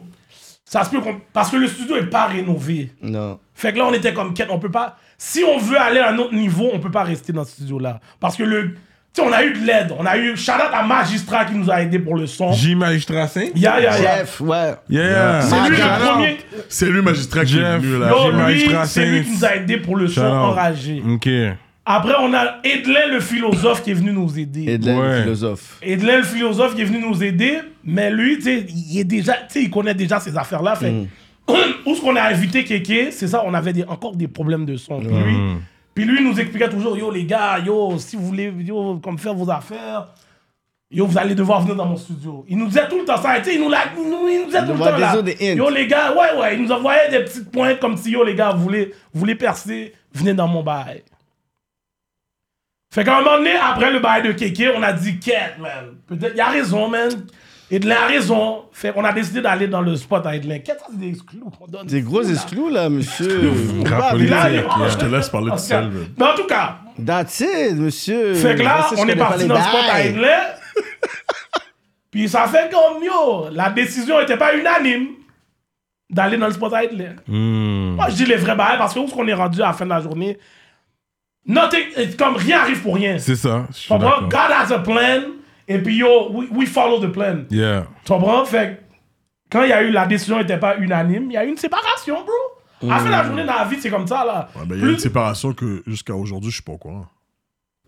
Speaker 3: Ça se peut qu'on- Parce que le studio est pas rénové.
Speaker 4: Non.
Speaker 3: Fait que là, on était comme quête, on peut pas. Si on veut aller à un autre niveau, on peut pas rester dans ce studio-là. Parce que le. Tu sais, on a eu de l'aide. On a eu. Shout out à Magistrat qui nous a aidé pour le son.
Speaker 1: J Magistrat 5?
Speaker 3: Ya, ya, ya.
Speaker 4: Jeff, ouais.
Speaker 1: Yeah.
Speaker 3: C'est lui
Speaker 4: Shout
Speaker 3: le
Speaker 4: out.
Speaker 3: premier.
Speaker 2: C'est lui, magistrat, qui est
Speaker 1: Jeff.
Speaker 2: venu là.
Speaker 3: Yo,
Speaker 1: J
Speaker 3: lui,
Speaker 1: Magistrat
Speaker 3: c'est lui qui nous a aidé pour le son
Speaker 1: Shout out.
Speaker 3: enragé.
Speaker 1: Ok.
Speaker 3: Après, on a Edlin le philosophe qui est venu nous
Speaker 4: Et
Speaker 3: aider.
Speaker 4: de la
Speaker 1: Ouais.
Speaker 4: philosophe.
Speaker 3: Edlin le philosophe qui est venu nous aider, mais lui, tu sais, il est déjà, tu sais, il connaît déjà ces affaires-là. Fait
Speaker 4: Mm.
Speaker 3: où est-ce qu'on a invité Kéké C'est ça, on avait des- encore des problèmes de son. Puis lui, puis lui nous expliquait toujours, yo les gars, yo si vous voulez, yo comme faire vos affaires. Yo, vous allez devoir venir dans mon studio. Il nous disait tout le temps ça, et tu sais, il nous, l'a- il nous, il nous disait tout le
Speaker 4: envoie
Speaker 3: temps
Speaker 4: des
Speaker 3: là.
Speaker 4: autres des hints.
Speaker 3: Yo, les gars, ouais, ouais, il nous envoyait des petites pointes comme si, yo, les gars, vous voulez, vous voulez percer, venez dans mon bail. Fait qu'à un moment donné, après le bail de Kéké, on a dit, quête, man. Peut-être, il a raison, man. Edlin a raison. Fait qu'on a décidé d'aller dans le spot à Edlin. Qu'est-ce que c'est des exclus qu'on donne?
Speaker 4: Des gros
Speaker 3: Là.
Speaker 4: esclous, là, monsieur.
Speaker 2: Rap
Speaker 4: Bah,
Speaker 3: Puis
Speaker 2: politique,
Speaker 3: là, il-
Speaker 2: là, je te laisse parler
Speaker 3: En
Speaker 2: tout
Speaker 3: tout cas-
Speaker 2: seul. man.
Speaker 3: Mais en tout cas,
Speaker 4: That's it, monsieur.
Speaker 3: fait que là,
Speaker 4: Raciste,
Speaker 3: on
Speaker 4: je
Speaker 3: est
Speaker 4: connais pas
Speaker 3: parti
Speaker 4: les
Speaker 3: dans le spot à
Speaker 4: bails.
Speaker 3: Edlin. Puis ça fait comme, yo, la décision n'était pas unanime d'aller dans le spot à Edlin.
Speaker 1: Hmm.
Speaker 3: Moi, je dis les vrais bails parce que où est-ce qu'on est rendu à la fin de la journée? Notre- comme rien arrive pour rien.
Speaker 1: C'est ça. Je
Speaker 3: Tu
Speaker 1: suis
Speaker 3: comprends?
Speaker 1: d'accord.
Speaker 3: God has a plan. Et puis, yo, we, we follow the plan.
Speaker 1: Yeah.
Speaker 3: Tu comprends? Fait que quand il y a eu la décision n'était pas unanime, il y a eu une séparation, bro. À la fin de la journée, dans la vie, c'est comme ça, là.
Speaker 2: Ouais, ben, il y a
Speaker 3: Plus-
Speaker 2: une séparation que jusqu'à aujourd'hui, je suis pas au courant.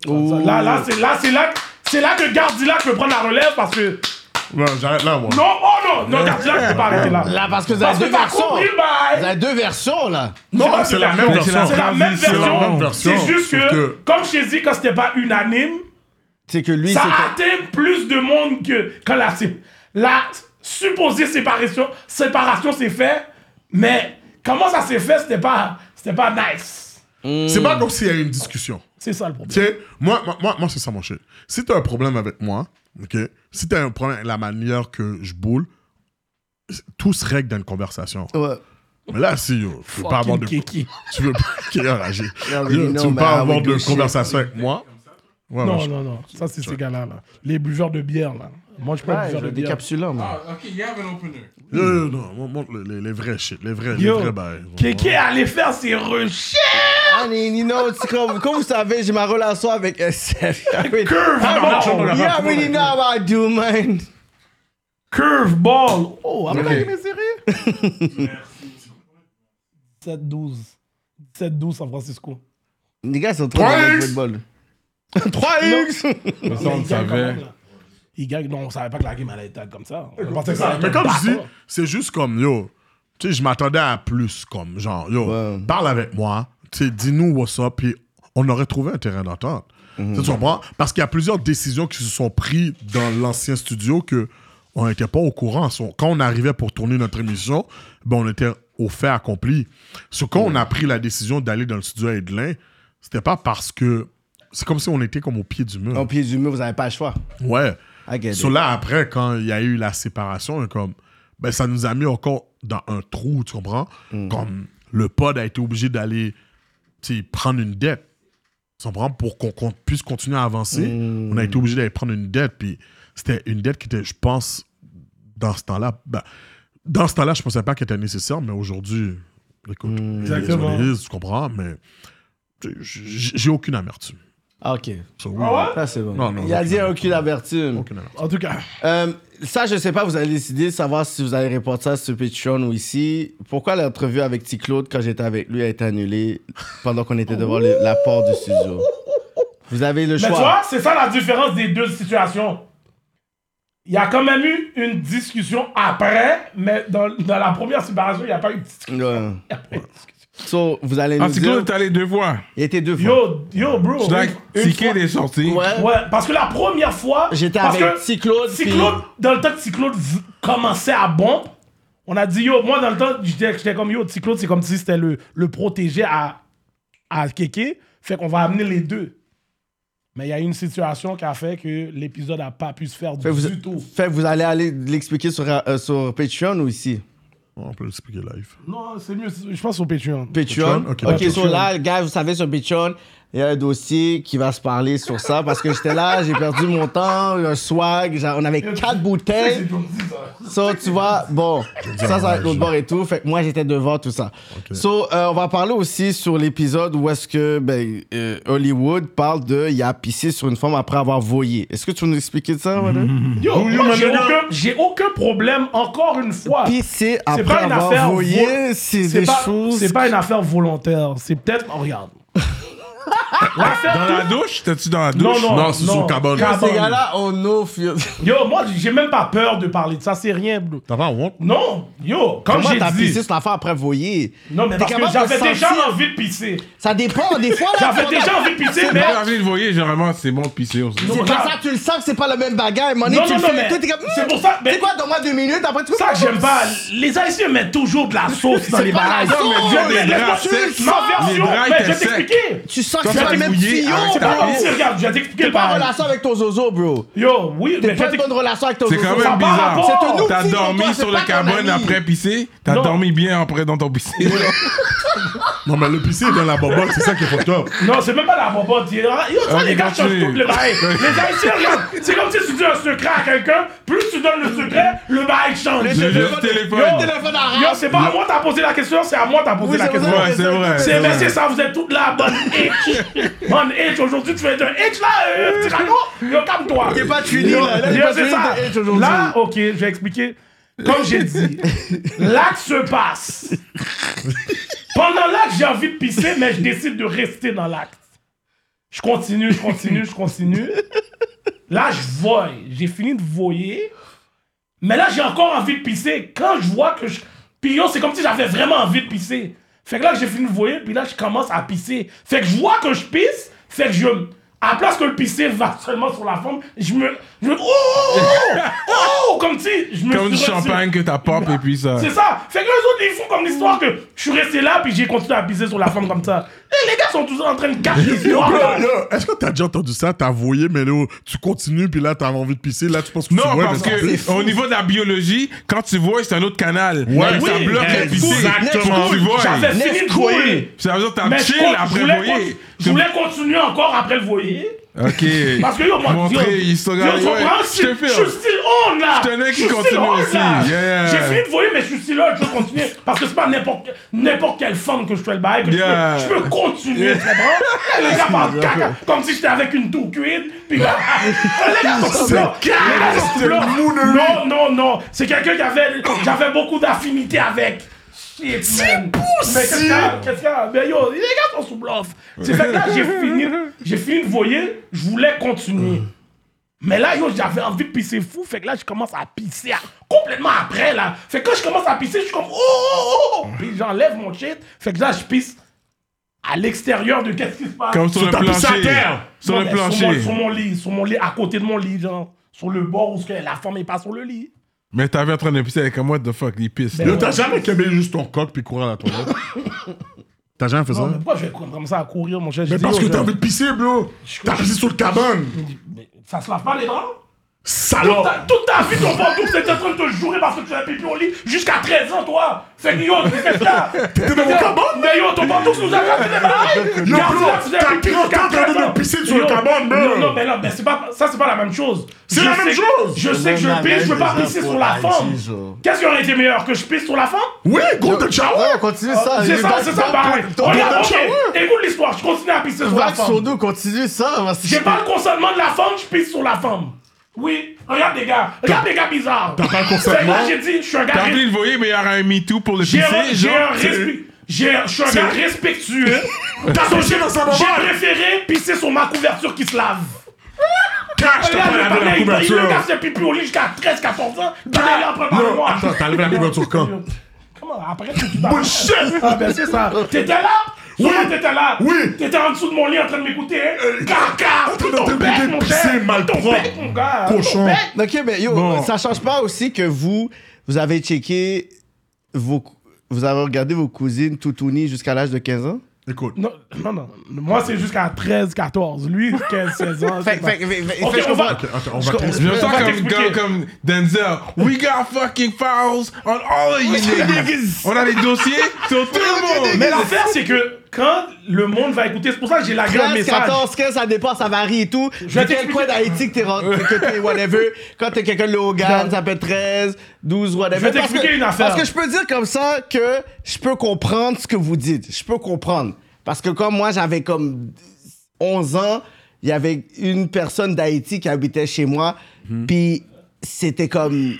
Speaker 4: Ouh.
Speaker 3: Là, là, c'est là, c'est là, c'est là que Gardilac peut prendre la relève parce que.
Speaker 2: Non, j'arrête là, moi.
Speaker 3: Non, oh non, non, Gardilac peut pas arrêter là.
Speaker 4: Là, parce que vous
Speaker 3: Parce
Speaker 4: avez
Speaker 3: que
Speaker 4: deux
Speaker 3: t'as
Speaker 4: versions.
Speaker 3: compris le
Speaker 4: Vous
Speaker 3: bail.
Speaker 4: avez deux versions, là.
Speaker 3: Non,
Speaker 2: Non, c'est la même
Speaker 3: C'est
Speaker 2: version.
Speaker 3: la même
Speaker 2: C'est la
Speaker 3: version.
Speaker 2: même version,
Speaker 3: C'est juste
Speaker 2: sauf
Speaker 3: que,
Speaker 2: que-
Speaker 3: comme je t'ai dit, quand c'était pas unanime,
Speaker 4: C'est que lui,
Speaker 3: Ça
Speaker 4: c'est que-
Speaker 3: atteint plus de monde que quand la, sé- la supposée séparation, séparation s'est faite, mais comment ça s'est fait, c'était pas, c'était pas nice.
Speaker 2: C'est pas comme s'il y a eu une discussion.
Speaker 3: C'est ça le problème.
Speaker 2: Tu sais, moi, moi, moi, moi, c'est ça mon shit. Si t'as un problème avec moi, ok, si t'as un problème avec la manière que je boule, tout se règle dans une conversation.
Speaker 4: Ouais.
Speaker 2: Mais là, si, yo, tu veux pas avoir de.
Speaker 3: Kiki.
Speaker 2: Tu veux pas. Qui est enragé.
Speaker 4: Non,
Speaker 2: Yo,
Speaker 4: mais non,
Speaker 2: Tu veux
Speaker 4: mais
Speaker 2: pas
Speaker 4: ah,
Speaker 2: avoir
Speaker 4: oui,
Speaker 2: de
Speaker 4: do shit.
Speaker 2: conversation avec moi. Ouais, ouais,
Speaker 3: Non,
Speaker 2: je-
Speaker 3: non, non. Ça, c'est ces gars-là. Là. Les buveurs de bière, là. Moi, je suis pas un
Speaker 4: Ouais,
Speaker 3: buveur
Speaker 4: je
Speaker 3: de bière.
Speaker 4: décapsulant, moi.
Speaker 1: Ok, you have an opener.
Speaker 2: Yo, yo, non, mon- montre les- les, les vrais shit, les vrais, les
Speaker 3: Yo,
Speaker 2: vrais bails.
Speaker 3: Kéké allait faire ses recherches.
Speaker 4: Ah, mais you know, c'est comme, comme vous savez, j'ai ma relation avec euh, SF.
Speaker 3: Curve ball.
Speaker 4: You already know how I do, man.
Speaker 3: Curve ball. Oh, après, il est serré. 7-12. 7-12 San Francisco.
Speaker 4: Les gars, ils sont trop dans le football. 3X!
Speaker 1: Ça, on le
Speaker 3: Il gagne quand
Speaker 1: savait.
Speaker 3: même, là. Il gagne. Non, on savait pas que la game allait être comme ça. On pensait que ça allait
Speaker 2: Mais
Speaker 3: être
Speaker 2: comme
Speaker 3: un
Speaker 2: je dis,
Speaker 3: bâtard.
Speaker 2: c'est juste comme, yo, tu sais, je m'attendais à plus, comme, genre, yo,
Speaker 4: Ouais.
Speaker 2: parle avec moi, tu sais, dis-nous what's up, puis on aurait trouvé un terrain d'entente. Tu comprends? Parce qu'il y a plusieurs décisions qui se sont prises dans l'ancien studio que on n'était pas au courant. So, Quand on arrivait pour tourner notre émission, ben, on était au fait accompli. Ce quand on a pris la décision d'aller dans le studio à Edlin, c'était pas parce que... C'est comme si on était comme au pied du mur.
Speaker 4: Au pied du mur, vous avez pas le choix.
Speaker 2: Ouais.
Speaker 4: I get it.
Speaker 2: So là, après, quand il y a eu la séparation, comme, ben, ça nous a mis encore dans un trou, tu comprends? Comme le pod a été obligé d'aller tu sais, prendre une dette. Tu comprends? Pour qu'on qu'on puisse continuer à avancer, on a été obligé d'aller prendre une dette. Puis c'était une dette qui était, je pense, dans ce temps-là. ben, dans ce temps-là, je pensais pas qu'elle était nécessaire, mais aujourd'hui, écoute, il y a des
Speaker 3: Exactement.
Speaker 2: analyses, tu comprends? Mais tu sais, j- j'ai aucune amertume.
Speaker 4: Ah, ok.
Speaker 2: So, oui,
Speaker 3: Ah ouais?
Speaker 4: Ça, c'est bon.
Speaker 2: Non, non,
Speaker 4: Il a
Speaker 2: non,
Speaker 4: dit
Speaker 2: non.
Speaker 4: aucune amertume.
Speaker 2: aucune amertume.
Speaker 3: En tout cas,
Speaker 4: Euh, ça, je sais pas, vous allez décider de savoir si vous allez répondre ça sur Patreon ou ici. Pourquoi l'entrevue avec T. Claude, quand j'étais avec lui, a été annulée pendant qu'on était devant le- la porte du studio? Vous avez le
Speaker 3: mais tu
Speaker 4: choix.
Speaker 3: vois, c'est ça la différence des deux situations. Il y a quand même eu une discussion après, mais dans, dans la première séparation, il n'y a pas eu de discussion.
Speaker 4: Ouais.
Speaker 3: Il y a pas eu de discussion.
Speaker 4: So, vous allez nous
Speaker 1: Ah, c'est
Speaker 4: dire...
Speaker 1: cool, t'as les deux fois.
Speaker 4: Il était deux fois.
Speaker 3: Yo, yo, bro.
Speaker 1: C'est like,
Speaker 3: une
Speaker 1: Ticket
Speaker 3: fois-
Speaker 1: est sorti.
Speaker 4: Ouais.
Speaker 3: Ouais, parce que la première fois.
Speaker 4: J'étais
Speaker 3: parce
Speaker 4: avec
Speaker 3: que
Speaker 4: T. Claude.
Speaker 3: Si
Speaker 4: puis-
Speaker 3: Claude, dans le temps que Cyclone commençait à bomber, on a dit yo, moi dans le temps, j'étais j'étais comme yo, Cyclone, c'est comme si c'était le, le protégé à, à Kéké, fait qu'on va amener les deux. Mais il y a une situation qui a fait que l'épisode a pas pu se faire
Speaker 4: Fait,
Speaker 3: du,
Speaker 4: vous,
Speaker 3: tout.
Speaker 4: fait, vous allez aller l'expliquer sur, euh, sur Patreon ou ici?
Speaker 2: On peut l'expliquer live.
Speaker 3: Non, c'est mieux, je pense au Patreon.
Speaker 4: Patreon.
Speaker 2: Patreon, ok,
Speaker 4: Ok,
Speaker 2: Patreon.
Speaker 4: so là, gars, vous savez, sur Patreon, il y a un dossier qui va se parler sur ça parce que j'étais là, j'ai perdu mon temps, un swag, genre, on avait quatre bouteilles. So, tu vois, bon, ça, ça va être l'autre bord et tout. Fait que moi, j'étais devant tout ça. So, euh, on va parler aussi sur l'épisode où est-ce que ben, euh, Hollywood parle de il a pissé sur une femme après avoir voyé. Est-ce que tu veux nous expliquer de ça, madame?
Speaker 2: Mhm.
Speaker 3: Yo, moi, j'ai aucun, j'ai aucun problème, encore une fois.
Speaker 4: Pisser après
Speaker 3: pas une
Speaker 4: avoir
Speaker 3: affaire
Speaker 4: voyé,
Speaker 3: vol-
Speaker 4: c'est
Speaker 3: C'est
Speaker 4: des
Speaker 3: pas,
Speaker 4: choses.
Speaker 3: c'est pas une affaire volontaire. C'est peut-être. oh, regarde. L'affaire
Speaker 1: Dans
Speaker 3: tout-
Speaker 1: la douche T'es-tu dans la douche
Speaker 3: Non, non.
Speaker 2: Non, c'est sur Cabane.
Speaker 3: Cabane.
Speaker 4: Ces gars-là, on off. yo.
Speaker 3: Yo, moi, j'ai même pas peur de parler de ça. C'est rien, bro.
Speaker 2: T'as pas honte?
Speaker 3: Non, yo, comme
Speaker 4: Comment
Speaker 3: j'ai
Speaker 4: t'as
Speaker 3: dit.
Speaker 4: pissé sur l'affaire après voyer?
Speaker 3: Non, mais
Speaker 4: T'es
Speaker 3: parce que
Speaker 4: capable de
Speaker 3: j'avais déjà
Speaker 4: sentir-
Speaker 3: envie de pisser.
Speaker 4: Ça dépend, des fois, là.
Speaker 3: J'avais
Speaker 4: tu
Speaker 3: déjà
Speaker 4: regardes-
Speaker 3: envie de pisser, mais.
Speaker 1: Moi, quand je le voyais, généralement, c'est bon de pisser. on se dit.
Speaker 4: C'est
Speaker 3: Non,
Speaker 4: comme
Speaker 3: non.
Speaker 4: ça, tu le sens que c'est pas la même bagarre. Mon
Speaker 3: Non,
Speaker 4: tu
Speaker 3: non,
Speaker 4: le
Speaker 3: non,
Speaker 4: fais
Speaker 3: mais
Speaker 4: et tout, t'es comme,
Speaker 3: c'est
Speaker 4: hmm,
Speaker 3: pour ça, mais-
Speaker 4: C'est quoi, dans moi deux minutes, après tu
Speaker 3: Ça que j'aime pas, les Haïtiens mettent toujours de la sauce dans
Speaker 4: C'est
Speaker 3: les
Speaker 4: pas la
Speaker 3: barages.
Speaker 4: sauce,
Speaker 3: Je-
Speaker 1: les
Speaker 3: laisse-moi-
Speaker 1: draps secs,
Speaker 3: Ma
Speaker 1: les
Speaker 3: version,
Speaker 1: draps
Speaker 3: mais je
Speaker 1: étaient
Speaker 3: vais t'expliquer.
Speaker 4: Tu sens que
Speaker 1: Toi,
Speaker 4: c'est
Speaker 1: t'as
Speaker 4: pas le même
Speaker 1: mouillé
Speaker 4: tuyau,
Speaker 1: avec ta
Speaker 3: Ah,
Speaker 4: bro.
Speaker 1: pisse.
Speaker 3: si, regarde, je vais t'expliquer
Speaker 4: T'es
Speaker 3: le
Speaker 4: pas en
Speaker 3: barrage.
Speaker 4: relation avec ton zozo, bro.
Speaker 3: Yo, oui, mais
Speaker 4: T'es
Speaker 3: je vais
Speaker 4: pas en bonne
Speaker 3: t'expliquer.
Speaker 4: relation avec ton
Speaker 1: C'est
Speaker 4: zozo.
Speaker 1: quand
Speaker 3: Ça
Speaker 1: même
Speaker 3: a pas
Speaker 1: bizarre.
Speaker 3: rapport.
Speaker 4: C'est un outil
Speaker 1: T'as
Speaker 4: pour toi,
Speaker 1: dormi
Speaker 4: c'est pas
Speaker 1: sur le
Speaker 4: ton
Speaker 1: cabane
Speaker 4: ami.
Speaker 1: après pisser T'as
Speaker 3: Non.
Speaker 1: dormi bien après dans ton pisser
Speaker 2: Non, mais le pisser est dans la bobotte, c'est ça qui est fucked up.
Speaker 3: Non, c'est même pas la bobotte. Yo, toi,
Speaker 1: Ok,
Speaker 3: les gars
Speaker 1: continue.
Speaker 3: changent toutes les bails. Les Haïtiens, regarde, c'est comme si tu dis un secret à quelqu'un, plus tu donnes le secret, le bail change.
Speaker 1: Le
Speaker 3: Yo,
Speaker 1: vieux téléphone.
Speaker 4: téléphone arabe.
Speaker 3: Yo, c'est pas à moi t'as posé la question, c'est à moi t'as posé
Speaker 4: Oui,
Speaker 3: la
Speaker 4: c'est
Speaker 3: question.
Speaker 4: vrai.
Speaker 1: Ouais, c'est vrai.
Speaker 3: C'est mais
Speaker 1: vrai.
Speaker 3: c'est ça, vous êtes toutes là, bonne hitch. bonne hitch, aujourd'hui tu fais un hitch là, euh, Tirano, yo, calme-toi.
Speaker 4: T'es pas tuné, là. Là, t'es
Speaker 3: Yo,
Speaker 4: pas
Speaker 3: c'est
Speaker 4: tuné,
Speaker 3: ça.
Speaker 4: t'es H aujourd'hui.
Speaker 3: Là, ok, je vais expliquer. Comme j'ai dit, l'acte se passe. Pendant l'acte, j'ai envie de pisser, mais je décide de rester dans l'acte. Je continue, je continue, je continue. Là, je voie. J'ai fini de voyer. Mais là, j'ai encore envie de pisser. Quand je vois que je. Puis yo, c'est comme si j'avais vraiment envie de pisser. Fait que là, que j'ai fini de voyer, puis là, je commence à pisser. Fait que je vois que je pisse, fait que je. À place que le pisser va seulement sur la forme, je me. Je me. Oh! Oh! oh, oh, oh, comme si. Je me
Speaker 1: Comme du
Speaker 3: suis retiré.
Speaker 1: champagne que t'as pop et puis ça.
Speaker 3: C'est ça. Fait que les autres, ils font comme l'histoire que je suis resté là, puis j'ai continué à pisser sur la femme comme ça. Et les gars sont toujours en train de cacher l'histoire.
Speaker 2: Yo,
Speaker 3: là.
Speaker 2: yo, Est-ce que t'as déjà entendu ça? T'as voyé, mais là, tu continues, puis là, t'as envie de pisser. Là, tu penses que tu
Speaker 1: Non,
Speaker 2: vois,
Speaker 1: parce
Speaker 2: mais ça-
Speaker 1: que au niveau de la biologie, quand tu vois, c'est un autre canal. Ouais, ça
Speaker 3: oui,
Speaker 1: bloque
Speaker 3: mais
Speaker 1: le pisser.
Speaker 2: exactement.
Speaker 1: Quand tu vois.
Speaker 3: J'avais
Speaker 4: Let's
Speaker 3: fini de
Speaker 4: go.
Speaker 3: voyer.
Speaker 1: Ça veut dire que t'as
Speaker 3: Mais je,
Speaker 1: chill
Speaker 3: con- je
Speaker 1: après
Speaker 3: voulais,
Speaker 1: voyer.
Speaker 3: con- je voulais continuer encore après le voyer.
Speaker 1: Ok.
Speaker 3: Parce que yo, moi,
Speaker 1: Montrer,
Speaker 3: yo,
Speaker 1: il se
Speaker 3: yo,
Speaker 1: regarde,
Speaker 3: tu comprends,
Speaker 1: ouais,
Speaker 3: je,
Speaker 1: je te hein.
Speaker 3: suis- je
Speaker 1: filme.
Speaker 3: suis still on là.
Speaker 1: Je tenais qu'il
Speaker 3: suis still
Speaker 1: continue
Speaker 3: on,
Speaker 1: aussi.
Speaker 3: là.
Speaker 1: Yeah, yeah.
Speaker 3: J'ai fini de voyer, mais je suis still on, je peux continuer. Parce que c'est pas n'importe n'importe quelle femme que je fais le bail. que je peux-
Speaker 1: Yeah.
Speaker 3: Je, peux, continuer, tu comprends? Et Les gars parlent caca, comme si j'étais avec une tout cuite. Puis là, les gars sont blancs. Les gars sont blancs. Non, non, non. C'est quelqu'un qui avait, j'avais beaucoup d'affinité avec. Shit, man. Mais qu'est-ce qu'il y a- qu'est-ce qu'il y a Mais yo, les gars sont sous bluff. C'est fait que là, j'ai fini, j'ai fini de voyer, je voulais continuer. Mais là, yo, j'avais envie de pisser fou, fait que là, je commence à pisser à- complètement après, là. Fait que quand je commence à pisser, je suis comme, oh, oh, oh,
Speaker 2: Mm.
Speaker 3: oh. Puis j'enlève mon shit, fait que là, je pisse à l'extérieur de qu'est-ce qui se passe.
Speaker 1: Comme sur le
Speaker 2: t'as pissé à
Speaker 1: plancher.
Speaker 2: terre.
Speaker 1: Sur
Speaker 3: Non,
Speaker 1: le
Speaker 3: mais Sur mon,
Speaker 1: plancher.
Speaker 3: sur mon lit, sur mon lit, à côté de mon lit, genre. Sur le bord où ce que la femme est pas sur le lit.
Speaker 1: Mais t'avais en train de pisser avec un what the fuck, il pisse.
Speaker 3: Ben
Speaker 2: Yo,
Speaker 1: là.
Speaker 3: ouais.
Speaker 2: t'as jamais québé juste ton coq, puis courir à la toilette? T'as jamais fait
Speaker 3: Non,
Speaker 2: ça?
Speaker 3: mais pourquoi je vais commencer à courir, mon cher?
Speaker 2: Mm. Mais parce que t'as envie de pisser, bro. T'as pissé sur le cabane.
Speaker 3: Ça se lave pas les draps toute
Speaker 2: Salope.
Speaker 3: ta, toute ta vie, ton pantoufle, c'était en train de te jouer parce que tu as pipi au lit jusqu'à 13 ans, toi. Fait que yo, tu fais ça. T'étais
Speaker 2: dans mon cabane
Speaker 3: Mais yo, ton pantoufle nous a cassé les barils.
Speaker 2: Yo,
Speaker 3: Garde
Speaker 2: bro,
Speaker 3: ça, tu faisais
Speaker 2: t'as
Speaker 3: pipi
Speaker 2: pissé,
Speaker 3: jusqu'à
Speaker 2: t'es en train de
Speaker 3: 13 ans.
Speaker 2: pisser sur le
Speaker 3: Yo,
Speaker 2: cabane, bro.
Speaker 3: Non, non, mais là, mais c'est pas, ça, c'est pas la même chose.
Speaker 2: C'est
Speaker 3: Je
Speaker 2: la même
Speaker 3: sais-
Speaker 2: chose.
Speaker 3: Je sais que je
Speaker 4: Même
Speaker 3: pisse, je veux
Speaker 4: la
Speaker 3: pas
Speaker 4: même
Speaker 3: pisser
Speaker 4: chose
Speaker 3: sur la
Speaker 4: pour
Speaker 3: femme.
Speaker 4: IG, genre.
Speaker 3: Qu'est-ce qui aurait été meilleur que je pisse sur la femme
Speaker 2: Oui, Golden Shower.
Speaker 4: Ouais, continue ça.
Speaker 3: C'est ça, c'est ça, pareil.
Speaker 4: Ton
Speaker 3: Regarde,
Speaker 4: ton-
Speaker 3: ok, écoute l'histoire, je continue à pisser
Speaker 4: ton
Speaker 3: sur la
Speaker 4: vague sur
Speaker 3: femme.
Speaker 4: nous, continue ça. parce que-
Speaker 3: J'ai pas le consentement de la femme, je pisse sur la femme. Oui, regarde les gars, regarde les gars bizarres. T'as
Speaker 2: pas le consentement?
Speaker 3: Là, j'ai dit, je suis un gars
Speaker 1: T'as envie de le voyer, mais il y aura un me too pour le
Speaker 3: J'ai un,
Speaker 1: pisser.
Speaker 3: j'ai un
Speaker 1: genre.
Speaker 3: respect. J'ai, je suis un gars respectueux.
Speaker 2: T'as son chien dans sa
Speaker 3: J'ai
Speaker 2: maman.
Speaker 3: préféré pisser sur ma couverture qui se lave.
Speaker 2: Cache, t'as pas
Speaker 3: Regarde, le
Speaker 2: lavé
Speaker 3: panel,
Speaker 2: la
Speaker 3: il- il me
Speaker 2: couverture.
Speaker 3: casse le pipi au lit jusqu'à 13-14 ans. Il est là,
Speaker 2: Yo,
Speaker 3: prépare-moi.
Speaker 2: attends, t'as levé la couverture quand?
Speaker 3: Comment après tu t'as-
Speaker 2: Bullshit.
Speaker 3: Ah ben c'est ça. T'étais là
Speaker 2: Oui.
Speaker 3: Sûrement t'étais là
Speaker 2: Oui. Euh,
Speaker 3: T'étais en dessous de mon lit en train de m'écouter hein Caca
Speaker 2: train de
Speaker 3: Ton
Speaker 2: te
Speaker 3: bec,
Speaker 2: péter,
Speaker 3: mon
Speaker 2: pisser,
Speaker 3: cher.
Speaker 2: malpropre.
Speaker 3: Ton bec, mon gars Ton
Speaker 2: Cochon.
Speaker 3: bec.
Speaker 4: Ok, mais yo,
Speaker 1: Bon.
Speaker 4: ça change pas aussi que vous, vous avez checké vos. cou- Vous avez regardé vos cousines toutounis jusqu'à l'âge de 15 ans?
Speaker 2: Écoute.
Speaker 3: Non, non, non. Moi, c'est jusqu'à 13, 14. Lui, 15, 16 ans.
Speaker 4: Fait-
Speaker 3: c'est pas-
Speaker 4: fait- fait- fait-
Speaker 3: Ok,
Speaker 4: fait- je
Speaker 3: on va-
Speaker 4: comprends.
Speaker 2: Ok, attends, on va
Speaker 1: Je me
Speaker 2: te-
Speaker 1: sens
Speaker 3: va
Speaker 1: comme,
Speaker 3: t'expliquer.
Speaker 1: comme, comme Denzel. We got fucking files on all of you niggas. On a les dossiers sur tout le monde.
Speaker 3: Mais l'affaire, c'est que quand le monde va écouter, c'est pour ça que j'ai la grande
Speaker 4: 13,
Speaker 3: message.
Speaker 4: 14, 15, ça dépend, ça varie et tout. Je
Speaker 3: vais
Speaker 4: quel
Speaker 3: t'expliquer-
Speaker 4: coin d'Haïti que t'es rentré, que t'es whatever. Quand t'es quelqu'un de Logan, ça peut être 13, 12, whatever.
Speaker 3: Je vais
Speaker 4: Parce que-
Speaker 3: t'expliquer une affaire.
Speaker 4: Parce que je peux dire comme ça que je peux comprendre ce que vous dites. Je peux comprendre. Parce que comme moi, j'avais comme 11 ans, il y avait une personne d'Haïti qui habitait chez moi.
Speaker 3: Mhm.
Speaker 4: Puis c'était comme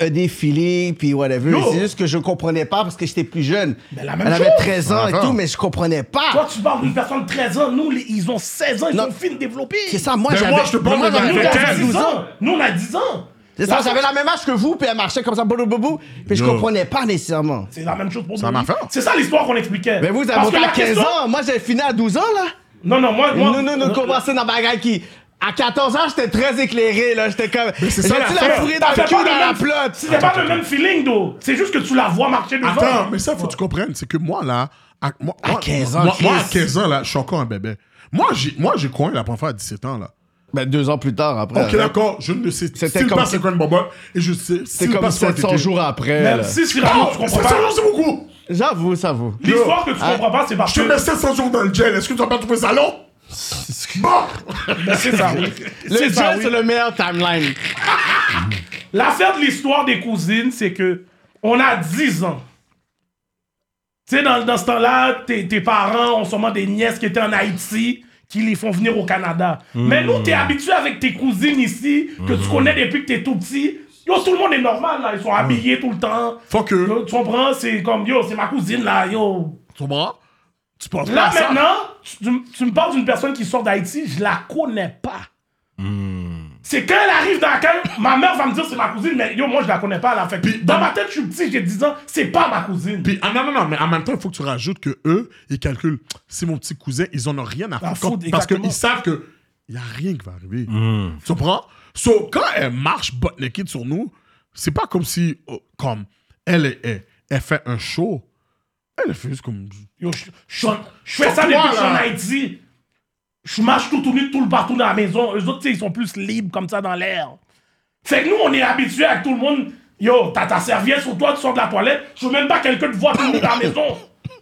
Speaker 4: un défilé, puis whatever.
Speaker 3: Yo.
Speaker 4: C'est juste que je comprenais pas parce que j'étais plus jeune.
Speaker 3: Mais Ben, la même
Speaker 4: Elle avait
Speaker 3: chose.
Speaker 4: 13 ans et
Speaker 2: Encore.
Speaker 4: tout, mais je comprenais pas.
Speaker 3: Toi, tu parles d'une personne de 13 ans, nous, les- ils ont 16 ans, ils
Speaker 4: Non.
Speaker 3: sont fins développés.
Speaker 4: C'est ça, moi
Speaker 2: Ben,
Speaker 4: j'avais.
Speaker 2: moi, je te parle
Speaker 4: moi,
Speaker 2: de
Speaker 4: j'avais
Speaker 3: Nous, on a
Speaker 4: 14,
Speaker 3: 10
Speaker 4: 12
Speaker 3: ans. Nous, on a 10 ans.
Speaker 4: C'est ça, j'avais la même âge que vous, puis elle marchait comme ça, boubou, boubou, puis je
Speaker 2: Yo.
Speaker 4: comprenais pas nécessairement.
Speaker 3: C'est la même chose pour
Speaker 2: Ça
Speaker 3: nous.
Speaker 2: m'a fait.
Speaker 3: C'est ça l'histoire qu'on expliquait.
Speaker 4: Mais vous, vous avez
Speaker 3: Parce que
Speaker 4: monté à
Speaker 3: la
Speaker 4: 15
Speaker 3: question-
Speaker 4: ans, moi j'ai fini à 12 ans là.
Speaker 3: Non, non, moi. moi-
Speaker 4: Nous, nous, nous commençons dans bagaille qui. À 14 ans, j'étais très éclairé, là. J'étais comme.
Speaker 2: Mais c'est ça,
Speaker 4: J'ai-tu
Speaker 2: l'affaire.
Speaker 4: la fourrée dans
Speaker 3: T'as
Speaker 4: le
Speaker 3: fait
Speaker 4: cul, dans
Speaker 3: pas le
Speaker 4: la
Speaker 3: même
Speaker 4: plotte.
Speaker 3: C'était pas le même feeling, though. C'est juste que tu la vois marcher devant.
Speaker 2: Attends, mais ça, faut que tu comprennes. C'est que moi, là, à, moi,
Speaker 4: À
Speaker 2: moi-
Speaker 4: 15 ans,
Speaker 2: moi, moi, à
Speaker 4: Chris.
Speaker 2: 15 ans, là, je suis encore un bébé. Moi, j'ai, moi, j'ai connu la première fois à 17 ans, là.
Speaker 4: Ben, deux ans plus tard après.
Speaker 2: Ok, d'accord, je ne sais
Speaker 4: C'était
Speaker 2: still
Speaker 4: comme
Speaker 2: pas
Speaker 4: si-
Speaker 2: c'est quoi une bobotte et je sais
Speaker 4: C'est
Speaker 2: still
Speaker 4: comme
Speaker 2: pas c'est quoi un
Speaker 4: 700
Speaker 2: tété.
Speaker 4: jours après.
Speaker 3: Même
Speaker 4: là.
Speaker 3: si, si
Speaker 2: Ah,
Speaker 3: vraiment, tu comprends
Speaker 2: 700
Speaker 3: pas.
Speaker 2: jours, c'est beaucoup!
Speaker 4: J'avoue, Ah, ça vaut.
Speaker 3: L'histoire que tu comprends pas, c'est parce
Speaker 2: Je te
Speaker 3: que.
Speaker 2: mets 700 jours dans le gel, est-ce que tu vas pas trouver ça long? Bon!
Speaker 3: Ben, c'est ça, oui.
Speaker 4: Le
Speaker 3: C'est
Speaker 4: gel,
Speaker 3: ça, oui.
Speaker 4: c'est le meilleur timeline.
Speaker 3: L'affaire de l'histoire des cousines, c'est que on a 10 ans. Tu sais, dans, dans ce temps-là, tes, tes parents ont sûrement des nièces qui étaient en Haïti qui les font venir au Canada. Mais nous, t'es habitué avec tes cousines ici, que tu connais depuis que t'es tout petit. Yo, tout le monde est normal, là. Ils sont habillés tout le temps.
Speaker 2: Faut que.
Speaker 3: Yo, tu comprends? C'est comme, yo, c'est ma cousine, là, yo.
Speaker 2: Tu comprends? Tu penses pas
Speaker 3: Là,
Speaker 2: à ça?
Speaker 3: maintenant, tu, tu- tu me parles d'une personne qui sort d'Haïti, je la connais pas.
Speaker 2: Hmm.
Speaker 3: C'est quand elle arrive dans la caille, ma mère va me dire c'est ma cousine, mais yo, moi je la connais pas, là. Fait que
Speaker 2: Puis-
Speaker 3: dans ma tête, je suis petit, j'ai 10 ans, c'est pas ma cousine.
Speaker 2: Puis, ah non, non, non, mais en même temps, il faut que tu rajoutes que eux, ils calculent. C'est mon petit cousin, ils en ont rien à foutre.
Speaker 3: À foutre,
Speaker 2: quand- parce
Speaker 3: exactement.
Speaker 2: qu'ils savent que il n'y a rien qui va arriver. Tu comprends? So, quand elle marche botnekid sur nous, c'est pas comme si, oh, comme, elle, est- elle, elle fait un show. Elle fait juste comme.
Speaker 3: Yo, je- je je fais ça
Speaker 2: Toi,
Speaker 3: depuis que je suis en
Speaker 2: là.
Speaker 3: Haïti. Je marche tout tourné tout le partout dans la maison. Eux autres, tu sais, ils sont plus libres comme ça dans l'air. Fait que nous, on est habitués avec tout le monde. Yo, t'as ta serviette sur toi, tu sors de la toilette. Je veux même pas quelqu'un te voit tout nu dans la maison.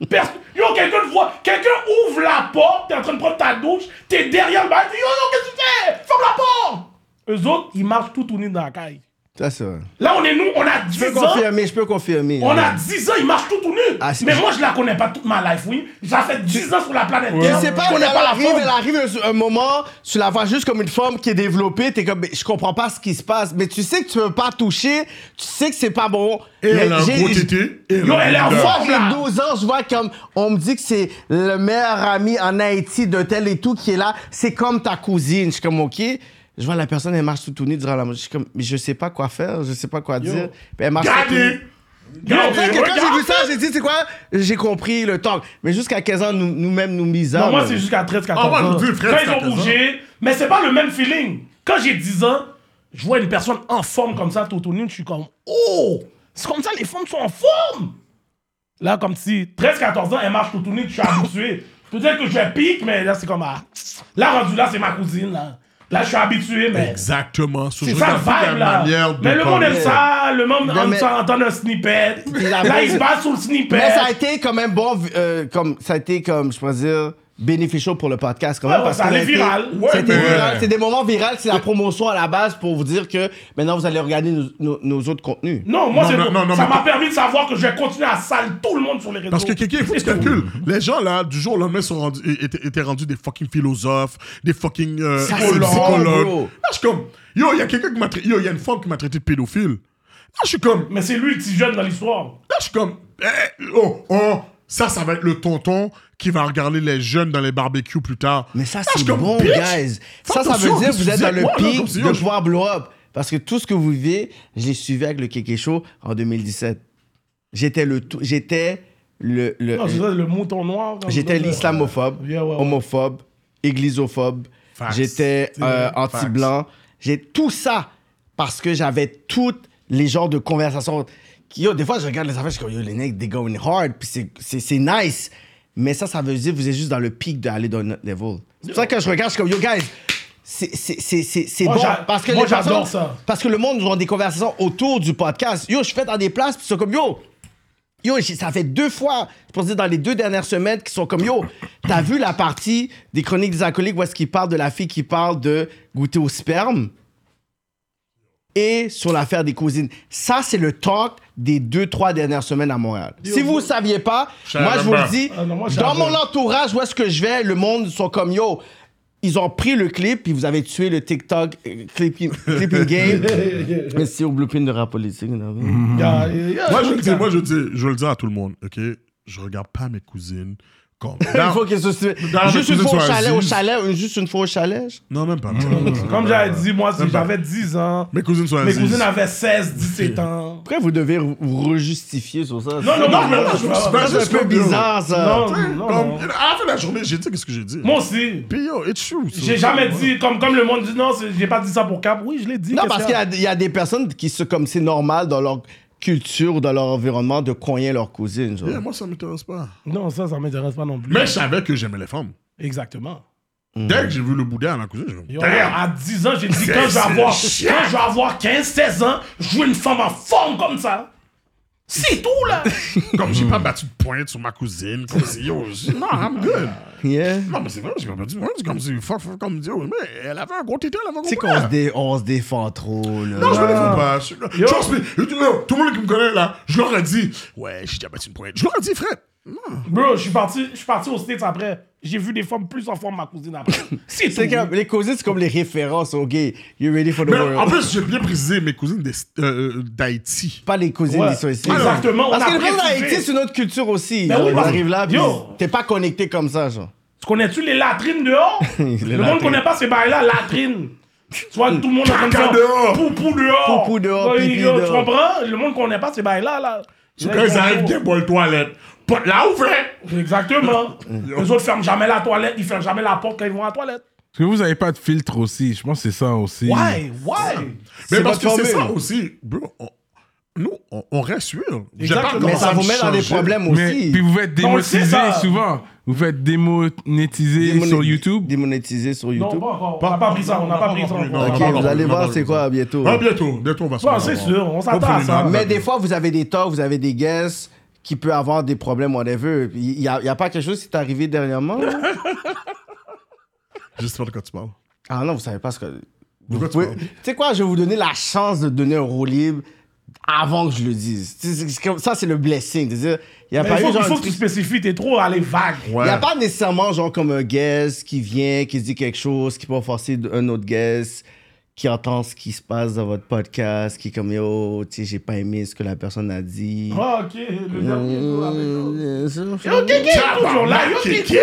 Speaker 3: Perso- Yo, quelqu'un te voit. Quelqu'un ouvre la porte, t'es en train de prendre ta douche, t'es derrière le bain, t'es, yo, yo, qu'est-ce que tu fais Ferme la porte Eux autres, ils marchent tout tourné dans la caille.
Speaker 4: Ça, c'est vrai.
Speaker 3: Là, on est nous, on a
Speaker 4: Je peux
Speaker 3: 10 ans.
Speaker 4: confirmer, je peux confirmer.
Speaker 3: On a 10 ans, il marche tout tout nu.
Speaker 4: Ah, c'est-
Speaker 3: mais moi, je la connais pas toute ma life, oui. J'ai fait 10 ans sur la planète
Speaker 4: Je
Speaker 3: Terre.
Speaker 4: sais pas,
Speaker 3: je
Speaker 4: elle
Speaker 3: connais pas la
Speaker 4: arrive, elle
Speaker 3: forme.
Speaker 4: arrive un, un moment, tu la vois juste comme une forme qui est développée, t'es comme, mais je comprends pas ce qui se passe, mais tu sais que tu peux pas toucher, tu sais que c'est pas bon.
Speaker 2: Et
Speaker 4: Mais
Speaker 2: elle a un
Speaker 4: j'ai-
Speaker 2: gros
Speaker 4: j'ai-
Speaker 2: tété. et
Speaker 3: Yo,
Speaker 2: a
Speaker 3: elle est
Speaker 2: un
Speaker 3: en
Speaker 2: leader.
Speaker 3: forme.
Speaker 4: Moi, j'ai 12 ans, je vois comme, on me dit que c'est le meilleur ami en Haïti de tel et tout qui est là, c'est comme ta cousine, je suis comme, ok. Je vois la personne, elle marche tout tournée durant la musique. Je suis comme, mais je sais pas quoi faire, je sais pas quoi dire. Puis elle marche tout
Speaker 2: Regardez!
Speaker 4: tournée.
Speaker 3: Yo,
Speaker 4: En fait, que quand
Speaker 3: regarde.
Speaker 4: j'ai vu ça, j'ai dit, c'est quoi? J'ai compris le temps. Mais jusqu'à 15 ans, nous- nous-mêmes, nous, misons. euh,
Speaker 3: Non, moi, c'est jusqu'à 13, 14
Speaker 2: Ah, moi,
Speaker 3: ans.
Speaker 2: je dis, frère,
Speaker 3: quand ils
Speaker 2: 14
Speaker 3: ont
Speaker 2: ans.
Speaker 3: bougé, mais c'est pas le même feeling. Quand j'ai 10 ans, je vois une personne en forme comme ça, tout nu, je suis comme, oh, c'est comme ça, les femmes sont en forme. Là, comme si 13, 14 ans, elle marche tout nu, je suis habitué. Peut-être que je pique, mais là, c'est comme, ah, là, rendu là, c'est ma cousine, là. Là, je suis habitué, mais.
Speaker 2: Exactement. So,
Speaker 3: C'est
Speaker 2: je
Speaker 3: ça le
Speaker 2: regarde toute la
Speaker 3: vibe là.
Speaker 2: manière de
Speaker 3: Mais le monde
Speaker 2: parler.
Speaker 3: aime ça, le monde
Speaker 4: Non,
Speaker 3: aime
Speaker 4: mais-
Speaker 3: ça entendre un snippet.
Speaker 4: la
Speaker 3: Là,
Speaker 4: vraie-
Speaker 3: il se bat sur le snippet.
Speaker 4: Mais ça a été quand même bon, euh, comme, ça a été comme, je pourrais dire, bénéficial pour le podcast quand même.
Speaker 3: Ah,
Speaker 4: parce
Speaker 3: ça
Speaker 4: que
Speaker 3: allait
Speaker 4: a été-
Speaker 3: viral. Ouais,
Speaker 4: ça a été
Speaker 2: mais-
Speaker 4: viral. C'est des moments virals, c'est la promotion à la base pour vous dire que maintenant vous allez regarder nos, nos- nos autres contenus.
Speaker 3: Non, moi,
Speaker 2: Non,
Speaker 3: c'est
Speaker 2: non, non, non,
Speaker 3: ça
Speaker 2: mais-
Speaker 3: m'a permis de savoir que je vais continuer à saler tout le monde sur les réseaux.
Speaker 2: Parce que quelqu'un, il faut que tu calcules. Les gens, là, du jour au lendemain, sont rendus, étaient, étaient rendus des fucking philosophes, des fucking euh,
Speaker 4: Ça, c'est
Speaker 2: psychologues.
Speaker 4: long, bro.
Speaker 2: Là, je suis comme, yo, il y a quelqu'un qui m'a traité, yo, il y a une femme qui m'a traité de pédophile. Là, je suis comme,
Speaker 3: Mais c'est lui le petit jeune dans l'histoire.
Speaker 2: là, je suis comme, eh, oh, oh, ça, ça va être le tonton qui va regarder les jeunes dans les barbecues plus tard.
Speaker 4: Mais ça,
Speaker 2: Là, Ah, je
Speaker 4: c'est
Speaker 2: suis comme,
Speaker 4: bon,
Speaker 2: bitch,
Speaker 4: guys.
Speaker 2: fais
Speaker 4: Ça, ça veut
Speaker 2: attention à
Speaker 4: dire que
Speaker 2: ce
Speaker 4: vous
Speaker 2: tu
Speaker 4: êtes
Speaker 2: dis
Speaker 4: dans
Speaker 2: à
Speaker 4: le
Speaker 2: moi, là, comme
Speaker 4: pic
Speaker 2: si,
Speaker 4: de
Speaker 2: yo, je-
Speaker 4: pouvoir blow up. Parce que tout ce que vous vivez, je l'ai suivi avec le Kéké Show en 2017. J'étais le tout, j'étais le, le-
Speaker 3: Non, c'est
Speaker 2: euh,
Speaker 3: vrai, le mouton noir. comme-
Speaker 4: J'étais l'islamophobe,
Speaker 3: Yeah, ouais, ouais.
Speaker 4: homophobe, églisophobe.
Speaker 2: Facts.
Speaker 4: J'étais euh,
Speaker 2: Facts.
Speaker 4: anti-blanc. J'ai tout ça parce que j'avais toutes les genres de conversations. qui- Yo, des fois, je regarde les affaires, je suis comme, yo, les nègres, they going hard, puis c'est- c'est c'est nice. Mais ça, ça veut dire que vous êtes juste dans le pic d'aller dans notre level. C'est pour ça que quand je regarde, je suis comme, yo, guys, c'est- c'est c'est- c'est- c'est
Speaker 3: Moi,
Speaker 4: bon.
Speaker 3: j'a-
Speaker 4: Parce que
Speaker 3: moi,
Speaker 4: les
Speaker 3: j'adore
Speaker 4: personnes-
Speaker 3: ça.
Speaker 4: Parce que le monde, ils ont des conversations autour du podcast. Yo, je fais dans des places, puis c'est comme, yo, Yo, j'ai- ça fait deux fois, je pense que dans les deux dernières semaines, qui sont comme yo, t'as vu la partie des chroniques des alcooliques où est-ce qu'ils parlent de la fille qui parle de goûter au sperme et sur l'affaire des cousines. Ça, c'est le talk des deux, trois dernières semaines à Montréal. Si vous ne saviez pas,
Speaker 2: à
Speaker 4: moi,
Speaker 2: la
Speaker 4: je vous le
Speaker 2: barre.
Speaker 4: dis,
Speaker 3: Ah non, moi, je suis à
Speaker 4: dans
Speaker 3: la
Speaker 4: mon
Speaker 3: barre.
Speaker 4: entourage, où est-ce que je vais, le monde sont comme yo. Ils ont pris le clip, puis vous avez tué le TikTok euh, clipping, clipping game. Merci au blueprint de rap politique. non?
Speaker 3: Yeah, yeah, yeah,
Speaker 2: Moi, je
Speaker 3: je
Speaker 2: le dis,
Speaker 3: regarde.
Speaker 2: moi, je le dis, je le dis à tout le monde, OK? Je regarde pas mes cousines comme... Non,
Speaker 4: Il faut qu'ils se situent.
Speaker 2: Dans la
Speaker 4: Juste une
Speaker 2: cuisine
Speaker 4: fois au
Speaker 2: sur la
Speaker 4: chalet, au
Speaker 2: zone.
Speaker 4: chalet, euh, juste une fois au chalet.
Speaker 2: non, même pas.
Speaker 3: Comme j'avais dit, moi, si
Speaker 2: Même pas.
Speaker 3: j'avais 10 ans,
Speaker 2: Mes cousines sont
Speaker 3: mes
Speaker 2: assises.
Speaker 3: cousines avaient 16, 17 ans.
Speaker 4: Pourquoi vous devez vous rejustifier sur ça?
Speaker 3: Non, non, non, non, non,
Speaker 2: C'est
Speaker 3: non,
Speaker 2: pas
Speaker 4: C'est un
Speaker 2: juste
Speaker 4: peu
Speaker 2: comme, yo,
Speaker 4: bizarre, ça.
Speaker 3: non, non,
Speaker 2: Ah. comme-
Speaker 3: non.
Speaker 2: À la fin de la journée, j'ai dit qu'est-ce que j'ai dit.
Speaker 3: Moi aussi.
Speaker 2: Puis yo, it's true. ça.
Speaker 3: J'ai jamais dit, comme, comme le monde dit, non, c'est- j'ai pas dit ça pour Cap. Oui, je l'ai dit.
Speaker 4: Non,
Speaker 3: qu'est-ce
Speaker 4: parce
Speaker 3: qu'il
Speaker 4: qu'il y
Speaker 3: y a?
Speaker 4: a- il y a des personnes qui, se- comme c'est normal dans leur culture ou dans leur environnement, de coigner leur cousine. genre.
Speaker 2: Yeah, moi, ça m'intéresse pas.
Speaker 3: Non, ça, ça m'intéresse pas non plus.
Speaker 2: Mais je savais que j'aimais les femmes.
Speaker 3: Exactement.
Speaker 4: Mm.
Speaker 2: Dès que j'ai vu le boudin à ma cousine, je me suis dit,
Speaker 3: Yo,
Speaker 2: damn!
Speaker 3: à 10 ans, j'ai dit,
Speaker 2: C'est-
Speaker 3: quand je vais
Speaker 2: c'est
Speaker 3: avoir,
Speaker 2: chiant.
Speaker 3: quand je vais avoir 15, 16 ans, je veux une femme en forme comme ça. C'est tout, là.
Speaker 2: Comme j'ai pas
Speaker 4: Mm.
Speaker 2: battu de pointe sur ma cousine, comme si yo, je- non, I'm good.
Speaker 4: Yeah.
Speaker 2: Non, mais c'est vrai, j'ai pas battu de pointe, c'est comme si, fuck, fuck, comme yo, mais elle avait un gros téton, elle avait un
Speaker 4: Tu
Speaker 2: gros
Speaker 4: sais qu'on se
Speaker 2: père.
Speaker 4: dé- on se défend trop, là.
Speaker 2: Non, je me défends pas. Je,
Speaker 3: Yo.
Speaker 2: Trust me, yo, tout le monde qui me connaît là, je leur ai dit, ouais, j'ai déjà battu une pointe. Je leur ai dit, frère, non.
Speaker 3: Bro, je suis parti, je suis parti aux States après. J'ai vu des femmes plus en forme ma cousine après. C'est tout.
Speaker 4: C'est comme- les cousines, c'est comme les références au gay. You ready for the
Speaker 2: Mais
Speaker 4: world?
Speaker 2: en plus, j'ai bien précisé mes cousines d'Est- euh, euh, d'Haïti.
Speaker 4: Pas les cousines
Speaker 3: Ouais.
Speaker 4: qui sont ici.
Speaker 3: Exactement, on
Speaker 4: Parce
Speaker 3: a
Speaker 4: que le monde
Speaker 3: précisé.
Speaker 4: d'Haïti, c'est une autre culture aussi.
Speaker 3: Ben
Speaker 4: genre.
Speaker 3: oui,
Speaker 4: on
Speaker 3: parce-
Speaker 4: arrive là, puis
Speaker 3: Yo.
Speaker 4: t'es pas connecté comme ça, genre.
Speaker 3: Tu connais-tu les latrines dehors? le monde
Speaker 4: latrines.
Speaker 3: connaît pas ces bails-là, latrines. Tu vois, tout le monde est comme
Speaker 2: Caca
Speaker 3: ça.
Speaker 2: dehors.
Speaker 3: Poupou dehors.
Speaker 4: Poupou dehors,
Speaker 3: Ouais,
Speaker 4: pipi
Speaker 3: yo, Tu
Speaker 4: dehors.
Speaker 3: comprends? Le monde connaît pas ces bails-là, là.
Speaker 2: C'est quand ils arrivent, bien pour le toilette. Pas là ouvert.
Speaker 3: Exactement. Les autres ferment jamais la toilette, ils ferment jamais la porte quand ils vont à la toilette.
Speaker 1: Parce que vous avez pas de filtre aussi. Je pense que c'est ça aussi.
Speaker 3: Why? Why?
Speaker 2: Mais
Speaker 4: C'est
Speaker 2: parce que
Speaker 4: votre
Speaker 2: c'est ça
Speaker 4: formule.
Speaker 2: aussi, bro. on- nous, on, on reste sûr.
Speaker 3: Exactement.
Speaker 4: Mais ça
Speaker 3: Commence
Speaker 4: vous met dans des problèmes
Speaker 1: Mais
Speaker 4: aussi.
Speaker 1: puis vous faites
Speaker 3: Non, on le sait,
Speaker 1: démonétiser
Speaker 3: ça.
Speaker 1: souvent. Vous faites démonétiser
Speaker 4: Démoné-
Speaker 1: sur YouTube.
Speaker 4: Démonétisé sur
Speaker 3: Non,
Speaker 4: YouTube.
Speaker 3: pas encore. On n'a pas pris ça. On n'a pas pris ça.
Speaker 2: encore.
Speaker 3: encore.
Speaker 2: Non,
Speaker 4: ok,
Speaker 2: pas
Speaker 4: vous
Speaker 2: encore,
Speaker 4: allez
Speaker 2: pas
Speaker 4: voir
Speaker 2: encore,
Speaker 4: c'est quoi à bientôt.
Speaker 2: Ah, bientôt, bientôt, on va se
Speaker 3: Bon,
Speaker 2: voir.
Speaker 3: c'est sûr, on s'attend à
Speaker 2: Hopefully
Speaker 3: ça.
Speaker 2: not.
Speaker 4: Mais des fois, vous avez des torts, vous avez des guesses qui peut avoir des problèmes, whatever. Puis Il n'y a, il y a pas quelque chose qui t'est arrivé dernièrement? là?
Speaker 2: Je sais pas de quoi tu parles.
Speaker 4: ah non, vous savez pas ce que...
Speaker 2: De quoi tu
Speaker 4: Oui.
Speaker 2: parles?
Speaker 4: Tu sais quoi, je vais vous donner la chance de donner un roue libre avant que je le dise. Tu sais, c'est- c'est comme- Ça, c'est le blessing. C'est-à-dire, Il n'y a
Speaker 3: Mais
Speaker 4: pas
Speaker 3: il faut,
Speaker 4: eu genre...
Speaker 3: il faut
Speaker 4: une-
Speaker 3: que tu spécifies, t'es trop allé vague.
Speaker 4: Il
Speaker 2: Ouais.
Speaker 4: n'y a pas nécessairement genre comme un guest qui vient, qui dit quelque chose, qui peut forcer un autre guest, qui entend ce qui se passe dans votre podcast, qui est comme yo, tu sais, j'ai pas aimé ce que la personne a dit. Mm,
Speaker 3: Ah, ok, le dernier jour avec nous.
Speaker 4: Euh, c'est-
Speaker 3: Yo, Kiki est toujours là, yo,
Speaker 2: Kiki.
Speaker 3: Kiki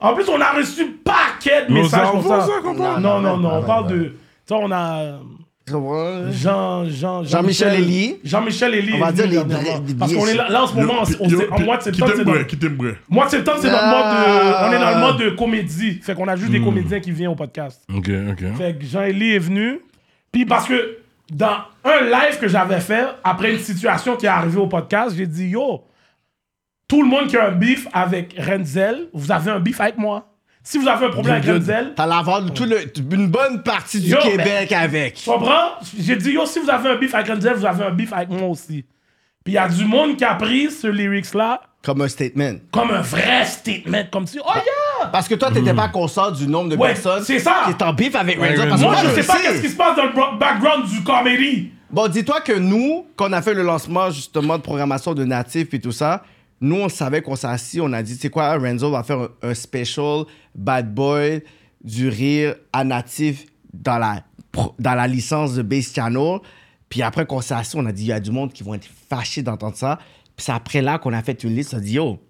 Speaker 3: En plus, on a reçu paquet de
Speaker 1: Nos
Speaker 3: messages comme
Speaker 1: enfants,
Speaker 3: ça.
Speaker 1: ça, qu'on
Speaker 3: Non,
Speaker 1: parle.
Speaker 3: non, non,
Speaker 4: Ah,
Speaker 3: on parle de... Tu sais, on a euh,
Speaker 4: Tu comprends?
Speaker 3: Jean... Jean
Speaker 4: Jean-Michel Elie.
Speaker 3: Jean-Michel Elie.
Speaker 4: On va
Speaker 3: est
Speaker 4: dire
Speaker 3: venu
Speaker 4: les
Speaker 3: dernièrement.
Speaker 4: vrais- les
Speaker 3: Parce qu'on est là, là, en ce moment,
Speaker 2: Yo,
Speaker 3: on- on
Speaker 2: yo,
Speaker 3: sait- en
Speaker 2: pi-
Speaker 3: mois de
Speaker 2: qui
Speaker 3: septembre, c'est
Speaker 2: t'aimerait,
Speaker 3: dans-
Speaker 2: Qui t'aimerait?
Speaker 3: mois de septembre, c'est notre mode
Speaker 4: Ah.
Speaker 3: de... On est dans le mode de comédie. Fait qu'on a juste des
Speaker 4: Hmm.
Speaker 3: comédiens qui viennent au podcast.
Speaker 1: Ok, ok.
Speaker 3: Fait que Jean-Élie est venu. Puis parce que dans un live que j'avais fait, après une situation qui est arrivée au podcast, j'ai dit Yo, tout le monde qui a un beef avec Renzel, vous avez un beef avec moi. Si vous avez un problème avec Renzel,
Speaker 4: T'as la vente de tout le, une bonne partie du
Speaker 3: Yo,
Speaker 4: Québec avec.
Speaker 3: tu comprends J'ai dit Yo, si vous avez un beef avec Renzel, vous avez un beef avec moi aussi. Puis il y a du monde qui a pris ce lyrics-là
Speaker 4: Comme un statement.
Speaker 3: comme un vrai statement, comme si Oh yeah
Speaker 4: Parce que toi, t'étais pas conscient du nombre de
Speaker 3: Ouais,
Speaker 4: personnes
Speaker 3: c'est ça.
Speaker 4: qui est en bif avec Renzo.
Speaker 1: ouais.
Speaker 4: parce que
Speaker 3: Moi,
Speaker 4: toi,
Speaker 3: je sais pas
Speaker 4: sais.
Speaker 3: qu'est-ce qui se passe dans le bro- background du comédie.
Speaker 4: Bon, dis-toi que nous, quand on a fait le lancement justement de programmation de natif et tout ça, nous, on savait qu'on s'est assis, on a dit, tu sais quoi, Renzo va faire un, un special bad boy du rire à natif dans la, pro- dans la licence de Bass Channel. Puis après qu'on s'est assis, on a dit, il y a du monde qui vont être fâchés d'entendre ça. Puis c'est après là qu'on a fait une liste, on a dit, yo,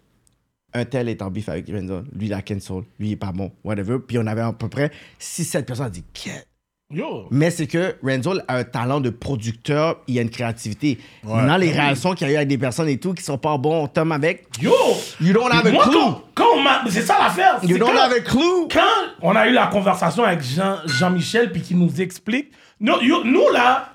Speaker 4: un tel est en bif avec Renzo, lui, il a cancel, lui, il est pas bon, whatever. Puis on avait à peu près 6-7 personnes, on a dit, Qu'est-
Speaker 3: Yo
Speaker 4: mais c'est que Renzo a un talent de producteur, il a une créativité. Maintenant,
Speaker 3: Ben
Speaker 4: les réactions qu'il y a eu avec des personnes et tout qui sont pas bons, Tom avec.
Speaker 3: Yo
Speaker 4: You don't have a
Speaker 3: Moi,
Speaker 4: clue.
Speaker 3: quand, quand on m'a. C'est ça l'affaire
Speaker 4: You
Speaker 3: c'est
Speaker 4: don't
Speaker 3: quand-
Speaker 4: have a clue.
Speaker 3: quand on a eu la conversation avec Jean, Jean-Michel, puis qu'il nous explique, nous, yo- nous, là,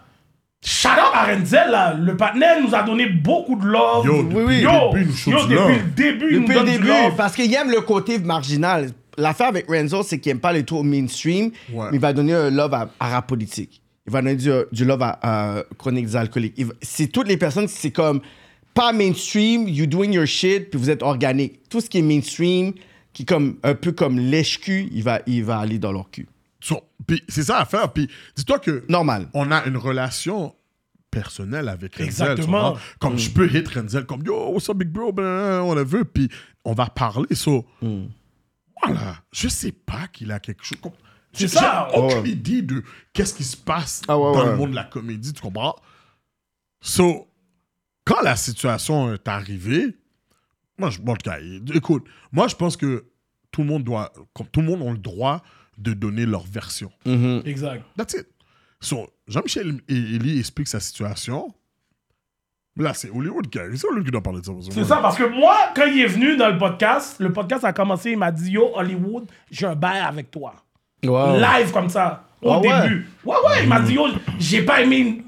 Speaker 3: shout out à Renzel, là, le partenaire nous a donné beaucoup de love.
Speaker 2: Yo, depuis
Speaker 4: oui.
Speaker 3: yo,
Speaker 2: le début, il nous show
Speaker 3: yo,
Speaker 2: du
Speaker 3: depuis
Speaker 2: love.
Speaker 3: le début, il nous
Speaker 4: Depuis le
Speaker 3: donne du
Speaker 4: début,
Speaker 3: love.
Speaker 4: parce qu'il aime le côté marginal. L'affaire avec Renzo, c'est qu'il aime pas les trop mainstream,
Speaker 2: Ouais.
Speaker 4: mais il va donner un love à, à rap politique. Il va donner du, du love à, à chronique des alcooliques. Il va- C'est toutes les personnes, c'est comme pas mainstream, you doing your shit, puis vous êtes organique. Tout ce qui est mainstream, qui comme un peu comme lèche-cul, il va, il va aller dans leur cul.
Speaker 2: So, puis c'est ça à faire. Puis dis-toi que
Speaker 4: Normal.
Speaker 2: on a une relation personnelle avec Renzel.
Speaker 3: Exactement.
Speaker 2: tu comprends? Comme
Speaker 4: Mm.
Speaker 2: je peux hit Renzel, comme yo, what's up, big bro, ben, on le veut, puis on va parler. So,
Speaker 4: Mm.
Speaker 2: voilà, je sais pas qu'il a quelque chose. comme-
Speaker 3: C'est ça.
Speaker 2: J'ai aucune
Speaker 4: Ouais.
Speaker 2: idée de qu'est-ce qui se passe
Speaker 4: Ah ouais,
Speaker 2: dans
Speaker 4: ouais.
Speaker 2: le monde de la comédie, tu comprends? So, quand la situation est arrivée, moi, je, bon, en tout cas, écoute, moi, je pense que tout le monde doit, comme tout le monde, ont le droit de donner leur version.
Speaker 3: Exact.
Speaker 2: That's it. So, Jean-Michel et Eli expliquent sa situation. Là, c'est Hollywood, gars. C'est Hollywood qui doit parler de ça. parce que
Speaker 3: C'est
Speaker 2: moi,
Speaker 3: ça, parce que moi, quand il est venu dans le podcast, le podcast a commencé, il m'a dit Yo, Hollywood, j'ai un bail avec toi. Live comme ça, au
Speaker 4: Ah ouais?
Speaker 3: début. Ouais, ouais, il m'a dit Yo, j'ai pas aimé. une-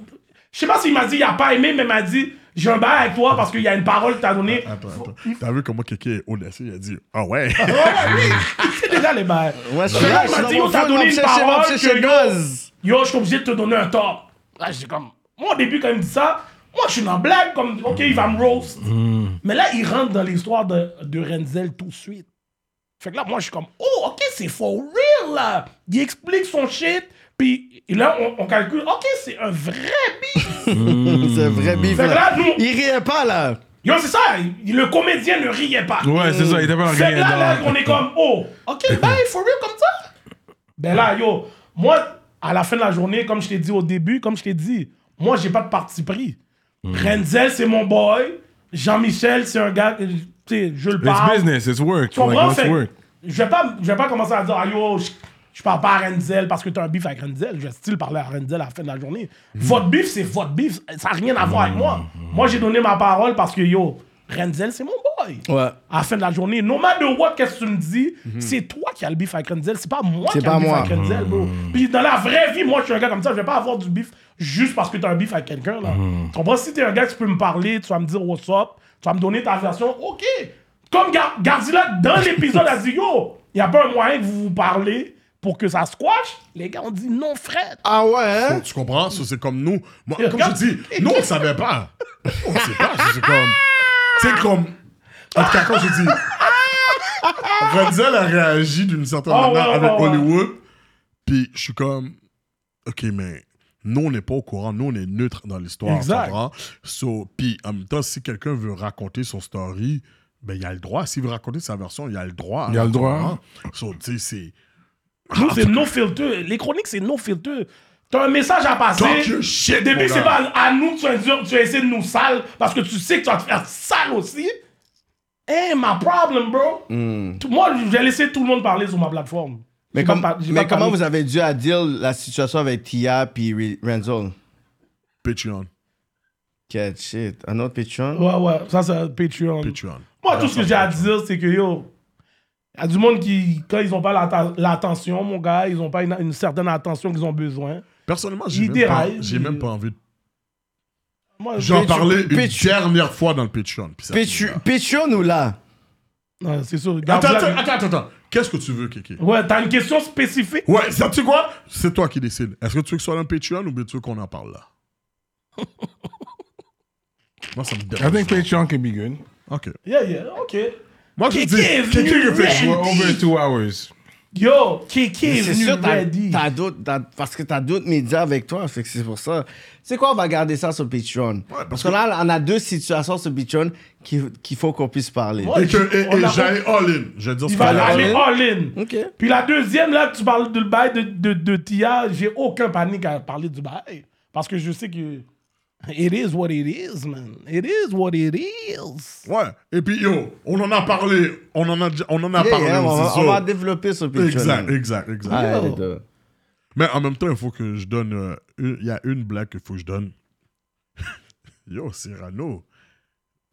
Speaker 3: Je sais pas s'il m'a dit Il a pas aimé, mais il m'a dit J'ai un bail avec toi parce qu'il y a une parole que t'as donnée.
Speaker 2: Attends, attends. T'as vu comment quelqu'un est honnête? Il a dit Ah ouais.
Speaker 3: C'est déjà les bails.
Speaker 4: Ouais, c'est
Speaker 3: Mais là,
Speaker 4: vrai,
Speaker 3: il
Speaker 4: sinon,
Speaker 3: m'a dit On
Speaker 4: mon
Speaker 3: t'a
Speaker 4: feu,
Speaker 3: donné
Speaker 4: mon
Speaker 3: une
Speaker 4: psyché,
Speaker 3: parole
Speaker 4: mon psyché
Speaker 3: que yo,
Speaker 4: gosse.
Speaker 3: yo, je suis obligé de te donner un top. Là, j'ai comme. Moi, au début, quand il me dit ça, moi, je suis dans la blague, comme, ok, il va me roast.
Speaker 4: Hmm.
Speaker 3: Mais là, il rentre dans l'histoire de, de Renzel tout de suite. Fait que là, moi, je suis comme, oh, ok, c'est for real, là. Il explique son shit, puis et là, on, on calcule, ok, c'est un vrai beat.
Speaker 4: C'est un vrai bif.
Speaker 3: Fait que là,
Speaker 4: là.
Speaker 3: nous-
Speaker 4: Il riait pas, là.
Speaker 3: Yo, c'est ça, il- le comédien ne riait pas.
Speaker 1: Ouais, c'est ça, il était pas
Speaker 3: Fait que là, là,
Speaker 1: dans-
Speaker 3: on est comme, oh, ok, ben, for real comme ça. Ben là, yo, moi, à la fin de la journée, comme je t'ai dit au début, comme je t'ai dit, moi, j'ai pas de parti pris.
Speaker 1: Hmm.
Speaker 3: Renzel, c'est mon boy. Jean-Michel, c'est un gars, que, tu sais, je le
Speaker 1: It's
Speaker 3: parle.
Speaker 1: business, it's work.
Speaker 3: Tu comprends?
Speaker 1: Like,
Speaker 3: Fait
Speaker 1: let's
Speaker 3: que
Speaker 1: work.
Speaker 3: Je vais pas, je vais pas commencer à dire, ah yo, je, je parle pas à Renzel parce que t'as un beef avec Renzel. Je vais still parler à Renzel à la fin de la journée.
Speaker 1: Hmm.
Speaker 3: Votre beef, c'est votre beef. Ça n'a rien à voir avec moi. Moi, j'ai donné ma parole parce que yo, Renzel, c'est mon boy.
Speaker 1: Oh,
Speaker 4: Ouais.
Speaker 3: À la fin de la journée, no matter what, qu'est-ce que tu me dis, c'est toi qui as le beef avec Renzel. C'est pas moi qui
Speaker 4: Mhm. C'est
Speaker 3: a
Speaker 4: pas
Speaker 3: le beef
Speaker 4: moi. Mhm.
Speaker 3: avec Renzel, bro. Puis dans la vraie vie, moi, je suis un gars comme ça. Je vais pas avoir du beef juste parce que t'as un beef avec quelqu'un, là.
Speaker 4: Mhm.
Speaker 3: Tu comprends? Si t'es un gars, que tu peux me parler, tu vas me dire what's up, tu vas me donner ta version. OK. Comme Gar- Garzilla, dans l'épisode, a dit yo, y a pas un moyen que vous vous parlez pour que ça squash. Les gars ont dit non, frère.
Speaker 4: Ah ouais, hein?
Speaker 2: tu comprends? So, c'est comme nous. Moi,
Speaker 3: Et
Speaker 2: comme je
Speaker 3: regarde-
Speaker 2: dis, nous, on savait pas. On sait pas. so, C'est comme. C'est comme. En tout cas, quand je dis. Renzel a réagi d'une certaine
Speaker 3: Ah, ouais,
Speaker 2: manière
Speaker 3: ouais,
Speaker 2: avec
Speaker 3: ouais.
Speaker 2: Hollywood. Puis je suis comme. Ok, mais. Nous, on n'est pas au courant. Nous, on est neutre dans l'histoire.
Speaker 3: Exact.
Speaker 2: tu comprends? So, puis en même temps, si quelqu'un veut raconter son story, ben, il a le droit. S'il veut raconter sa version, il a le droit.
Speaker 1: Il a le
Speaker 2: tu
Speaker 1: droit.
Speaker 2: comprends? So, tu sais,
Speaker 3: Nous,
Speaker 4: Ah,
Speaker 3: c'est no filter. Les chroniques, c'est no filter. T'as un message à passer.
Speaker 2: Talk your shit,
Speaker 3: Au début,
Speaker 2: mon
Speaker 3: c'est
Speaker 2: gars.
Speaker 3: pas à nous que tu vas dire- tu vas essayer de nous sale parce que tu sais que tu vas te faire sale aussi. Hey, my problem, bro.
Speaker 4: Hmm.
Speaker 3: Tout- Moi, j'ai laissé tout le monde parler sur ma plateforme.
Speaker 4: Mais,
Speaker 3: J'ai
Speaker 4: comme-
Speaker 3: pas par- j'ai
Speaker 4: mais
Speaker 3: pas
Speaker 4: comment
Speaker 3: parlé.
Speaker 4: vous avez dû à deal la situation avec Tia puis Re- Renzo?
Speaker 2: c'est Patreon.
Speaker 4: Quel shit. Un autre Patreon?
Speaker 3: Ouais, ouais, ça, c'est Patreon.
Speaker 2: Patreon.
Speaker 3: Moi, tout ce que j'ai à dire, c'est que yo, il y a du monde qui, quand ils ont pas l'atta- l'attention, mon gars, ils ont pas une, une certaine attention qu'ils ont besoin.
Speaker 2: Personnellement, j'ai
Speaker 3: Il
Speaker 2: même, pas-
Speaker 3: déraille,
Speaker 2: j'ai
Speaker 3: il-
Speaker 2: même pas envie de
Speaker 3: Moi,
Speaker 2: J'en
Speaker 4: Patreon-
Speaker 2: parlais une
Speaker 4: Patreon.
Speaker 2: dernière fois dans le Patreon. puis ça finit
Speaker 4: Patreon
Speaker 2: là.
Speaker 4: Patreon ou là?
Speaker 3: Ouais, C'est sûr.
Speaker 2: Attends,
Speaker 3: Garde-
Speaker 2: attends, attends, attends. attends. Qu'est-ce que tu veux, Kéké
Speaker 3: Ouais, t'as une question spécifique?
Speaker 2: Ouais, ça, tu sais quoi C'est toi qui décides. Est-ce que tu veux que ce soit dans le Patreon ou bien tu veux qu'on en parle là Moi, ça me
Speaker 1: I
Speaker 2: dérange.
Speaker 1: think Patreon can be good.
Speaker 2: Ok.
Speaker 3: Yeah, yeah, ok.
Speaker 2: Moi, je
Speaker 3: Kéké
Speaker 2: dis,
Speaker 3: est
Speaker 2: Kéké
Speaker 3: venu
Speaker 2: qui fait
Speaker 3: ready.
Speaker 1: We're
Speaker 2: choix.
Speaker 1: over two hours.
Speaker 3: Yo, Kiki est
Speaker 4: C'est
Speaker 3: venu
Speaker 4: sûr, t'as-
Speaker 3: ready.
Speaker 4: t'as d'autres- t'as- parce que t'as d'autres médias avec toi, fait que c'est pour ça. Tu sais quoi, on va garder ça sur Patreon. parce, que là, on a deux situations sur Patreon qui- qu'il faut qu'on puisse parler.
Speaker 3: Ouais.
Speaker 2: Et que et-
Speaker 3: Ah, On
Speaker 2: et
Speaker 3: l'a-
Speaker 2: j'allais all-in. Je vais dire ce
Speaker 3: Il
Speaker 2: que
Speaker 3: va
Speaker 2: j'allais
Speaker 3: aller
Speaker 2: all-in.
Speaker 3: all in.
Speaker 4: Ok.
Speaker 3: Puis la deuxième, là, tu parles du bail de, de, de Tia. J'ai aucun panique à parler du bail. Parce que je sais que. It is what it is, man. It is what it is.
Speaker 2: Ouais. Et puis, yo, on en a parlé. On en a, déjà- on en a
Speaker 4: Yeah,
Speaker 2: parlé.
Speaker 4: yeah, on, va,
Speaker 2: c'est
Speaker 4: on
Speaker 2: ça.
Speaker 4: va développer sur Patreon.
Speaker 2: Exact, exact, exact.
Speaker 4: Ah,
Speaker 3: Yo.
Speaker 4: les deux.
Speaker 2: Mais en même temps, il faut que je donne. euh, une- Il y a une blague qu'il faut que je donne. Yo, Cyrano,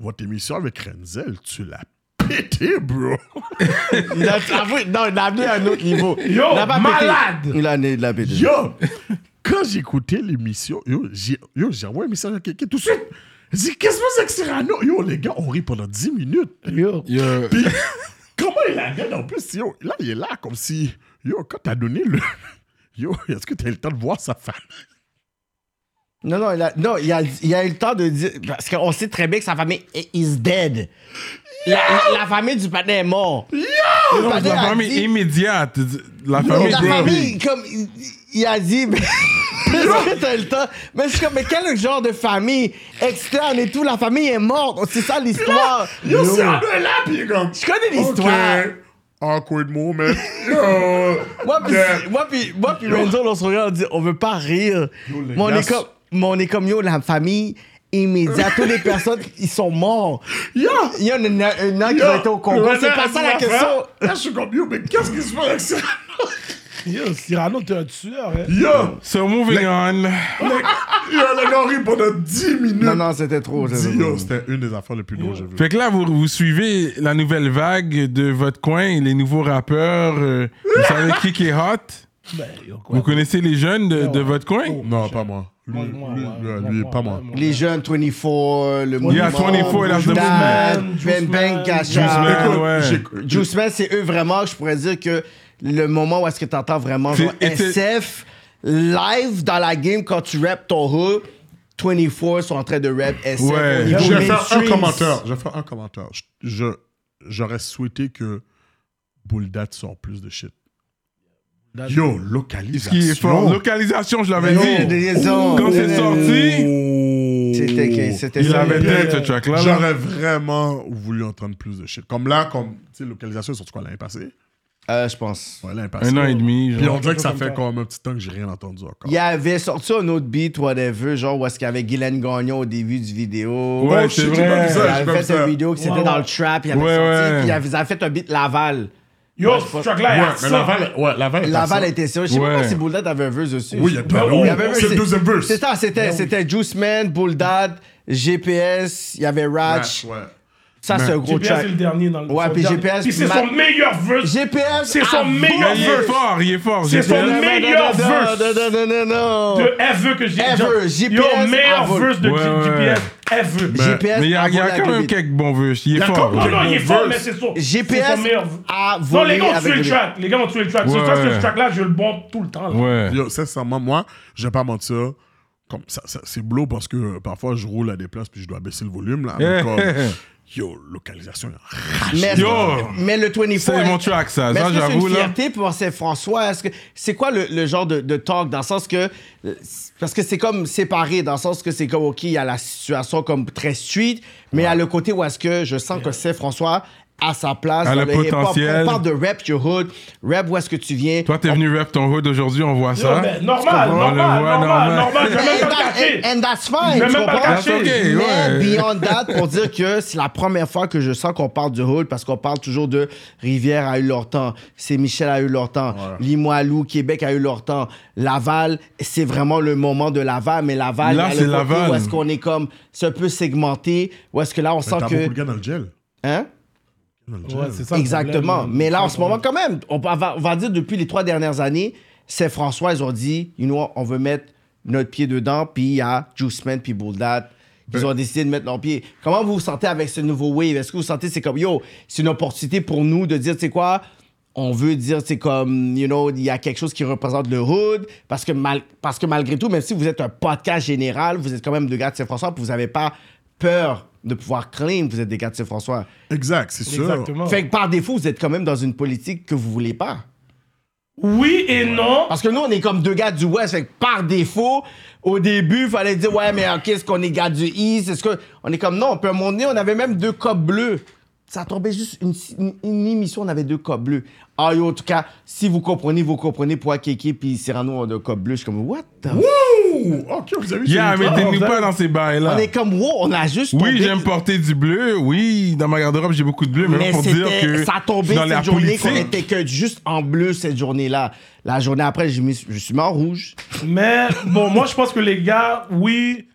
Speaker 2: votre émission avec Renzel, tu l'as pété, bro.
Speaker 4: Il a, avoué- non, il a amené à un autre niveau.
Speaker 3: Yo,
Speaker 4: Il a pas
Speaker 3: malade.
Speaker 4: pété. Il a amené de la pété.
Speaker 2: Yo, quand j'écoutais l'émission, yo, j'ai yo, j'ai envoyé un message à quelqu'un tout de suite. J'ai dit, qu'est-ce que c'est que Cyrano? Yo, les gars, on rit pendant 10 minutes.
Speaker 3: Yo.
Speaker 1: Yeah.
Speaker 2: Puis, comment il la donné en plus? Yo, là, il est là comme si. Yo, quand t'as donné le. Yo, est-ce que t'as eu le temps de voir sa femme?
Speaker 4: Non, non, il a, non, il a, il a eu le temps de dire. Parce qu'on sait très bien que sa famille i- is dead. La, la- la famille du patin est morte. Le
Speaker 1: Non, mais
Speaker 4: patin
Speaker 1: la
Speaker 4: a
Speaker 1: famille
Speaker 4: dit-
Speaker 1: immédiate. La famille
Speaker 4: La
Speaker 1: bro.
Speaker 4: famille, comme. il- Il a dit. Mais est-ce que t'as le temps? Mais c'est comme, mais quel genre de famille externe et tout, la famille est morte. C'est ça l'histoire.
Speaker 2: Yo, c'est un peu là, puis il est comme.
Speaker 4: Je connais l'histoire.
Speaker 2: Ok. Euh, Awkward moment. Yo.
Speaker 4: Moi, puis,
Speaker 2: Yeah.
Speaker 4: moi, puis, moi, puis Renzo, on se regarde, on dit, on veut pas rire. Mais on, est comme, mais on est comme, yo, la famille immédiate. Toutes les personnes, ils sont morts.
Speaker 2: Yo.
Speaker 4: Il y en a un an qui
Speaker 2: Yo.
Speaker 4: a été au Congo.
Speaker 2: Le
Speaker 4: C'est pas
Speaker 2: renard
Speaker 4: ça
Speaker 2: a
Speaker 4: la
Speaker 2: dit,
Speaker 4: question.
Speaker 2: frère, Là, je suis comme, yo, mais qu'est-ce qui se passe avec ça?
Speaker 3: Yo, Cyrano, t'es un tueur, hein.
Speaker 2: Yo.
Speaker 1: So moving on.
Speaker 2: Yo, le gars rit pendant 10 minutes.
Speaker 4: Non, non, c'était trop.
Speaker 2: Dis,
Speaker 4: c'était
Speaker 2: Yo,
Speaker 4: trop.
Speaker 2: c'était une des affaires les plus drôles que j'ai vues.
Speaker 1: Fait que là, vous, vous suivez la nouvelle vague de votre coin, les nouveaux rappeurs. euh, vous savez qui, qui est hot?
Speaker 3: Ben, yo, quoi.
Speaker 1: Vous connaissez les jeunes de, de votre coin?
Speaker 2: Non, pas moi. Lui,
Speaker 3: Moi,
Speaker 2: lui,
Speaker 3: moi,
Speaker 2: lui,
Speaker 3: ouais,
Speaker 2: lui,
Speaker 3: moi,
Speaker 2: pas
Speaker 3: moi,
Speaker 2: moi.
Speaker 3: moi.
Speaker 4: Les jeunes, 24, le mouvement.
Speaker 1: Yeah, 24, Lars de
Speaker 4: Dan,
Speaker 3: Mouvement.
Speaker 4: Ben Ben,
Speaker 3: Juiceman.
Speaker 4: Gacha.
Speaker 1: Juiceman,
Speaker 2: Écoute,
Speaker 1: ouais.
Speaker 2: j'ai-
Speaker 4: Juice Man, c'est eux vraiment, je pourrais dire que le moment où est-ce que t'entends vraiment genre
Speaker 1: C'est- et c'est-
Speaker 4: SF live dans la game quand tu rap ton hood, 24 sont en train de rap SF
Speaker 1: Ouais.
Speaker 4: au niveau
Speaker 2: Je vais faire un
Speaker 4: mainstream.
Speaker 2: commentaire. Je vais faire un commentaire. Je- je- J'aurais souhaité que Buldat sorte plus de shit.
Speaker 3: Bulldad-
Speaker 2: Yo,
Speaker 1: Ce qui est fort.
Speaker 2: localisation.
Speaker 1: Localisation, je l'avais
Speaker 4: Mais non,
Speaker 1: dit.
Speaker 4: des raisons.
Speaker 1: Quand c'est sorti,
Speaker 4: C'était c'était
Speaker 1: il
Speaker 4: ça.
Speaker 1: avait
Speaker 2: Yeah.
Speaker 1: dit ce track-là. là.
Speaker 2: J'aurais vraiment voulu entendre plus de shit. Comme là, comme, tu sais, localisation est sortie quoi l'année passée?
Speaker 4: Euh, je pense.
Speaker 2: Ouais, l'année passée.
Speaker 1: Un an et demi.
Speaker 2: Puis
Speaker 1: genre.
Speaker 2: on dirait que ça fait comme un petit temps que j'ai rien entendu encore.
Speaker 4: Il avait sorti un autre beat, whatever, genre où est-ce qu'il y avait Guylaine Gagnon au début du vidéo.
Speaker 1: Ouais,
Speaker 2: Oh,
Speaker 1: c'est
Speaker 2: shit, j'ai pas
Speaker 1: vrai.
Speaker 2: vu
Speaker 4: Il
Speaker 2: ça. j'ai pas
Speaker 4: avait
Speaker 2: vu
Speaker 4: fait une
Speaker 2: ça.
Speaker 4: vidéo qui c'était
Speaker 3: Ouais,
Speaker 4: dans
Speaker 3: ouais.
Speaker 4: le trap, il avait
Speaker 1: Ouais,
Speaker 4: sorti,
Speaker 1: ouais.
Speaker 4: puis il avait- il avait fait un beat Laval.
Speaker 3: Yo, ce track-là, il
Speaker 2: Ouais,
Speaker 3: a
Speaker 2: mais
Speaker 3: ça.
Speaker 2: Laval, ouais, Laval est
Speaker 4: Laval
Speaker 2: absent.
Speaker 4: était sûr. Je sais
Speaker 1: Ouais.
Speaker 4: pas si Bulldad avait un verse dessus.
Speaker 2: Ah Oui, il y a
Speaker 3: Ben oui, il y
Speaker 4: avait-
Speaker 2: C'est
Speaker 4: c'est-
Speaker 2: le deuxième verse. Ben
Speaker 4: C'est ça, c'était, c'était Juice Man, Bulldad, GPS, il y avait Ratch.
Speaker 2: Ouais, ouais.
Speaker 4: Ça, c'est un gros
Speaker 3: GPS,
Speaker 4: track.
Speaker 3: c'est le dernier dans le
Speaker 4: Ouais,
Speaker 3: son
Speaker 4: puis
Speaker 3: dernier.
Speaker 4: GPS,
Speaker 3: Puis c'est
Speaker 4: ma-
Speaker 3: son meilleur verse.
Speaker 4: GPS,
Speaker 3: C'est son
Speaker 4: ah,
Speaker 3: meilleur
Speaker 1: Mais il est
Speaker 3: verse.
Speaker 1: fort, il est fort.
Speaker 3: C'est
Speaker 1: j'ai
Speaker 3: son
Speaker 1: fait-
Speaker 4: non, non,
Speaker 3: meilleur
Speaker 4: non,
Speaker 3: verse.
Speaker 4: non, non, non, non, non.
Speaker 3: De ever que j'ai.
Speaker 4: Ever,
Speaker 3: Yo,
Speaker 4: GPS,
Speaker 3: meilleur
Speaker 4: ever.
Speaker 3: verse de
Speaker 1: Ouais, ouais.
Speaker 3: GPS. Ever.
Speaker 4: GPS,
Speaker 1: Mais il y a, il y
Speaker 4: a volé
Speaker 1: a quand
Speaker 4: avec
Speaker 1: même
Speaker 4: le beat.
Speaker 1: quelques bons vœux. Il est
Speaker 2: a
Speaker 1: fort.
Speaker 2: quand
Speaker 3: Non,
Speaker 2: même-
Speaker 3: non, il est
Speaker 2: Mon verse.
Speaker 3: fort, mais c'est son.
Speaker 4: GPS
Speaker 3: c'est son meilleur.
Speaker 4: a
Speaker 3: Non,
Speaker 4: volé
Speaker 3: les gars ont
Speaker 4: avec
Speaker 3: tué le
Speaker 4: le-
Speaker 3: track. Les gars ont tué le track.
Speaker 1: Ouais,
Speaker 3: C'est ça,
Speaker 1: ouais.
Speaker 3: ce track-là, je le bombe tout le temps. là.
Speaker 1: Ouais.
Speaker 2: Yo, sincèrement, moi, je vais pas mentir. Comme ça, ça- c'est blow parce que euh, parfois je roule à des places puis je dois baisser le volume là. Mais comme, yo, localisation.
Speaker 4: Mais,
Speaker 1: Yo.
Speaker 4: mais le 24.
Speaker 1: C'est mon track, ça.
Speaker 4: Mais
Speaker 1: Ça,
Speaker 4: est-ce que c'est une
Speaker 1: j'avoue, là.
Speaker 4: fierté pour Saint-François? Est-ce que c'est quoi le, le genre de, de talk dans le sens que euh, parce que c'est comme séparé dans le sens que c'est comme ok il y a la situation comme très street, mais à le côté où est-ce que je sens que Saint-François a sa place
Speaker 1: A
Speaker 4: dans
Speaker 1: le
Speaker 4: hip-hop.
Speaker 1: potentiel.
Speaker 4: On parle de rap your hood, rap où est-ce que tu viens.
Speaker 1: Toi, t'es venu rap ton hood aujourd'hui, on voit
Speaker 3: Yo,
Speaker 1: ça.
Speaker 3: mais normal,
Speaker 1: On le
Speaker 3: normal,
Speaker 1: voit,
Speaker 3: normal,
Speaker 1: normal.
Speaker 3: normal. Je vais même
Speaker 4: And,
Speaker 3: pas le cacher.
Speaker 4: that- and- and that's fine,
Speaker 3: Je vais
Speaker 4: tu
Speaker 3: même pas le
Speaker 4: comprends?
Speaker 1: That's ok,
Speaker 3: Hey,
Speaker 4: Mais
Speaker 1: ouais.
Speaker 4: beyond that, pour dire que c'est la première fois que je sens qu'on parle du hood parce qu'on parle toujours de Rivière a eu leur temps, c'est Michel a eu leur temps, Limoilou, Québec a eu leur temps, Laval, c'est vraiment le moment de Laval, mais Laval, il
Speaker 1: Là,
Speaker 4: y a
Speaker 1: c'est
Speaker 4: le côté
Speaker 1: Laval.
Speaker 4: Où est-ce qu'on est comme, c'est un peu segmenté, où est-ce que là on sent
Speaker 2: T'as beaucoup
Speaker 4: que.
Speaker 2: de gars dans le gel.
Speaker 4: Hein?
Speaker 2: Dans le gel.
Speaker 3: Ouais, c'est ça le
Speaker 4: Exactement.
Speaker 3: problème,
Speaker 4: mais là, en
Speaker 3: C'est
Speaker 4: ce moment, quand même, on va, on va dire depuis les trois dernières années, c'est François, ils ont dit, you know, on veut mettre notre pied dedans, puis il y a Juiceman, puis Bulldad. Ils
Speaker 3: Euh.
Speaker 4: ont décidé de mettre leur pied. Comment vous vous sentez avec ce nouveau wave? Est-ce que vous sentez, c'est comme, yo, c'est une opportunité pour nous de dire, tu sais quoi, on veut dire, c'est comme, you know, il y a quelque chose qui représente le hood, parce que, mal, parce que malgré tout, même si vous êtes un podcast général, vous êtes quand même de gars de Saint-François, puis vous n'avez pas peur de pouvoir claim que vous êtes des gars de Saint-François.
Speaker 2: Exact, c'est sûr.
Speaker 1: Ah.
Speaker 3: Exactement.
Speaker 4: Fait que par défaut, vous êtes quand même dans une politique que vous voulez pas.
Speaker 3: Oui et non.
Speaker 4: Parce que nous, on est comme deux gars du Ouest. Fait que par défaut, au début, fallait dire, ouais, mais ok, est-ce qu'on est gars du East? Est-ce que. On est comme, non, peut un moment donné, on avait même deux copes bleus. Ça tombait juste une, une, une émission, on avait deux copes bleus. Ah, yo, en tout cas, si vous comprenez, vous comprenez pourquoi Kéké puis Cyrano ont deux copes bleus. Je suis comme, what the f-
Speaker 2: Wouh! Ok, vous avez vu
Speaker 1: Yeah,
Speaker 2: ce
Speaker 1: mais
Speaker 2: gars?
Speaker 1: t'es nous
Speaker 3: vous
Speaker 1: pas
Speaker 3: avez-
Speaker 1: dans ces bails-là.
Speaker 4: On est comme, wow, on a juste.
Speaker 1: Oui,
Speaker 4: tombé-
Speaker 1: j'aime porter du bleu. Oui, dans ma garde-robe, j'ai beaucoup de bleu. Mais,
Speaker 4: Mais
Speaker 1: pas pour dire
Speaker 4: c'était-
Speaker 1: que
Speaker 4: ça a tombé
Speaker 1: dans la
Speaker 4: cette journée qu'on
Speaker 1: politique.
Speaker 4: était que juste en bleu cette journée-là. La journée après, j'ai mis- je suis mis en rouge.
Speaker 3: Mais bon, moi, je pense que les gars, oui,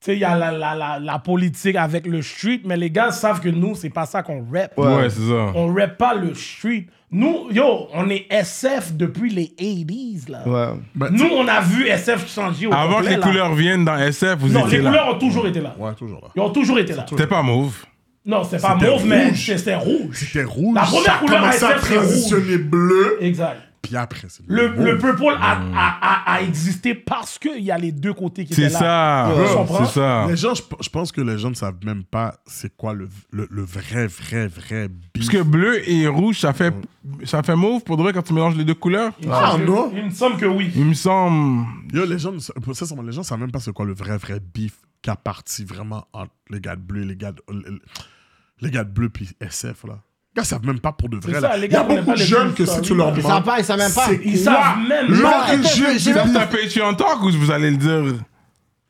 Speaker 3: tu sais, il y a la, la, la, la politique avec le street, mais les gars savent que nous, c'est pas ça qu'on rap.
Speaker 1: Ouais, c'est ça.
Speaker 3: On rap pas le street. Nous, yo, on est SF depuis les 80s, là.
Speaker 4: Ouais.
Speaker 3: Nous, on a vu SF changer au
Speaker 1: Avant que
Speaker 3: complet,
Speaker 1: les
Speaker 3: là.
Speaker 1: couleurs viennent dans SF, vous
Speaker 3: Non, les
Speaker 1: étiez là.
Speaker 3: couleurs ont toujours été là.
Speaker 2: Ouais, toujours là.
Speaker 3: Ils ont toujours été là.
Speaker 1: C'était pas mauve.
Speaker 3: Non, c'est pas
Speaker 2: C'était
Speaker 3: mauve, mais
Speaker 2: rouge.
Speaker 3: c'était rouge.
Speaker 2: C'était rouge.
Speaker 3: La première
Speaker 2: ça a
Speaker 3: couleur
Speaker 2: commencé à
Speaker 3: SF, c'est rouge.
Speaker 2: transitionner bleu.
Speaker 3: Exact.
Speaker 2: Puis après, c'est
Speaker 3: Le, le purple a, a, a, a existé parce qu'il y a les deux côtés qui étaient
Speaker 1: Hmm. C'est
Speaker 3: là.
Speaker 1: ça.
Speaker 3: Tu comprends?
Speaker 1: C'est ça.
Speaker 2: Les gens, je, je pense que les gens ne savent même pas c'est quoi le, le, le vrai, vrai, vrai beef.
Speaker 1: Parce que bleu et rouge, ça fait, ça fait mauve pour de vrai quand tu mélanges les deux couleurs.
Speaker 2: Ah,
Speaker 3: Il me-
Speaker 2: non?
Speaker 3: Il me semble que oui.
Speaker 1: Il me semble.
Speaker 2: Yo, les gens, ne sa- pour ça, sûrement, les gens savent même pas c'est quoi le vrai, vrai beef qui a parti vraiment entre les gars de bleu et les gars de, les- les gars de bleu puis SF, là. Les gars savent même pas pour de vrai,
Speaker 3: C'est
Speaker 2: là.
Speaker 3: ça, les
Speaker 2: Il y a
Speaker 3: gars,
Speaker 2: beaucoup
Speaker 3: on n'a
Speaker 2: de
Speaker 3: pas les
Speaker 2: jeunes
Speaker 3: mêmes
Speaker 2: que si tu
Speaker 3: stories.
Speaker 2: leur
Speaker 3: Ils
Speaker 4: Ils
Speaker 2: demandes... Ah,
Speaker 4: savent pas, ils savent même pas.
Speaker 3: Ils savent même pas.
Speaker 4: Attends,
Speaker 2: L'origine
Speaker 4: j'ai
Speaker 2: du
Speaker 4: vu-
Speaker 1: Ça, ça fait tu en talk ou vous allez le dire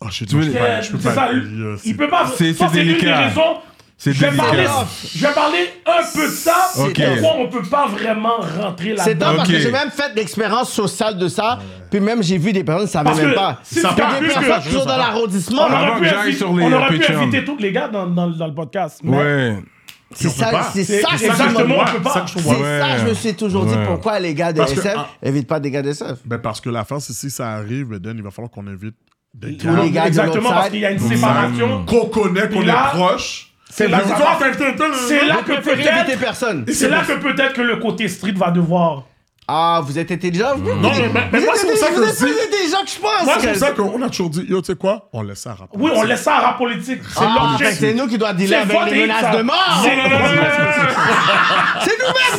Speaker 2: Oh, shit,
Speaker 1: Tu
Speaker 2: non,
Speaker 1: veux-
Speaker 2: je peux pas- je peux
Speaker 3: C'est
Speaker 2: pas...
Speaker 3: ça,
Speaker 2: Yo, c'est-
Speaker 3: il peut pas.
Speaker 1: C'est-
Speaker 3: ça,
Speaker 1: c'est
Speaker 3: l'une des
Speaker 1: délicat.
Speaker 3: raisons.
Speaker 1: C'est
Speaker 3: Je vais, parler,
Speaker 1: délicat.
Speaker 3: je vais parler un peu de ça.
Speaker 1: Ok.
Speaker 3: Pourquoi on peut pas vraiment rentrer
Speaker 4: C'est
Speaker 3: là-dedans
Speaker 4: top parce que
Speaker 1: Ok.
Speaker 4: j'ai même fait l'expérience sociale de ça, puis même j'ai vu des personnes qui ne
Speaker 3: Parce
Speaker 4: savaient même
Speaker 3: que
Speaker 4: pas.
Speaker 3: si
Speaker 4: Parce
Speaker 3: tu as
Speaker 4: que des
Speaker 3: vu que-
Speaker 4: personnes qui sont dans l'arrondissement,
Speaker 3: On
Speaker 1: Ah, Avant
Speaker 3: aurait pu,
Speaker 1: que j'aille
Speaker 3: inviter-
Speaker 1: sur les,
Speaker 3: on
Speaker 1: euh,
Speaker 3: aurait pu
Speaker 1: Patreon.
Speaker 3: inviter tous les gars dans, dans, dans le podcast. mais
Speaker 1: Ouais.
Speaker 4: c'est
Speaker 2: on peut pas.
Speaker 4: ça, c'est
Speaker 3: C'est
Speaker 4: ça,
Speaker 3: c'est
Speaker 4: c'est ça,
Speaker 3: exactement,
Speaker 4: que moi-
Speaker 3: on peut pas.
Speaker 2: ça que je
Speaker 4: c'est
Speaker 2: trouve-
Speaker 1: Ouais.
Speaker 4: ça, je me suis toujours dit
Speaker 1: Ouais.
Speaker 4: pourquoi les gars de
Speaker 2: Parce que-
Speaker 4: SF
Speaker 2: ah.
Speaker 4: évitent pas des gars de SF.
Speaker 2: Ben, parce que la France, si ça arrive, ben, Dan, il va falloir qu'on invite des
Speaker 4: les
Speaker 2: gars
Speaker 4: gars. de
Speaker 3: Exactement,
Speaker 4: l'autre
Speaker 3: parce
Speaker 4: side.
Speaker 3: qu'il y a une séparation.
Speaker 2: qu'on connaît, qu'on
Speaker 3: Puis
Speaker 2: est
Speaker 3: là-
Speaker 2: proche.
Speaker 3: C'est là,
Speaker 2: Mais
Speaker 3: ça
Speaker 2: vous
Speaker 3: va-
Speaker 2: en faites un peu, là.
Speaker 3: c'est là que
Speaker 4: Préférez éviter
Speaker 3: peut-être.
Speaker 4: personne.
Speaker 3: C'est là que peut-être que le côté street va devoir.
Speaker 4: Ah, vous êtes intelligent, vous?
Speaker 2: Non, mais- mais- mais
Speaker 4: Vous
Speaker 2: moi,
Speaker 4: êtes
Speaker 2: c'est pour ça
Speaker 4: intelligent,
Speaker 2: que
Speaker 4: Vous êtes
Speaker 2: si-
Speaker 4: plus intelligent que je pense.
Speaker 2: Moi, c'est pour
Speaker 4: que-
Speaker 2: ça qu'on a toujours dit, yo, tu sais quoi? On laisse ça rapidement.
Speaker 3: Oui, on laisse ça à rap politique. C'est
Speaker 4: Ah,
Speaker 3: leur
Speaker 4: fait que
Speaker 3: chef.
Speaker 4: c'est nous qui doit dealer
Speaker 3: C'est
Speaker 4: avec
Speaker 3: votre
Speaker 4: les
Speaker 3: hit, ça.
Speaker 4: menaces de mort.
Speaker 3: C'est-
Speaker 4: C'est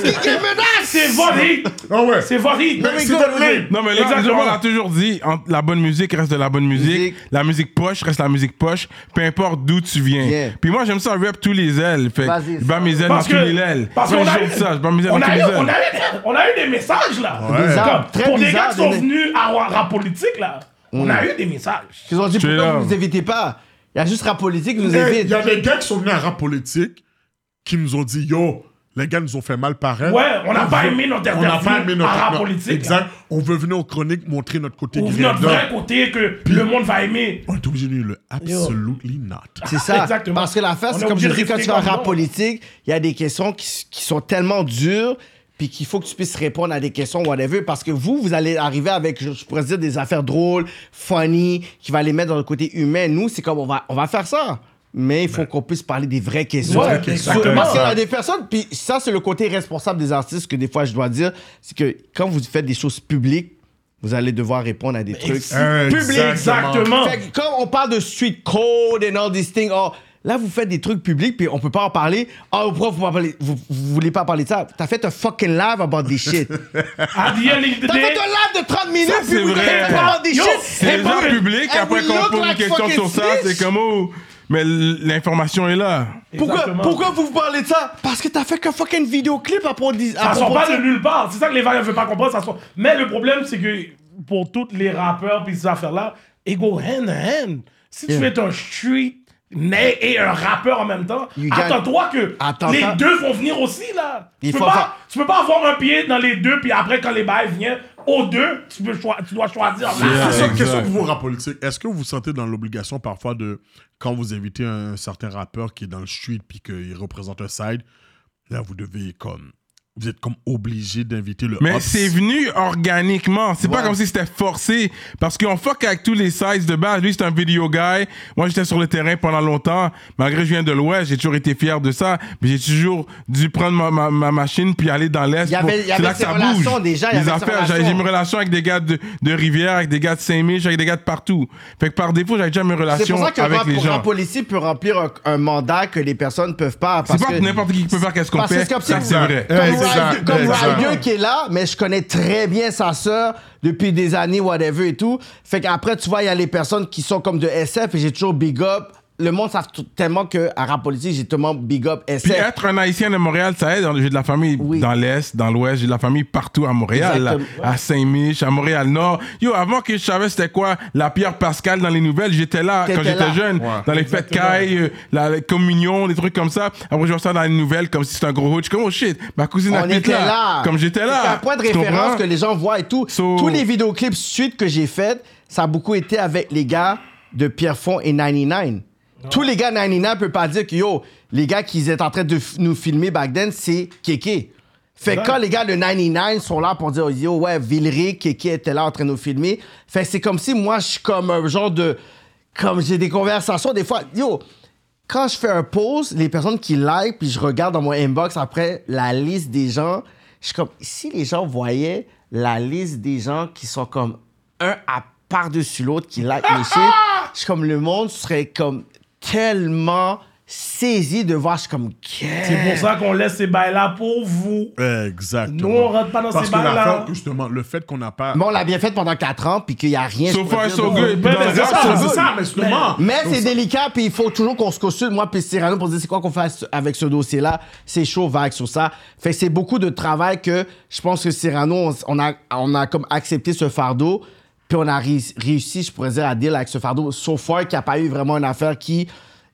Speaker 4: nous-mêmes qui- qui menacent.
Speaker 3: C'est votre hit.
Speaker 2: Ah ouais.
Speaker 3: C'est votre hit.
Speaker 2: Mais s'il te plaît.
Speaker 1: Non, mais là, on l'a toujours dit, en- la bonne musique reste de la bonne musique,
Speaker 4: Musique.
Speaker 1: la musique poche reste la musique poche, peu importe d'où tu viens.
Speaker 4: Yeah.
Speaker 1: Puis moi, j'aime ça, rap tous les ailes. Fait que
Speaker 4: Vas-y,
Speaker 1: je bats mes ailes dans
Speaker 3: Parce
Speaker 1: tous
Speaker 3: que,
Speaker 1: les ailes.
Speaker 3: parce
Speaker 1: Moi,
Speaker 3: qu'on a,
Speaker 1: j'ai
Speaker 3: eu-
Speaker 1: dit ça, je bats mes ailes dans
Speaker 3: on,
Speaker 1: tous
Speaker 3: a
Speaker 1: les
Speaker 3: eu, on, a
Speaker 1: ailes.
Speaker 3: eu, on a eu des messages là.
Speaker 2: Ouais.
Speaker 4: Bizarre, très
Speaker 3: pour des
Speaker 4: bizarre,
Speaker 3: gars qui sont
Speaker 4: des-
Speaker 3: venus à ra- rap politique là, on a eu des messages.
Speaker 4: Ils ont dit
Speaker 1: Tu es
Speaker 4: pourquoi
Speaker 1: là.
Speaker 4: vous nous évitez pas. Il y a juste rap politique qui nous
Speaker 2: Hey, Il
Speaker 4: évite.
Speaker 2: Eh, y a des gars qui sont venus à rap politique qui nous ont dit Yo, les gars nous ont fait mal paraître.
Speaker 3: Ouais, on n'a pas aimé notre
Speaker 2: On n'a pas
Speaker 3: interview
Speaker 2: aimé notre
Speaker 3: à rap
Speaker 2: non,
Speaker 3: politique. là.
Speaker 2: Exact. On veut venir aux chroniques montrer notre côté
Speaker 3: Ou notre
Speaker 2: grinder.
Speaker 3: vrai côté que le monde va aimer.
Speaker 2: On est obligé de dire le absolutely not.
Speaker 4: C'est ça.
Speaker 3: Exactement.
Speaker 4: Parce que l'affaire,
Speaker 3: On
Speaker 4: c'est
Speaker 3: est
Speaker 4: comme je
Speaker 3: obligé
Speaker 4: dis,
Speaker 3: de
Speaker 4: quand tu
Speaker 3: rester
Speaker 4: vas en
Speaker 3: comme
Speaker 4: rap
Speaker 3: bon.
Speaker 4: politique, il y a des questions qui, s- qui sont tellement dures puis qu'il faut que tu puisses répondre à des questions whatever parce que vous, vous allez arriver avec, je, je pourrais dire, des affaires drôles, funny, qui va les mettre dans le côté humain. Nous, c'est comme, on va, on va faire ça. Mais il faut qu'on puisse parler des vraies questions.
Speaker 3: Ouais,
Speaker 4: Sur-
Speaker 3: exactement.
Speaker 4: Parce qu'il y a des personnes, puis ça, c'est le côté responsable des artistes que des fois, je dois dire, c'est que quand vous faites des choses publiques, vous allez devoir répondre à des trucs
Speaker 3: Public, exactement.
Speaker 4: fait que quand on parle de street code and all these things, oh, là, vous faites des trucs publics, puis on peut pas en parler. Ah, pourquoi vous, pouvez pas parler- vous, vous voulez pas parler de ça? T'as fait un fucking live about des shit.
Speaker 3: À the end of the
Speaker 4: T'as
Speaker 3: day,
Speaker 4: fait un live de 30 minutes,
Speaker 1: c'est
Speaker 4: puis vous
Speaker 1: vrai.
Speaker 4: parlez about des
Speaker 3: Yo,
Speaker 4: shit.
Speaker 1: C'est
Speaker 4: Et
Speaker 1: le
Speaker 4: puis-
Speaker 1: public,
Speaker 4: and
Speaker 1: après
Speaker 4: we
Speaker 1: qu'on
Speaker 4: look
Speaker 1: pose une
Speaker 4: like
Speaker 1: question
Speaker 4: fucking
Speaker 1: sur ça, c'est
Speaker 4: snitch.
Speaker 1: comme oh, mais l- l'information est là.
Speaker 4: Pourquoi,
Speaker 3: Exactement.
Speaker 4: pourquoi vous vous parlez de ça? Parce que t'as fait qu'un fucking vidéoclip à propos des- à
Speaker 3: ça sort
Speaker 4: propos
Speaker 3: pas
Speaker 4: de
Speaker 3: de nulle part. C'est ça que les variants ne veulent pas comprendre. Ça sort. Mais le problème, c'est que pour tous les rappeurs puis ces affaires-là, ils go hand in hand. Si tu
Speaker 4: Yeah.
Speaker 3: es un street né et un rappeur en même temps,
Speaker 4: You got-
Speaker 3: attends-toi que
Speaker 4: Attends
Speaker 3: les
Speaker 4: pas.
Speaker 3: deux vont venir aussi, là.
Speaker 4: Il
Speaker 3: Tu peux,
Speaker 4: faut
Speaker 3: pas,
Speaker 4: pas-
Speaker 3: tu peux pas avoir un pied dans les deux, puis après, quand les bails viennent, aux deux, tu, peux choi- tu dois choisir.
Speaker 1: Yeah.
Speaker 2: Ah, Question,
Speaker 1: Exact.
Speaker 2: question pour vous, rap politique. Est-ce que vous vous sentez dans l'obligation parfois de, quand vous invitez un certain rappeur qui est dans le street puis qu'il représente un side, là, vous devez comme. Vous êtes comme obligé d'inviter le
Speaker 4: Ah,
Speaker 1: Mais
Speaker 2: ops.
Speaker 1: c'est venu organiquement. C'est pas comme si c'était forcé. Parce qu'on fuck avec tous les sizes de base. Lui, c'est un video guy. Moi, j'étais sur le terrain pendant longtemps. Malgré que je viens de l'Ouest, j'ai toujours été fier de ça. Mais j'ai toujours dû prendre ma, ma- ma machine puis aller dans l'Est.
Speaker 4: Il y
Speaker 1: pour-
Speaker 4: avait- il y
Speaker 1: C'est
Speaker 4: avait
Speaker 1: là que
Speaker 4: ces
Speaker 1: ça
Speaker 4: relations
Speaker 1: bouge.
Speaker 4: déjà, il y
Speaker 1: Les
Speaker 4: avait ces
Speaker 1: affaires. J'ai j'ai
Speaker 4: relations.
Speaker 1: mes relations avec des gars de, de Rivière, avec des gars de Saint-Mich, avec des gars de partout. Fait que par défaut, j'avais déjà mes
Speaker 4: C'est pour
Speaker 1: relations
Speaker 4: ça que
Speaker 1: avec les
Speaker 4: le
Speaker 1: gens.
Speaker 4: rap policier peut remplir un, un mandat que les personnes ne peuvent pas.
Speaker 1: C'est
Speaker 4: parce
Speaker 1: pas
Speaker 4: que-
Speaker 1: n'importe qui qui peut faire qu'est-ce qu'on
Speaker 4: Parce que
Speaker 1: fait.
Speaker 4: c'est comme si
Speaker 1: Ça,
Speaker 4: vous-
Speaker 1: c'est vrai.
Speaker 4: Comme,
Speaker 2: Ouais, c'est ça,
Speaker 4: Ryder, comme
Speaker 2: ouais, c'est
Speaker 4: Ryder
Speaker 2: ça.
Speaker 4: qui est là, mais je connais très bien sa sœur depuis des années, whatever et tout. Fait qu'après, tu vois, il y a les personnes qui sont comme de SF et j'ai toujours big up. Le monde savent tout- tellement que à rap politique, j'ai tellement big up
Speaker 1: Puis
Speaker 4: SF.
Speaker 1: être un Haïtien de Montréal, ça aide. J'ai de la famille
Speaker 4: Oui.
Speaker 1: dans l'Est, dans l'Ouest, j'ai de la famille partout à Montréal, là.
Speaker 4: Exactement.
Speaker 1: à Saint-Mich, à Montréal-Nord. Yo, avant que je savais c'était quoi la pierre Pascal dans les nouvelles, j'étais là quand
Speaker 4: T'étais
Speaker 1: j'étais
Speaker 4: là.
Speaker 1: jeune, dans les fêtes cailles, euh, la, la communion, des trucs comme ça. Après, je vois ça dans les nouvelles comme si c'était un gros hood. Je suis comme, oh shit, ma cousine
Speaker 4: on
Speaker 1: habite
Speaker 4: était là.
Speaker 1: Comme j'étais là.
Speaker 4: C'est un point de
Speaker 1: Tu comprends?
Speaker 4: référence que les gens voient et tout.
Speaker 1: So-
Speaker 4: Tous les vidéoclips suite que j'ai fait, ça a beaucoup été avec les gars de Pierrefonds et 99. Tous les gars de 99 peuvent pas dire que yo, les gars qui étaient en train de f- nous filmer back then, c'est Kéké. Fait que quand les gars de 99 sont là pour dire yo, ouais, Villeray, Kéké était là en train de nous filmer. Fait que c'est comme si moi, je suis comme un genre de. Comme j'ai des conversations, des fois, yo, quand je fais un pause, les personnes qui like, puis je regarde dans mon inbox après la liste des gens, je suis comme, si les gens voyaient la liste des gens qui sont comme un à par-dessus l'autre, qui like mes shit. Je suis comme, le monde serait comme tellement saisi de voir, je suis comme,
Speaker 3: C'est pour ça qu'on laisse ces bails-là pour vous.
Speaker 2: Exactement.
Speaker 3: Nous, on rentre pas dans
Speaker 2: Parce
Speaker 3: ces
Speaker 2: que
Speaker 3: balles-là.
Speaker 2: l'affaire, justement, le fait qu'on n'a pas.
Speaker 4: Bon, on l'a bien fait pendant 4 ans, puis qu'il n'y a rien. je
Speaker 1: So
Speaker 4: pourrais dire
Speaker 1: far, so
Speaker 4: de-
Speaker 1: good. Puis
Speaker 3: Mais-
Speaker 1: dans
Speaker 3: mais
Speaker 1: le
Speaker 3: c'est
Speaker 1: rap,
Speaker 3: ça,
Speaker 1: ça-
Speaker 2: c'est ça, mais justement.
Speaker 4: Mais c'est délicat, puis il faut toujours qu'on se consulte. Moi, puis Cyrano, pour dire c'est quoi qu'on fait avec ce dossier-là, c'est chaud, vague sur ça. Fait que c'est beaucoup de travail que je pense que Cyrano, on, on a, on a comme accepté ce fardeau, puis on a réus- réussi, je pourrais dire, à deal avec ce fardeau. So far, qu'il n'y a pas eu vraiment une affaire qui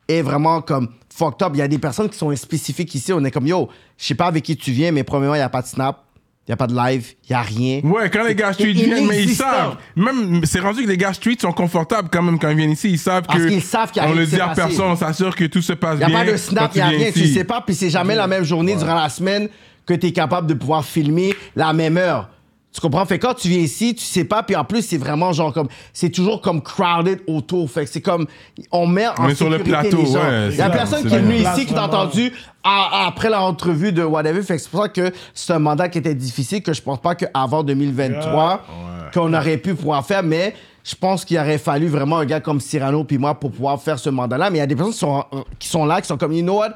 Speaker 4: est vraiment comme fucked up. Il y a des personnes qui sont spécifiques ici. On est comme, yo, je sais pas avec qui tu viens, mais premièrement, il n'y a pas de snap, il n'y a pas de live, il n'y a rien.
Speaker 1: Ouais, quand les gars street
Speaker 4: C'est
Speaker 1: viennent, mais ils
Speaker 4: inexistant.
Speaker 1: savent. Même, c'est rendu que les gars street sont confortables quand même quand ils viennent ici. Ils savent
Speaker 4: Parce
Speaker 1: que.
Speaker 4: qu'ils savent qu'il y a
Speaker 1: On
Speaker 4: rien
Speaker 1: le
Speaker 4: qui s'est
Speaker 1: dit à
Speaker 4: passé.
Speaker 1: personne, on s'assure que tout se passe
Speaker 4: Il
Speaker 1: bien.
Speaker 4: n'y a pas de
Speaker 1: quand
Speaker 4: snap,
Speaker 1: tu
Speaker 4: il n'y a
Speaker 1: viens
Speaker 4: rien, tu
Speaker 1: ici.
Speaker 4: sais pas, puis c'est jamais la même journée durant la semaine que tu es capable de pouvoir filmer la même heure. Tu comprends? Fait que quand tu viens ici, tu sais pas, puis en plus, c'est vraiment genre comme. C'est toujours comme crowded autour. Fait que c'est comme. On met en.
Speaker 1: On est sur le
Speaker 4: sécurité les
Speaker 1: plateau,
Speaker 4: gens.
Speaker 1: ouais,
Speaker 4: Il y a
Speaker 1: c'est
Speaker 4: personne
Speaker 1: vrai,
Speaker 4: qui est
Speaker 1: c'est
Speaker 4: venu
Speaker 3: vrai.
Speaker 4: ici, qui t'a
Speaker 3: Vraiment.
Speaker 4: entendu à- après la entrevue de Whatever. Fait que c'est pour ça que c'est un mandat qui était difficile, que je pense pas qu'avant 2023, qu'on aurait pu pouvoir faire, mais je pense qu'il aurait fallu vraiment un gars comme Cyrano puis moi pour pouvoir faire ce mandat-là. Mais il y a des personnes qui sont, qui sont là, qui sont comme, you know what,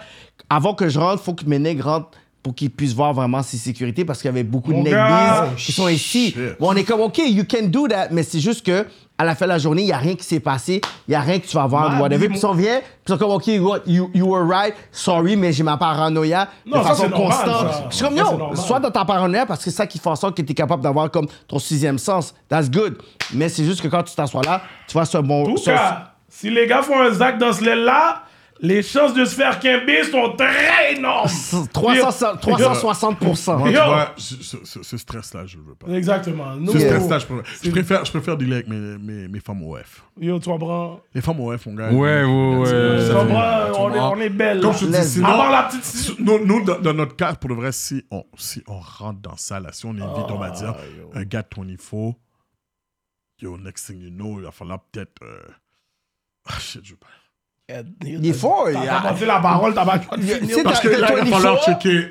Speaker 4: avant que je rentre, faut que mes nègres rentrent pour qu'ils puissent voir vraiment ces sécurités parce qu'il y avait beaucoup
Speaker 3: Mon
Speaker 4: de
Speaker 3: gars! Oh,
Speaker 4: nègres qui sont ici.
Speaker 2: Shit.
Speaker 4: Bon, on est comme, OK, you can do that, mais c'est juste que à la fin de la journée, il n'y a rien qui s'est passé, il n'y a rien que tu vas voir,
Speaker 3: Ma
Speaker 4: whatever.
Speaker 3: vie,
Speaker 4: Puis
Speaker 3: mon-
Speaker 4: ça revient, puis ils sont comme, OK, what, you, you were right, sorry, mais j'ai ma paranoïa
Speaker 3: Non,
Speaker 4: de
Speaker 3: ça,
Speaker 4: façon
Speaker 3: c'est normal,
Speaker 4: constante.
Speaker 3: ça.
Speaker 4: Puis je suis comme,
Speaker 3: Ça, c'est
Speaker 4: non,
Speaker 3: normal.
Speaker 4: soit dans ta paranoïa, parce que c'est ça qui fait en sorte que tu es capable d'avoir comme ton sixième sens. That's good. Mais c'est juste que quand tu t'assois là, tu vois ce bon.
Speaker 3: En tout
Speaker 4: ce-
Speaker 3: cas, si les gars font un zac dans ce lait-là, les chances de se faire quimber sont très énormes.
Speaker 4: ce 300 360%.
Speaker 2: Moi, tu
Speaker 3: Yo.
Speaker 2: vois, ce, ce- ce- ce stress-là, je le veux pas.
Speaker 3: Exactement. Nous,
Speaker 2: Ce
Speaker 3: yo,
Speaker 2: stress-là, je préfère. Je préfère, je préfère dealer avec mes, mes, mes femmes OF.
Speaker 3: yo, tu comprends.
Speaker 2: Les femmes OF, mon gars.
Speaker 1: Ouais, ouais, ouais.
Speaker 3: Tu
Speaker 2: Ça fait-
Speaker 3: comprends, on est, on est belle.
Speaker 2: Euh, Comme je te dis,
Speaker 4: Laisse-
Speaker 3: À part
Speaker 2: sinon,
Speaker 3: la petite.
Speaker 2: si- nous, nous, dans, dans notre cas, pour le vrai, si on, si on rentre dans ça, là, si on invite, on
Speaker 3: Ah,
Speaker 2: va dire, un gars de 24, yo, next thing you know, il va falloir peut-être. euh, Ah, shit, je veux pas.
Speaker 4: Il est fort, il y
Speaker 3: T'as
Speaker 4: a-
Speaker 3: commencé la parole, t'as pas
Speaker 4: Tu sais,
Speaker 3: fini.
Speaker 2: Parce que
Speaker 4: t'as-
Speaker 2: là,
Speaker 4: t'as
Speaker 2: il va falloir
Speaker 4: 24?
Speaker 2: checker.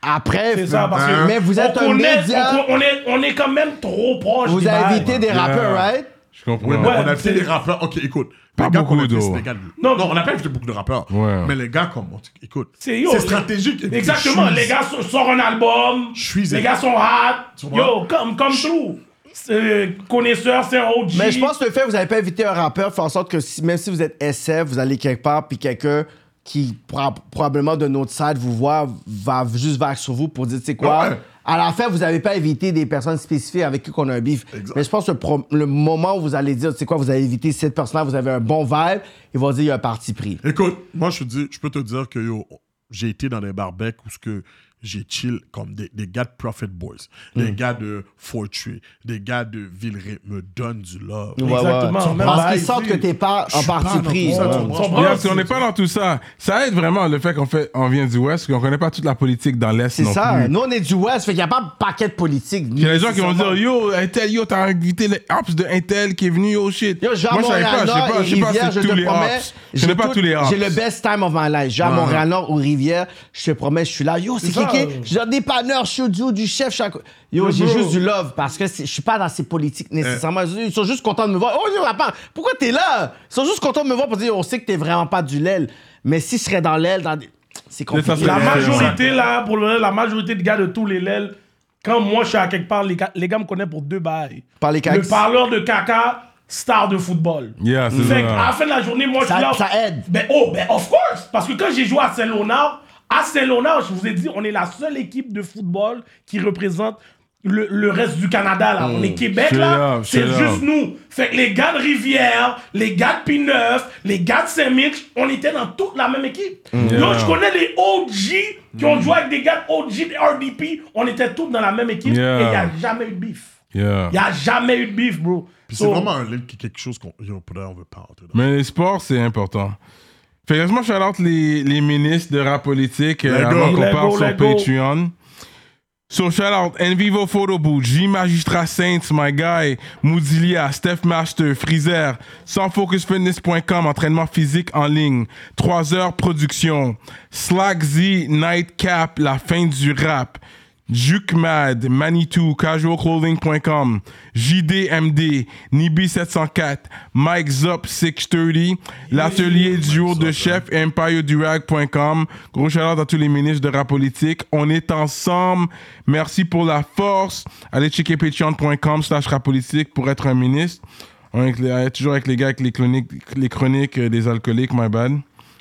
Speaker 4: Après,
Speaker 3: C'est ça, parce que
Speaker 4: Ah. mais vous êtes
Speaker 3: on
Speaker 4: un
Speaker 3: connaît-
Speaker 4: média,
Speaker 3: on, on est, on est quand même trop proche.
Speaker 4: vous
Speaker 3: des bails.
Speaker 4: invitez des rappeurs,
Speaker 1: Yeah.
Speaker 4: right?
Speaker 1: Je comprends.
Speaker 2: Oui, mais
Speaker 3: Ouais,
Speaker 2: on a fait
Speaker 3: c'est-
Speaker 2: des rappeurs. Ok, écoute.
Speaker 1: Pas
Speaker 2: les gars
Speaker 1: beaucoup
Speaker 2: qu'on a fait,
Speaker 1: d'eau.
Speaker 2: c'est des gars de-
Speaker 3: Non,
Speaker 2: Non, on n'a pas invité beaucoup de rappeurs.
Speaker 1: Ouais.
Speaker 2: Mais les gars, comme, on- écoute.
Speaker 3: C'est yo, les-
Speaker 2: stratégique. et puis
Speaker 3: Exactement,
Speaker 2: je suis-
Speaker 3: les gars so- sortent un album,
Speaker 2: Je suis
Speaker 3: les
Speaker 2: zéro.
Speaker 3: gars sont hâte,
Speaker 2: vois?
Speaker 3: yo, comme, comme tout. C'est- Connaisseur, c'est un OG.
Speaker 4: Mais je pense que le fait que vous n'avez pas invité un rappeur fait en sorte que si- même si vous êtes SF, vous allez quelque part, puis quelqu'un qui pro- probablement de notre side vous voit, va juste vague sur vous pour dire, tu sais quoi,
Speaker 2: Ouais.
Speaker 4: à la fin, vous n'avez pas invité des personnes spécifiques avec qui on a un beef.
Speaker 2: Exact.
Speaker 4: Mais je pense que le, pro- le moment où vous allez dire, tu sais quoi, vous avez invité cette personne-là, vous avez un bon vibe, ils vont dire, il y a un parti pris.
Speaker 2: Écoute, moi, je te dis, je peux te dire que yo, j'ai été dans des barbecs où ce que j'ai chill comme des, des gars de Prophet Boys,
Speaker 1: Mm.
Speaker 2: des gars de Fortune, des gars de Villeray me donnent du love.
Speaker 3: Exactement, même
Speaker 4: Parce
Speaker 3: vibe,
Speaker 4: qu'ils sentent
Speaker 3: oui.
Speaker 4: que t'es pas
Speaker 2: Je
Speaker 4: un
Speaker 2: suis pas
Speaker 4: parti
Speaker 2: dans
Speaker 4: pris.
Speaker 2: tout ça,
Speaker 3: Euh,
Speaker 4: Ouais.
Speaker 2: tu comprends?
Speaker 3: Son bras,
Speaker 1: Regarde, si on n'est pas dans tout ça, ça aide vraiment le fait qu'on fait, on vient du Ouest, qu'on connaît pas toute la politique dans l'Est
Speaker 4: C'est
Speaker 1: non
Speaker 4: ça.
Speaker 1: plus.
Speaker 4: Nous, on est du West, fait qu'il n'y a pas de paquet de politique.
Speaker 1: Il y a des gens qui vont dire
Speaker 4: nécessairement.
Speaker 1: Yo, Intel, yo, t'as invité les Ops de Intel qui est venu, yo shit.
Speaker 4: Yo, je vais à
Speaker 1: Moi, je savais pas,
Speaker 4: Montréal
Speaker 1: je sais
Speaker 4: Nord
Speaker 1: pas,
Speaker 4: et
Speaker 1: je sais pas
Speaker 4: Rivière,
Speaker 1: si
Speaker 4: je
Speaker 1: c'est tous
Speaker 4: te
Speaker 1: les
Speaker 4: promets.
Speaker 1: Ops. Je
Speaker 4: j'ai
Speaker 1: connais pas
Speaker 4: tout-
Speaker 1: tous les Ops.
Speaker 4: J'ai le best time of my life. Je vais à
Speaker 1: Ouais.
Speaker 4: Montréal Nord ou Rivière, je te promets, je suis là. Yo, c'est
Speaker 3: C'est ça,
Speaker 4: qui
Speaker 3: euh.
Speaker 4: J'ai des panneurs, je suis du haut du chef. Chaque... Yo, j'ai
Speaker 3: bro.
Speaker 4: juste du love parce que c'est- je suis pas dans ces politiques nécessairement. Ils sont juste contents de me voir. Oh, yo, papa, pourquoi t'es là Ils sont juste contents de me voir pour dire, on sait que t'es vraiment pas du l'aile. Mais si je serais dans l'aile, dans des- c'est compliqué.
Speaker 1: ça, c'est
Speaker 3: La
Speaker 1: Ouais,
Speaker 3: majorité, là, pour le la majorité de gars de tous les lèvres, quand moi je suis à quelque part, les gars, les gars me connaissent pour deux bails.
Speaker 4: Par les
Speaker 3: Le
Speaker 4: cacs.
Speaker 3: parleur de caca, star de football.
Speaker 1: Yeah, c'est
Speaker 3: Fait
Speaker 1: ça.
Speaker 3: qu'à la fin de la journée, moi je
Speaker 4: Ça-
Speaker 3: suis là.
Speaker 4: ça aide.
Speaker 3: Ben, oh, ben, of course! Parce que quand j'ai joué à Saint-Léonard, à Saint-Léonard, je vous ai dit, on est la seule équipe de football qui représente le, le reste du Canada, là.
Speaker 4: Mm.
Speaker 3: On est Québec,
Speaker 1: Straight
Speaker 3: là.
Speaker 1: up,
Speaker 3: C'est
Speaker 1: straight up.
Speaker 3: juste nous. Fait que les gars de Rivière, les gars de P9, les gars de Saint-Mich, on était dans toute la même équipe.
Speaker 1: Mm.
Speaker 3: Yo, je connais les OG qui ont joué avec des gars de OG, de RDP. On était tous dans la même équipe
Speaker 1: Yeah.
Speaker 3: et il n'y a jamais eu de beef.
Speaker 1: Yeah.
Speaker 3: Il n'y a jamais eu de beef, bro.
Speaker 2: Puis
Speaker 3: So-
Speaker 2: c'est vraiment un link qui est quelque chose qu'on. Yo, pour d'ailleurs, on veut pas rentrer dans.
Speaker 1: Mais les sports, c'est important. Fait que laisse-moi shout out les, les ministres de rap politique euh,
Speaker 2: Let
Speaker 1: avant
Speaker 2: go.
Speaker 1: qu'on
Speaker 3: Let
Speaker 1: parle
Speaker 3: go,
Speaker 1: sur
Speaker 3: let go.
Speaker 1: Patreon. So shout out Envivo Photo Booth, J Magistrat Saints, my guy, Moodilia, Steph Master, Freezer, sansfocusfitness.com, entraînement physique en ligne, 3 heures production, Slack Z, Nightcap, la fin du rap, Jukmad, Manitou, CasualClothing.com, JDMD, Nibi704, Mike Zop 630, l'atelier du jour de chef, EmpireDurag.com. Gros shout à tous les ministres de rap politique. On est ensemble. Merci pour la force. Allez checker patreon.com slash rap politique pour être un ministre. On est avec les- euh, toujours avec les gars, avec les chroniques, les chroniques euh, des alcooliques, my bad.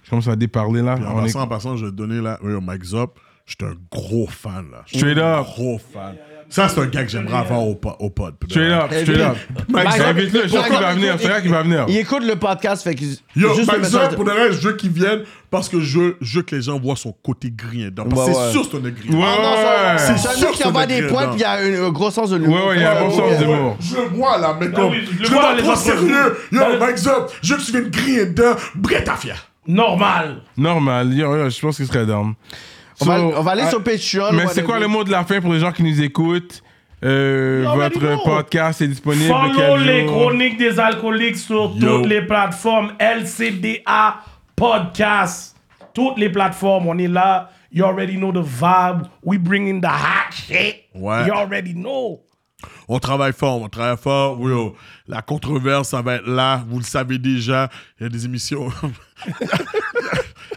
Speaker 1: Je commence à déparler là.
Speaker 2: En
Speaker 1: On est-
Speaker 2: passant, en passant, je vais te donner là, oui, Mike Zop, je suis un gros fan là. Je suis
Speaker 1: Straight
Speaker 2: un
Speaker 1: up.
Speaker 2: Gros fan. Ça, c'est un gars que j'aimerais avoir au, po- au pod. puis de-
Speaker 1: Straight up, straight up.
Speaker 2: Mike
Speaker 4: Mike
Speaker 2: Zop.
Speaker 4: Zop.
Speaker 1: Invite-le, je sais qu'il va venir, c'est vrai qu'il va venir.
Speaker 4: Il écoute le podcast, fait que.
Speaker 2: Yo,
Speaker 1: ben,
Speaker 4: juste le
Speaker 2: Mike
Speaker 4: message
Speaker 2: Zop,
Speaker 4: de-
Speaker 2: pour le reste, je veux qu'il vienne parce que je je veux que les gens voient son côté grindant. Parce que
Speaker 4: Ouais,
Speaker 2: c'est
Speaker 4: ouais.
Speaker 2: sûr que c'est un grindant.
Speaker 1: Ouais,
Speaker 4: Non, c'est-
Speaker 1: ouais,
Speaker 2: C'est
Speaker 4: C'est un
Speaker 2: sûr
Speaker 4: mec qui envoie
Speaker 2: que c'est
Speaker 4: des
Speaker 2: des
Speaker 4: points, puis il y a un un gros sens de l'humour.
Speaker 1: Ouais, ouais, il y a un bon sens
Speaker 4: Ouais.
Speaker 1: d'humour.
Speaker 2: Je le vois là, mais
Speaker 3: Ah
Speaker 2: comme.
Speaker 3: oui, je
Speaker 2: je
Speaker 3: le
Speaker 2: le
Speaker 3: vois
Speaker 2: vois
Speaker 3: dans les
Speaker 2: trop
Speaker 3: entrevues.
Speaker 2: sérieux. Yo,
Speaker 3: Dans les-
Speaker 2: Mike Zop, je veux que tu viennes grinder. Bretafia.
Speaker 3: Normal.
Speaker 1: Normal, yo, yo, je pense qu'il serait down.
Speaker 4: On va-
Speaker 1: So,
Speaker 4: on va aller
Speaker 1: ah,
Speaker 4: sur Patreon.
Speaker 1: Mais c'est quoi le mot de la fin pour les gens qui nous écoutent Euh,
Speaker 3: Yo, let it
Speaker 1: Votre
Speaker 3: go.
Speaker 1: podcast est disponible
Speaker 3: Follow
Speaker 1: quel
Speaker 3: les
Speaker 1: jour
Speaker 3: chroniques des alcooliques sur
Speaker 2: Yo.
Speaker 3: toutes les plateformes. LCDA Podcast. Toutes les plateformes, on est là. You already know the vibe. We bring in the hot shit.
Speaker 2: Ouais.
Speaker 3: You already know.
Speaker 2: On travaille fort, on travaille fort. Oui, oh. La controverse, ça va être là. Vous le savez déjà. Il y a des émissions.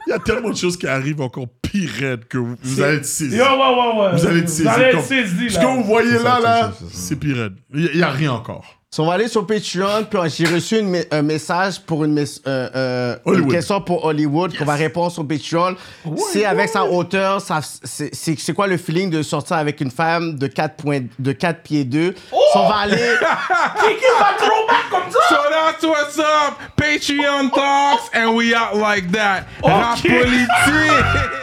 Speaker 2: Il y a tellement de choses qui arrivent encore pire raide que vous, vous allez être saisis.
Speaker 3: Yo, ouais, ouais, ouais.
Speaker 2: Vous allez être saisis.
Speaker 3: être
Speaker 2: comme-
Speaker 3: saisis,
Speaker 2: Ce
Speaker 3: là.
Speaker 2: que vous voyez là,
Speaker 4: ça,
Speaker 2: là,
Speaker 4: c'est ça, c'est ça.
Speaker 2: c'est pire raide. Il y a- il y a rien encore.
Speaker 4: on va aller sur Patreon, puis j'ai reçu une me- un message pour une, mes- euh, euh, une
Speaker 2: Hollywood.
Speaker 4: question pour Hollywood qu'on va répondre sur Patreon. c'est avec sa hauteur, ça- c'est c'est- c'est quoi le feeling de sortir avec une femme de 4, points- de 4 pieds 2?
Speaker 1: Oh!
Speaker 4: on va aller...
Speaker 3: Qui qui va throwback comme ça?
Speaker 1: So that's what's up Patreon Talks and we out like that Rap
Speaker 3: Ok.
Speaker 1: politique